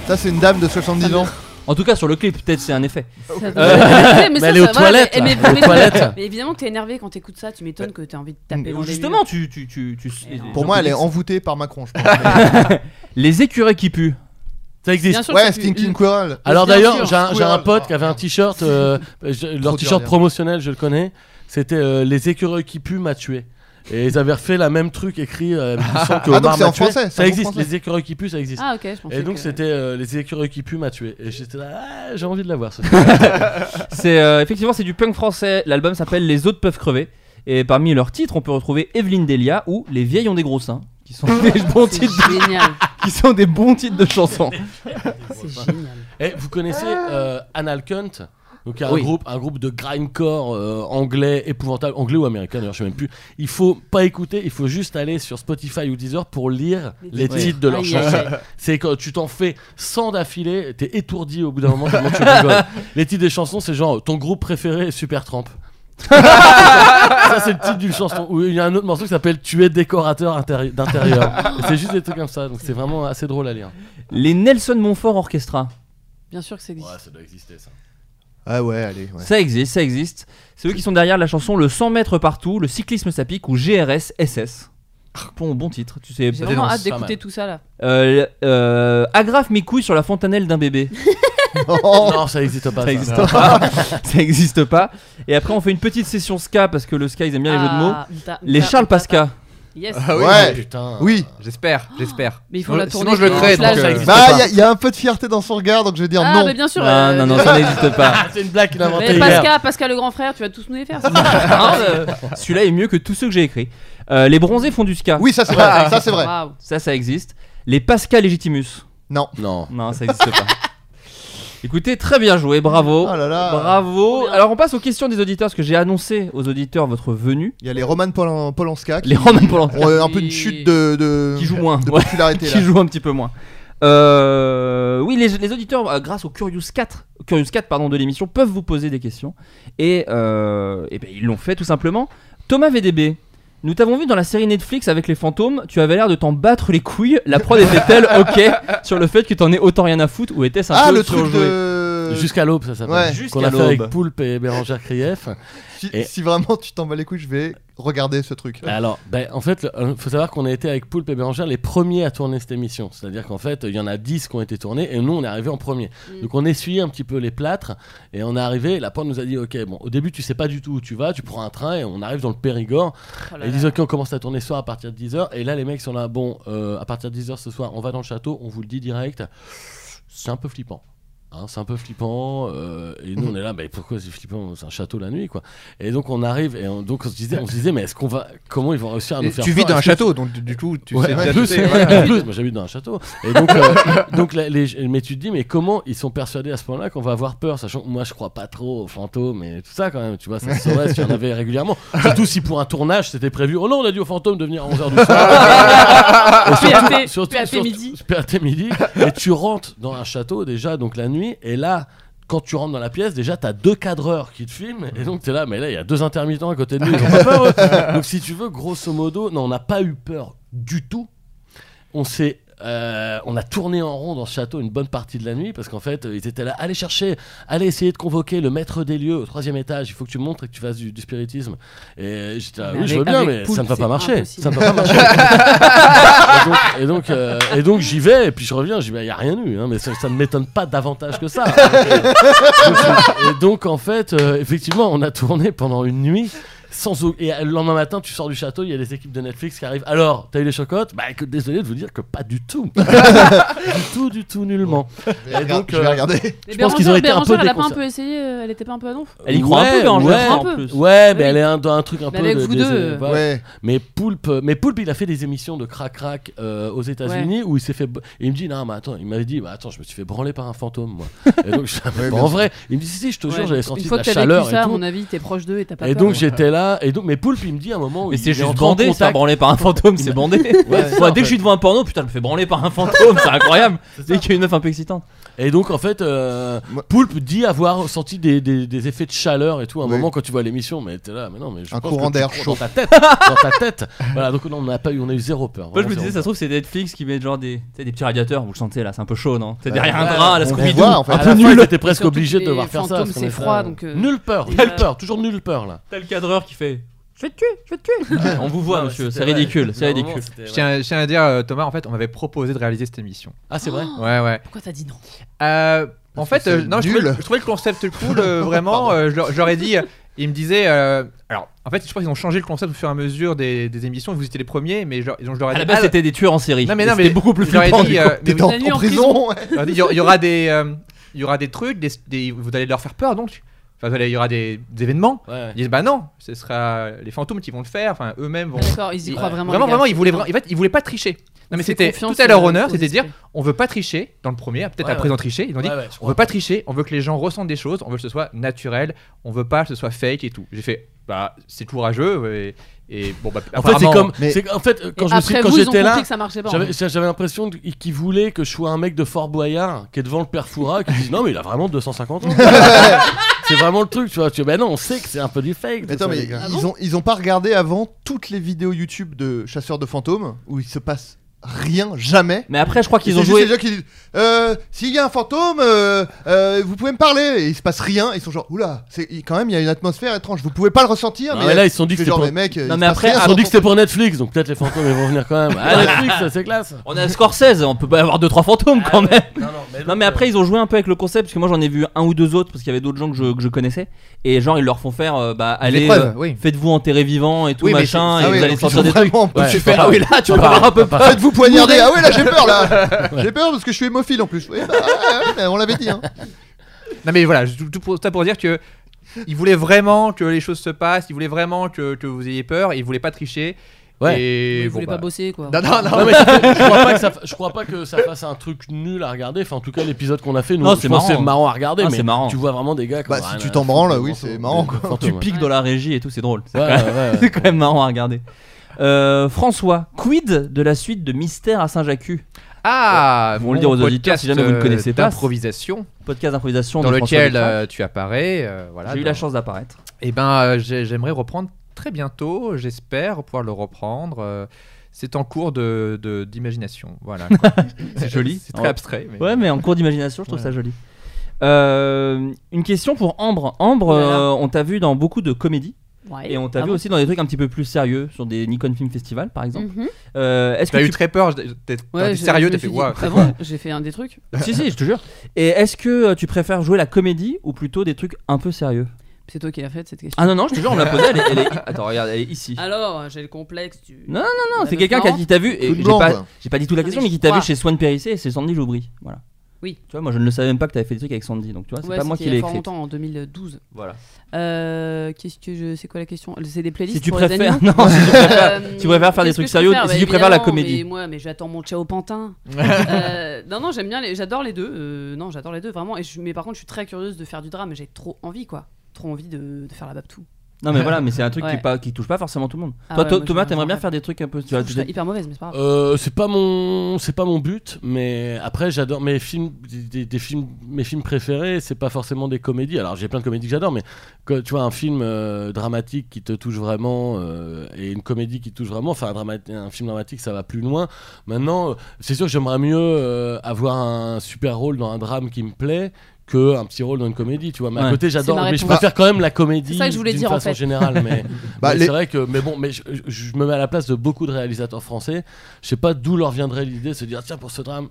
[SPEAKER 6] Ça, c'est une dame de 70 ans.
[SPEAKER 7] En tout cas, sur le clip, peut-être c'est un effet.
[SPEAKER 2] Mais
[SPEAKER 8] Mais elle est aux toilettes, là.
[SPEAKER 2] Mais
[SPEAKER 8] Elle est aux toilettes.
[SPEAKER 2] mais évidemment que t'es énervé quand t'écoutes ça. Tu m'étonnes que t'as envie de taper. dans les
[SPEAKER 7] Justement, tu. tu, tu, tu-
[SPEAKER 2] Mais non.
[SPEAKER 6] Pour
[SPEAKER 7] tu-
[SPEAKER 6] moi, elle est envoûtée par Macron, je pense.
[SPEAKER 7] Les écureuils qui puent.
[SPEAKER 8] Ça
[SPEAKER 2] murs.
[SPEAKER 8] existe.
[SPEAKER 2] Bien sûr que
[SPEAKER 6] ouais,
[SPEAKER 2] ça pue.
[SPEAKER 6] Stinking Quirrell.
[SPEAKER 8] Alors
[SPEAKER 2] Bien
[SPEAKER 8] d'ailleurs,
[SPEAKER 2] sûr.
[SPEAKER 8] j'ai un, j'ai un
[SPEAKER 6] Oui,
[SPEAKER 8] pote
[SPEAKER 6] ouais.
[SPEAKER 8] qui avait un t-shirt, euh, je- leur
[SPEAKER 6] dur à
[SPEAKER 8] t-shirt
[SPEAKER 6] dire.
[SPEAKER 8] promotionnel, je le connais. C'était euh, les écureuils qui puent m'a tué. Et ils avaient refait la même truc écrit. euh, il me semble que
[SPEAKER 6] Ah, donc
[SPEAKER 8] Omar
[SPEAKER 6] c'est en
[SPEAKER 8] m'a tué.
[SPEAKER 6] français, c'est
[SPEAKER 8] Ça
[SPEAKER 6] en
[SPEAKER 8] existe,
[SPEAKER 6] français.
[SPEAKER 8] les écureuils qui puent, ça existe.
[SPEAKER 2] Ah ok, je pensais
[SPEAKER 8] Et donc
[SPEAKER 2] que-
[SPEAKER 8] c'était euh, les écureuils qui puent m'a tué. Et j'étais là, ah, j'ai envie de la voir. ce truc.
[SPEAKER 7] C'est euh, effectivement c'est du punk français. L'album s'appelle Les autres peuvent crever. Et parmi leurs titres, on peut retrouver Evelyne Delia ou Les vieilles ont des gros seins, qui sont des bons
[SPEAKER 2] C'est
[SPEAKER 7] titres, de-
[SPEAKER 2] génial.
[SPEAKER 7] qui sont des bons titres de chansons.
[SPEAKER 2] C'est génial.
[SPEAKER 8] Et vous connaissez
[SPEAKER 6] Ah.
[SPEAKER 8] euh, Anal Cunt donc un
[SPEAKER 7] Oui.
[SPEAKER 8] groupe, un groupe de grindcore euh, anglais épouvantable, anglais ou américain d'ailleurs, je sais même plus. Il faut pas écouter, il faut juste aller sur Spotify ou Deezer pour lire les
[SPEAKER 7] titres.
[SPEAKER 8] titres de leurs
[SPEAKER 2] Aïe, aïe,
[SPEAKER 8] chansons.
[SPEAKER 2] aïe.
[SPEAKER 8] C'est quand tu t'en fais 100 d'affilée, t'es étourdi au bout d'un moment tellement tu rigoles. Les titres des chansons, c'est genre ton groupe préféré est Super Tramp. ça c'est le titre d'une chanson. Ou il y a un autre morceau qui s'appelle Tu es décorateur intérie- d'intérieur. Et c'est juste des trucs comme ça, donc c'est vraiment assez drôle à lire.
[SPEAKER 7] Les Nelson Montfort Orchestra.
[SPEAKER 2] Bien sûr que ça existe.
[SPEAKER 8] ça doit exister ça.
[SPEAKER 6] Ah ouais, allez. ouais.
[SPEAKER 7] Ça existe, ça existe. C'est eux qui sont derrière la chanson Le 100 mètres partout, Le cyclisme ça pique ou GRS SS. Bon, bon titre, tu sais.
[SPEAKER 2] J'ai
[SPEAKER 8] Ça
[SPEAKER 2] vraiment
[SPEAKER 8] dénonce,
[SPEAKER 2] hâte
[SPEAKER 8] pas mal.
[SPEAKER 2] d'écouter tout ça là.
[SPEAKER 7] Euh, euh, agrafe mes couilles sur la fontanelle d'un bébé.
[SPEAKER 6] Oh,
[SPEAKER 8] Non, ça n'existe pas.
[SPEAKER 7] ça
[SPEAKER 8] ça.
[SPEAKER 7] n'existe pas. ça existe pas. Et après, on fait une petite session ska parce que le ska, ils aiment bien les jeux de mots.
[SPEAKER 2] Ah, ta-
[SPEAKER 7] Les
[SPEAKER 2] ta-
[SPEAKER 7] Charles
[SPEAKER 2] ta-
[SPEAKER 7] Pasca.
[SPEAKER 2] Yes.
[SPEAKER 6] Ah oui.
[SPEAKER 8] Ah,
[SPEAKER 6] Ouais.
[SPEAKER 8] Putain.
[SPEAKER 6] Oui.
[SPEAKER 9] J'espère, j'espère.
[SPEAKER 2] Mais il faut la
[SPEAKER 9] Sinon,
[SPEAKER 2] tourner.
[SPEAKER 9] je le
[SPEAKER 2] sur
[SPEAKER 9] crée,
[SPEAKER 2] un
[SPEAKER 9] donc,
[SPEAKER 2] flash.
[SPEAKER 9] euh,
[SPEAKER 8] existe
[SPEAKER 6] Bah,
[SPEAKER 8] pas.
[SPEAKER 6] il y a- il y, a un peu de fierté dans son regard, donc je vais dire
[SPEAKER 2] Ah,
[SPEAKER 6] non.
[SPEAKER 2] mais bien sûr.
[SPEAKER 7] Ah,
[SPEAKER 2] euh,
[SPEAKER 7] non, non, ça n'existe pas.
[SPEAKER 8] C'est une blague qu'il a inventée
[SPEAKER 2] Mais Pascal, Pascal le grand frère, tu vas tous nous les faire. c'est ça
[SPEAKER 7] Non, euh, Celui-là est mieux que tous ceux que j'ai écrits. Euh, les bronzés font du ska.
[SPEAKER 6] Oui, ça c'est vrai. Ça c'est vrai.
[SPEAKER 2] Waouh.
[SPEAKER 7] Ça, ça existe. Les Pasca Legitimus.
[SPEAKER 6] Non.
[SPEAKER 8] Non.
[SPEAKER 7] Non, ça n'existe pas. Écoutez, très bien joué, bravo.
[SPEAKER 6] Oh là là.
[SPEAKER 7] Bravo. Alors, on passe aux questions des auditeurs parce que j'ai annoncé aux auditeurs votre venue.
[SPEAKER 6] Il y a les Roman Polan- Polanska qui
[SPEAKER 7] Les Roman Polanski
[SPEAKER 6] ont euh, un peu une chute de, de-
[SPEAKER 7] qui jouent moins.
[SPEAKER 6] de
[SPEAKER 7] Ouais.
[SPEAKER 6] popularité
[SPEAKER 7] qui
[SPEAKER 6] là.
[SPEAKER 7] joue un petit peu moins. Euh, oui, les, les auditeurs, euh, grâce au Curious 4, Curious 4 pardon, de l'émission, peuvent vous poser des questions. Et, euh, eh ben, ils l'ont fait tout simplement. Thomas VDB, nous t'avons vu dans la série Netflix avec les fantômes, tu avais l'air de t'en battre les couilles. La prod était-elle ok sur le fait que t'en aies autant rien à foutre ou était-ce un
[SPEAKER 6] Ah,
[SPEAKER 7] peu
[SPEAKER 6] le truc
[SPEAKER 7] surjoué
[SPEAKER 6] de.
[SPEAKER 8] Jusqu'à l'aube, ça
[SPEAKER 6] Euh,
[SPEAKER 8] s'appelle.
[SPEAKER 6] Ouais.
[SPEAKER 8] Qu'on
[SPEAKER 7] Jusqu'à
[SPEAKER 8] a fait avec
[SPEAKER 7] l'aube.
[SPEAKER 8] Poulpe et Bérangère Krief.
[SPEAKER 6] Si,
[SPEAKER 8] Et-
[SPEAKER 6] si vraiment tu t'en bats les couilles, je vais regarder ce truc.
[SPEAKER 8] Alors, ben, en fait, le- euh, faut savoir qu'on a été avec Poulpe et Bérangère les premiers à tourner cette émission. C'est-à-dire qu'en fait, il y en a 10 qui ont été tournés et nous, on est arrivés en premier.
[SPEAKER 2] Mm.
[SPEAKER 8] Donc, on essuyait un petit peu les plâtres et on est arrivé. La porte nous a dit Ok, bon, au début, tu sais pas du tout où tu vas, tu prends un train et on arrive dans le Périgord.
[SPEAKER 2] Oh là
[SPEAKER 8] Et ils
[SPEAKER 2] là.
[SPEAKER 8] disent ok on commence à tourner ce soir à partir de 10h et là les mecs sont là bon euh, à partir de 10h ce soir on va dans le château on vous le dit direct c'est un peu flippant Hein, c'est un peu flippant euh, et nous on est là mais pourquoi c'est flippant c'est un château la nuit quoi et donc on arrive et on, donc on se disait on se disait mais est-ce qu'on va comment ils vont réussir à nous
[SPEAKER 9] Et
[SPEAKER 8] faire
[SPEAKER 9] Tu vis
[SPEAKER 8] peur
[SPEAKER 9] dans un
[SPEAKER 8] Est-ce que-
[SPEAKER 9] château, donc du- du coup, tu
[SPEAKER 8] Ouais,
[SPEAKER 9] sais
[SPEAKER 8] en
[SPEAKER 9] déjà
[SPEAKER 8] plus,
[SPEAKER 9] tout est-
[SPEAKER 8] ouais,
[SPEAKER 9] voilà.
[SPEAKER 8] en plus, moi j'habite dans un château. Et donc, euh, donc la- les- mais tu te dis, mais comment ils sont persuadés à ce point-là qu'on va avoir peur, sachant que moi je crois pas trop aux fantômes et tout ça quand même, tu vois, ça se saurait si y en avait régulièrement. Surtout si pour un tournage c'était prévu, oh non, on a dit aux fantômes de venir à 11h du soir. Et surtout-
[SPEAKER 2] PAT,
[SPEAKER 8] surtout-
[SPEAKER 2] PAT
[SPEAKER 8] surtout-
[SPEAKER 2] midi.
[SPEAKER 8] PAT midi. Et tu rentres dans un château déjà, donc la nuit, et là. Quand tu rentres dans la pièce, déjà t'as deux cadreurs qui te filment, et donc t'es là, mais là il y a deux intermittents à côté de nous, ils ont pas peur, eux. Donc si tu veux, grosso modo, non, on n'a pas eu peur du tout. On s'est, euh, on a tourné en rond dans ce château une bonne partie de la nuit parce qu'en fait, euh, ils étaient là, allez chercher, allez essayer de convoquer le maître des lieux au troisième étage. Il faut que tu montres et que tu fasses du, du spiritisme. Et euh, j'étais là,
[SPEAKER 2] Mais
[SPEAKER 8] oui, je veux
[SPEAKER 2] avec-
[SPEAKER 8] bien,
[SPEAKER 2] avec
[SPEAKER 8] mais
[SPEAKER 2] Poulpe,
[SPEAKER 8] ça ne va pas
[SPEAKER 2] c'est
[SPEAKER 8] marcher.
[SPEAKER 2] impossible.
[SPEAKER 8] Ça ne va pas marcher. et donc, et donc, euh, et donc, j'y vais et puis je reviens. J'y vais, il n'y a rien eu, hein, mais ça, ça ne m'étonne pas davantage que ça. Et donc, en fait, euh, effectivement, on a tourné pendant une nuit. Sans au- Et euh, le lendemain matin, tu sors du château, il y a des équipes de Netflix qui arrivent. Alors, t'as eu les chocottes Bah écoute, désolé de vous dire que pas du tout. du tout, du tout, nullement.
[SPEAKER 6] Je vais,
[SPEAKER 8] donc,
[SPEAKER 6] je vais
[SPEAKER 8] euh,
[SPEAKER 6] regarder.
[SPEAKER 2] Mais
[SPEAKER 8] je pense qu'ils ont
[SPEAKER 2] Bérangère-
[SPEAKER 8] été un peu
[SPEAKER 2] Bérangère, Elle a pas un
[SPEAKER 8] déconcer-
[SPEAKER 2] peu essayé, euh, elle était pas un peu à donf.
[SPEAKER 7] Elle y croit un peu,
[SPEAKER 8] Ouais,
[SPEAKER 7] Bérangère,
[SPEAKER 8] ouais.
[SPEAKER 7] en plus.
[SPEAKER 8] Ouais, mais
[SPEAKER 2] Oui.
[SPEAKER 8] elle est un- dans un truc un
[SPEAKER 2] Mais
[SPEAKER 8] peu.
[SPEAKER 2] avec
[SPEAKER 8] de-
[SPEAKER 2] vous
[SPEAKER 8] des-
[SPEAKER 2] deux,
[SPEAKER 8] euh,
[SPEAKER 2] euh,
[SPEAKER 8] voilà.
[SPEAKER 6] Ouais.
[SPEAKER 8] Mais Poulpe, euh, mais Poulpe, il a fait des émissions de crac crac euh, aux États-Unis où il s'est fait. b- Et il me dit non, mais attends, il m'avait dit bah attends, je me suis fait branler par un fantôme moi. Et donc je savais
[SPEAKER 6] Ouais,
[SPEAKER 8] pas,
[SPEAKER 6] bien
[SPEAKER 8] en
[SPEAKER 6] sûr.
[SPEAKER 8] vrai, il me dit si, si, je te jure,
[SPEAKER 2] Ouais.
[SPEAKER 8] j'avais senti
[SPEAKER 2] Une
[SPEAKER 8] de
[SPEAKER 2] fois
[SPEAKER 8] la
[SPEAKER 2] que t'as vécu
[SPEAKER 8] chaleur
[SPEAKER 2] ça,
[SPEAKER 8] et
[SPEAKER 2] à
[SPEAKER 8] tout.
[SPEAKER 2] mon avis, t'es proche d'eux et t'as pas
[SPEAKER 8] Et
[SPEAKER 2] peur.
[SPEAKER 8] donc j'étais là, et donc mais Poulpe il me dit à un moment,
[SPEAKER 7] Mais
[SPEAKER 8] il
[SPEAKER 7] c'est
[SPEAKER 8] est
[SPEAKER 7] juste
[SPEAKER 8] entré en
[SPEAKER 7] bandé, c'est pas
[SPEAKER 8] contact-
[SPEAKER 7] branlé par un fantôme, c'est bandé.
[SPEAKER 8] Ouais, c'est
[SPEAKER 7] Moi,
[SPEAKER 8] ça,
[SPEAKER 7] dès
[SPEAKER 8] en
[SPEAKER 7] que je suis devant un porno, putain, je me fais branler par un fantôme, c'est incroyable. Dès qu'il y a une meuf un peu excitante.
[SPEAKER 8] Et donc en fait, euh,
[SPEAKER 6] Moi-
[SPEAKER 8] Poulpe dit avoir senti des, des- des effets de chaleur et tout à un
[SPEAKER 6] Oui.
[SPEAKER 8] moment quand tu vois l'émission, mais t'es là, mais non, mais je
[SPEAKER 6] Un
[SPEAKER 8] pense
[SPEAKER 6] courant
[SPEAKER 8] que tu
[SPEAKER 6] d'air
[SPEAKER 8] cours
[SPEAKER 6] chaud.
[SPEAKER 8] dans ta tête, dans ta tête. Voilà, donc non, on a pas eu, on a eu zéro peur.
[SPEAKER 7] Moi, je
[SPEAKER 8] vraiment
[SPEAKER 7] me
[SPEAKER 8] zéro
[SPEAKER 7] disais, ça se
[SPEAKER 8] peur.
[SPEAKER 7] trouve, c'est Netflix qui met genre des, tu sais, des petits radiateurs, vous le sentez là, c'est un peu chaud, non C'est
[SPEAKER 6] Ouais.
[SPEAKER 7] derrière un
[SPEAKER 8] Ouais,
[SPEAKER 7] drap, la
[SPEAKER 8] on les
[SPEAKER 7] Scooby-Doo.
[SPEAKER 6] voit, en fait.
[SPEAKER 8] À
[SPEAKER 6] Ah,
[SPEAKER 8] la
[SPEAKER 6] la
[SPEAKER 8] fin,
[SPEAKER 6] nuit.
[SPEAKER 8] il était presque
[SPEAKER 2] Surtout que
[SPEAKER 8] obligé de
[SPEAKER 2] les
[SPEAKER 8] devoir faire ça.
[SPEAKER 2] fantômes,
[SPEAKER 8] parce qu'on
[SPEAKER 2] c'est
[SPEAKER 8] est
[SPEAKER 2] froid,
[SPEAKER 8] là-
[SPEAKER 2] donc, euh,
[SPEAKER 8] Nulle peur,
[SPEAKER 2] déjà-
[SPEAKER 8] nulle peur, toujours nulle peur là.
[SPEAKER 7] T'as le cadreur qui fait Je vais te tuer, je vais te tuer. On vous voit,
[SPEAKER 8] Ouais,
[SPEAKER 7] monsieur, c'est
[SPEAKER 8] c'était- ouais,
[SPEAKER 7] ridicule, c'est
[SPEAKER 8] c'était vraiment-
[SPEAKER 7] ridicule.
[SPEAKER 8] c'était-
[SPEAKER 9] Je
[SPEAKER 8] ouais.
[SPEAKER 9] tiens, je tiens à dire, euh, Thomas, en fait, on m'avait proposé de réaliser cette émission.
[SPEAKER 8] Ah, c'est vrai
[SPEAKER 9] Ouais, ouais.
[SPEAKER 2] Pourquoi t'as dit non
[SPEAKER 9] Euh, en
[SPEAKER 6] Parce
[SPEAKER 9] fait,
[SPEAKER 6] que
[SPEAKER 9] euh,
[SPEAKER 6] c'est
[SPEAKER 9] non, je
[SPEAKER 6] nul.
[SPEAKER 9] trouvais, je trouvais le concept cool, euh, vraiment. euh, je, leur, je leur ai dit, Et il me disait. euh, alors, en fait, je crois qu'ils ont changé le concept au fur et à mesure des, des émissions. Vous étiez les premiers, mais genre, je leur ai
[SPEAKER 7] À
[SPEAKER 9] dit.
[SPEAKER 7] la base,
[SPEAKER 9] ah,
[SPEAKER 7] c'était des tueurs en série.
[SPEAKER 9] Non, mais non,
[SPEAKER 7] Et
[SPEAKER 9] mais-
[SPEAKER 7] c'était beaucoup plus
[SPEAKER 9] j'aurais
[SPEAKER 7] flippant.
[SPEAKER 9] dit,
[SPEAKER 7] du
[SPEAKER 9] euh,
[SPEAKER 7] coup.
[SPEAKER 9] mais
[SPEAKER 6] T'es
[SPEAKER 9] oui,
[SPEAKER 6] en,
[SPEAKER 2] la nuit
[SPEAKER 6] en
[SPEAKER 2] en
[SPEAKER 6] prison, ouais.
[SPEAKER 9] j'aurais dit, il y aura- il y aura des, euh, il y aura des trucs, des, des- vous allez leur faire peur donc. Enfin, vous allez- il y aura des, des événements.
[SPEAKER 8] Oh.
[SPEAKER 9] Ils disent bah non, ce sera les fantômes qui vont le faire. Enfin, eux-mêmes vont.
[SPEAKER 2] D'accord, ils y croient vraiment.
[SPEAKER 9] Vraiment,
[SPEAKER 2] les gars.
[SPEAKER 9] vraiment, ils voulaient, vra- en fait, ils voulaient pas tricher. Non, mais
[SPEAKER 2] Faites
[SPEAKER 9] c'était tout
[SPEAKER 2] confiance,
[SPEAKER 9] à leur
[SPEAKER 2] euh,
[SPEAKER 9] honneur,
[SPEAKER 2] aux
[SPEAKER 9] c'était de dire
[SPEAKER 2] esprits.
[SPEAKER 9] on veut pas tricher dans le premier, peut-être
[SPEAKER 8] Ouais,
[SPEAKER 9] à présent tricher. Ils ont dit
[SPEAKER 8] Ouais, ouais, je
[SPEAKER 9] on
[SPEAKER 8] crois.
[SPEAKER 9] veut pas tricher, on veut que les gens ressentent des choses, on veut que ce soit naturel, on veut pas que ce soit fake et tout. J'ai fait bah c'est courageux et, et bon bah
[SPEAKER 8] En fait, c'est
[SPEAKER 9] apparemment-
[SPEAKER 8] comme.
[SPEAKER 6] mais-
[SPEAKER 8] c'est- En fait, euh, quand
[SPEAKER 2] Et
[SPEAKER 8] je me suis-
[SPEAKER 2] après
[SPEAKER 8] quand
[SPEAKER 2] vous, ils ont
[SPEAKER 8] j'étais là,
[SPEAKER 2] compris que ça marchait pas. hein. en
[SPEAKER 8] J'avais
[SPEAKER 2] fait.
[SPEAKER 8] j'avais l'impression de- qu'il voulait que je sois un mec de Fort Boyard qui est devant le père Foura qui dit non mais il a vraiment 250 ans. c'est vraiment le truc, tu vois. Tu ben non, on sait que c'est un peu du fake.
[SPEAKER 6] Mais
[SPEAKER 8] tout
[SPEAKER 6] attends,
[SPEAKER 8] ça,
[SPEAKER 6] mais
[SPEAKER 8] les
[SPEAKER 9] Ah
[SPEAKER 8] gars.
[SPEAKER 6] ils, ont, ils ont pas regardé avant toutes les vidéos YouTube de chasseurs de fantômes où il se passe rien, jamais.
[SPEAKER 7] Mais après, je crois qu'ils
[SPEAKER 6] C'est
[SPEAKER 7] ont
[SPEAKER 6] juste
[SPEAKER 7] joué.
[SPEAKER 6] les gens qui disent euh, S'il y a un fantôme, euh, euh, vous pouvez me parler. Et il se passe rien. Ils sont genre Oula, c'est- il- quand même, il y a une atmosphère étrange. Vous pouvez pas le ressentir.
[SPEAKER 8] Non,
[SPEAKER 6] mais
[SPEAKER 8] mais là ils se sont dit
[SPEAKER 6] je
[SPEAKER 8] que
[SPEAKER 6] suis
[SPEAKER 8] c'était
[SPEAKER 6] genre,
[SPEAKER 8] pour...
[SPEAKER 6] mais mec, il
[SPEAKER 7] Non,
[SPEAKER 6] se
[SPEAKER 7] mais
[SPEAKER 6] passe
[SPEAKER 7] après,
[SPEAKER 6] rien,
[SPEAKER 8] ils se
[SPEAKER 6] c'est
[SPEAKER 8] sont dit
[SPEAKER 6] un
[SPEAKER 8] que c'était pour Netflix, donc peut-être les fantômes ils vont venir quand même. Ah Netflix, ça, c'est classe.
[SPEAKER 7] On a Scorsese, on peut pas avoir 2-3 fantômes quand même.
[SPEAKER 8] Non, non, mais,
[SPEAKER 7] Non mais après ils ont joué un peu avec le concept parce que moi j'en ai vu un ou deux autres parce qu'il y avait d'autres gens que je, que je connaissais et genre ils leur font faire euh, bah allez
[SPEAKER 9] épreuves,
[SPEAKER 7] euh,
[SPEAKER 9] oui.
[SPEAKER 7] faites-vous enterrer vivant et tout
[SPEAKER 9] Oui, mais
[SPEAKER 7] machin
[SPEAKER 9] c'est-
[SPEAKER 7] et
[SPEAKER 9] ah
[SPEAKER 7] vous
[SPEAKER 9] oui,
[SPEAKER 7] allez
[SPEAKER 6] donc
[SPEAKER 7] sortir
[SPEAKER 6] ils
[SPEAKER 7] des
[SPEAKER 6] ont
[SPEAKER 7] trucs.
[SPEAKER 6] vraiment pas-
[SPEAKER 8] Ouais.
[SPEAKER 7] Tu fais ah oui là tu
[SPEAKER 8] Papa,
[SPEAKER 7] vas voir un peu
[SPEAKER 8] papa.
[SPEAKER 6] Faites-vous poignarder. Ah ouais, là j'ai peur là. j'ai peur parce que je suis hémophile en plus. Oui, bah, ouais, ouais, mais on l'avait dit. Hein.
[SPEAKER 9] Non mais voilà, tout, tout pour, ça pour dire que ils voulaient vraiment que les choses se passent, ils voulaient vraiment que, que vous ayez peur, ils voulaient pas tricher.
[SPEAKER 8] Ouais.
[SPEAKER 9] Et
[SPEAKER 2] Ils
[SPEAKER 9] bon,
[SPEAKER 2] voulaient
[SPEAKER 9] bah,
[SPEAKER 2] pas bosser quoi.
[SPEAKER 9] Non, non, non.
[SPEAKER 8] Non, mais je, crois pas que ça, fa- je crois pas que ça fasse un truc nul à regarder. Enfin, en tout cas, l'épisode qu'on a fait, nous,
[SPEAKER 7] Non,
[SPEAKER 8] je
[SPEAKER 7] c'est
[SPEAKER 8] pense que
[SPEAKER 7] marrant.
[SPEAKER 8] c'est marrant à regarder.
[SPEAKER 7] Ah,
[SPEAKER 8] mais
[SPEAKER 7] c'est marrant.
[SPEAKER 8] Tu vois vraiment des gars. qui
[SPEAKER 6] Bah,
[SPEAKER 8] ont
[SPEAKER 6] si
[SPEAKER 8] rien
[SPEAKER 6] tu
[SPEAKER 8] à
[SPEAKER 6] t'en
[SPEAKER 8] foutre
[SPEAKER 6] branles,
[SPEAKER 8] des
[SPEAKER 6] oui,
[SPEAKER 8] fantômes,
[SPEAKER 6] c'est marrant,
[SPEAKER 8] des-
[SPEAKER 6] quoi.
[SPEAKER 8] des fantômes,
[SPEAKER 7] tu
[SPEAKER 8] ouais.
[SPEAKER 7] piques dans la régie et tout c'est drôle c'est
[SPEAKER 8] Ouais,
[SPEAKER 7] quand, même-
[SPEAKER 8] ouais, ouais.
[SPEAKER 7] c'est quand même marrant à regarder Euh, François quid de la suite de Mystère à Saint-Jacques
[SPEAKER 9] Ah,
[SPEAKER 7] Pour
[SPEAKER 9] mon
[SPEAKER 7] le dire aux auditeurs,
[SPEAKER 9] podcast,
[SPEAKER 7] si jamais vous ne
[SPEAKER 9] euh,
[SPEAKER 7] connaissez pas,
[SPEAKER 9] d'improvisation
[SPEAKER 7] podcast d'improvisation
[SPEAKER 9] dans
[SPEAKER 7] de François
[SPEAKER 9] lequel
[SPEAKER 7] Bertrand.
[SPEAKER 9] euh, tu apparais. euh, voilà.
[SPEAKER 7] j'ai eu
[SPEAKER 9] dans-
[SPEAKER 7] la chance d'apparaître
[SPEAKER 9] Eh ben, euh, j'ai- j'aimerais reprendre très bientôt. J'espère pouvoir le reprendre. euh, c'est en cours de de- d'imagination. Voilà. quoi.
[SPEAKER 7] c'est joli
[SPEAKER 9] C'est très
[SPEAKER 7] Ouais.
[SPEAKER 9] abstrait. mais-
[SPEAKER 7] ouais mais en cours d'imagination je trouve
[SPEAKER 9] Ouais.
[SPEAKER 7] ça joli Euh, une question pour Ambre Ambre
[SPEAKER 2] Oh là là.
[SPEAKER 7] euh, on t'a vu dans beaucoup de comédies
[SPEAKER 2] Ouais.
[SPEAKER 7] et on t'a
[SPEAKER 2] Ah
[SPEAKER 7] vu
[SPEAKER 2] bon
[SPEAKER 7] aussi dans des trucs un petit peu plus sérieux sur des Nikon Film Festival par exemple
[SPEAKER 2] Mhm.
[SPEAKER 7] Euh, est-ce que
[SPEAKER 9] T'as
[SPEAKER 7] tu
[SPEAKER 9] eu très peur. T'es
[SPEAKER 2] Ouais, je-
[SPEAKER 9] sérieux.
[SPEAKER 2] je me
[SPEAKER 9] T'as
[SPEAKER 2] suis
[SPEAKER 9] fait
[SPEAKER 2] dit,
[SPEAKER 9] waouh.
[SPEAKER 2] Ah bon J'ai fait un des trucs.
[SPEAKER 7] si si, je te jure. Et est-ce que euh, tu préfères jouer la comédie ou plutôt des trucs un peu sérieux
[SPEAKER 2] C'est toi qui l'as fait cette question.
[SPEAKER 7] Ah non non, je te jure, on me l'a posée. Elle est, elle est- Attends, regarde, elle est ici.
[SPEAKER 2] Alors, j'ai le complexe du.
[SPEAKER 7] Ah. Non, non, c'est quelqu'un qui, a- qui t'a vu. Et
[SPEAKER 6] Toute
[SPEAKER 7] j'ai
[SPEAKER 6] blonde.
[SPEAKER 7] pas, j'ai pas dit toute la
[SPEAKER 2] Non,
[SPEAKER 7] question,
[SPEAKER 2] mais
[SPEAKER 7] mais
[SPEAKER 2] je
[SPEAKER 7] qui t'a vu
[SPEAKER 2] crois.
[SPEAKER 7] chez Swan Périssé et c'est Sandy Joubry. Voilà.
[SPEAKER 2] Oui.
[SPEAKER 7] Tu vois, moi je ne le savais même pas que t'avais fait des trucs avec Sandy, donc tu vois, c'est
[SPEAKER 2] Ouais,
[SPEAKER 7] pas moi
[SPEAKER 2] c'était
[SPEAKER 7] qui
[SPEAKER 2] il y
[SPEAKER 7] l'ai
[SPEAKER 2] a fort
[SPEAKER 7] écrit.
[SPEAKER 2] longtemps, en 2012.
[SPEAKER 7] Voilà.
[SPEAKER 2] Euh, Qu'est-ce que je. C'est quoi la question C'est des playlists
[SPEAKER 7] Si tu
[SPEAKER 2] pour les
[SPEAKER 7] préfères,
[SPEAKER 2] animaux
[SPEAKER 7] non, si tu préfères,
[SPEAKER 2] Euh,
[SPEAKER 7] tu préfères faire des
[SPEAKER 2] qu'est-ce
[SPEAKER 7] trucs
[SPEAKER 2] que je
[SPEAKER 7] sérieux,
[SPEAKER 2] préfère
[SPEAKER 7] si
[SPEAKER 2] Bah,
[SPEAKER 7] tu préfères la
[SPEAKER 2] évidemment,
[SPEAKER 7] comédie.
[SPEAKER 2] Mais moi, mais j'attends mon ciao pantin. Euh, non, non, j'aime bien les. J'adore les deux. euh, non, j'adore les deux vraiment. Et je- mais par contre, je suis très curieuse de faire du drame. J'ai trop envie, quoi. Trop envie de, de faire la babtou.
[SPEAKER 7] Non mais voilà, mais c'est un truc qui,
[SPEAKER 2] Ouais.
[SPEAKER 7] est pas, qui touche pas forcément tout le monde.
[SPEAKER 2] Ah
[SPEAKER 7] Toi,
[SPEAKER 2] ouais,
[SPEAKER 7] To-
[SPEAKER 2] moi,
[SPEAKER 7] Thomas,
[SPEAKER 2] j'aimerais
[SPEAKER 7] t'aimerais bien
[SPEAKER 2] bien
[SPEAKER 7] faire des trucs un peu. Bah, Tu
[SPEAKER 2] Je
[SPEAKER 7] vois,
[SPEAKER 2] suis
[SPEAKER 7] tu-
[SPEAKER 2] hyper mauvaise, mais c'est pas grave.
[SPEAKER 8] Euh, c'est pas mon c'est pas mon but mais après j'adore mes films des, des- des films mes films préférés c'est pas forcément des comédies alors j'ai plein de comédies que j'adore mais que, tu vois un film euh, dramatique qui te touche vraiment euh, et une comédie qui te touche vraiment enfin un, dramati- un film dramatique ça va plus loin maintenant euh, c'est sûr que j'aimerais mieux euh, avoir un super rôle dans un drame qui me plaît que un petit rôle dans une comédie tu vois mais à
[SPEAKER 7] Ouais.
[SPEAKER 8] côté j'adore
[SPEAKER 2] C'est ma
[SPEAKER 8] mais je
[SPEAKER 2] réponse.
[SPEAKER 8] préfère quand même la comédie
[SPEAKER 2] C'est ça que je voulais
[SPEAKER 8] d'une
[SPEAKER 2] dire, en
[SPEAKER 8] façon
[SPEAKER 2] fait.
[SPEAKER 8] générale mais
[SPEAKER 6] Bah,
[SPEAKER 8] mais
[SPEAKER 6] les-
[SPEAKER 8] C'est vrai que, mais bon, mais je, je- je me mets à la place de beaucoup de réalisateurs français. Je sais pas d'où leur viendrait l'idée de se dire tiens pour ce drame,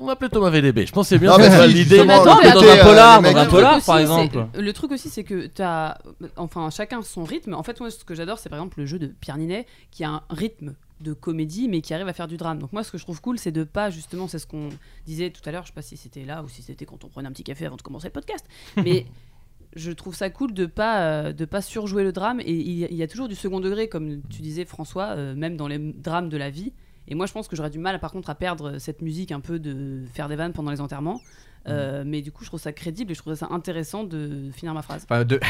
[SPEAKER 8] on va appeler Thomas VDB. Je pense que c'est bien
[SPEAKER 6] Non, mais
[SPEAKER 8] c'est
[SPEAKER 6] si,
[SPEAKER 8] l'idée.
[SPEAKER 6] justement,
[SPEAKER 2] Mais attends,
[SPEAKER 6] le
[SPEAKER 2] mais
[SPEAKER 7] dans
[SPEAKER 6] côté,
[SPEAKER 7] un
[SPEAKER 6] euh,
[SPEAKER 7] polar,
[SPEAKER 6] mec,
[SPEAKER 7] dans un
[SPEAKER 2] Le
[SPEAKER 7] polar
[SPEAKER 2] truc
[SPEAKER 7] par
[SPEAKER 2] aussi,
[SPEAKER 7] exemple.
[SPEAKER 2] c'est- Le truc aussi, c'est que t'as. Enfin, chacun son rythme. En fait, moi, ce que j'adore, c'est par exemple le jeu de Pierre Ninet, qui a un rythme de comédie, mais qui arrive à faire du drame. Donc, moi, ce que je trouve cool, c'est de pas, justement, c'est ce qu'on disait tout à l'heure, je sais pas si c'était là ou si c'était quand on prenait un petit café avant de commencer le podcast, mais. Je trouve ça cool de pas euh, de pas surjouer le drame et il y, a- il y a toujours du second degré comme tu disais François euh, même dans les drames de la vie et moi je pense que j'aurais du mal par contre à perdre cette musique un peu de faire des vannes pendant les enterrements euh,
[SPEAKER 9] Mm.
[SPEAKER 2] mais du coup, je trouve ça crédible et je trouve ça intéressant de finir ma phrase.
[SPEAKER 9] Enfin, de-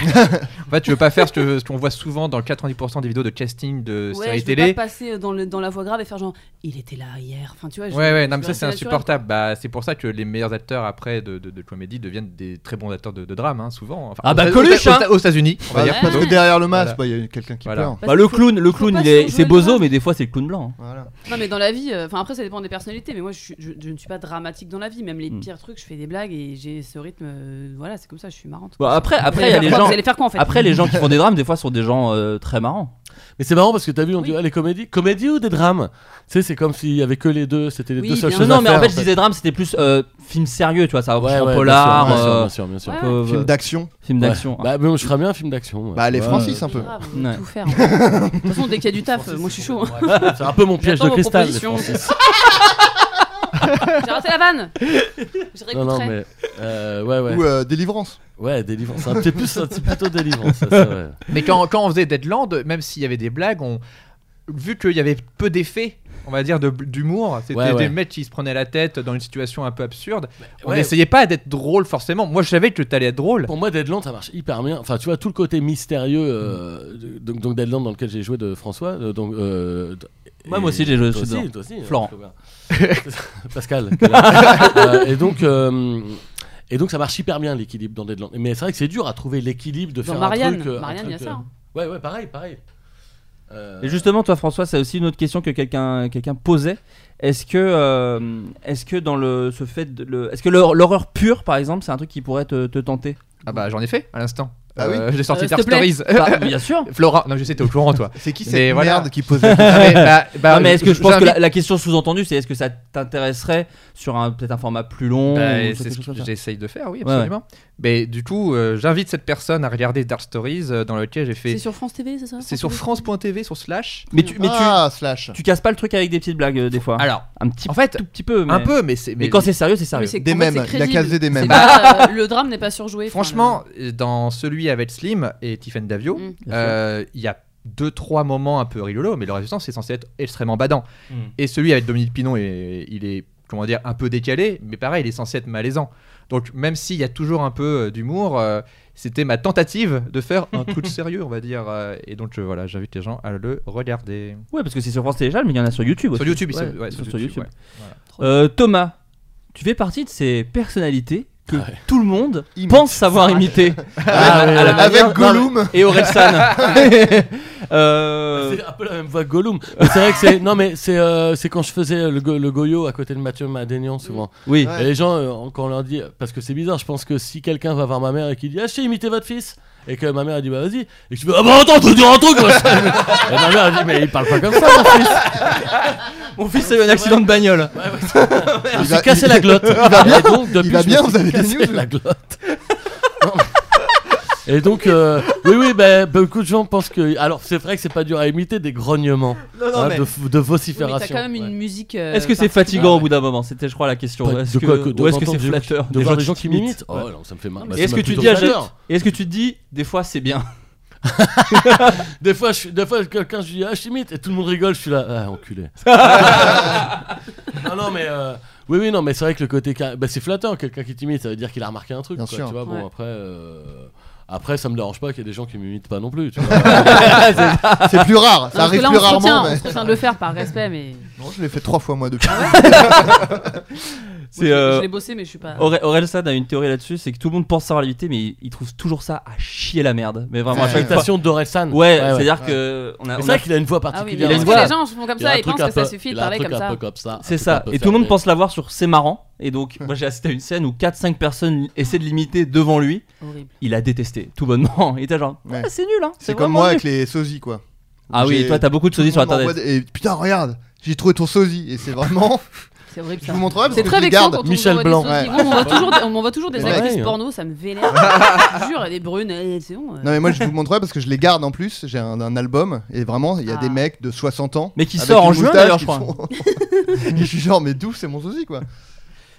[SPEAKER 9] en fait, tu veux pas faire ce que- ce qu'on voit souvent dans 90% des vidéos de casting de
[SPEAKER 2] Ouais,
[SPEAKER 9] séries
[SPEAKER 2] je peux
[SPEAKER 9] télé.
[SPEAKER 2] pas passer dans, le, dans la voix grave et faire genre il était là hier. Enfin, tu vois, je-
[SPEAKER 9] Ouais, ouais, non,
[SPEAKER 2] je
[SPEAKER 9] mais
[SPEAKER 2] veux
[SPEAKER 9] ça c'est
[SPEAKER 2] rester naturel.
[SPEAKER 9] insupportable. Bah, c'est pour ça que les meilleurs acteurs après de, de, de comédie deviennent des très bons acteurs de, de drame, hein, souvent. Enfin,
[SPEAKER 7] Ah
[SPEAKER 9] aux-
[SPEAKER 7] bah,
[SPEAKER 9] aux-
[SPEAKER 7] Coluche,
[SPEAKER 9] aux-
[SPEAKER 7] hein.
[SPEAKER 9] aux, États-Unis, on va
[SPEAKER 6] Bah,
[SPEAKER 9] dire.
[SPEAKER 6] Parce que
[SPEAKER 2] Ouais.
[SPEAKER 6] derrière le masque,
[SPEAKER 9] Voilà.
[SPEAKER 6] bah, il y a quelqu'un qui
[SPEAKER 9] Voilà.
[SPEAKER 6] pleure.
[SPEAKER 2] Parce
[SPEAKER 7] Bah, le
[SPEAKER 2] que-
[SPEAKER 7] clown, le
[SPEAKER 2] faut
[SPEAKER 7] clown,
[SPEAKER 2] pas
[SPEAKER 7] il est-
[SPEAKER 2] surjouer
[SPEAKER 7] c'est
[SPEAKER 2] le
[SPEAKER 7] bozo,
[SPEAKER 2] drame.
[SPEAKER 7] mais des fois c'est le clown blanc. hein.
[SPEAKER 6] Voilà.
[SPEAKER 2] Non, mais dans la vie, euh, enfin après, ça dépend des personnalités, mais moi je, suis- je- je ne suis pas dramatique dans la vie. Même les
[SPEAKER 7] Hmm.
[SPEAKER 9] Mm.
[SPEAKER 2] pires trucs, je fais des blagues et j'ai ce rythme. euh, voilà, c'est comme ça, je suis marrante.
[SPEAKER 7] Bon, après,
[SPEAKER 2] Vous
[SPEAKER 7] après, il
[SPEAKER 2] allez
[SPEAKER 7] y a
[SPEAKER 2] faire
[SPEAKER 7] les
[SPEAKER 2] quoi
[SPEAKER 7] gens.
[SPEAKER 2] Vous allez faire quoi en fait
[SPEAKER 7] Après, les gens qui font des drames, des fois, sont des gens euh, très marrants.
[SPEAKER 8] Mais c'est marrant parce que t'as vu, on dit
[SPEAKER 2] Oui.
[SPEAKER 8] ah, les comédies, comédies ou des drames Tu sais, c'est comme s'il y avait que les deux, c'était les
[SPEAKER 2] Oui,
[SPEAKER 8] deux seules
[SPEAKER 2] bien
[SPEAKER 8] choses.
[SPEAKER 2] sûr.
[SPEAKER 8] à
[SPEAKER 7] Non, mais en
[SPEAKER 8] faire,
[SPEAKER 7] fait, je disais drame, c'était plus euh, film sérieux, tu vois, ça
[SPEAKER 8] Ouais,
[SPEAKER 7] va
[SPEAKER 8] ouais,
[SPEAKER 7] polar,
[SPEAKER 8] bien sûr,
[SPEAKER 7] euh,
[SPEAKER 8] bien sûr, bien sûr, bien sûr.
[SPEAKER 2] Ouais.
[SPEAKER 7] peu-
[SPEAKER 6] Film d'action.
[SPEAKER 7] film d'action.
[SPEAKER 8] Ouais. Bah, mais je ferais bien un film d'action. moi.
[SPEAKER 6] Bah, les
[SPEAKER 8] Ouais.
[SPEAKER 6] Francis, un peu.
[SPEAKER 2] Grave, on
[SPEAKER 7] Ouais.
[SPEAKER 2] peut tout faire. De toute façon, dès qu'il y a du taf, moi je suis chaud.
[SPEAKER 8] C'est un peu mon piège
[SPEAKER 2] J'attends
[SPEAKER 8] de
[SPEAKER 2] vos
[SPEAKER 8] cristal. les
[SPEAKER 2] propositions.
[SPEAKER 8] Francis.
[SPEAKER 2] J'ai raté la vanne. Je réécouterai.
[SPEAKER 8] Non, non, mais. euh, ouais, ouais.
[SPEAKER 6] Ou euh, Délivrance.
[SPEAKER 8] Ouais, délivrance. C'est un petit plus, un petit plutôt délivrance. ça, c'est vrai.
[SPEAKER 9] Mais quand, quand on faisait Deadland, même s'il y avait des blagues, on... vu qu'il y avait peu d'effets, on va dire, de- d'humour, c'était
[SPEAKER 8] Ouais,
[SPEAKER 9] des
[SPEAKER 8] ouais.
[SPEAKER 9] mecs qui se prenaient la tête dans une situation un peu absurde.
[SPEAKER 7] Bah,
[SPEAKER 9] on
[SPEAKER 8] ouais.
[SPEAKER 9] n'essayait pas d'être drôle forcément. Moi, je savais que t'allais être drôle.
[SPEAKER 8] Pour moi, Deadland, ça marche hyper bien. Enfin, tu vois, tout le côté mystérieux. euh,
[SPEAKER 7] Mm.
[SPEAKER 8] de- donc, donc, Deadland, dans lequel j'ai joué de François. euh, donc, euh, d-
[SPEAKER 7] Moi,
[SPEAKER 8] et-
[SPEAKER 7] moi aussi, j'ai joué
[SPEAKER 8] toi
[SPEAKER 7] dedans.
[SPEAKER 8] aussi, toi aussi, euh,
[SPEAKER 7] Florent.
[SPEAKER 8] Flaubert. Pascal. quel âge. Euh, et donc. euh, et donc ça marche hyper bien l'équilibre dans Deadland. Mais c'est vrai que c'est dur à trouver l'équilibre de
[SPEAKER 2] Dans
[SPEAKER 8] faire un
[SPEAKER 2] Marianne,
[SPEAKER 8] truc. euh, un
[SPEAKER 2] Marianne, il y a
[SPEAKER 8] truc,
[SPEAKER 2] ça.
[SPEAKER 8] euh,
[SPEAKER 2] hein.
[SPEAKER 8] Ouais, ouais, pareil, pareil. Euh,
[SPEAKER 7] Et justement, toi, François, c'est aussi une autre question que quelqu'un quelqu'un posait. Est-ce que, euh, est-ce que dans le ce fait, de- le, est-ce que l'hor- l'horreur pure, par exemple, c'est un truc qui pourrait te, te tenter
[SPEAKER 9] Ah bah, j'en ai fait à l'instant.
[SPEAKER 6] Ah
[SPEAKER 9] Euh, J'ai sorti
[SPEAKER 2] Euh, s'il
[SPEAKER 9] Dark
[SPEAKER 2] te plaît.
[SPEAKER 9] Stories.
[SPEAKER 7] Bah, Bien sûr.
[SPEAKER 9] Flora, non, je sais, t'es au courant, toi.
[SPEAKER 6] C'est qui
[SPEAKER 9] Mais
[SPEAKER 6] cette
[SPEAKER 9] voilà.
[SPEAKER 6] merde qui pose la
[SPEAKER 9] Ah, mais, bah, bah,
[SPEAKER 7] non, mais est-ce que je pense que
[SPEAKER 9] j'invite-
[SPEAKER 7] la, la question sous-entendue, c'est est-ce que ça t'intéresserait sur un peut-être un format plus long
[SPEAKER 9] Bah,
[SPEAKER 7] ou quelque
[SPEAKER 9] c'est ce
[SPEAKER 7] chose comme
[SPEAKER 9] que
[SPEAKER 7] Mmh, ça
[SPEAKER 9] j'essaye de faire, oui,
[SPEAKER 7] Ouais,
[SPEAKER 9] absolument. Mais du coup, euh, j'invite cette personne à regarder Dark Stories, euh, dans lequel j'ai
[SPEAKER 2] C'est
[SPEAKER 9] fait.
[SPEAKER 2] sur France TV, c'est ça
[SPEAKER 9] C'est sur France.tv, sur Slash.
[SPEAKER 7] Mais tu, mais tu-
[SPEAKER 6] Ah, slash.
[SPEAKER 7] tu, casses pas le truc avec des petites blagues euh, des fois.
[SPEAKER 9] Alors,
[SPEAKER 7] un petit,
[SPEAKER 9] en fait,
[SPEAKER 7] tout petit peu. Mais,
[SPEAKER 9] un peu, mais c'est.
[SPEAKER 7] Mais quand c'est sérieux, c'est sérieux.
[SPEAKER 2] Oui, c'est-
[SPEAKER 6] Des
[SPEAKER 2] en fait,
[SPEAKER 6] mêmes,
[SPEAKER 2] c'est
[SPEAKER 6] il a
[SPEAKER 2] crédible.
[SPEAKER 6] casé des
[SPEAKER 2] C'est
[SPEAKER 6] mêmes.
[SPEAKER 2] pas, euh, le drame n'est pas surjoué. enfin,
[SPEAKER 9] Franchement, dans celui avec Slim et Tiffany Davio,
[SPEAKER 2] Mm.
[SPEAKER 9] euh, il y a deux trois moments un peu rigolos, mais le reste du temps c'est censé être extrêmement badant.
[SPEAKER 7] Mm.
[SPEAKER 9] Et celui avec Dominique Pinon, est- il est comment dire un peu décalé, mais pareil, il est censé être malaisant. Donc même s'il y a toujours un peu euh, d'humour, euh, c'était ma tentative de faire un truc sérieux, on va dire. euh, et donc euh, voilà, j'invite les gens à le regarder.
[SPEAKER 7] Ouais, parce que c'est sur France Télécharge, mais il y en a sur YouTube aussi.
[SPEAKER 9] Sur YouTube,
[SPEAKER 7] Ouais,
[SPEAKER 9] ils sont- ouais,
[SPEAKER 7] sur,
[SPEAKER 9] sur
[SPEAKER 7] sur YouTube.
[SPEAKER 9] YouTube,
[SPEAKER 7] Euh, Thomas, tu fais partie de ces personnalités que
[SPEAKER 8] Ah ouais.
[SPEAKER 7] tout le monde
[SPEAKER 6] Imite.
[SPEAKER 7] pense savoir imiter.
[SPEAKER 8] Ah, ouais, ouais,
[SPEAKER 6] Avec
[SPEAKER 7] manière-
[SPEAKER 6] Gollum.
[SPEAKER 7] Et Orelsan. Euh,
[SPEAKER 8] C'est un peu la même voix que Gollum. Mais c'est vrai que c'est. Non, mais c'est euh, c'est quand je faisais le, go- le Goyo à côté de Mathieu Madénian, souvent.
[SPEAKER 7] oui.
[SPEAKER 6] Ouais.
[SPEAKER 8] Et les gens, euh, quand on leur dit. Parce que c'est bizarre, je pense que si quelqu'un va voir ma mère et qu'il dit Ah, je sais imiter votre fils Et que ma mère elle dit Bah vas-y. Et que tu fais Ah, bah attends, je veux dire un truc moi. Et ma mère elle dit Mais il parle pas comme ça, mon fils
[SPEAKER 7] Mon fils a eu un accident de bagnole.
[SPEAKER 8] Je me
[SPEAKER 6] va-
[SPEAKER 8] suis cassé la glotte
[SPEAKER 6] va bien
[SPEAKER 8] Et donc, depuis,
[SPEAKER 6] Il va
[SPEAKER 8] je me
[SPEAKER 6] bien,
[SPEAKER 8] suis
[SPEAKER 6] vous avez des
[SPEAKER 8] cassé
[SPEAKER 6] news
[SPEAKER 8] la glotte Non, mais- Et donc, euh, oui, oui, bah, beaucoup de gens pensent que. Alors, c'est vrai que c'est pas dur à imiter des grognements
[SPEAKER 6] Ah
[SPEAKER 7] Non, non,
[SPEAKER 8] hein,
[SPEAKER 7] mais-
[SPEAKER 8] de, f- de
[SPEAKER 2] Oui, mais
[SPEAKER 8] vocifération.
[SPEAKER 2] t'as quand même une musique. euh,
[SPEAKER 7] Ah, Est-ce que c'est
[SPEAKER 2] particulière.
[SPEAKER 7] fatigant au bout d'un moment C'était, je crois, la question.
[SPEAKER 8] Pas-
[SPEAKER 7] Est-ce
[SPEAKER 8] de
[SPEAKER 7] que,
[SPEAKER 8] quoi que- de
[SPEAKER 7] ou est-ce que
[SPEAKER 8] entendre
[SPEAKER 7] c'est
[SPEAKER 8] des gens qui-
[SPEAKER 7] flatteur
[SPEAKER 8] de voir des gens qui
[SPEAKER 7] t'imitent
[SPEAKER 8] m'imitent.
[SPEAKER 7] Ouais.
[SPEAKER 8] Oh non, ça me fait mal.
[SPEAKER 2] Non,
[SPEAKER 8] Bah,
[SPEAKER 7] Et est-ce
[SPEAKER 8] ça
[SPEAKER 7] que
[SPEAKER 8] m'a
[SPEAKER 7] tu
[SPEAKER 8] plutôt
[SPEAKER 7] dis à
[SPEAKER 8] fait
[SPEAKER 7] Jacques
[SPEAKER 8] peur.
[SPEAKER 7] Et est-ce que tu te dis des fois c'est bien
[SPEAKER 8] Des fois, je suis- des fois quelqu'un, je dis ah, je t'imite, et tout le monde rigole, je suis là, ah, enculé. non, non, mais. euh, Oui, oui, non, mais c'est vrai que le côté. car- Bah, c'est flatteur, quelqu'un qui t'imite, ça veut dire qu'il a remarqué un truc.
[SPEAKER 6] Bien
[SPEAKER 8] quoi,
[SPEAKER 6] sûr.
[SPEAKER 8] Tu vois,
[SPEAKER 2] Ouais.
[SPEAKER 8] bon, après. euh, Après, ça me dérange pas qu'il y ait des gens qui m'imitent pas non plus. Tu vois.
[SPEAKER 6] C'est plus rare.
[SPEAKER 2] Non,
[SPEAKER 6] Ça
[SPEAKER 2] parce que
[SPEAKER 6] arrive
[SPEAKER 2] là, on
[SPEAKER 6] plus
[SPEAKER 2] se retient,
[SPEAKER 6] rarement.
[SPEAKER 2] on
[SPEAKER 6] mais-
[SPEAKER 2] se retient de le faire par respect, mais.
[SPEAKER 6] Non, je l'ai fait trois fois moi depuis.
[SPEAKER 2] Ah
[SPEAKER 7] C'est, euh,
[SPEAKER 2] Je l'ai bossé, mais je suis pas.
[SPEAKER 8] Ah.
[SPEAKER 7] Aurel- Orelsan a une théorie là-dessus, c'est que tout le monde pense savoir l'imiter, mais il, il trouve toujours ça à chier la merde. Mais vraiment à chaque fois.
[SPEAKER 8] Imitation d'Orelsan.
[SPEAKER 7] Ouais, c'est-à dire que on a-
[SPEAKER 8] Mais
[SPEAKER 7] on
[SPEAKER 8] C'est
[SPEAKER 7] a-
[SPEAKER 8] vrai qu'il a une voix
[SPEAKER 2] Ah oui,
[SPEAKER 8] particulière.
[SPEAKER 7] Il
[SPEAKER 2] mais
[SPEAKER 7] a
[SPEAKER 2] parce
[SPEAKER 7] une
[SPEAKER 2] que
[SPEAKER 7] voix.
[SPEAKER 2] les gens font comme
[SPEAKER 8] Il a un
[SPEAKER 2] ça, ils
[SPEAKER 8] truc
[SPEAKER 2] pensent
[SPEAKER 8] un
[SPEAKER 2] que ça
[SPEAKER 8] peu-
[SPEAKER 2] suffit de
[SPEAKER 8] il a un
[SPEAKER 2] parler
[SPEAKER 8] truc
[SPEAKER 2] comme
[SPEAKER 8] un
[SPEAKER 2] ça.
[SPEAKER 8] peu comme ça.
[SPEAKER 7] C'est ça. Et tout le monde pense l'avoir sur C'est marrant. Et donc, moi j'ai assisté à une scène où 4-5 personnes essaient de l'imiter devant lui.
[SPEAKER 2] Horrible.
[SPEAKER 7] Il a détesté, tout bonnement. Il était genre,
[SPEAKER 6] Ouais.
[SPEAKER 7] Ah, c'est nul, hein.
[SPEAKER 6] C'est
[SPEAKER 7] vraiment
[SPEAKER 6] comme moi
[SPEAKER 7] nul.
[SPEAKER 6] avec les sosies quoi.
[SPEAKER 7] Ah oui,
[SPEAKER 6] J'ai-
[SPEAKER 7] toi t'as beaucoup de
[SPEAKER 6] Tout le
[SPEAKER 7] sosies sur
[SPEAKER 6] monde m'envoie
[SPEAKER 7] internet.
[SPEAKER 6] des- et putain regarde, j'ai trouvé ton sosie et c'est vraiment.
[SPEAKER 2] C'est horrible
[SPEAKER 6] Je
[SPEAKER 2] ça.
[SPEAKER 6] vous montrerai parce
[SPEAKER 2] C'est
[SPEAKER 6] que
[SPEAKER 2] très
[SPEAKER 6] je les
[SPEAKER 2] vexant
[SPEAKER 6] garde.
[SPEAKER 2] quand on
[SPEAKER 8] Michel
[SPEAKER 2] Michel
[SPEAKER 8] Blanc.
[SPEAKER 2] Blanc.
[SPEAKER 6] Ouais.
[SPEAKER 2] on m'envoie toujours des, on m'envoie toujours des
[SPEAKER 6] Mais
[SPEAKER 2] actrices
[SPEAKER 8] ouais.
[SPEAKER 2] porno, ça me vénère. Je te jure, et des brunes, eh, c'est bon. euh.
[SPEAKER 6] Non mais moi je vous montrerai parce que je les garde en plus. J'ai un, un album et vraiment il y a
[SPEAKER 2] Ah.
[SPEAKER 6] des mecs de 60 ans.
[SPEAKER 7] Mais qui
[SPEAKER 6] avec
[SPEAKER 7] sort en
[SPEAKER 6] une
[SPEAKER 7] juin
[SPEAKER 6] moustache
[SPEAKER 7] d'ailleurs,
[SPEAKER 6] qui
[SPEAKER 7] je crois.
[SPEAKER 6] font- et je suis genre mais d'où c'est mon sosie quoi.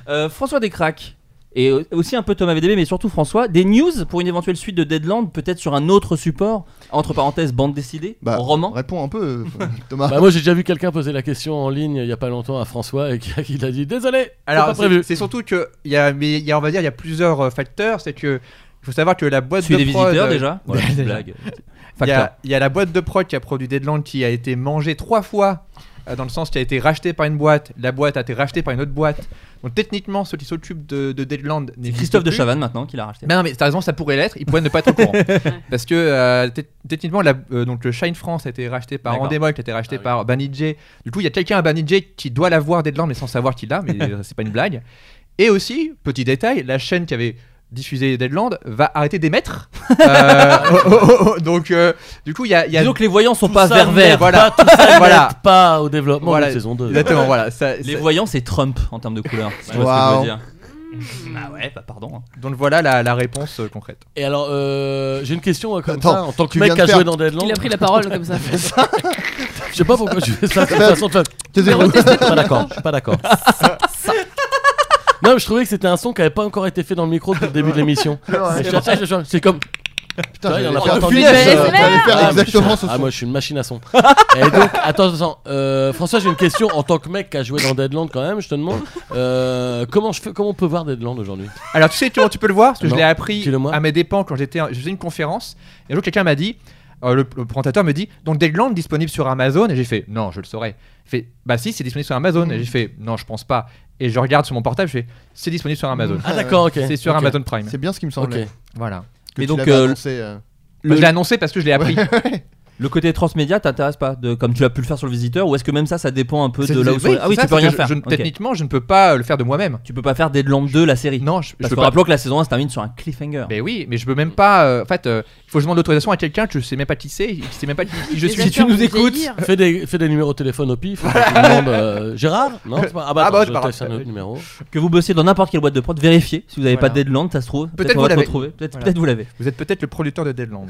[SPEAKER 7] Euh, François Descraques et euh, aussi un peu Thomas VDB, mais surtout François, des news pour une éventuelle suite de Deadland, peut-être sur un autre support, entre parenthèses bande dessinée,
[SPEAKER 6] Bah,
[SPEAKER 7] en roman.
[SPEAKER 6] Réponds un peu euh, Thomas.
[SPEAKER 8] Bah, moi, j'ai déjà vu quelqu'un poser la question en ligne il y a pas longtemps à François et qui il a dit Désolé,
[SPEAKER 9] Alors,
[SPEAKER 8] alors pas
[SPEAKER 9] c'est-
[SPEAKER 8] prévu.
[SPEAKER 9] c'est surtout que il y a, mais il y a- on va dire, il y a plusieurs euh, facteurs. C'est que il faut savoir que la boîte
[SPEAKER 7] Celui
[SPEAKER 9] de
[SPEAKER 7] des
[SPEAKER 9] prod,
[SPEAKER 7] visiteurs
[SPEAKER 9] euh,
[SPEAKER 7] déjà. Voilà, petite
[SPEAKER 9] déjà.
[SPEAKER 7] blague.
[SPEAKER 9] Il y,
[SPEAKER 7] Facteur.
[SPEAKER 9] a- il y a la boîte de prod qui a produit Deadland qui a été mangée trois fois, euh, dans le sens qui a été rachetée par une boîte, la boîte a été rachetée par une autre boîte. Donc techniquement, ceux qui s'occupent de, de Deadland.
[SPEAKER 7] C'est
[SPEAKER 9] n'existent
[SPEAKER 7] Christophe de
[SPEAKER 9] plus.
[SPEAKER 7] Chavannes maintenant qui l'a racheté.
[SPEAKER 6] Bah,
[SPEAKER 9] Mais non, mais t'as raison, ça pourrait l'être, ils pourraient ne pas être au courant. Parce que euh, t- techniquement, la, euh, donc, le Shine France a été racheté par
[SPEAKER 7] D'accord.
[SPEAKER 9] Endemol, qui a été racheté
[SPEAKER 8] Ah oui.
[SPEAKER 9] par Banijay. Du coup, il y a quelqu'un à Banijay qui doit l'avoir Deadland, mais sans savoir qu'il l'a, mais euh, c'est pas une blague. Et aussi, petit détail, la chaîne qui avait diffusé Deadland va arrêter d'émettre. Euh, oh, oh, oh, oh, donc, euh, du coup, il y a. il y a-
[SPEAKER 7] Disons que les voyants sont
[SPEAKER 8] Tout
[SPEAKER 7] pas
[SPEAKER 8] ça
[SPEAKER 7] vers
[SPEAKER 8] n'aide
[SPEAKER 7] vert.
[SPEAKER 9] Voilà.
[SPEAKER 8] pas, tout ça
[SPEAKER 9] Voilà.
[SPEAKER 8] n'aide pas au développement
[SPEAKER 9] Voilà.
[SPEAKER 8] de saison 2.
[SPEAKER 9] Exactement, voilà. Ça-
[SPEAKER 7] Les
[SPEAKER 9] ça-
[SPEAKER 7] voyants, c'est Trump en termes de couleur. si tu vois
[SPEAKER 6] Waouh.
[SPEAKER 7] ce que je veux dire. Ah ouais, bah pardon. hein.
[SPEAKER 9] donc voilà la, la réponse euh, concrète.
[SPEAKER 8] Et alors, euh, j'ai une question hein, comme
[SPEAKER 6] Attends,
[SPEAKER 8] ça, en tant que
[SPEAKER 6] tu viens
[SPEAKER 8] mec qui
[SPEAKER 6] de
[SPEAKER 8] a joué
[SPEAKER 6] faire-
[SPEAKER 8] dans Deadland.
[SPEAKER 2] Il a pris la parole comme ça.
[SPEAKER 8] Je sais pas pourquoi je fais ça. de toute
[SPEAKER 6] Bah,
[SPEAKER 8] façon, de toute
[SPEAKER 6] T'es
[SPEAKER 8] façon.
[SPEAKER 6] zéro.
[SPEAKER 8] Je suis pas d'accord. Je suis pas d'accord. Non, mais je trouvais que c'était un son qui avait pas encore été fait dans le micro depuis le début de l'émission. Et je suis assez- je- C'est comme.
[SPEAKER 6] Putain,
[SPEAKER 8] Ouais,
[SPEAKER 6] j'allais
[SPEAKER 8] on a
[SPEAKER 6] faire-
[SPEAKER 8] pas entendu.
[SPEAKER 6] punaise,
[SPEAKER 2] Mais
[SPEAKER 6] euh, t'allais
[SPEAKER 2] c'est
[SPEAKER 6] faire
[SPEAKER 8] Ah,
[SPEAKER 6] exactement ce
[SPEAKER 8] Ah,
[SPEAKER 6] son.
[SPEAKER 8] moi, je suis une machine à son. Et donc, attends, attends. euh, François, j'ai une question. En tant que mec qui a joué dans Deadland, quand même, je te demande euh, comment, je fais, comment on peut voir Deadland aujourd'hui
[SPEAKER 9] Alors tu sais comment tu peux le voir parce que
[SPEAKER 8] Non.
[SPEAKER 9] je l'ai appris
[SPEAKER 8] Dis-le-moi.
[SPEAKER 9] à mes dépens quand j'étais je faisais une conférence et un jour quelqu'un m'a dit euh, le, le présentateur me dit donc Deadland disponible sur Amazon et j'ai fait non je le saurais. Il fait bah si c'est disponible sur Amazon et j'ai fait non je pense pas et je regarde sur mon portable je fais c'est disponible sur Amazon.
[SPEAKER 8] Ah, d'accord, ok.
[SPEAKER 9] C'est sur
[SPEAKER 8] Ok.
[SPEAKER 9] Amazon Prime.
[SPEAKER 6] C'est bien ce qui me
[SPEAKER 8] Ok.
[SPEAKER 6] semblait.
[SPEAKER 9] Voilà.
[SPEAKER 6] Que
[SPEAKER 7] Mais
[SPEAKER 6] tu
[SPEAKER 7] donc,
[SPEAKER 6] l'avais
[SPEAKER 7] euh,
[SPEAKER 6] annoncé, euh,
[SPEAKER 9] Bah, Je l'ai annoncé parce que je l'ai appris.
[SPEAKER 7] Le côté transmédia t'intéresse pas, de, comme tu as pu le faire sur le visiteur, ou est-ce que même ça, ça dépend un peu
[SPEAKER 9] C'est-
[SPEAKER 7] de là où
[SPEAKER 9] oui,
[SPEAKER 7] sont- Ah oui,
[SPEAKER 9] c'est
[SPEAKER 7] tu
[SPEAKER 9] ça,
[SPEAKER 7] peux
[SPEAKER 9] c'est
[SPEAKER 7] rien
[SPEAKER 9] que je-
[SPEAKER 7] faire.
[SPEAKER 9] je ne-
[SPEAKER 7] Ok.
[SPEAKER 9] Techniquement, je ne peux pas euh, le faire de moi-même.
[SPEAKER 7] Tu peux pas faire Deadland 2 la série.
[SPEAKER 9] Non, je, je
[SPEAKER 7] Parce
[SPEAKER 9] peux
[SPEAKER 7] que
[SPEAKER 9] pas.
[SPEAKER 7] rappelons que la saison 1 se termine sur un cliffhanger.
[SPEAKER 9] Ben oui, mais je peux même pas. euh, en fait, euh, il faut que je demande l'autorisation à quelqu'un que je sais même pas qui c'est, et qui sait même pas qui, qui je
[SPEAKER 2] Les
[SPEAKER 9] suis.
[SPEAKER 2] acteurs vont vieillir.
[SPEAKER 8] Fais des, fais des numéros de téléphone au pif. hein, et tu demandes, euh, Gérard Non, c'est pas- Ah bah,
[SPEAKER 9] Ah
[SPEAKER 8] attends,
[SPEAKER 9] bah,
[SPEAKER 8] je
[SPEAKER 9] c'est pas
[SPEAKER 8] teste un
[SPEAKER 9] grave.
[SPEAKER 8] autre numéro.
[SPEAKER 7] Que vous bossiez dans n'importe quelle boîte de prod, vérifiez si vous n'avez pas
[SPEAKER 9] Voilà.
[SPEAKER 7] Deadland, ça se trouve.
[SPEAKER 9] Peut-être
[SPEAKER 7] on
[SPEAKER 9] vous
[SPEAKER 7] va se
[SPEAKER 9] l'avez.
[SPEAKER 7] retrouver. Peut-être
[SPEAKER 9] Voilà.
[SPEAKER 7] peut-être vous l'avez.
[SPEAKER 9] Vous êtes peut-être le producteur de Deadland.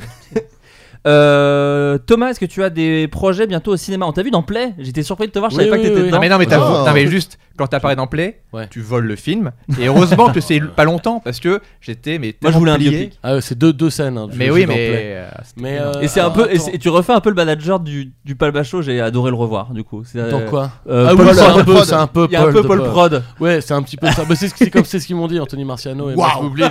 [SPEAKER 7] Euh, Thomas, est-ce que tu as des projets bientôt au cinéma On t'a vu dans Play J'étais surpris de te voir, je
[SPEAKER 8] Oui,
[SPEAKER 7] savais pas
[SPEAKER 8] oui,
[SPEAKER 7] que t'étais
[SPEAKER 8] oui,
[SPEAKER 7] dedans.
[SPEAKER 9] non, Ah, mais non, mais, t'as-
[SPEAKER 6] Oh.
[SPEAKER 9] non, mais juste quand t'apparais dans Play,
[SPEAKER 8] Ouais.
[SPEAKER 9] tu voles le film. Et heureusement que c'est pas longtemps parce que j'étais mais
[SPEAKER 7] Moi, je
[SPEAKER 9] tellement
[SPEAKER 7] voulais un
[SPEAKER 9] plié.
[SPEAKER 7] biopic.
[SPEAKER 8] Ah, c'est deux, deux scènes. hein, du-
[SPEAKER 9] Mais
[SPEAKER 8] du
[SPEAKER 9] oui,
[SPEAKER 8] gameplay.
[SPEAKER 9] mais euh, c'était
[SPEAKER 8] Mais,
[SPEAKER 9] énorme.
[SPEAKER 8] euh,
[SPEAKER 7] Et c'est un
[SPEAKER 8] alors,
[SPEAKER 7] peu, et
[SPEAKER 8] attends.
[SPEAKER 7] c'est- tu refais un peu le manager du, du Pal Bachot, j'ai adoré le revoir du coup. C'est, euh,
[SPEAKER 8] Dans quoi
[SPEAKER 7] euh,
[SPEAKER 8] Ah oui,
[SPEAKER 7] Paul
[SPEAKER 8] c'est
[SPEAKER 7] Prod.
[SPEAKER 8] un peu,
[SPEAKER 6] Prod.
[SPEAKER 8] c'est un peu
[SPEAKER 7] Il y a un peu Paul
[SPEAKER 8] de-
[SPEAKER 7] Prod.
[SPEAKER 8] Ouais, c'est un petit peu ça. Bah, c'est ce- c'est comme c'est ce qu'ils m'ont dit, Anthony Marciano et Marc
[SPEAKER 6] Waouh.
[SPEAKER 8] Boublil.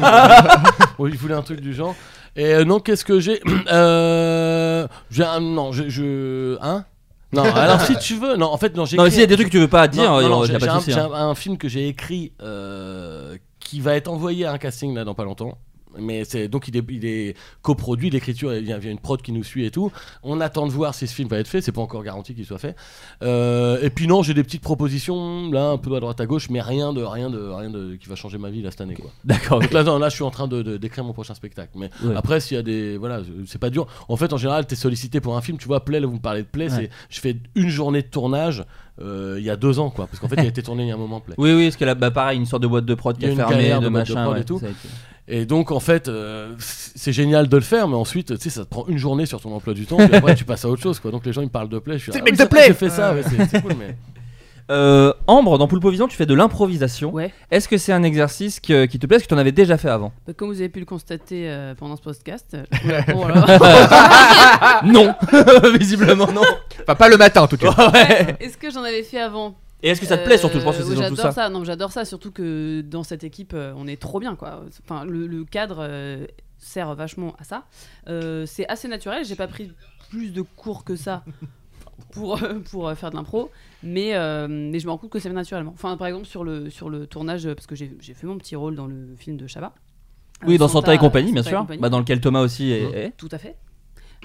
[SPEAKER 8] Oui, ils voulaient un truc du genre. Et euh, non, qu'est-ce que j'ai euh, J'ai un non, je, je hein Non, alors si tu veux, non, en fait non, j'ai.
[SPEAKER 7] Non, mais
[SPEAKER 8] écrit-
[SPEAKER 7] s'il y a des trucs que tu veux pas
[SPEAKER 8] Non,
[SPEAKER 7] dire,
[SPEAKER 8] non,
[SPEAKER 7] il y
[SPEAKER 8] non,
[SPEAKER 7] aura-
[SPEAKER 8] j'ai
[SPEAKER 7] y a pas
[SPEAKER 8] j'ai
[SPEAKER 7] de
[SPEAKER 8] un,
[SPEAKER 7] souci,
[SPEAKER 8] j'ai
[SPEAKER 7] hein.
[SPEAKER 8] un- un film que j'ai écrit euh, qui va être envoyé à un casting là dans pas longtemps. Mais c'est donc il est, il est coproduit, l'écriture il y a il y a une prod qui nous suit et tout. On attend de voir si ce film va être fait. C'est pas encore garanti qu'il soit fait. Euh, et puis non, j'ai des petites propositions là, un peu à droite à gauche, mais rien de rien de rien de qui va changer ma vie là cette année quoi.
[SPEAKER 7] D'accord.
[SPEAKER 8] Donc là, non, là, je suis en train de de- d'écrire mon prochain spectacle. Mais
[SPEAKER 7] Ouais.
[SPEAKER 8] après, s'il y a des voilà, je- c'est pas dur. En fait, en général, t'es sollicité pour un film. Tu vois, Play, là, vous me parlez de Play,
[SPEAKER 7] Ouais.
[SPEAKER 8] c'est je fais une journée de tournage euh, il y a deux ans quoi, parce qu'en fait, il a été tourné il y a un moment Play.
[SPEAKER 7] Oui, oui, parce que là, bah, pareil, une sorte de boîte de prod
[SPEAKER 8] Il
[SPEAKER 7] qui
[SPEAKER 8] y a
[SPEAKER 7] est
[SPEAKER 8] une
[SPEAKER 7] fermée,
[SPEAKER 8] galère
[SPEAKER 7] de
[SPEAKER 8] de boîte de
[SPEAKER 7] machin.
[SPEAKER 8] prod
[SPEAKER 7] ouais,
[SPEAKER 8] et tout.
[SPEAKER 7] ça a été-
[SPEAKER 8] Et donc, en fait, euh, c'est génial de le faire, mais ensuite, tu sais, ça te prend une journée sur ton emploi du temps, puis après, tu passes à autre chose, quoi. Donc, les gens, ils me parlent de play. Je suis
[SPEAKER 9] C'est
[SPEAKER 8] ah
[SPEAKER 9] le mec
[SPEAKER 8] oui,
[SPEAKER 9] de
[SPEAKER 8] c'est vrai,
[SPEAKER 9] Play.
[SPEAKER 8] J'ai fait ça, ouais, c'est c'est cool, mais.
[SPEAKER 7] Euh, Ambre, dans Poulpe Vision, tu fais de l'improvisation.
[SPEAKER 2] Ouais.
[SPEAKER 7] Est-ce que c'est un exercice que- qui te plaît Est-ce que tu en avais déjà fait avant
[SPEAKER 2] Bah, Comme vous avez pu le constater euh, pendant ce podcast, euh, bon, alors, Ah.
[SPEAKER 7] Non Visiblement, non.
[SPEAKER 9] Enfin, pas le matin en tout cas.
[SPEAKER 7] Ouais.
[SPEAKER 2] est-ce que j'en avais fait avant
[SPEAKER 7] Et est-ce que ça te plaît surtout Je pense que
[SPEAKER 2] Euh,
[SPEAKER 7] c'est
[SPEAKER 2] oui,
[SPEAKER 7] surtout ça.
[SPEAKER 2] J'adore ça. Non, j'adore ça, surtout que dans cette équipe, euh, on est trop bien, quoi. Enfin, le, le cadre euh, sert vachement à ça. Euh, c'est assez naturel. J'ai pas pris plus de cours que ça pour euh, pour euh, faire de l'impro, mais euh, mais je me rends compte que ça vient naturellement. Enfin, par exemple sur le sur le tournage, euh, parce que j'ai j'ai fait mon petit rôle dans le film de Chabat.
[SPEAKER 7] Oui,
[SPEAKER 2] Euh,
[SPEAKER 7] dans Santa et compagnie, bien
[SPEAKER 2] Santa et
[SPEAKER 7] sûr.
[SPEAKER 2] compagnie. Mmh.
[SPEAKER 7] Bah, dans lequel Thomas aussi est. est.
[SPEAKER 2] Tout à fait.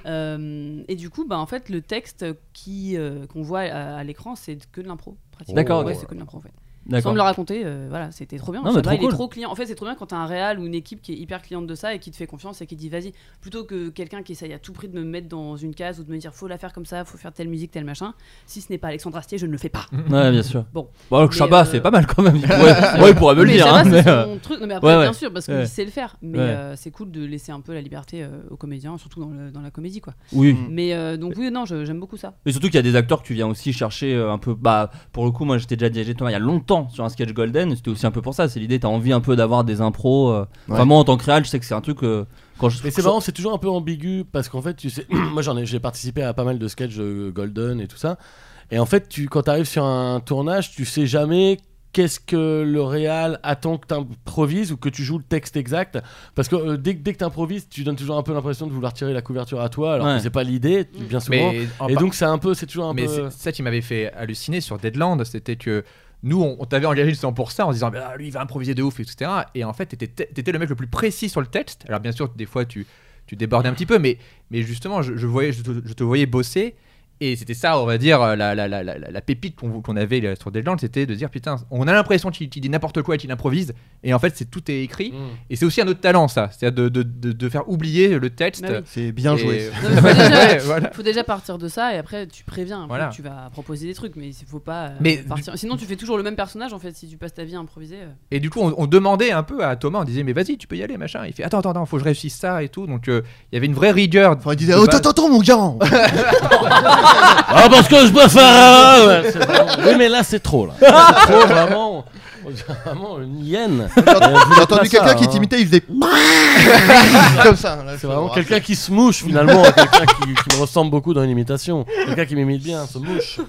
[SPEAKER 2] Euh, et du coup, bah, en fait, le texte qui euh, qu'on voit à, à l'écran, c'est que de l'impro. pratiquement.
[SPEAKER 7] D'accord,
[SPEAKER 2] Ouais,
[SPEAKER 7] ok.
[SPEAKER 2] c'est que de l'impro. en fait. Sans
[SPEAKER 7] D'accord.
[SPEAKER 2] me le raconter, euh, voilà, c'était trop bien.
[SPEAKER 7] Non,
[SPEAKER 2] Ça
[SPEAKER 7] mais
[SPEAKER 2] va,
[SPEAKER 7] trop
[SPEAKER 2] il
[SPEAKER 7] cool.
[SPEAKER 2] est trop client. En fait, c'est trop bien quand t'as un réal ou une équipe qui est hyper cliente de ça et qui te fait confiance et qui dit vas-y. Plutôt que quelqu'un qui essaye à tout prix de me mettre dans une case ou de me dire faut la faire comme ça, faut faire telle musique, tel machin. Si ce n'est pas Alexandre Astier, je ne le fais pas.
[SPEAKER 7] Ouais, bien sûr.
[SPEAKER 2] Bon.
[SPEAKER 7] Bon, alors que
[SPEAKER 2] Mais,
[SPEAKER 7] Chabat,
[SPEAKER 2] euh,
[SPEAKER 7] c'est pas mal quand même. Il pourrait, ouais, il pourrait me le
[SPEAKER 2] mais
[SPEAKER 7] dire.
[SPEAKER 2] ça
[SPEAKER 7] hein,
[SPEAKER 2] va,
[SPEAKER 7] mais,
[SPEAKER 2] c'est
[SPEAKER 7] euh,
[SPEAKER 2] son truc. Non, mais après,
[SPEAKER 7] ouais, ouais.
[SPEAKER 2] bien sûr, parce qu'il
[SPEAKER 7] Ouais.
[SPEAKER 2] sait le faire. Mais
[SPEAKER 7] Ouais.
[SPEAKER 2] euh, c'est cool de laisser un peu la liberté euh, aux comédiens, surtout dans, le- dans la comédie, quoi.
[SPEAKER 7] Oui.
[SPEAKER 2] Mais euh, donc, oui, non, je- j'aime beaucoup ça.
[SPEAKER 7] Et surtout qu'il y a des acteurs que tu viens aussi chercher euh, un peu. Bah, pour le coup, moi j'étais déjà dirigé Thomas il y a longtemps sur un sketch Golden. C'était aussi un peu pour ça. C'est l'idée, t'as envie un peu d'avoir des impros. euh,
[SPEAKER 6] Ouais.
[SPEAKER 7] Vraiment en tant que réal, je sais que c'est un truc. euh, quand je.
[SPEAKER 8] Mais c'est marrant, c'est toujours un peu ambigu parce qu'en fait, tu sais, moi j'en ai, j'ai participé à pas mal de sketchs euh, Golden et tout ça. Et en fait, tu, quand t'arrives sur un tournage, tu sais jamais qu'est-ce que le réal attend que t'improvises ou que tu joues le texte exact. Parce que euh, dès, que- dès que t'improvises, tu donnes toujours un peu l'impression de vouloir tirer la couverture à toi alors
[SPEAKER 7] Ouais.
[SPEAKER 8] que c'est pas l'idée, bien souvent.
[SPEAKER 9] Mais en
[SPEAKER 8] Et
[SPEAKER 9] par-
[SPEAKER 8] donc c'est un peu, c'est toujours un
[SPEAKER 9] Mais
[SPEAKER 8] peu. euh,
[SPEAKER 9] c'est ça qui m'avait fait halluciner sur Deadland, c'était que nous, on, on t'avait engagé justement pour ça, en se disant Bah, lui, il va improviser de ouf, etc. Et en fait, t'étais, t'étais le mec le plus précis sur le texte. Alors bien sûr, des fois, tu, tu débordais un petit peu, mais, mais justement, je, je voyais, je, te, je te voyais bosser. Et c'était ça, on va dire, la, la, la, la, la pépite qu'on qu'on avait là, sur Deadland, c'était de dire putain, on a l'impression qu'il qu'il dit n'importe quoi et qu'il improvise, et en fait, c'est tout est écrit.
[SPEAKER 8] mm.
[SPEAKER 9] Et c'est aussi un autre talent, ça, c'est-à-dire de, de- de- de faire oublier le texte.
[SPEAKER 2] Bah oui.
[SPEAKER 6] C'est bien
[SPEAKER 9] Et-
[SPEAKER 6] joué.
[SPEAKER 2] Non, mais faut, déjà,
[SPEAKER 9] Ouais, voilà.
[SPEAKER 2] faut déjà partir de ça et après tu préviens. après,
[SPEAKER 9] Voilà.
[SPEAKER 2] Tu vas proposer des trucs, mais il faut pas. euh,
[SPEAKER 9] Mais-
[SPEAKER 2] partir- Sinon, tu fais toujours le même personnage en fait si tu passes ta vie à improviser. euh.
[SPEAKER 9] Et du coup, on, on demandait un peu à Thomas, on disait, mais vas-y, tu peux y aller, machin. Il fait, attends, attends, attends, faut que je réussisse ça et tout. Donc, euh, il y avait une vraie rigueur.
[SPEAKER 6] Enfin, il disait Oh,
[SPEAKER 9] de base.
[SPEAKER 6] attends, attends, attends, mon gars
[SPEAKER 8] Ah, parce que je préfère. euh, ouais, c'est vraiment- Oui, mais là, c'est trop, là. C'est trop, vraiment. on dirait Vraiment une hyène.
[SPEAKER 6] J'ai entendu
[SPEAKER 8] ça,
[SPEAKER 6] quelqu'un qui
[SPEAKER 8] hein.
[SPEAKER 6] t'imitait, il faisait comme ça. là,
[SPEAKER 8] C'est
[SPEAKER 6] je
[SPEAKER 8] vraiment
[SPEAKER 6] vois.
[SPEAKER 8] quelqu'un qui se mouche finalement, à quelqu'un qui, qui me ressemble beaucoup dans une imitation. Quelqu'un qui m'imite bien, se mouche.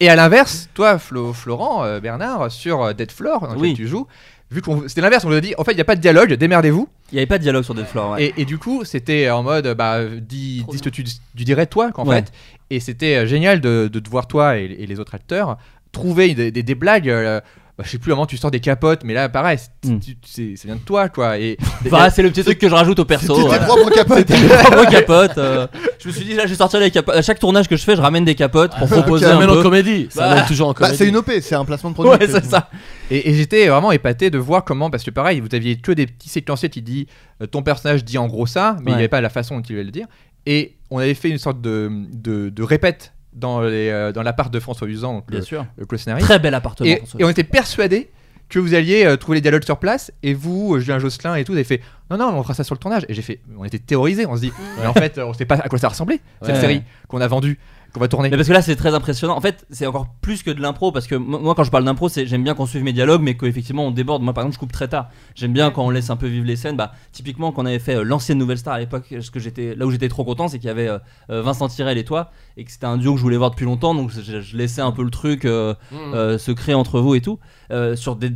[SPEAKER 9] Et à l'inverse, toi, Flo- Florent, euh, Bernard, sur euh, Dead Floor, dans lequel
[SPEAKER 7] Oui.
[SPEAKER 9] tu joues, vu qu'on c'était l'inverse, on lui a dit, en fait, il n'y a pas de dialogue, démerdez-vous.
[SPEAKER 7] Il n'y avait pas de dialogue sur Dead Floor. ouais.
[SPEAKER 9] Et, et du coup, c'était en mode, bah, dis,
[SPEAKER 2] Trop
[SPEAKER 9] dis ce que tu, tu dirais toi, qu'en
[SPEAKER 7] Ouais.
[SPEAKER 9] fait. Et c'était euh, génial de, de te voir toi et, et les autres acteurs trouver des, des- des blagues. euh, bah, je sais plus, à un moment, tu sors des capotes, mais là, pareil, c'est-
[SPEAKER 7] Mm.
[SPEAKER 9] tu- c'est ça vient de toi, quoi. Et,
[SPEAKER 7] Bah, c'est le petit truc que je rajoute au perso.
[SPEAKER 6] C'était
[SPEAKER 7] voilà.
[SPEAKER 6] propre capote.
[SPEAKER 7] Moi, capote. euh, je me suis dit, là, je vais sortir les capotes. À chaque tournage que je fais, je ramène des capotes pour proposer
[SPEAKER 8] ça
[SPEAKER 7] un
[SPEAKER 8] mène en
[SPEAKER 7] peu.
[SPEAKER 8] comédie. Ça
[SPEAKER 7] Bah,
[SPEAKER 8] mène toujours en
[SPEAKER 6] Bah,
[SPEAKER 8] comédie.
[SPEAKER 6] c'est une OP, c'est un placement de produit.
[SPEAKER 7] Ouais, c'est ça.
[SPEAKER 9] Et, et j'étais vraiment épaté de voir comment, parce que pareil, vous aviez que des petits séquenciers qui dit euh, ton personnage dit en gros ça, mais il n'y
[SPEAKER 7] Ouais.
[SPEAKER 9] avait pas la façon dont il allait le dire. Et on avait fait une sorte de, de, de répète dans, les, euh, dans l'appart de François Usan, donc le,
[SPEAKER 7] Bien sûr.
[SPEAKER 9] le- le scénariste.
[SPEAKER 7] Très bel appartement.
[SPEAKER 9] Et, et on était persuadé que vous alliez euh, trouver les dialogues sur place. Et vous, euh, Julien Josselin et tout, vous avez fait non, non, on fera ça sur le tournage. Et j'ai fait, on était terrorisés. On se dit, mais en fait, euh, on sait pas à quoi ça ressemblait cette
[SPEAKER 8] Ouais.
[SPEAKER 9] série qu'on a vendue, qu'on va tourner.
[SPEAKER 7] Mais parce que là c'est très impressionnant. En fait, c'est encore plus que de l'impro parce que mo- moi quand je parle d'impro, c'est j'aime bien qu'on suive mes dialogues mais qu'effectivement on déborde. Moi par exemple, je coupe très tard. J'aime bien quand on laisse un peu vivre les scènes. Bah typiquement quand on avait fait euh, l'ancienne Nouvelle Star à l'époque, ce que j'étais là où j'étais trop content, c'est qu'il y avait euh, euh, Vincent Tirel et toi et que c'était un duo que je voulais voir depuis longtemps donc je, je laissais un peu le truc euh,
[SPEAKER 8] Hmm.
[SPEAKER 9] Mm.
[SPEAKER 7] euh, secret entre vous et tout. Euh, sur des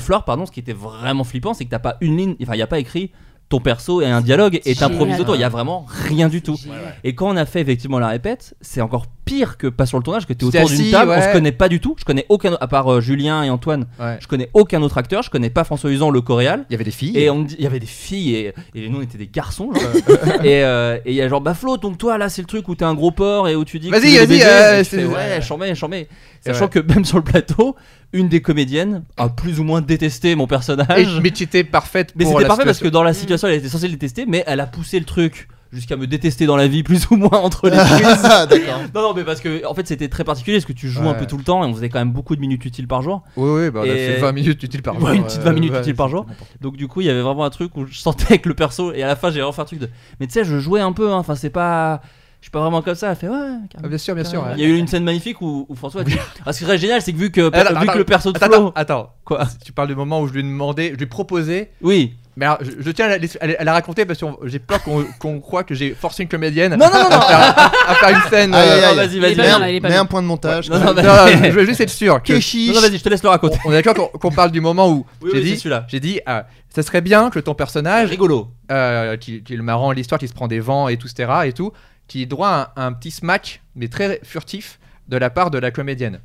[SPEAKER 7] Floor pardon, ce qui était vraiment flippant, c'est que t'as pas une ligne, enfin il y a pas écrit ton perso et un dialogue et t'improvises
[SPEAKER 2] Génial.
[SPEAKER 7] autour. Il y a vraiment rien du tout.
[SPEAKER 2] Génial.
[SPEAKER 7] Et quand on a fait effectivement la répète, c'est encore pire que pas sur le tournage, que t'es
[SPEAKER 9] C'était
[SPEAKER 7] autour d'une
[SPEAKER 9] assis,
[SPEAKER 7] table, on
[SPEAKER 9] ouais.
[SPEAKER 7] se connaît pas du tout. Je connais aucun, à part euh, Julien et Antoine,
[SPEAKER 9] Ouais.
[SPEAKER 7] je connais aucun autre acteur, je connais pas François Usan, le coréal.
[SPEAKER 9] Il y avait des filles.
[SPEAKER 7] Et on me dit- il y avait des filles et, et nous on était des garçons. genre. et euh, et il y a genre bah Flo, donc toi là c'est le truc où t'es un gros porc et où tu dis. que
[SPEAKER 9] Vas-y,
[SPEAKER 7] tu veux
[SPEAKER 9] vas-y,
[SPEAKER 7] baiser,
[SPEAKER 9] euh,
[SPEAKER 7] et tu
[SPEAKER 9] c'est-
[SPEAKER 7] fais, ouais,
[SPEAKER 9] ouais.
[SPEAKER 7] chambé, chambé.
[SPEAKER 9] C'est
[SPEAKER 7] Sachant
[SPEAKER 9] vrai.
[SPEAKER 7] que même sur le plateau, une des comédiennes a plus ou moins détesté mon
[SPEAKER 9] Et-
[SPEAKER 7] personnage.
[SPEAKER 9] mais tu étais parfaite
[SPEAKER 7] Mais
[SPEAKER 9] pour
[SPEAKER 7] c'était
[SPEAKER 9] la
[SPEAKER 7] parfait parce
[SPEAKER 9] situation.
[SPEAKER 7] que dans la situation, elle était censée le détester, mais elle a poussé le truc jusqu'à me détester dans la vie, plus ou moins entre les prises.
[SPEAKER 6] D'accord.
[SPEAKER 7] Non, non, mais parce que en fait, c'était très particulier parce que tu joues un
[SPEAKER 9] Ouais.
[SPEAKER 7] peu tout le temps et on faisait quand même beaucoup de minutes utiles par jour.
[SPEAKER 9] Oui, oui, bah,
[SPEAKER 7] Et-
[SPEAKER 9] c'est 20 minutes utiles par euh, jour.
[SPEAKER 7] Ouais, une petite 20 minutes
[SPEAKER 9] Oh, bah, ouais,
[SPEAKER 7] utiles par jour. Donc, du coup, il y avait vraiment un truc où je sentais avec le perso et à la fin, j'ai vraiment fait un truc de. Mais tu sais, je jouais un peu, hein. enfin, c'est pas. Je suis pas vraiment comme ça. Elle fait ouais, ouais,
[SPEAKER 9] Ah,
[SPEAKER 7] carrément.
[SPEAKER 9] bien sûr, bien sûr. ouais.
[SPEAKER 7] Il y a eu une scène magnifique où, où François a dit Ah, ce qui serait génial, c'est que vu que,
[SPEAKER 9] Alors,
[SPEAKER 7] vu
[SPEAKER 9] attends,
[SPEAKER 7] que le perso de
[SPEAKER 9] Attends,
[SPEAKER 7] Flo.
[SPEAKER 9] attends, attends.
[SPEAKER 7] Quoi
[SPEAKER 9] Tu parles du moment où je lui ai demandé, je lui ai proposé.
[SPEAKER 7] Oui.
[SPEAKER 9] Mais alors, je, je tiens à la, à la- à la raconter parce que j'ai peur qu'on qu'on croit que j'ai forcé une comédienne
[SPEAKER 7] Non, non, non,
[SPEAKER 9] à,
[SPEAKER 7] non.
[SPEAKER 9] faire, à faire une scène. euh,
[SPEAKER 6] Aïe, aïe,
[SPEAKER 7] Euh, Non,
[SPEAKER 6] aïe.
[SPEAKER 7] vas-y,
[SPEAKER 2] Il est
[SPEAKER 6] Mets
[SPEAKER 7] vas-y.
[SPEAKER 2] pas bien,
[SPEAKER 6] un-
[SPEAKER 7] Non,
[SPEAKER 2] là, il est pas
[SPEAKER 6] mets
[SPEAKER 2] bien.
[SPEAKER 6] un point de montage.
[SPEAKER 7] non,
[SPEAKER 9] Non,
[SPEAKER 7] vas-y.
[SPEAKER 9] non, je veux juste être sûr. Que,
[SPEAKER 7] Non, non, vas-y, je te laisse le
[SPEAKER 9] on,
[SPEAKER 7] raconter.
[SPEAKER 9] on est d'accord qu'on qu'on parle du moment où
[SPEAKER 7] Oui,
[SPEAKER 9] j'ai
[SPEAKER 7] oui, c'est
[SPEAKER 9] dit,
[SPEAKER 7] celui-là.
[SPEAKER 9] j'ai dit, ah, ça serait bien que ton personnage,
[SPEAKER 7] Rigolo.
[SPEAKER 9] euh, qui, qui est le marrant, l'histoire, qui se prend des vents et tout, etc., et tout, qui droit un, un petit smack, mais très furtif, de la part de la comédienne.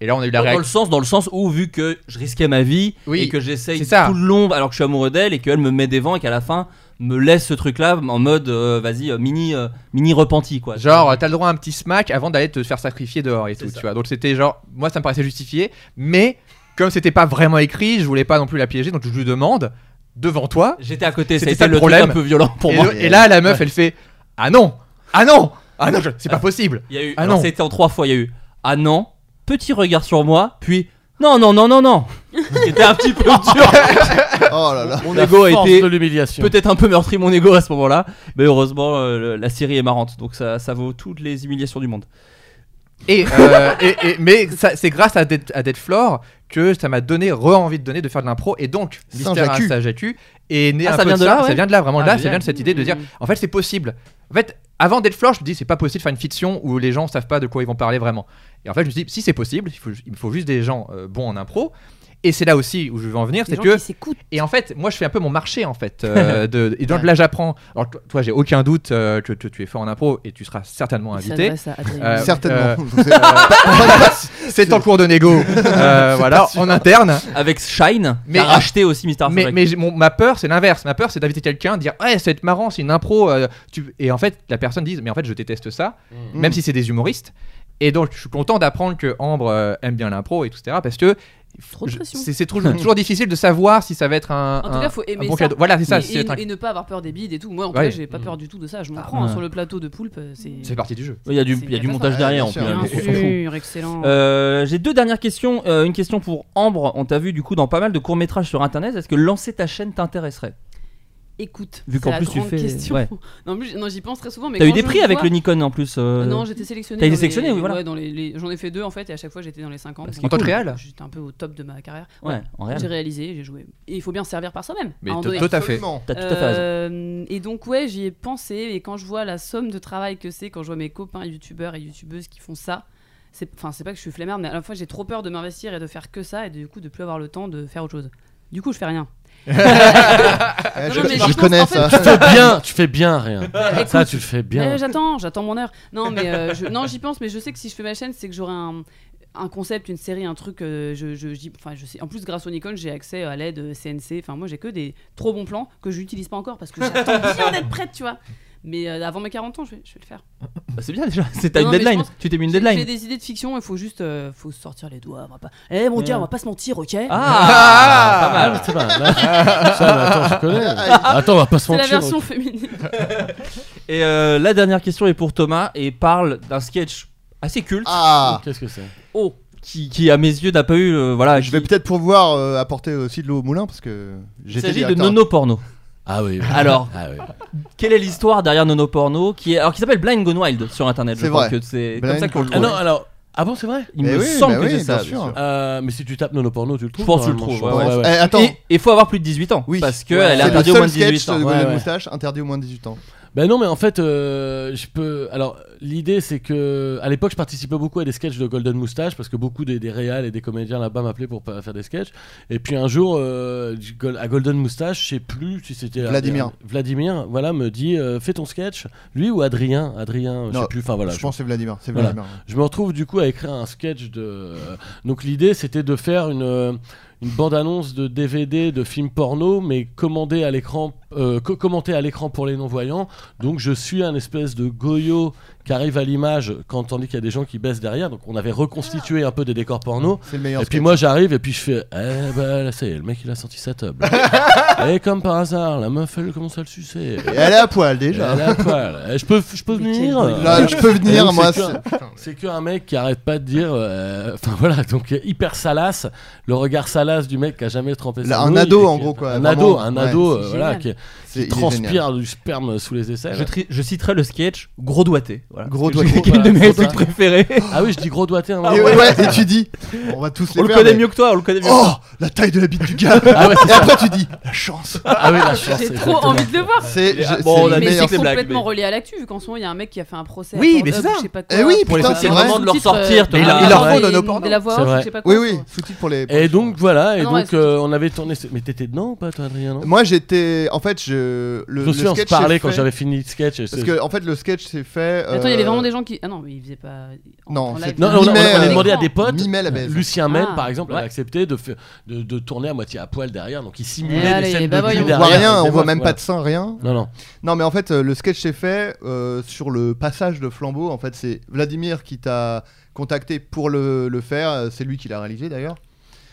[SPEAKER 9] Et là, on a eu la
[SPEAKER 7] Dans- dans
[SPEAKER 9] réaction.
[SPEAKER 7] le sens dans le sens où vu que je risquais ma vie
[SPEAKER 9] Oui,
[SPEAKER 7] et que j'essaye
[SPEAKER 9] c'est ça.
[SPEAKER 7] tout le long alors que je suis amoureux d'elle et qu'elle me met des vents et qu'à la fin me laisse ce truc là en mode euh, vas-y euh, mini euh, mini repenti quoi
[SPEAKER 9] Genre, euh, t'as le droit à un petit smack avant d'aller te faire sacrifier dehors et
[SPEAKER 7] C'est
[SPEAKER 9] tout,
[SPEAKER 7] ça.
[SPEAKER 9] tu vois. Donc c'était genre, moi ça me paraissait justifié, mais comme c'était pas vraiment écrit, je voulais pas non plus la piéger, donc je lui demande devant toi.
[SPEAKER 7] j'étais à côté
[SPEAKER 9] C'était
[SPEAKER 7] c'était
[SPEAKER 9] ça le
[SPEAKER 7] le truc un
[SPEAKER 9] problème.
[SPEAKER 7] peu violent pour
[SPEAKER 9] et,
[SPEAKER 7] moi
[SPEAKER 9] le- et là, la meuf, elle fait Ah non Ah non Ah non, je- c'est pas possible
[SPEAKER 7] il y a eu
[SPEAKER 9] Ah
[SPEAKER 7] alors,
[SPEAKER 9] non.
[SPEAKER 7] c'était en trois fois il y a eu ah non petit regard sur moi puis non non non non non c'était un petit peu dur
[SPEAKER 6] Oh là là.
[SPEAKER 8] Mon
[SPEAKER 7] La
[SPEAKER 8] ego a
[SPEAKER 7] force
[SPEAKER 8] été
[SPEAKER 7] de
[SPEAKER 8] de l'humiliation.
[SPEAKER 7] peut-être un peu meurtri mon ego à ce moment là mais heureusement euh, le- la série est marrante donc ça ça vaut toutes les humiliations du monde
[SPEAKER 9] et, euh, et- et- Mais ça- c'est grâce à Dead, à Dead Floor que ça m'a donné re-envie de donner de faire de l'impro, et donc, Mystère à
[SPEAKER 6] Saint-Jacques.
[SPEAKER 9] Saint-Jacques est né
[SPEAKER 7] Ah,
[SPEAKER 9] un
[SPEAKER 7] ça
[SPEAKER 9] peu
[SPEAKER 7] vient de là, ouais.
[SPEAKER 9] ça vient de là, vraiment
[SPEAKER 7] Ah,
[SPEAKER 9] là, ça
[SPEAKER 7] génial.
[SPEAKER 9] vient de cette idée de dire En fait, c'est possible. En fait, avant d'être Floor, je me dis c'est pas possible de faire une fiction où les gens savent pas de quoi ils vont parler vraiment. Et en fait, je me suis dit, si c'est possible, il, faut, il me faut juste des gens euh, bons en impro. Et c'est là aussi où je veux en venir,
[SPEAKER 2] Les
[SPEAKER 9] c'est
[SPEAKER 2] gens
[SPEAKER 9] que
[SPEAKER 2] qui s'écoutent.
[SPEAKER 9] et en fait, moi, je fais un peu mon marché, en fait. euh, de, et donc là, j'apprends. Alors, toi, toi, j'ai aucun doute euh, que, que tu es fort en impro et tu seras certainement
[SPEAKER 2] Ils
[SPEAKER 9] invité.
[SPEAKER 2] s'adressent à Adrien.
[SPEAKER 9] Euh,
[SPEAKER 6] Certainement.
[SPEAKER 9] euh,
[SPEAKER 6] Je vous ai- Pas- pas- pas-
[SPEAKER 9] C'est en cours de négo, euh, voilà, en interne.
[SPEAKER 6] Ah,
[SPEAKER 7] Avec Shine,
[SPEAKER 9] Mais- ah,
[SPEAKER 7] mais a racheté aussi Mister
[SPEAKER 9] Mais,
[SPEAKER 7] Perfect.
[SPEAKER 9] mais j'ai- mon- ma peur, c'est l'inverse. Ma peur, c'est d'inviter quelqu'un, dire ouais, ça va être marrant, c'est une impro. euh, tu- Et en fait, la personne dit mais en fait, je déteste ça, même si c'est des humoristes. Et donc, je suis content d'apprendre que Ambre euh, aime bien l'impro et tout, etc. Parce que
[SPEAKER 2] Trop de
[SPEAKER 9] je-
[SPEAKER 2] pression.
[SPEAKER 9] c'est c'est toujours, toujours difficile de savoir si ça va être un,
[SPEAKER 2] En tout
[SPEAKER 9] un-
[SPEAKER 2] cas, faut aimer
[SPEAKER 9] un bon
[SPEAKER 2] ça.
[SPEAKER 9] cadeau. Voilà, c'est ça.
[SPEAKER 2] et,
[SPEAKER 9] si ça va
[SPEAKER 2] et-
[SPEAKER 9] être un-
[SPEAKER 2] et ne pas avoir peur des bides et tout. Moi, en tout cas,
[SPEAKER 9] Ouais.
[SPEAKER 2] j'ai pas
[SPEAKER 8] Mm.
[SPEAKER 2] peur du tout de ça. Je m'en
[SPEAKER 9] Ah,
[SPEAKER 2] prends hein,
[SPEAKER 9] ouais.
[SPEAKER 2] sur le plateau de Poulpe. euh, C'est
[SPEAKER 9] C'est partie du jeu.
[SPEAKER 7] Il y a du,
[SPEAKER 2] c'est
[SPEAKER 7] il y a du
[SPEAKER 2] une
[SPEAKER 7] montage
[SPEAKER 6] catastrophe.
[SPEAKER 7] derrière
[SPEAKER 6] Ouais,
[SPEAKER 7] en
[SPEAKER 6] bien
[SPEAKER 7] plus.
[SPEAKER 6] sûr.
[SPEAKER 7] on
[SPEAKER 2] bien
[SPEAKER 7] s'en fout.
[SPEAKER 2] sûr, excellent.
[SPEAKER 7] Euh, J'ai deux dernières questions. Euh, une question pour Ambre. On t'a vu du coup dans pas mal de courts métrages sur internet. Est-ce que lancer ta chaîne t'intéresserait
[SPEAKER 2] Écoute,
[SPEAKER 7] vu
[SPEAKER 2] c'est
[SPEAKER 7] qu'en
[SPEAKER 2] la
[SPEAKER 7] plus tu
[SPEAKER 2] grande
[SPEAKER 7] fais-
[SPEAKER 2] question.
[SPEAKER 7] ouais.
[SPEAKER 2] Non, en plus, non, j'y pense très souvent. mais
[SPEAKER 7] T'as eu
[SPEAKER 2] quand
[SPEAKER 7] des
[SPEAKER 2] je
[SPEAKER 7] prix
[SPEAKER 2] le
[SPEAKER 7] avec
[SPEAKER 2] vois-
[SPEAKER 7] le Nikon en plus. euh,
[SPEAKER 2] Euh, Non, j'étais sélectionné.
[SPEAKER 7] T'as été
[SPEAKER 2] dans les-
[SPEAKER 7] sélectionné, oui, voilà.
[SPEAKER 2] ouais, dans les- les- J'en ai fait deux en fait, et à chaque fois j'étais dans les 50.
[SPEAKER 7] Parce
[SPEAKER 2] Donc,
[SPEAKER 7] qu'en tant que
[SPEAKER 2] cool.
[SPEAKER 9] réal
[SPEAKER 2] J'étais un peu au top de ma carrière.
[SPEAKER 7] ouais, en réel.
[SPEAKER 2] J'ai réalisé, j'ai joué. Et il faut bien se servir par soi-même.
[SPEAKER 9] Mais
[SPEAKER 2] à un moment
[SPEAKER 9] to-
[SPEAKER 2] donné.
[SPEAKER 9] Tout à fait.
[SPEAKER 6] Absolument.
[SPEAKER 7] T'as tout à fait raison.
[SPEAKER 2] Euh, et donc ouais, j'y ai pensé et quand je vois la somme de travail que c'est, quand je vois mes copains youtubeurs et youtubeuses qui font ça, c'est enfin c'est pas que je suis flemmarde, mais à la fois j'ai trop peur de m'investir et de faire que ça et du coup de plus avoir le temps de faire autre chose. Du coup, je fais rien.
[SPEAKER 6] Ouais,
[SPEAKER 2] non,
[SPEAKER 6] je-
[SPEAKER 2] mais je
[SPEAKER 6] Je
[SPEAKER 2] pense
[SPEAKER 6] connais
[SPEAKER 2] qu'en fait,
[SPEAKER 6] ça.
[SPEAKER 8] Tu fais bien, tu fais bien rien. Ça, tu le fais bien.
[SPEAKER 2] Eh, j'attends, j'attends mon heure. Non, mais euh, je- non, j'y pense, mais je sais que si je fais ma chaîne, c'est que j'aurai un, un concept, une série, un truc. euh, je, je, j'y- enfin, je sais. En plus, grâce au Nikon, j'ai accès à l'aide euh, CNC. Enfin, moi, j'ai que des trop bons plans que j'utilise pas encore parce que j'attends bien d'être prête, tu vois. Mais euh, avant mes 40 ans, je vais, je vais le faire.
[SPEAKER 7] Bah, c'est bien déjà. C'est t'as
[SPEAKER 2] Non,
[SPEAKER 7] une
[SPEAKER 2] mais je
[SPEAKER 7] deadline.
[SPEAKER 2] pense-
[SPEAKER 7] Tu t'es mis une
[SPEAKER 2] J'ai j'ai
[SPEAKER 7] deadline.
[SPEAKER 2] des idées de fiction, il faut juste euh, faut se sortir les doigts. On va pas... Eh mon dieu,
[SPEAKER 7] Ouais.
[SPEAKER 2] on va pas se mentir, ok
[SPEAKER 8] Ah,
[SPEAKER 7] Ah, pas mal.
[SPEAKER 8] mais c'est pas mal. Ça, mais attends, je connais. Attends, on va pas se
[SPEAKER 2] C'est la
[SPEAKER 8] mentir.
[SPEAKER 2] version féminine. ah.
[SPEAKER 7] Et euh, la dernière question est pour Thomas et parle d'un sketch assez culte
[SPEAKER 6] Ah.
[SPEAKER 8] Qu'est-ce que c'est
[SPEAKER 2] Oh,
[SPEAKER 7] qui, qui, à mes yeux n'a pas eu euh, voilà
[SPEAKER 6] Je vais
[SPEAKER 7] qui-
[SPEAKER 6] peut-être pouvoir euh, apporter aussi de l'eau au moulin parce que
[SPEAKER 7] il
[SPEAKER 6] j'étais
[SPEAKER 7] s'agit de
[SPEAKER 6] directeur-
[SPEAKER 7] Nono Porno.
[SPEAKER 8] Ah oui.
[SPEAKER 7] Alors.
[SPEAKER 8] Ah oui.
[SPEAKER 7] Quelle est l'histoire derrière Nono Porno qui est alors qui s'appelle Blind Gone Wild sur internet je
[SPEAKER 6] C'est
[SPEAKER 7] crois
[SPEAKER 6] vrai.
[SPEAKER 7] que c'est comme
[SPEAKER 6] Blind
[SPEAKER 7] ça qu'on le
[SPEAKER 6] Gone
[SPEAKER 8] Ah
[SPEAKER 7] trouve.
[SPEAKER 8] non, alors. Ah bon, c'est vrai
[SPEAKER 7] Il
[SPEAKER 6] Eh
[SPEAKER 7] me
[SPEAKER 6] oui,
[SPEAKER 7] semble
[SPEAKER 6] bah
[SPEAKER 7] que
[SPEAKER 6] oui,
[SPEAKER 7] c'est ça.
[SPEAKER 6] bien sûr.
[SPEAKER 8] Euh, mais si tu tapes Nonoporno, tu le trouves.
[SPEAKER 7] Je pense que tu le
[SPEAKER 8] normalement,
[SPEAKER 7] trouves,
[SPEAKER 8] je
[SPEAKER 7] ouais,
[SPEAKER 8] pense.
[SPEAKER 6] Eh, attends.
[SPEAKER 7] Et il faut avoir plus de 18 ans
[SPEAKER 6] Oui.
[SPEAKER 7] parce que
[SPEAKER 6] Ouais.
[SPEAKER 7] elle
[SPEAKER 6] C'est
[SPEAKER 7] est
[SPEAKER 6] le
[SPEAKER 7] interdite au moins
[SPEAKER 6] seul
[SPEAKER 7] de 18
[SPEAKER 6] sketch
[SPEAKER 7] ans.
[SPEAKER 6] de
[SPEAKER 8] Ouais,
[SPEAKER 6] la
[SPEAKER 8] ouais.
[SPEAKER 6] moustache interdit au moins de 18 ans.
[SPEAKER 8] Ben non, mais en fait, euh, je peux. Alors, l'idée, c'est que. À l'époque, je participais beaucoup à des sketchs de Golden Moustache parce que beaucoup des, des réals et des comédiens là-bas m'appelaient pour pa- faire des sketchs. Et puis un jour, euh, du Gol- à Golden Moustache, je sais plus si c'était.
[SPEAKER 6] Vladimir.
[SPEAKER 8] Vladimir, voilà, me dit euh, fais ton sketch. Lui ou Adrien Adrien, je
[SPEAKER 6] Non,
[SPEAKER 8] sais plus. Enfin, voilà.
[SPEAKER 6] je pense que c'est Vladimir. C'est
[SPEAKER 8] Voilà.
[SPEAKER 6] Vladimir.
[SPEAKER 8] Je me retrouve du coup à écrire un sketch de. euh, Donc l'idée c'était de faire une, euh, une bande-annonce de DVD de films porno, mais commandée à l'écran, euh, co- commentée à l'écran pour les non-voyants. Donc je suis un espèce de goyot qui arrive à l'image quand tandis qu'il y a des gens qui baissent derrière. Donc on avait reconstitué un peu des décors porno.
[SPEAKER 6] C'est le meilleur.
[SPEAKER 8] Et puis
[SPEAKER 6] sketch.
[SPEAKER 8] moi j'arrive et puis je fais Eh bah là ça y est, le mec il a sorti sa table. et comme par hasard, la meuf elle commence à le sucer.
[SPEAKER 6] Et elle est à poil
[SPEAKER 8] Et
[SPEAKER 6] déjà.
[SPEAKER 8] elle a poil. Eh, Je peux, je peux venir
[SPEAKER 6] Là, je peux venir,
[SPEAKER 8] donc,
[SPEAKER 6] moi.
[SPEAKER 8] c'est
[SPEAKER 6] c'est-
[SPEAKER 8] c'est qu'un mec qui arrête pas de dire. euh, Enfin voilà, donc euh, hyper salace. Le regard salace du mec qui a jamais trempé
[SPEAKER 6] Là,
[SPEAKER 8] sa
[SPEAKER 6] un
[SPEAKER 8] nouille
[SPEAKER 6] ado,
[SPEAKER 8] et qui-
[SPEAKER 6] en gros, quoi,
[SPEAKER 8] Un
[SPEAKER 6] vraiment.
[SPEAKER 8] ado, un
[SPEAKER 6] Ouais,
[SPEAKER 8] ado,
[SPEAKER 2] c'est
[SPEAKER 8] euh, voilà,
[SPEAKER 2] génial.
[SPEAKER 8] qui,
[SPEAKER 6] c'est- il est génial.
[SPEAKER 8] transpire du sperme sous les aisselles.
[SPEAKER 7] Je, tri- je citerai le sketch Gros Doigté. Voilà.
[SPEAKER 6] Gros
[SPEAKER 7] Parce que
[SPEAKER 6] doigté.
[SPEAKER 7] C'est une de
[SPEAKER 8] Voilà,
[SPEAKER 7] mes
[SPEAKER 8] c'est ça.
[SPEAKER 7] trucs préférés.
[SPEAKER 8] Ah oui, je dis gros doigté. hein,
[SPEAKER 6] Et,
[SPEAKER 8] ouais.
[SPEAKER 6] ouais, et tu dis, on va tous les
[SPEAKER 7] On le
[SPEAKER 6] faire,
[SPEAKER 7] connaît
[SPEAKER 6] mais-
[SPEAKER 7] mieux que toi, on le connaît mieux.
[SPEAKER 6] Oh, la taille de la bite du gars.
[SPEAKER 8] Ah ouais, c'est
[SPEAKER 6] et après tu dis, la chance.
[SPEAKER 8] Ah oui, la chance.
[SPEAKER 2] j'ai
[SPEAKER 8] exactement.
[SPEAKER 2] trop envie de le voir.
[SPEAKER 6] C'est
[SPEAKER 7] Ah,
[SPEAKER 6] je-
[SPEAKER 7] bon,
[SPEAKER 6] c'est
[SPEAKER 7] on a
[SPEAKER 6] le
[SPEAKER 7] dit
[SPEAKER 2] Mais
[SPEAKER 6] meilleur
[SPEAKER 2] c'est
[SPEAKER 7] que
[SPEAKER 6] sketch.
[SPEAKER 7] blaguement blague,
[SPEAKER 2] complètement
[SPEAKER 7] mais-
[SPEAKER 2] relié à l'actu, vu qu'en ce moment il y a un mec qui a fait un procès. à
[SPEAKER 9] Oui,
[SPEAKER 2] Pornhub,
[SPEAKER 9] mais c'est ça.
[SPEAKER 2] je sais pas quoi,
[SPEAKER 6] Eh oui,
[SPEAKER 7] Pour les
[SPEAKER 6] putain,
[SPEAKER 7] faire,
[SPEAKER 6] c'est
[SPEAKER 7] c'est
[SPEAKER 6] vrai.
[SPEAKER 7] vraiment de leur
[SPEAKER 2] Sous-titres,
[SPEAKER 7] sortir.
[SPEAKER 2] euh,
[SPEAKER 7] tu vois.
[SPEAKER 6] il leur faut
[SPEAKER 2] et
[SPEAKER 6] de nos
[SPEAKER 2] de
[SPEAKER 6] pornos.
[SPEAKER 2] la voix
[SPEAKER 8] C'est
[SPEAKER 2] off,
[SPEAKER 8] vrai.
[SPEAKER 2] je sais pas quoi.
[SPEAKER 6] Oui, oui,
[SPEAKER 2] quoi.
[SPEAKER 6] sous-titre pour les.
[SPEAKER 8] Et donc voilà, et
[SPEAKER 2] Ah non,
[SPEAKER 8] donc
[SPEAKER 2] ouais,
[SPEAKER 8] euh, on avait tourné. ce- Mais t'étais dedans ou pas, toi, Adrien non
[SPEAKER 6] Moi j'étais, en fait, je le
[SPEAKER 8] Je me
[SPEAKER 6] le
[SPEAKER 8] suis on se
[SPEAKER 6] sketch
[SPEAKER 8] parlait
[SPEAKER 6] s'est
[SPEAKER 8] quand
[SPEAKER 6] fait-
[SPEAKER 8] j'avais fini le sketch. et
[SPEAKER 6] Parce
[SPEAKER 8] c'est-
[SPEAKER 6] que en fait le sketch s'est fait.
[SPEAKER 2] Attends, il y avait
[SPEAKER 6] euh,
[SPEAKER 2] vraiment des gens qui. Ah non, mais ils faisaient pas. en-
[SPEAKER 6] Non,
[SPEAKER 2] en
[SPEAKER 6] c'est-
[SPEAKER 2] live.
[SPEAKER 8] Non, on, a- on a-
[SPEAKER 6] Mi-mai,
[SPEAKER 8] on a
[SPEAKER 6] euh,
[SPEAKER 8] demandé à des potes.
[SPEAKER 6] mi-mai, la baisse.
[SPEAKER 8] Lucien Mène,
[SPEAKER 2] Ah.
[SPEAKER 8] par exemple,
[SPEAKER 7] Ouais.
[SPEAKER 8] a accepté de, fa- de, de tourner à moitié à poil derrière, donc il
[SPEAKER 2] Et
[SPEAKER 8] simulait
[SPEAKER 2] Eh, allez, bah
[SPEAKER 8] des
[SPEAKER 2] les
[SPEAKER 8] scènes de
[SPEAKER 2] babayons.
[SPEAKER 8] cul
[SPEAKER 6] On
[SPEAKER 8] derrière.
[SPEAKER 6] voit rien, on
[SPEAKER 8] Voilà.
[SPEAKER 6] voit même pas de sein, rien.
[SPEAKER 8] Non, non.
[SPEAKER 6] Non, mais en fait, euh, le sketch s'est fait euh, sur le passage de flambeau. En fait, c'est Vladimir qui t'a contacté pour le, le faire. Euh, C'est lui qui l'a réalisé d'ailleurs.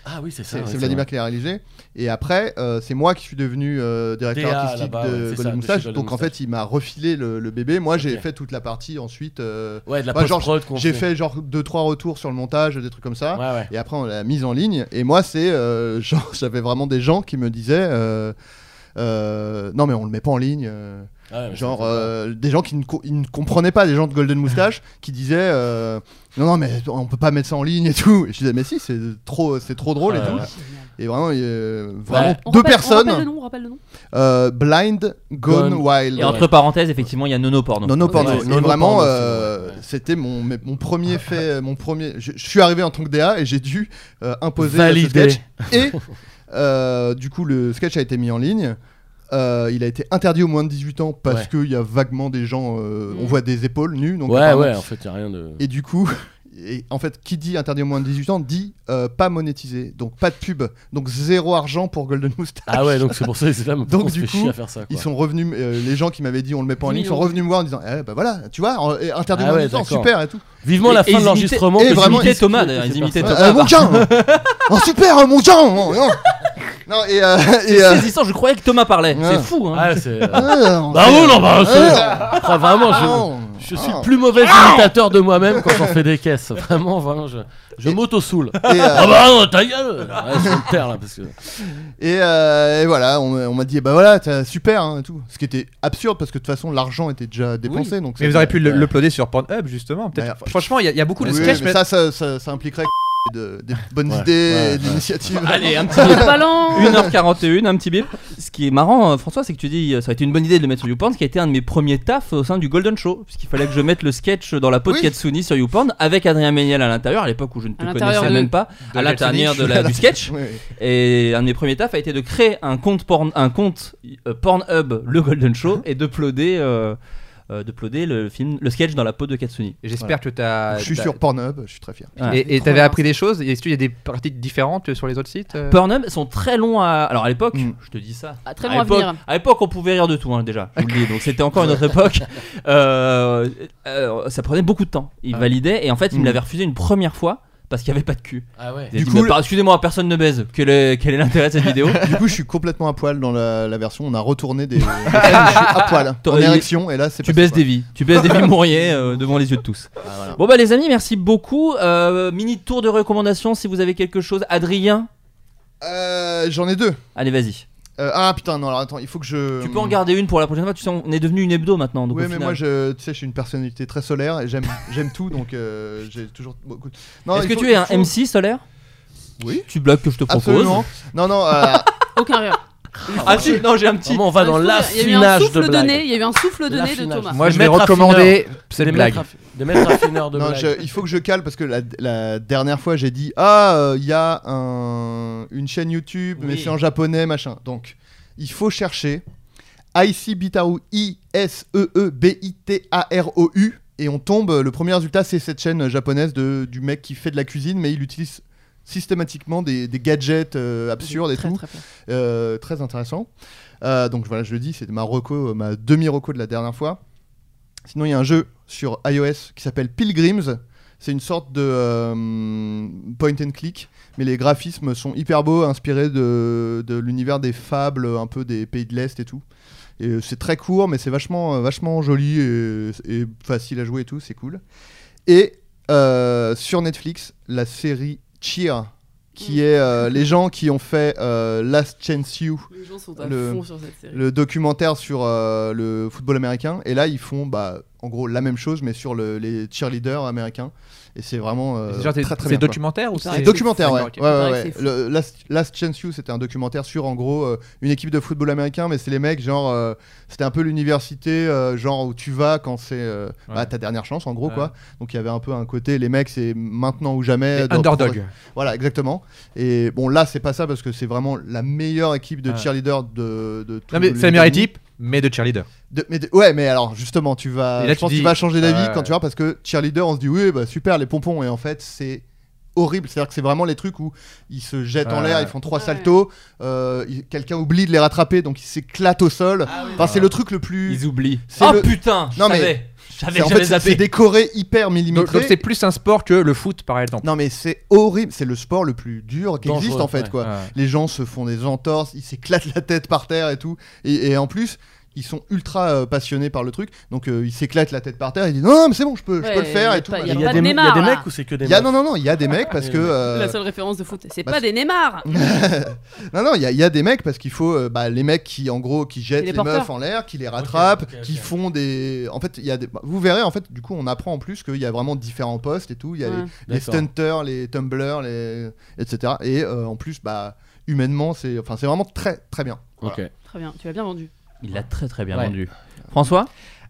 [SPEAKER 8] Ah oui, c'est ça.
[SPEAKER 6] C'est
[SPEAKER 8] ouais,
[SPEAKER 6] c'est
[SPEAKER 8] c'est
[SPEAKER 6] Vladimir
[SPEAKER 8] vrai.
[SPEAKER 6] qui l'a réalisé. Et après, euh, c'est moi qui suis devenu euh, directeur
[SPEAKER 8] DA,
[SPEAKER 6] artistique
[SPEAKER 8] là-bas, ouais,
[SPEAKER 6] de
[SPEAKER 8] c'est ça,
[SPEAKER 6] Golden
[SPEAKER 8] de
[SPEAKER 6] Moustache.
[SPEAKER 8] chez Golden
[SPEAKER 6] Donc en
[SPEAKER 8] Moustache.
[SPEAKER 6] fait, il m'a refilé le, le bébé. Moi, j'ai
[SPEAKER 8] Ok.
[SPEAKER 6] fait toute la partie ensuite. euh,
[SPEAKER 8] Ouais, de la
[SPEAKER 6] Ouais, genre,
[SPEAKER 8] post-prod qu'on
[SPEAKER 6] j'ai fait genre deux trois retours sur le montage, des trucs comme ça.
[SPEAKER 8] Ouais, ouais.
[SPEAKER 6] Et après, on l'a mise en ligne. Et moi, c'est. euh, genre, j'avais vraiment des gens qui me disaient. euh, euh, non, mais on le met pas en ligne. euh,
[SPEAKER 8] Ouais, mais
[SPEAKER 6] genre,
[SPEAKER 8] c'est-
[SPEAKER 6] euh, des gens qui ne, co- ils ne comprenaient pas, des gens de Golden Moustache, qui disaient euh, Non, non, mais on peut pas mettre ça en ligne et tout. Et je disais Mais si, c'est trop, c'est trop drôle et
[SPEAKER 8] Ouais,
[SPEAKER 6] tout.
[SPEAKER 8] ouais.
[SPEAKER 6] Et vraiment, il y a vraiment
[SPEAKER 2] On
[SPEAKER 6] deux
[SPEAKER 2] rappelle- On rappelle le
[SPEAKER 6] personnes,
[SPEAKER 2] nom, on rappelle le nom.
[SPEAKER 6] euh, blind, gone,
[SPEAKER 7] Gone.
[SPEAKER 6] wild.
[SPEAKER 7] Et entre parenthèses, effectivement, il y a Nono Porno.
[SPEAKER 6] Non, non,
[SPEAKER 2] Ouais,
[SPEAKER 6] porno.
[SPEAKER 2] ouais,
[SPEAKER 6] Et
[SPEAKER 8] Nono
[SPEAKER 6] vraiment,
[SPEAKER 8] porno,
[SPEAKER 6] euh,
[SPEAKER 8] c'est vrai, ouais.
[SPEAKER 6] c'était mon, mes- mon premier fait, euh, mon premier. Je, je suis arrivé en tant que DA et j'ai dû euh, imposer ce
[SPEAKER 8] Valider.
[SPEAKER 6] sketch. Et euh, du coup, le sketch a été mis en ligne. Euh, il a été interdit aux moins de 18 ans parce
[SPEAKER 8] Ouais.
[SPEAKER 6] qu'il y a vaguement des gens. euh, On
[SPEAKER 2] Mm.
[SPEAKER 6] voit des épaules nues. Donc
[SPEAKER 8] Ouais,
[SPEAKER 6] apparemment-
[SPEAKER 8] ouais, en fait, y a rien de.
[SPEAKER 6] Et du coup. Et en fait, qui dit interdit aux moins de 18 ans dit euh, pas monétisé, donc pas de pub, donc zéro argent pour Golden Moustache.
[SPEAKER 8] Ah ouais, donc c'est pour ça que les femmes
[SPEAKER 6] Donc,
[SPEAKER 8] on se
[SPEAKER 6] du
[SPEAKER 8] fait
[SPEAKER 6] coup,
[SPEAKER 8] chier à faire ça.
[SPEAKER 6] Ils
[SPEAKER 8] quoi.
[SPEAKER 6] sont revenus, euh, les gens qui m'avaient dit on le met pas en ligne, sont
[SPEAKER 2] Millions.
[SPEAKER 6] revenus me voir en disant eh, bah voilà, tu vois, en- et interdit aux moins
[SPEAKER 8] Ah ouais,
[SPEAKER 6] de 18 ans,
[SPEAKER 8] d'accord.
[SPEAKER 6] super et tout.
[SPEAKER 8] Vivement
[SPEAKER 7] Et-
[SPEAKER 8] la
[SPEAKER 7] et
[SPEAKER 8] fin
[SPEAKER 7] ils
[SPEAKER 8] de
[SPEAKER 6] imitaient- et
[SPEAKER 8] l'enregistrement. parce que
[SPEAKER 6] vraiment,
[SPEAKER 8] j'imitais
[SPEAKER 7] ils-
[SPEAKER 8] Thomas,
[SPEAKER 7] ils-
[SPEAKER 8] d'ailleurs,
[SPEAKER 7] ils
[SPEAKER 8] ils
[SPEAKER 7] imitaient
[SPEAKER 8] imitaient
[SPEAKER 7] Thomas.
[SPEAKER 8] Thomas.
[SPEAKER 6] Euh, mon Jean Oh super, hein, mon Jean oh, non. Non, et, euh, et,
[SPEAKER 7] C'est
[SPEAKER 6] euh,
[SPEAKER 7] saisissant, je croyais que Thomas parlait.
[SPEAKER 6] Ouais.
[SPEAKER 7] C'est fou, hein.
[SPEAKER 8] Ah, c'est.
[SPEAKER 6] euh, on-
[SPEAKER 8] Bah, oh non, bah,
[SPEAKER 6] Ah,
[SPEAKER 8] c'est- Enfin, vraiment, je.
[SPEAKER 6] non.
[SPEAKER 8] Je suis
[SPEAKER 6] Ah.
[SPEAKER 8] le plus mauvais imitateur de moi-même quand j'en fais des caisses. Vraiment, vraiment, je, je m'auto-soule.
[SPEAKER 6] Et, euh,
[SPEAKER 8] Ah bah non, ta gueule Ouais, je vais me taire là parce que.
[SPEAKER 6] et, euh, et voilà, on, on m'a dit bah voilà, t'as- super hein, et tout. Ce qui était absurde parce que de toute façon l'argent était déjà dépensé, donc.
[SPEAKER 9] Mais
[SPEAKER 6] ça-
[SPEAKER 9] vous auriez pu le- l'uploader sur Pornhub justement. peut-être.
[SPEAKER 6] Ouais, enfin,
[SPEAKER 9] Franchement, il y, a- il y a beaucoup de
[SPEAKER 6] Oui,
[SPEAKER 9] sketchs.
[SPEAKER 6] mais
[SPEAKER 9] mais-
[SPEAKER 6] ça, ça, ça, ça impliquerait que de- des bonnes
[SPEAKER 8] Ouais,
[SPEAKER 6] idées,
[SPEAKER 8] ouais,
[SPEAKER 6] et
[SPEAKER 8] ouais.
[SPEAKER 6] d'initiatives.
[SPEAKER 7] Allez, un petit
[SPEAKER 2] Le ballon
[SPEAKER 7] 1h41, un petit bip. Ce qui est marrant, euh, François, c'est que tu dis euh, ça a été une bonne idée de le mettre sur YouPorn, ce qui a été un de mes premiers tafs au sein du Golden Show, puisqu'il fallait que je mette le sketch dans la peau
[SPEAKER 6] Oui.
[SPEAKER 7] de Katsuni sur YouPorn avec Adrien Méniel à l'intérieur, à l'époque où je ne te
[SPEAKER 2] À l'intérieur
[SPEAKER 7] connaissais
[SPEAKER 2] de-
[SPEAKER 7] même pas, à l'intérieur de la- du sketch.
[SPEAKER 6] Ouais.
[SPEAKER 7] Et un de mes premiers tafs a été de créer un compte, porn, un compte euh, Pornhub, le Golden Show, et d'uploader. euh, euh, d'uploader le film, le sketch dans la peau de Katsuni.
[SPEAKER 9] Et J'espère que t'as.
[SPEAKER 6] je suis
[SPEAKER 9] Ah, t'as-
[SPEAKER 6] sur Pornhub, je suis très fier.
[SPEAKER 7] Ouais.
[SPEAKER 9] Et et
[SPEAKER 2] Trop
[SPEAKER 9] t'avais
[SPEAKER 2] bien.
[SPEAKER 9] appris des choses Est-ce qu'il y a des pratiques différentes sur les autres sites euh
[SPEAKER 7] Pornhub sont très longs à. Alors à l'époque,
[SPEAKER 6] Mm.
[SPEAKER 7] je te dis ça,
[SPEAKER 2] Ah, Très
[SPEAKER 7] À
[SPEAKER 2] loin à
[SPEAKER 7] l'époque-
[SPEAKER 2] venir.
[SPEAKER 7] À l'époque, on pouvait rire de tout hein, déjà. je vous le dis, donc c'était encore une autre époque. Euh, euh, ça prenait beaucoup de temps. Il
[SPEAKER 9] Ah.
[SPEAKER 7] validait et en fait, il
[SPEAKER 6] Mm.
[SPEAKER 7] me l'avait refusé une première fois parce qu'il n'y avait pas de cul.
[SPEAKER 8] Ah ouais.
[SPEAKER 7] Il
[SPEAKER 6] Du
[SPEAKER 7] a dit,
[SPEAKER 6] coup,
[SPEAKER 7] mais
[SPEAKER 6] le-
[SPEAKER 7] par- excusez-moi, personne ne baise. Quel est quel est l'intérêt de cette vidéo
[SPEAKER 6] Du coup, je suis complètement à poil dans la, la version. On a retourné des. des scènes, je suis à poil, en
[SPEAKER 7] T'aurais-
[SPEAKER 6] érection, et là, c'est
[SPEAKER 7] Tu
[SPEAKER 6] passé,
[SPEAKER 7] baisses
[SPEAKER 6] quoi.
[SPEAKER 7] des vies. Tu baisses des vies mourrier euh, devant les yeux de tous.
[SPEAKER 6] Ah, voilà.
[SPEAKER 7] Bon bah les amis, merci beaucoup. Euh, mini tour de recommandations si vous avez quelque chose. Adrien,
[SPEAKER 6] Euh, J'en ai deux.
[SPEAKER 7] allez vas-y.
[SPEAKER 6] Euh, ah putain, non, alors attends, il faut que je.
[SPEAKER 7] Tu peux en garder une pour la prochaine fois. Tu sais, on est devenu une hebdo maintenant. Donc
[SPEAKER 6] Euh, Oui,
[SPEAKER 7] au
[SPEAKER 6] mais
[SPEAKER 7] final-
[SPEAKER 6] moi, je, tu sais, je suis une personnalité très solaire et j'aime, j'aime tout, donc euh, j'ai toujours beaucoup. de- Non,
[SPEAKER 7] Est-ce
[SPEAKER 6] il
[SPEAKER 7] que
[SPEAKER 6] faut-
[SPEAKER 7] tu es un
[SPEAKER 6] il faut-
[SPEAKER 7] MC solaire
[SPEAKER 6] Oui.
[SPEAKER 7] Tu bloques que je te propose.
[SPEAKER 6] Absolument. Non, non. euh,
[SPEAKER 2] Aucun rire.
[SPEAKER 7] Ah si, non j'ai un petit.
[SPEAKER 8] Vraiment, on va dans
[SPEAKER 2] Il y a eu un
[SPEAKER 8] l'affinage de
[SPEAKER 2] souffle de
[SPEAKER 8] blagues.
[SPEAKER 2] nez, il y a eu un souffle de nez de
[SPEAKER 8] L'affinage.
[SPEAKER 2] Thomas.
[SPEAKER 9] Moi,
[SPEAKER 8] Des
[SPEAKER 9] je vais
[SPEAKER 8] maîtres
[SPEAKER 9] recommander cette
[SPEAKER 8] Des
[SPEAKER 9] blague.
[SPEAKER 8] maîtres affi- Des maîtres affineurs de
[SPEAKER 6] non,
[SPEAKER 8] blagues.
[SPEAKER 6] je- il faut que je cale parce que la, la dernière fois, j'ai dit ah, euh, il y a un- une chaîne YouTube, mais
[SPEAKER 7] Oui.
[SPEAKER 6] c'est en japonais, machin. Donc, il faut chercher IC Bitaru I S E E B I T A R O U et on tombe. Le premier résultat, c'est cette chaîne japonaise de, du mec qui fait de la cuisine, mais il utilise systématiquement des, des gadgets euh, absurdes et
[SPEAKER 2] Très,
[SPEAKER 6] tout.
[SPEAKER 2] très fort.
[SPEAKER 6] Euh, très intéressant. Euh, donc voilà, je le dis, c'est ma reco, euh, ma demi-reco de la dernière fois. Sinon, il y a un jeu sur iOS qui s'appelle Pilgrims. C'est une sorte de euh, point and click, mais les graphismes sont hyper beaux, inspirés de, de l'univers des fables, un peu des pays de l'Est et tout. Et euh, c'est très court, mais c'est vachement, euh, vachement joli et, et facile à jouer et tout, c'est cool. Et euh, sur Netflix, la série Cheer, qui est euh, les gens qui ont fait euh, Last Chance You,
[SPEAKER 2] Les gens sont à
[SPEAKER 6] Le-
[SPEAKER 2] fond sur cette série.
[SPEAKER 6] le documentaire sur euh, le football américain. Et là, ils font bah, en gros la même chose, mais sur le- les cheerleaders américains. Et c'est vraiment euh,
[SPEAKER 9] C'est genre des-
[SPEAKER 6] très très
[SPEAKER 9] c'est
[SPEAKER 6] bien. quoi.
[SPEAKER 9] documentaire ou
[SPEAKER 2] C'est
[SPEAKER 9] c'est
[SPEAKER 6] Documentaire, ouais.
[SPEAKER 9] D'accord, ok.
[SPEAKER 6] Ouais, ouais,
[SPEAKER 2] Pareil,
[SPEAKER 6] ouais.
[SPEAKER 2] c'est fou.
[SPEAKER 6] Le Last, Last Chance You, c'était un documentaire sur en gros euh, une équipe de football américain, mais c'est les mecs, genre, euh, c'était un peu l'université, euh, genre où tu vas quand c'est euh, bah,
[SPEAKER 9] Ouais.
[SPEAKER 6] ta dernière chance, en gros,
[SPEAKER 9] Ouais.
[SPEAKER 6] quoi. Donc il y avait un peu un côté, les mecs, c'est maintenant ou jamais.
[SPEAKER 9] Les
[SPEAKER 6] dans-
[SPEAKER 9] Underdog.
[SPEAKER 6] voilà, exactement. Et bon, là, c'est pas ça parce que c'est vraiment la meilleure équipe de
[SPEAKER 9] Ouais.
[SPEAKER 6] cheerleaders de, de tout
[SPEAKER 9] Ah. Non mais
[SPEAKER 6] le
[SPEAKER 9] c'est la meilleure
[SPEAKER 6] Royaume-Uni.
[SPEAKER 9] équipe, mais de cheerleader.
[SPEAKER 6] De- mais de- ouais, mais alors justement, tu vas,
[SPEAKER 9] Et là,
[SPEAKER 6] je
[SPEAKER 9] tu
[SPEAKER 6] pense que
[SPEAKER 9] dis-
[SPEAKER 6] tu vas changer d'avis
[SPEAKER 9] Ouais.
[SPEAKER 6] quand tu vas parce que cheerleader, on se dit oui, bah super les pompons et en fait c'est horrible. C'est-à-dire que c'est vraiment les trucs où ils se jettent en
[SPEAKER 9] Ouais.
[SPEAKER 6] l'air, ils font trois
[SPEAKER 2] Ouais.
[SPEAKER 6] saltos, euh, il- quelqu'un oublie de les rattraper donc ils s'éclatent au sol. enfin, c'est le truc le plus.
[SPEAKER 7] Ils oublient.
[SPEAKER 6] C'est
[SPEAKER 7] Oh
[SPEAKER 6] le-
[SPEAKER 7] putain je
[SPEAKER 6] Non, mais-
[SPEAKER 7] savais. Je savais
[SPEAKER 6] C'est-
[SPEAKER 7] que
[SPEAKER 6] En
[SPEAKER 7] j'avais
[SPEAKER 6] fait, c'est-
[SPEAKER 7] zappé.
[SPEAKER 6] c'est décoré hyper
[SPEAKER 9] Donc donc
[SPEAKER 6] millimétré.
[SPEAKER 9] c'est plus un sport que le foot par exemple.
[SPEAKER 6] non mais c'est horrible, c'est le sport le plus dur qui existe
[SPEAKER 8] Dangereux,
[SPEAKER 6] en fait
[SPEAKER 8] ouais.
[SPEAKER 6] quoi.
[SPEAKER 9] Ouais.
[SPEAKER 6] Les gens se font des entorses, ils s'éclatent la tête par terre et tout. Et, et en plus, ils sont ultra euh, passionnés par le truc, donc euh, ils s'éclatent la tête par terre, ils disent non, non mais c'est bon, je peux, je peux
[SPEAKER 2] Ouais,
[SPEAKER 6] le faire
[SPEAKER 2] y a
[SPEAKER 6] et tout.
[SPEAKER 2] pas-
[SPEAKER 6] machin.
[SPEAKER 2] y a
[SPEAKER 8] Il y a
[SPEAKER 2] pas
[SPEAKER 8] des,
[SPEAKER 2] de
[SPEAKER 8] me- il y a
[SPEAKER 2] Neymar,
[SPEAKER 8] des
[SPEAKER 2] là.
[SPEAKER 8] mecs ou c'est que des
[SPEAKER 6] Il y a-
[SPEAKER 8] meufs
[SPEAKER 6] non, non, non, il y a des mecs parce que. euh,
[SPEAKER 2] La seule référence de foot, c'est
[SPEAKER 6] bah,
[SPEAKER 2] pas
[SPEAKER 6] c'est-
[SPEAKER 2] des Neymar.
[SPEAKER 6] Non, non, il y, a- il y a des mecs parce qu'il faut euh, bah, les mecs qui, en gros, qui jettent
[SPEAKER 2] Et
[SPEAKER 6] les,
[SPEAKER 2] les
[SPEAKER 6] meufs
[SPEAKER 2] porteurs.
[SPEAKER 6] en l'air, qui les rattrapent,
[SPEAKER 8] ok, ok.
[SPEAKER 6] qui font des. En fait, il y a des. bah, Vous verrez, en fait, du coup, on apprend en plus qu'il y a vraiment différents postes et tout. Il y a
[SPEAKER 2] Ouais.
[SPEAKER 6] les, les
[SPEAKER 8] D'accord.
[SPEAKER 6] stunters, les tumblers, les... etc. Et euh, en plus, bah, humainement, c'est enfin, c'est vraiment très, très bien. Voilà.
[SPEAKER 8] Ok.
[SPEAKER 2] Très bien, tu l'as bien vendu.
[SPEAKER 7] Il l'a très très bien
[SPEAKER 9] Ouais.
[SPEAKER 7] vendu. François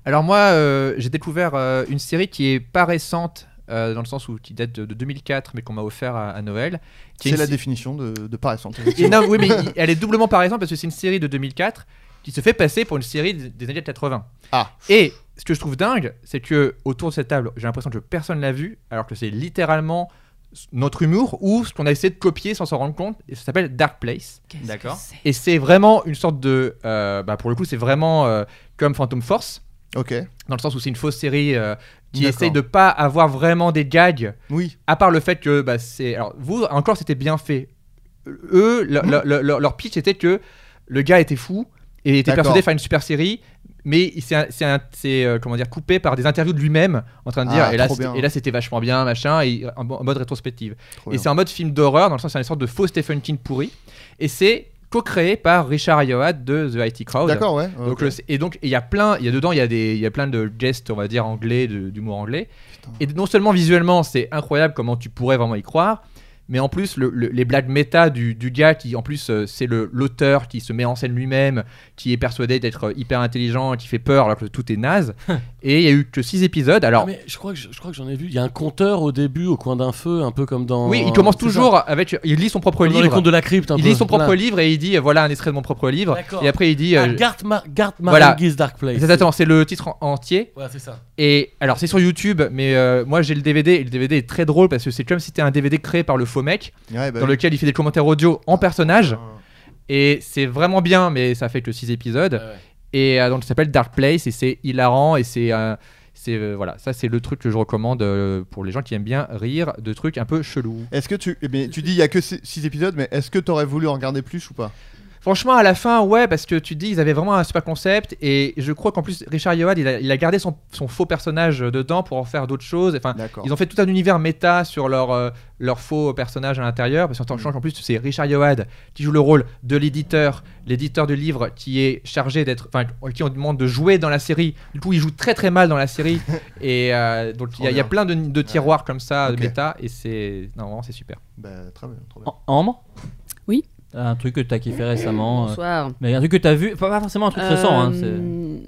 [SPEAKER 9] Alors moi, euh, j'ai découvert euh, une série qui est pas récente, euh, dans le sens où qui date de, de 2004, mais qu'on m'a offert à, à Noël. qui est
[SPEAKER 6] C'est
[SPEAKER 9] une
[SPEAKER 6] la
[SPEAKER 9] sé-
[SPEAKER 6] définition de, de paraissante.
[SPEAKER 9] Et non, oui, mais il- elle est doublement par exemple parce que c'est une série de 2004 qui se fait passer pour une série des des années 80.
[SPEAKER 6] Ah.
[SPEAKER 9] Et ce que je trouve dingue, c'est que autour de cette table, j'ai l'impression que personne l'a vu, alors que c'est littéralement s- notre humour ou ce qu'on a essayé de copier sans s'en rendre compte. Et ça s'appelle Dark Place.
[SPEAKER 2] Qu'est-ce que
[SPEAKER 9] D'accord.
[SPEAKER 2] c'est
[SPEAKER 9] Et c'est vraiment une sorte de, euh, bah, pour le coup, c'est vraiment euh, comme Phantom Force,
[SPEAKER 6] ok,
[SPEAKER 9] dans le sens où c'est une fausse série euh, qui
[SPEAKER 6] D'accord.
[SPEAKER 9] essaye de pas avoir vraiment des gags
[SPEAKER 6] oui.
[SPEAKER 9] à part le fait que bah, c'est. Alors, vous, encore, c'était bien fait. Eux, le- le- le- leur, leur pitch était que le gars était fou et était
[SPEAKER 6] D'accord.
[SPEAKER 9] persuadé de faire une super série, mais il s'est un- c'est un- c'est, euh, comment dire, coupé par des interviews de lui-même en train de dire
[SPEAKER 6] Ah,
[SPEAKER 9] et là,
[SPEAKER 6] trop
[SPEAKER 9] c'était-
[SPEAKER 6] bien.
[SPEAKER 9] et là, c'était vachement bien, machin, et, en, en mode rétrospective.
[SPEAKER 6] Trop
[SPEAKER 9] Et
[SPEAKER 6] bien.
[SPEAKER 9] c'est en mode film d'horreur, dans le sens, c'est une sorte de faux Stephen King pourri. Et c'est co-créé par Richard Ayoade de The IT Crowd.
[SPEAKER 6] D'accord, ouais.
[SPEAKER 9] Oh, Donc
[SPEAKER 6] ok.
[SPEAKER 9] le- et donc il y a plein, il y a dedans il y a des, il y a plein de gestes on va dire anglais, de- d'humour anglais.
[SPEAKER 6] Putain.
[SPEAKER 9] Et non seulement visuellement c'est incroyable comment tu pourrais vraiment y croire, mais en plus le- le- les blagues méta du, du gars qui en plus euh, c'est le l'auteur qui se met en scène lui-même, qui est persuadé d'être euh, hyper intelligent, qui fait peur alors que tout est naze. et il y a eu que 6 épisodes. Alors
[SPEAKER 8] Ah, mais je crois que je, je crois que j'en ai vu. Il y a un compteur au début au coin d'un feu, un peu comme dans.
[SPEAKER 9] oui, il commence
[SPEAKER 8] oh, c'est ça,
[SPEAKER 9] toujours avec, il lit son propre
[SPEAKER 8] comme dans les
[SPEAKER 9] livre.
[SPEAKER 8] contes de la crypte. Un
[SPEAKER 9] Il
[SPEAKER 8] peu.
[SPEAKER 9] lit son propre
[SPEAKER 8] Voilà.
[SPEAKER 9] livre et il dit euh, voilà un extrait de mon propre livre.
[SPEAKER 8] D'accord.
[SPEAKER 9] Et après il dit.
[SPEAKER 8] Ah,
[SPEAKER 9] euh,
[SPEAKER 8] Garth Ma- Garth
[SPEAKER 9] Voilà.
[SPEAKER 8] Marenghi's Dark Place.
[SPEAKER 9] Attends, c'est le titre en- entier.
[SPEAKER 8] Voilà, c'est ça.
[SPEAKER 9] Et alors c'est sur YouTube, mais euh, moi j'ai le DVD et le DVD est très drôle parce que c'est comme si c'était un DVD créé par le faux mec
[SPEAKER 6] Ouais, bah
[SPEAKER 9] dans
[SPEAKER 6] oui. Euh,
[SPEAKER 9] lequel il fait des commentaires audio en personnage et c'est vraiment bien, mais ça fait que 6 épisodes
[SPEAKER 8] Ouais, ouais.
[SPEAKER 9] et euh, donc ça s'appelle Dark Place et c'est hilarant et c'est euh, c'est euh, voilà ça c'est le truc que je recommande euh, pour les gens qui aiment bien rire de trucs un peu chelous.
[SPEAKER 6] Est-ce que tu. eh bien, tu dis il y a que 6 épisodes, mais est-ce que t'aurais voulu en regarder plus ou pas
[SPEAKER 9] Franchement, à la fin, ouais, parce que tu te dis, ils avaient vraiment un super concept, et je crois qu'en plus, Richard Yoad, il a, il a gardé son, son faux personnage dedans pour en faire d'autres choses. Enfin,
[SPEAKER 6] D'accord.
[SPEAKER 9] Ils ont fait tout un univers méta sur leur, euh, leur faux personnage à l'intérieur. Parce qu'en sachant qu'en plus, c'est Richard Yoad qui joue le rôle de l'éditeur, l'éditeur du livre qui est chargé d'être. Enfin, à qui on demande de jouer dans la série. Du coup, il joue très très mal dans la série. et euh, donc, il y, a- il y a
[SPEAKER 6] Trop
[SPEAKER 9] plein de, de tiroirs comme ça,
[SPEAKER 6] Ok.
[SPEAKER 9] de méta. Et c'est. Non, vraiment, c'est super.
[SPEAKER 6] Bah, très bien, trop bien.
[SPEAKER 7] En- Ambre
[SPEAKER 2] Oui.
[SPEAKER 7] Un truc que t'as kiffé récemment. euh,
[SPEAKER 2] Bonsoir.
[SPEAKER 7] Mais un truc que t'as vu, pas pas forcément un truc récent. hein, c'est-
[SPEAKER 2] Euh,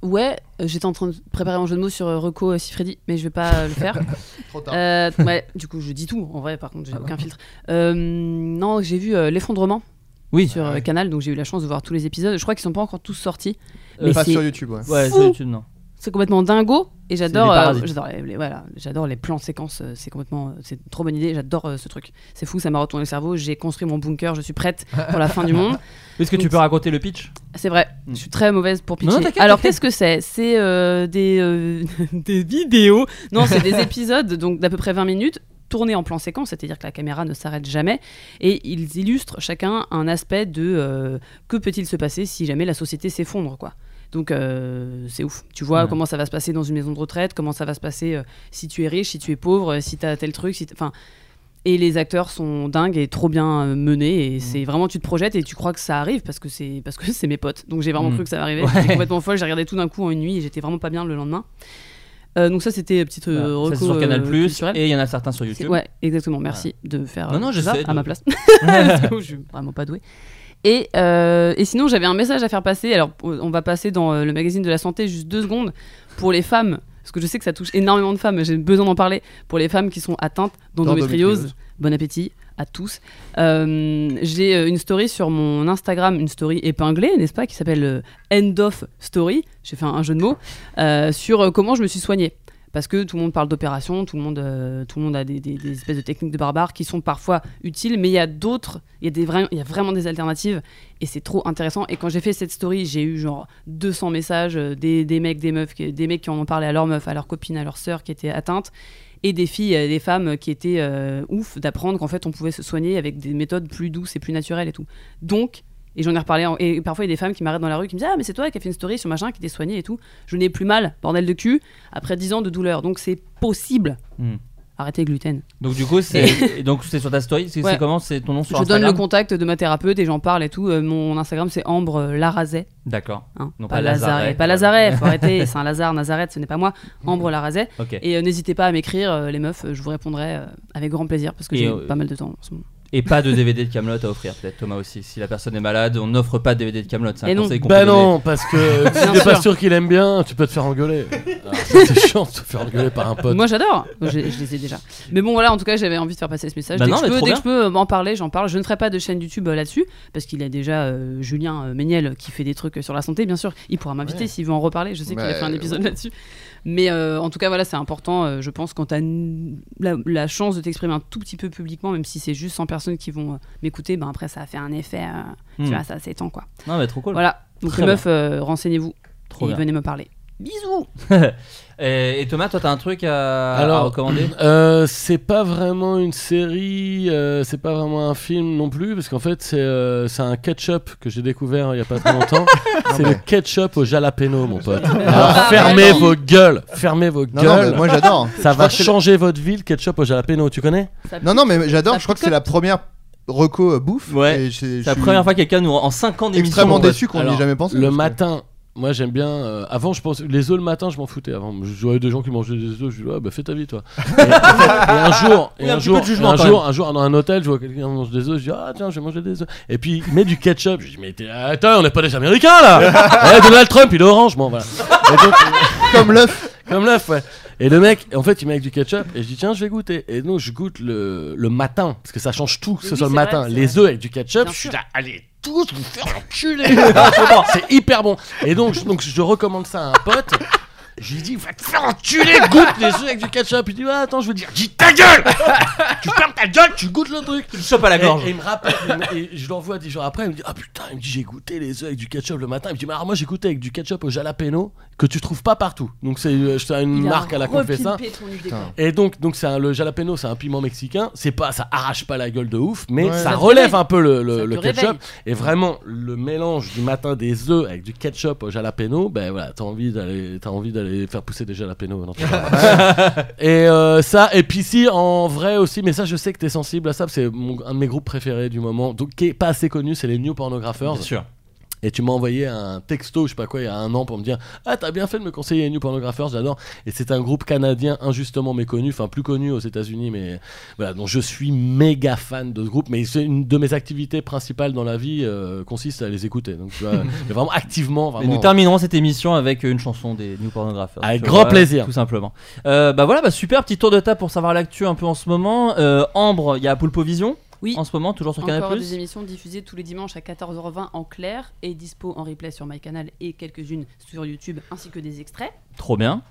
[SPEAKER 2] Ouais, euh, j'étais en train de préparer un jeu de mots sur euh, Rocco euh, Siffredi, mais je vais pas euh, le faire.
[SPEAKER 6] Trop tard.
[SPEAKER 2] Euh, ouais, du coup, je dis tout en vrai, par contre, j'ai
[SPEAKER 7] Ah
[SPEAKER 2] aucun filtre. Euh, non, j'ai vu euh, L'effondrement
[SPEAKER 7] Oui. Ah
[SPEAKER 2] sur euh, Canal, donc j'ai eu la chance de voir tous les épisodes. Je crois qu'ils sont pas encore tous sortis.
[SPEAKER 7] Euh,
[SPEAKER 2] mais
[SPEAKER 6] Pas
[SPEAKER 2] c'est-
[SPEAKER 6] sur YouTube, ouais.
[SPEAKER 7] Ouais,
[SPEAKER 2] Fou.
[SPEAKER 7] sur YouTube, non.
[SPEAKER 2] C'est complètement dingo et j'adore
[SPEAKER 7] des
[SPEAKER 2] euh,
[SPEAKER 7] parasites.
[SPEAKER 2] j'adore les, les- voilà, j'adore les plans séquences, euh, c'est complètement euh, c'est une trop bonne idée, j'adore euh, ce truc. C'est fou, ça m'a retourné le cerveau, j'ai construit mon bunker, je suis prête pour la fin du monde.
[SPEAKER 7] Est-ce que tu
[SPEAKER 2] Donc-
[SPEAKER 7] peux raconter le pitch
[SPEAKER 2] C'est vrai,
[SPEAKER 7] Mm.
[SPEAKER 2] je suis très mauvaise pour
[SPEAKER 7] Non,
[SPEAKER 2] pitcher.
[SPEAKER 7] t'inquiète,
[SPEAKER 2] Alors
[SPEAKER 7] t'inquiète.
[SPEAKER 2] qu'est-ce que c'est C'est euh, des, euh, des vidéos. Non, c'est des épisodes donc d'à peu près 20 minutes tournés en plan séquence, c'est-à-dire que la caméra ne s'arrête jamais et ils illustrent chacun un aspect de euh, que peut-il se passer si jamais la société s'effondre quoi. Donc euh, c'est ouf. Tu vois
[SPEAKER 7] Ouais.
[SPEAKER 2] comment ça va se passer dans une maison de retraite, comment ça va se passer euh, si tu es riche, si tu es pauvre, euh, si tu as tel truc, si t'- enfin et les acteurs sont dingues et trop bien euh, menés et c'est vraiment tu te projettes et tu crois que ça arrive parce que c'est parce que c'est mes potes. Donc j'ai vraiment
[SPEAKER 7] Mm.
[SPEAKER 2] cru que ça arrivait.
[SPEAKER 7] Ouais.
[SPEAKER 2] J'étais complètement folle, j'ai regardé tout d'un coup en une nuit et j'étais vraiment pas bien le lendemain. Euh, donc ça c'était petite euh,
[SPEAKER 7] Voilà. Bah, Ça, c'est
[SPEAKER 2] reco,
[SPEAKER 7] sur Canal
[SPEAKER 2] euh,
[SPEAKER 7] Plus
[SPEAKER 2] culturelle.
[SPEAKER 7] et il y en a certains sur
[SPEAKER 2] C'est-
[SPEAKER 7] YouTube.
[SPEAKER 2] Ouais, exactement. Merci de faire
[SPEAKER 7] Non,
[SPEAKER 2] euh,
[SPEAKER 7] non,
[SPEAKER 2] ça
[SPEAKER 7] j'essaie
[SPEAKER 2] à
[SPEAKER 7] de-
[SPEAKER 2] ma place. Parce que je suis vraiment pas douée. Et, euh, et sinon, j'avais un message à faire passer. Alors, on va passer dans euh, le magazine de la santé juste deux secondes pour les femmes, parce que je sais que ça touche énormément de femmes. J'ai besoin d'en parler pour les femmes qui sont atteintes d'endométriose.
[SPEAKER 6] D'endométriose.
[SPEAKER 2] Bon appétit à tous. Euh, J'ai euh, une story sur mon Instagram, une story épinglée, n'est-ce pas, qui s'appelle euh, End of Story. J'ai fait un, un jeu de mots euh, sur euh, comment je me suis soignée parce que tout le monde parle d'opération, tout le monde, euh, tout le monde a des, des- des espèces de techniques de barbares qui sont parfois utiles, mais il y a d'autres, il y a des vrais- il y a vraiment des alternatives et c'est trop intéressant. Et quand j'ai fait cette story, j'ai eu genre 200 messages euh, des, des mecs, des meufs, qui- des mecs qui en ont parlé à leur meuf, à leur copine, à leur sœur qui étaient atteintes et des filles, euh, des femmes qui étaient euh, ouf d'apprendre qu'en fait on pouvait se soigner avec des méthodes plus douces et plus naturelles et tout. Donc Et j'en ai reparlé. en- Et parfois, il y a des femmes qui m'arrêtent dans la rue qui me disent Ah, mais c'est toi qui as fait une story sur machin, qui t'es soigné et tout. Je n'ai plus mal, bordel de cul, après 10 ans de douleur. Donc c'est possible.
[SPEAKER 7] Hmm.
[SPEAKER 2] Arrêtez le gluten.
[SPEAKER 7] Donc du coup, c'est et donc c'est sur ta story. C'est c'est
[SPEAKER 2] Ouais.
[SPEAKER 7] comment C'est ton nom sur
[SPEAKER 2] je donne
[SPEAKER 7] Instagram
[SPEAKER 2] le contact de ma thérapeute et j'en parle et tout. Euh, mon Instagram, c'est Ambre euh, Larazet.
[SPEAKER 7] D'accord.
[SPEAKER 2] hein.
[SPEAKER 7] Non,
[SPEAKER 2] pas,
[SPEAKER 7] pas
[SPEAKER 2] Lazare.
[SPEAKER 7] Lazaret.
[SPEAKER 2] Pas Lazaret, faut arrêter. Saint-Lazare, Nazareth, ce n'est pas moi. Ambre Larazet.
[SPEAKER 7] Ok. Et,
[SPEAKER 2] Et euh, n'hésitez pas à m'écrire, euh, les meufs, euh, je vous répondrai euh, avec grand plaisir parce que
[SPEAKER 7] Et,
[SPEAKER 2] j'ai
[SPEAKER 7] euh,
[SPEAKER 2] pas mal de temps en ce moment.
[SPEAKER 7] pas de DVD de Camelot à offrir peut-être Thomas aussi. Si la personne est malade, on n'offre pas de DVD de Camelot. C'est
[SPEAKER 2] Et
[SPEAKER 7] un
[SPEAKER 2] non.
[SPEAKER 7] conseil qu'on
[SPEAKER 8] Bah
[SPEAKER 7] peut donner.
[SPEAKER 8] non, parce que si
[SPEAKER 2] Bien
[SPEAKER 8] t'es pas
[SPEAKER 2] sûr.
[SPEAKER 8] sûr qu'il aime bien, tu peux te faire engueuler. Alors, ça, C'est chiant de se faire engueuler par un pote.
[SPEAKER 2] Moi j'adore, je, je les ai déjà. Mais bon voilà, en tout cas j'avais envie de faire passer ce message.
[SPEAKER 7] Bah
[SPEAKER 2] dès
[SPEAKER 7] non,
[SPEAKER 2] que
[SPEAKER 7] mais
[SPEAKER 2] je peux,
[SPEAKER 7] trop
[SPEAKER 2] dès que
[SPEAKER 7] bien.
[SPEAKER 2] je peux euh, m'en parler, j'en parle. Je ne ferai pas de chaîne YouTube euh, là-dessus parce qu'il y a déjà euh, Julien euh, Méniel qui fait des trucs euh, sur la santé, bien sûr. Il pourra m'inviter s'il veut en reparler. Je sais qu'il a
[SPEAKER 6] Ouais,
[SPEAKER 2] fait un épisode
[SPEAKER 6] ouais.
[SPEAKER 2] là-dessus. Mais euh, en tout cas voilà, c'est important. euh, je pense quand t'as n- la, la chance de t'exprimer un tout petit peu publiquement, même si c'est juste 100 personnes qui vont euh, m'écouter, ben après ça a fait un effet. euh,
[SPEAKER 7] Hmm.
[SPEAKER 2] Tu vois, ça s'étend quoi.
[SPEAKER 7] Non, mais trop cool.
[SPEAKER 2] Voilà. Donc
[SPEAKER 7] Très
[SPEAKER 2] les meufs, euh, renseignez-vous
[SPEAKER 7] Trop
[SPEAKER 2] et
[SPEAKER 7] bien.
[SPEAKER 2] venez me parler. Bisous.
[SPEAKER 7] Et, et Thomas, toi, t'as un truc à, à
[SPEAKER 8] Alors,
[SPEAKER 7] recommander
[SPEAKER 8] Euh, c'est pas vraiment une série, euh, c'est pas vraiment un film non plus, parce qu'en fait c'est euh, c'est un ketchup que j'ai découvert il y a pas très longtemps. c'est
[SPEAKER 6] mais- bah,
[SPEAKER 8] le ketchup au jalapeno, mon pote. Alors,
[SPEAKER 2] Ah,
[SPEAKER 8] fermez
[SPEAKER 2] vraiment.
[SPEAKER 8] vos gueules, fermez vos
[SPEAKER 6] Non, non, mais
[SPEAKER 8] gueules.
[SPEAKER 6] moi j'adore.
[SPEAKER 8] ça
[SPEAKER 6] Je
[SPEAKER 8] va
[SPEAKER 6] crois que c'est-
[SPEAKER 8] changer votre ville, ketchup au jalapeno, tu connais
[SPEAKER 2] Ça
[SPEAKER 6] Non, non, mais j'adore.
[SPEAKER 2] Ça
[SPEAKER 6] Je crois que c'est la première reco euh, bouffe.
[SPEAKER 7] Ouais.
[SPEAKER 6] et c'est-
[SPEAKER 7] C'est la
[SPEAKER 6] je suis
[SPEAKER 7] première fois que quelqu'un nous en 5 ans d'émission.
[SPEAKER 6] Extrêmement
[SPEAKER 7] on va-
[SPEAKER 6] déçu qu'on n'y ait
[SPEAKER 8] Alors,
[SPEAKER 6] jamais pensé.
[SPEAKER 8] Le
[SPEAKER 6] parce que-
[SPEAKER 8] matin, moi j'aime bien. euh, avant, je pense les œufs le matin, je m'en foutais. Avant, je voyais des gens qui mangeaient des œufs, je dis ah bah fais ta vie toi. et, et un jour, et
[SPEAKER 7] Oui, un
[SPEAKER 8] un
[SPEAKER 7] petit
[SPEAKER 8] jour,
[SPEAKER 7] peu de jugement,
[SPEAKER 8] un
[SPEAKER 7] quand
[SPEAKER 8] jour, un jour, dans un hôtel, je vois quelqu'un mange des œufs, je dis ah tiens, je vais manger des œufs. Et puis il met du ketchup, je dis mais t'es- attends, on n'est pas des Américains là. Eh, Donald Trump, il est orange, bon voilà. Et donc,
[SPEAKER 6] Comme l'œuf.
[SPEAKER 8] comme l'œuf, ouais. Et le mec, en fait, il met avec du ketchup et je dis tiens, je vais goûter. Et donc je goûte le, le matin parce que ça change tout, que
[SPEAKER 2] Oui,
[SPEAKER 8] ce
[SPEAKER 2] oui,
[SPEAKER 8] soit le
[SPEAKER 2] c'est vrai,
[SPEAKER 8] matin,
[SPEAKER 2] c'est
[SPEAKER 8] les
[SPEAKER 2] vrai.
[SPEAKER 8] œufs avec du ketchup.
[SPEAKER 2] Bien
[SPEAKER 8] je suis
[SPEAKER 2] sûr.
[SPEAKER 8] là, allez tous vous faire enculer. Ah, c'est bon, c'est hyper bon. Et donc je, donc je recommande ça à un pote. Je lui dis, va te faire enculer, goûte les œufs avec du ketchup. Il dit, ah, attends, je veux dire, dis ta gueule Tu fermes ta gueule, tu goûtes le truc.
[SPEAKER 7] Tu le chopes à la
[SPEAKER 8] Et-
[SPEAKER 7] gorge.
[SPEAKER 8] Et, il me rappelle, il me- et je l'envoie 10 jours après, il me dit Ah putain, il me dit J'ai goûté les œufs avec du ketchup le matin. Il me dit Mais alors moi j'ai goûté avec du ketchup au jalapeno que tu trouves pas partout. Donc c'est euh, c'est une marque à la confessa. Et donc, donc c'est un- le jalapeno, c'est un piment mexicain. C'est pas, ça arrache pas la gueule de ouf, mais
[SPEAKER 6] Ouais.
[SPEAKER 8] ça
[SPEAKER 6] Ça te
[SPEAKER 8] relève
[SPEAKER 2] réveille.
[SPEAKER 8] un peu le, le-
[SPEAKER 2] Ça te
[SPEAKER 8] le ketchup.
[SPEAKER 2] réveille.
[SPEAKER 8] Et vraiment, le mélange du matin des œufs avec du ketchup au jalapeno, ben voilà, t'as envie d'aller, t'as envie d'aller faire pousser des jalapenos. dans ton jardin. et euh, ça, et puis si en vrai aussi, mais ça, je sais que t'es sensible à ça, c'est mon- un de mes groupes préférés du moment, donc qui est pas assez connu, c'est les New
[SPEAKER 6] Eh,
[SPEAKER 8] Pornographers.
[SPEAKER 7] Bien sûr.
[SPEAKER 8] Et tu m'as envoyé un texto, je sais pas quoi, il y a un an pour me dire Ah, t'as bien fait de me conseiller les New Pornographers, j'adore. Et c'est un groupe canadien injustement méconnu, enfin plus connu aux États-Unis, mais voilà, donc je suis méga fan de ce groupe. Mais c'est une de mes activités principales dans la vie euh, consiste à les écouter. Donc tu vois, mais vraiment activement,
[SPEAKER 7] Et nous
[SPEAKER 8] vraiment.
[SPEAKER 7] terminerons cette émission avec une chanson des New Pornographers.
[SPEAKER 8] Avec
[SPEAKER 7] Tu
[SPEAKER 8] grand plaisir.
[SPEAKER 7] Tout simplement. Euh, bah voilà, bah super petit tour de table pour savoir l'actu un peu en ce moment. Euh, Ambre, il y a Poulpo Vision
[SPEAKER 2] Oui.
[SPEAKER 7] en ce moment, toujours sur Canal+.
[SPEAKER 2] Encore des émissions diffusées tous les dimanches à 14h20 en clair et dispo en replay sur MyCanal et quelques-unes sur YouTube ainsi que des extraits.
[SPEAKER 7] Trop bien.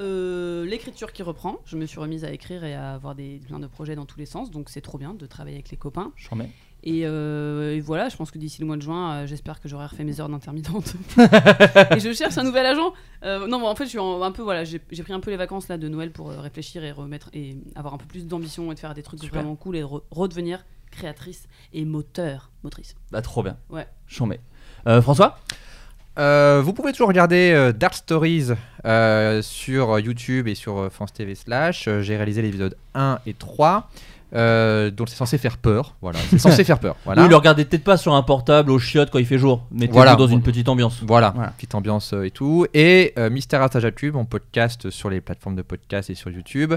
[SPEAKER 2] Euh, L'écriture qui reprend. Je me suis remise à écrire et à avoir des, plein de projets dans tous les sens, donc c'est trop bien de travailler avec les copains.
[SPEAKER 7] J'en mets.
[SPEAKER 2] Et, euh, et voilà, je pense que d'ici le mois de juin, euh, j'espère que j'aurai refait mes heures d'intermittente. et je cherche un nouvel agent. Euh, non, bon, en fait, je suis en- un peu voilà, j'ai j'ai pris un peu les vacances là de Noël pour euh, réfléchir et remettre et avoir un peu plus d'ambition et de faire des trucs
[SPEAKER 7] Super.
[SPEAKER 2] vraiment cool et re- redevenir créatrice et moteur, motrice.
[SPEAKER 7] Bah trop bien.
[SPEAKER 2] Ouais.
[SPEAKER 7] J'en mets. Euh, François
[SPEAKER 9] Euh, vous pouvez toujours regarder euh, Dark Stories euh, sur YouTube et sur euh, France TV Slash. Euh, J'ai réalisé l'épisode 1 et 3. euh, dont c'est censé faire peur, voilà. C'est censé faire peur, voilà.
[SPEAKER 7] Oui, le regardez peut-être pas sur un portable au chiottes quand il fait jour. Mettez-vous
[SPEAKER 9] Voilà.
[SPEAKER 7] dans une petite ambiance.
[SPEAKER 9] Voilà,
[SPEAKER 7] Voilà.
[SPEAKER 9] petite ambiance euh, et tout. Et euh, Mystère à Saja Tube, mon podcast sur les plateformes de podcast et sur YouTube,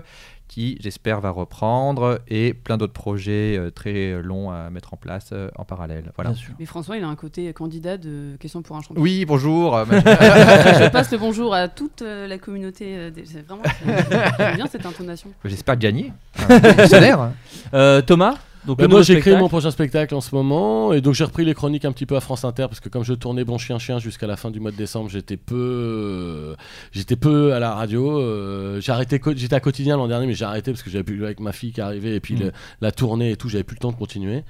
[SPEAKER 9] qui j'espère va reprendre, et plein d'autres projets euh, très euh, longs à mettre en place euh, en parallèle. Voilà.
[SPEAKER 7] Bien sûr.
[SPEAKER 2] Mais François, il a un côté candidat de question pour un champion.
[SPEAKER 9] Oui, bonjour. euh, ma-
[SPEAKER 2] je passe le bonjour à toute euh, la communauté. euh, des- C'est vraiment j'aime bien cette intonation.
[SPEAKER 9] j'espère gagner. un dictionnaire.
[SPEAKER 7] Euh, Thomas donc
[SPEAKER 8] Bah,
[SPEAKER 7] le
[SPEAKER 8] moi
[SPEAKER 7] nouveau
[SPEAKER 8] j'ai créé
[SPEAKER 7] spectacle.
[SPEAKER 8] mon prochain spectacle en ce moment et donc j'ai repris les chroniques un petit peu à France Inter parce que comme je tournais Bon Chien Chien jusqu'à la fin du mois de décembre j'étais peu j'étais peu à la radio euh, j'ai arrêté co- j'étais à quotidien l'an dernier mais j'ai arrêté parce que j'avais plus avec ma fille qui arrivait et puis
[SPEAKER 7] Mm.
[SPEAKER 8] le- la tournée et tout j'avais plus le temps de continuer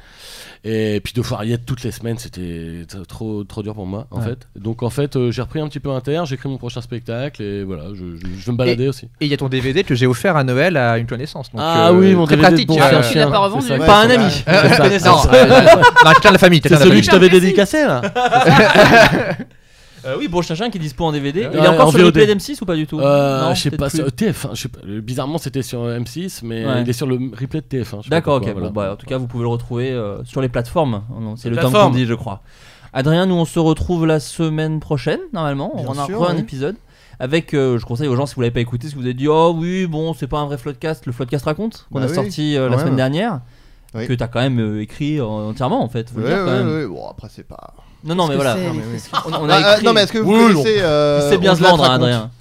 [SPEAKER 8] et puis de devoir y être toutes les semaines c'était t- trop trop dur pour moi en
[SPEAKER 7] Ouais.
[SPEAKER 8] fait donc en fait euh, j'ai repris un petit peu Inter j'ai créé mon prochain spectacle et voilà je, je- je vais me balader aussi
[SPEAKER 9] Et il y a ton DVD que j'ai offert à Noël à une connaissance. Donc,
[SPEAKER 8] Ah
[SPEAKER 9] euh,
[SPEAKER 8] oui, mon
[SPEAKER 9] très
[SPEAKER 8] DVD de
[SPEAKER 9] pratique.
[SPEAKER 8] bon
[SPEAKER 9] hein.
[SPEAKER 8] chien,
[SPEAKER 2] tu l'as
[SPEAKER 8] chien,
[SPEAKER 2] pas revendu,
[SPEAKER 8] c'est ça.
[SPEAKER 7] Pas un
[SPEAKER 8] un ami.
[SPEAKER 9] Euh,
[SPEAKER 8] C'est ça.
[SPEAKER 9] non, euh, non, quelqu'un de la famille.
[SPEAKER 8] C'est
[SPEAKER 9] quelqu'un de la
[SPEAKER 8] celui
[SPEAKER 9] famille.
[SPEAKER 8] que je t'avais dédicacé là.
[SPEAKER 7] Euh, oui, Brochachin qui est dispo en DVD. il
[SPEAKER 8] Ouais,
[SPEAKER 7] est encore
[SPEAKER 8] en
[SPEAKER 7] sur le
[SPEAKER 8] VOD.
[SPEAKER 7] M6 ou pas du tout
[SPEAKER 8] Euh,
[SPEAKER 7] Non,
[SPEAKER 8] je sais
[SPEAKER 7] peut-être
[SPEAKER 8] pas,
[SPEAKER 7] plus.
[SPEAKER 8] sur TF1, je sais pas, euh, bizarrement c'était sur M6, mais
[SPEAKER 7] Ouais.
[SPEAKER 8] il est sur le replay de TF1. je sais pas
[SPEAKER 7] D'accord, ok.
[SPEAKER 8] pourquoi,
[SPEAKER 7] Bon,
[SPEAKER 8] voilà.
[SPEAKER 7] bah, en tout cas, vous pouvez le retrouver euh, sur les plateformes. Oh non, C'est le terme qu'on
[SPEAKER 8] Plateforme.
[SPEAKER 7] dit, je crois. Adrien, nous on se retrouve la semaine prochaine, normalement. On
[SPEAKER 6] Bien
[SPEAKER 7] en a
[SPEAKER 6] sûr,
[SPEAKER 7] refait un
[SPEAKER 6] oui.
[SPEAKER 7] épisode. Avec, euh, je conseille aux gens, si vous l'avez pas écouté, si vous avez dit, oh oui, bon, c'est pas un vrai Floodcast, le Floodcast raconte, qu'on
[SPEAKER 6] Bah
[SPEAKER 7] a
[SPEAKER 6] oui,
[SPEAKER 7] sorti euh, la
[SPEAKER 6] quand
[SPEAKER 7] semaine
[SPEAKER 6] même.
[SPEAKER 7] dernière,
[SPEAKER 6] Oui.
[SPEAKER 7] que t'as quand même euh, écrit euh, entièrement en fait. Faut
[SPEAKER 6] Ouais,
[SPEAKER 7] le dire quand
[SPEAKER 6] ouais,
[SPEAKER 7] même.
[SPEAKER 6] ouais. Bon, après, c'est pas.
[SPEAKER 7] Non, non, mais voilà.
[SPEAKER 6] Non, mais oui.
[SPEAKER 7] On, on a
[SPEAKER 6] Ah,
[SPEAKER 7] écrit.
[SPEAKER 6] non, mais est-ce que vous
[SPEAKER 7] Oui,
[SPEAKER 6] connaissez.
[SPEAKER 7] on-
[SPEAKER 6] euh,
[SPEAKER 7] Il sait bien
[SPEAKER 6] On
[SPEAKER 7] se
[SPEAKER 6] se la
[SPEAKER 7] vendre, hein,
[SPEAKER 6] raconte
[SPEAKER 7] Adrien.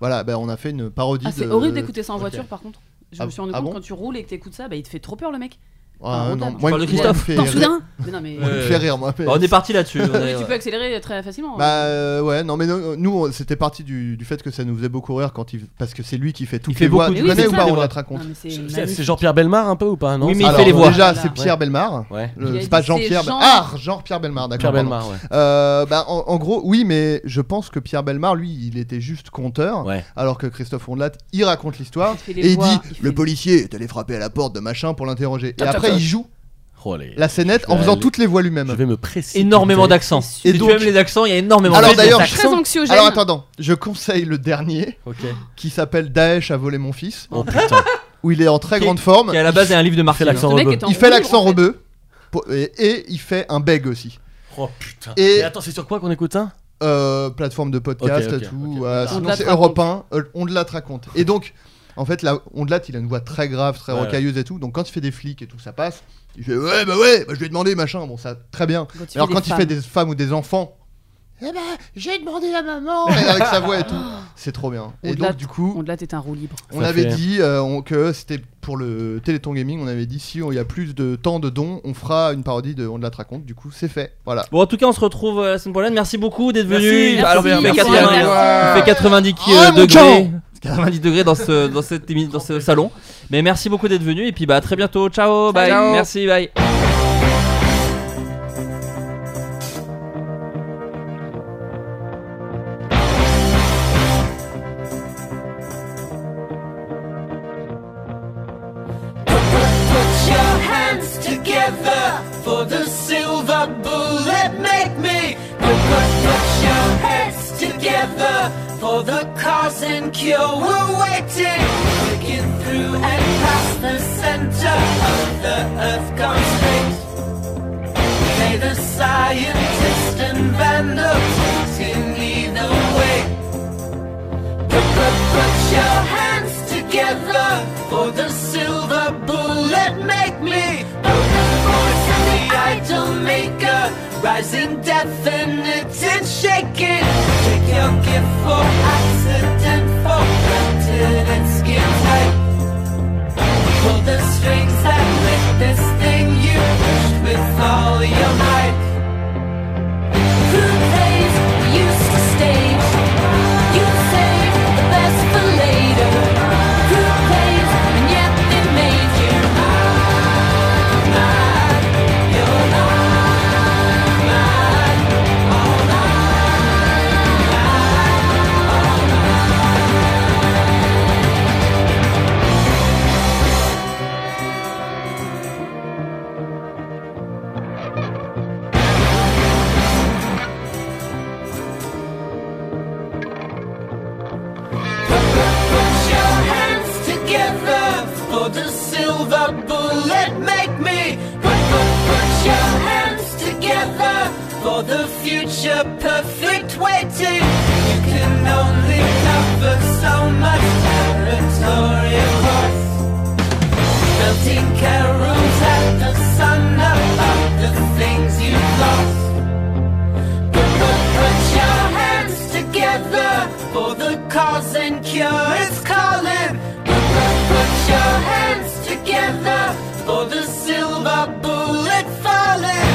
[SPEAKER 6] Voilà, bah, on a fait une parodie.
[SPEAKER 2] Ah, c'est
[SPEAKER 6] de-
[SPEAKER 2] horrible d'écouter ça en
[SPEAKER 6] Ok.
[SPEAKER 2] voiture par contre. Je
[SPEAKER 6] Ah,
[SPEAKER 2] me suis rendu
[SPEAKER 6] ah
[SPEAKER 2] compte
[SPEAKER 6] bon
[SPEAKER 2] quand tu roules et que t'écoutes ça, bah il te fait trop peur le mec.
[SPEAKER 6] Ah,
[SPEAKER 2] Un
[SPEAKER 6] non,
[SPEAKER 2] rodin.
[SPEAKER 6] moi,
[SPEAKER 7] Parle de
[SPEAKER 6] il me-
[SPEAKER 7] Christophe.
[SPEAKER 6] il me
[SPEAKER 2] hein. T'en
[SPEAKER 6] fait rire.
[SPEAKER 2] souviens Mais non mais.
[SPEAKER 6] Il me fait rire, moi. mais-
[SPEAKER 7] Bah, on est parti là-dessus. on est- euh,
[SPEAKER 2] Tu peux accélérer très facilement. hein.
[SPEAKER 6] Bah euh, ouais, non mais non, nous on- c'était parti du, du fait que ça nous faisait beaucoup rire quand il parce que c'est lui qui fait toutes
[SPEAKER 7] Il fait
[SPEAKER 6] les voix.
[SPEAKER 7] beaucoup
[SPEAKER 6] Tu
[SPEAKER 2] de- Oui,
[SPEAKER 6] connais
[SPEAKER 2] c'est
[SPEAKER 6] ou
[SPEAKER 2] ça,
[SPEAKER 6] pas
[SPEAKER 2] les
[SPEAKER 6] on
[SPEAKER 7] voix.
[SPEAKER 6] la te raconte.
[SPEAKER 2] Non, mais c'est
[SPEAKER 8] Je- C'est
[SPEAKER 2] magnifique.
[SPEAKER 8] c'est Jean-Pierre Belmar un peu ou pas non
[SPEAKER 7] Oui, mais
[SPEAKER 8] c'est-
[SPEAKER 7] il
[SPEAKER 6] Alors,
[SPEAKER 7] fait les voix.
[SPEAKER 6] Déjà,
[SPEAKER 2] Voilà.
[SPEAKER 6] c'est Pierre Belmar.
[SPEAKER 8] Ouais.
[SPEAKER 6] Le-
[SPEAKER 2] Il a
[SPEAKER 6] C'est
[SPEAKER 2] dit
[SPEAKER 6] pas
[SPEAKER 2] c'est
[SPEAKER 6] Jean-Pierre.
[SPEAKER 2] Jean-
[SPEAKER 6] Ah, Jean-Pierre Belmar, d'accord.
[SPEAKER 8] Pierre
[SPEAKER 6] pardon.
[SPEAKER 8] Belmar, ouais.
[SPEAKER 6] Euh, bah, en, en gros, oui, mais je pense que Pierre Belmar, lui, il était juste conteur,
[SPEAKER 8] Ouais.
[SPEAKER 6] alors que Christophe Ondelat, il raconte l'histoire
[SPEAKER 2] Il fait les
[SPEAKER 6] et il
[SPEAKER 2] voix,
[SPEAKER 6] dit
[SPEAKER 2] il fait
[SPEAKER 6] le
[SPEAKER 2] les-
[SPEAKER 6] policier est allé frapper à la porte de machin pour l'interroger. Et
[SPEAKER 2] Tap, tap,
[SPEAKER 6] après,
[SPEAKER 2] tap.
[SPEAKER 6] il joue
[SPEAKER 8] Oh, allez.
[SPEAKER 6] la scénette
[SPEAKER 8] Je
[SPEAKER 6] en
[SPEAKER 8] vais
[SPEAKER 6] faisant
[SPEAKER 8] aller-
[SPEAKER 6] toutes les voix
[SPEAKER 8] Je
[SPEAKER 6] lui-même.
[SPEAKER 8] vais me préciser.
[SPEAKER 7] Énormément d'accents.
[SPEAKER 2] Et
[SPEAKER 7] Si tu
[SPEAKER 6] donc-
[SPEAKER 7] aimes les accents, il y a énormément
[SPEAKER 6] Alors,
[SPEAKER 7] d'accents.
[SPEAKER 6] d'ailleurs,
[SPEAKER 2] C'est très anxiogène.
[SPEAKER 6] Alors attendant, je conseille le dernier qui s'appelle Daesh a volé mon fils,
[SPEAKER 8] Oh putain.
[SPEAKER 6] où il est en très
[SPEAKER 7] Qui-
[SPEAKER 6] grande forme.
[SPEAKER 7] Qui à la base est un livre de Marcel
[SPEAKER 8] l'accent.
[SPEAKER 2] Ce mec
[SPEAKER 8] rebeu.
[SPEAKER 2] est en
[SPEAKER 6] Il fait
[SPEAKER 2] roue,
[SPEAKER 6] l'accent
[SPEAKER 2] en fait.
[SPEAKER 6] rebeu pour- et, et il fait un beg aussi.
[SPEAKER 8] Oh putain.
[SPEAKER 6] Et-
[SPEAKER 8] Mais attends, c'est sur quoi qu'on écoute ça
[SPEAKER 6] Euh, plateforme de podcast,
[SPEAKER 8] Ok, ok,
[SPEAKER 6] tout.
[SPEAKER 8] ok.
[SPEAKER 6] euh,
[SPEAKER 8] On
[SPEAKER 2] de
[SPEAKER 6] sinon,
[SPEAKER 2] la
[SPEAKER 6] c'est
[SPEAKER 2] te raconte.
[SPEAKER 6] Europe 1, euh, on de la te raconte. Et donc, en fait, là, on de la, il a une voix très grave, très
[SPEAKER 8] Ouais.
[SPEAKER 6] rocailleuse et tout. Donc, quand il fait des flics et tout, ça passe. Il fait ouais, bah ouais, bah, je lui ai demandé, machin. Bon, ça, très bien.
[SPEAKER 2] Quand il
[SPEAKER 6] Alors, quand
[SPEAKER 2] des
[SPEAKER 6] il fait
[SPEAKER 2] femmes.
[SPEAKER 6] des femmes ou des enfants, eh ben, j'ai demandé à maman. Et avec sa voix et tout. C'est trop bien.
[SPEAKER 2] On
[SPEAKER 6] et
[SPEAKER 2] Oh. de la-
[SPEAKER 6] donc, du coup.
[SPEAKER 2] On de là, t'es un roue libre.
[SPEAKER 6] On
[SPEAKER 8] Ça
[SPEAKER 6] avait
[SPEAKER 8] fait-
[SPEAKER 6] dit euh, on- que c'était pour le Téléthon Gaming, on avait dit si on- il y a plus de temps de dons, on fera une parodie de On de la te raconte. Du coup, c'est fait. Voilà.
[SPEAKER 7] Bon, en tout cas, on se retrouve euh, la semaine prochaine. Merci beaucoup d'être
[SPEAKER 8] Merci,
[SPEAKER 7] venu.
[SPEAKER 8] merci,
[SPEAKER 7] Alors, il fait
[SPEAKER 2] merci,
[SPEAKER 7] 80,
[SPEAKER 2] merci.
[SPEAKER 7] il fait 90
[SPEAKER 6] Oh,
[SPEAKER 7] euh,
[SPEAKER 6] mon
[SPEAKER 7] degrés. 90 degrés dans ce, dans, cette, émi- dans ce salon. Mais merci beaucoup d'être venu. Et puis, bah, à très bientôt. Ciao. Bye.
[SPEAKER 2] Ciao.
[SPEAKER 7] Merci. Bye.
[SPEAKER 3] hands together for the silver bullet falling.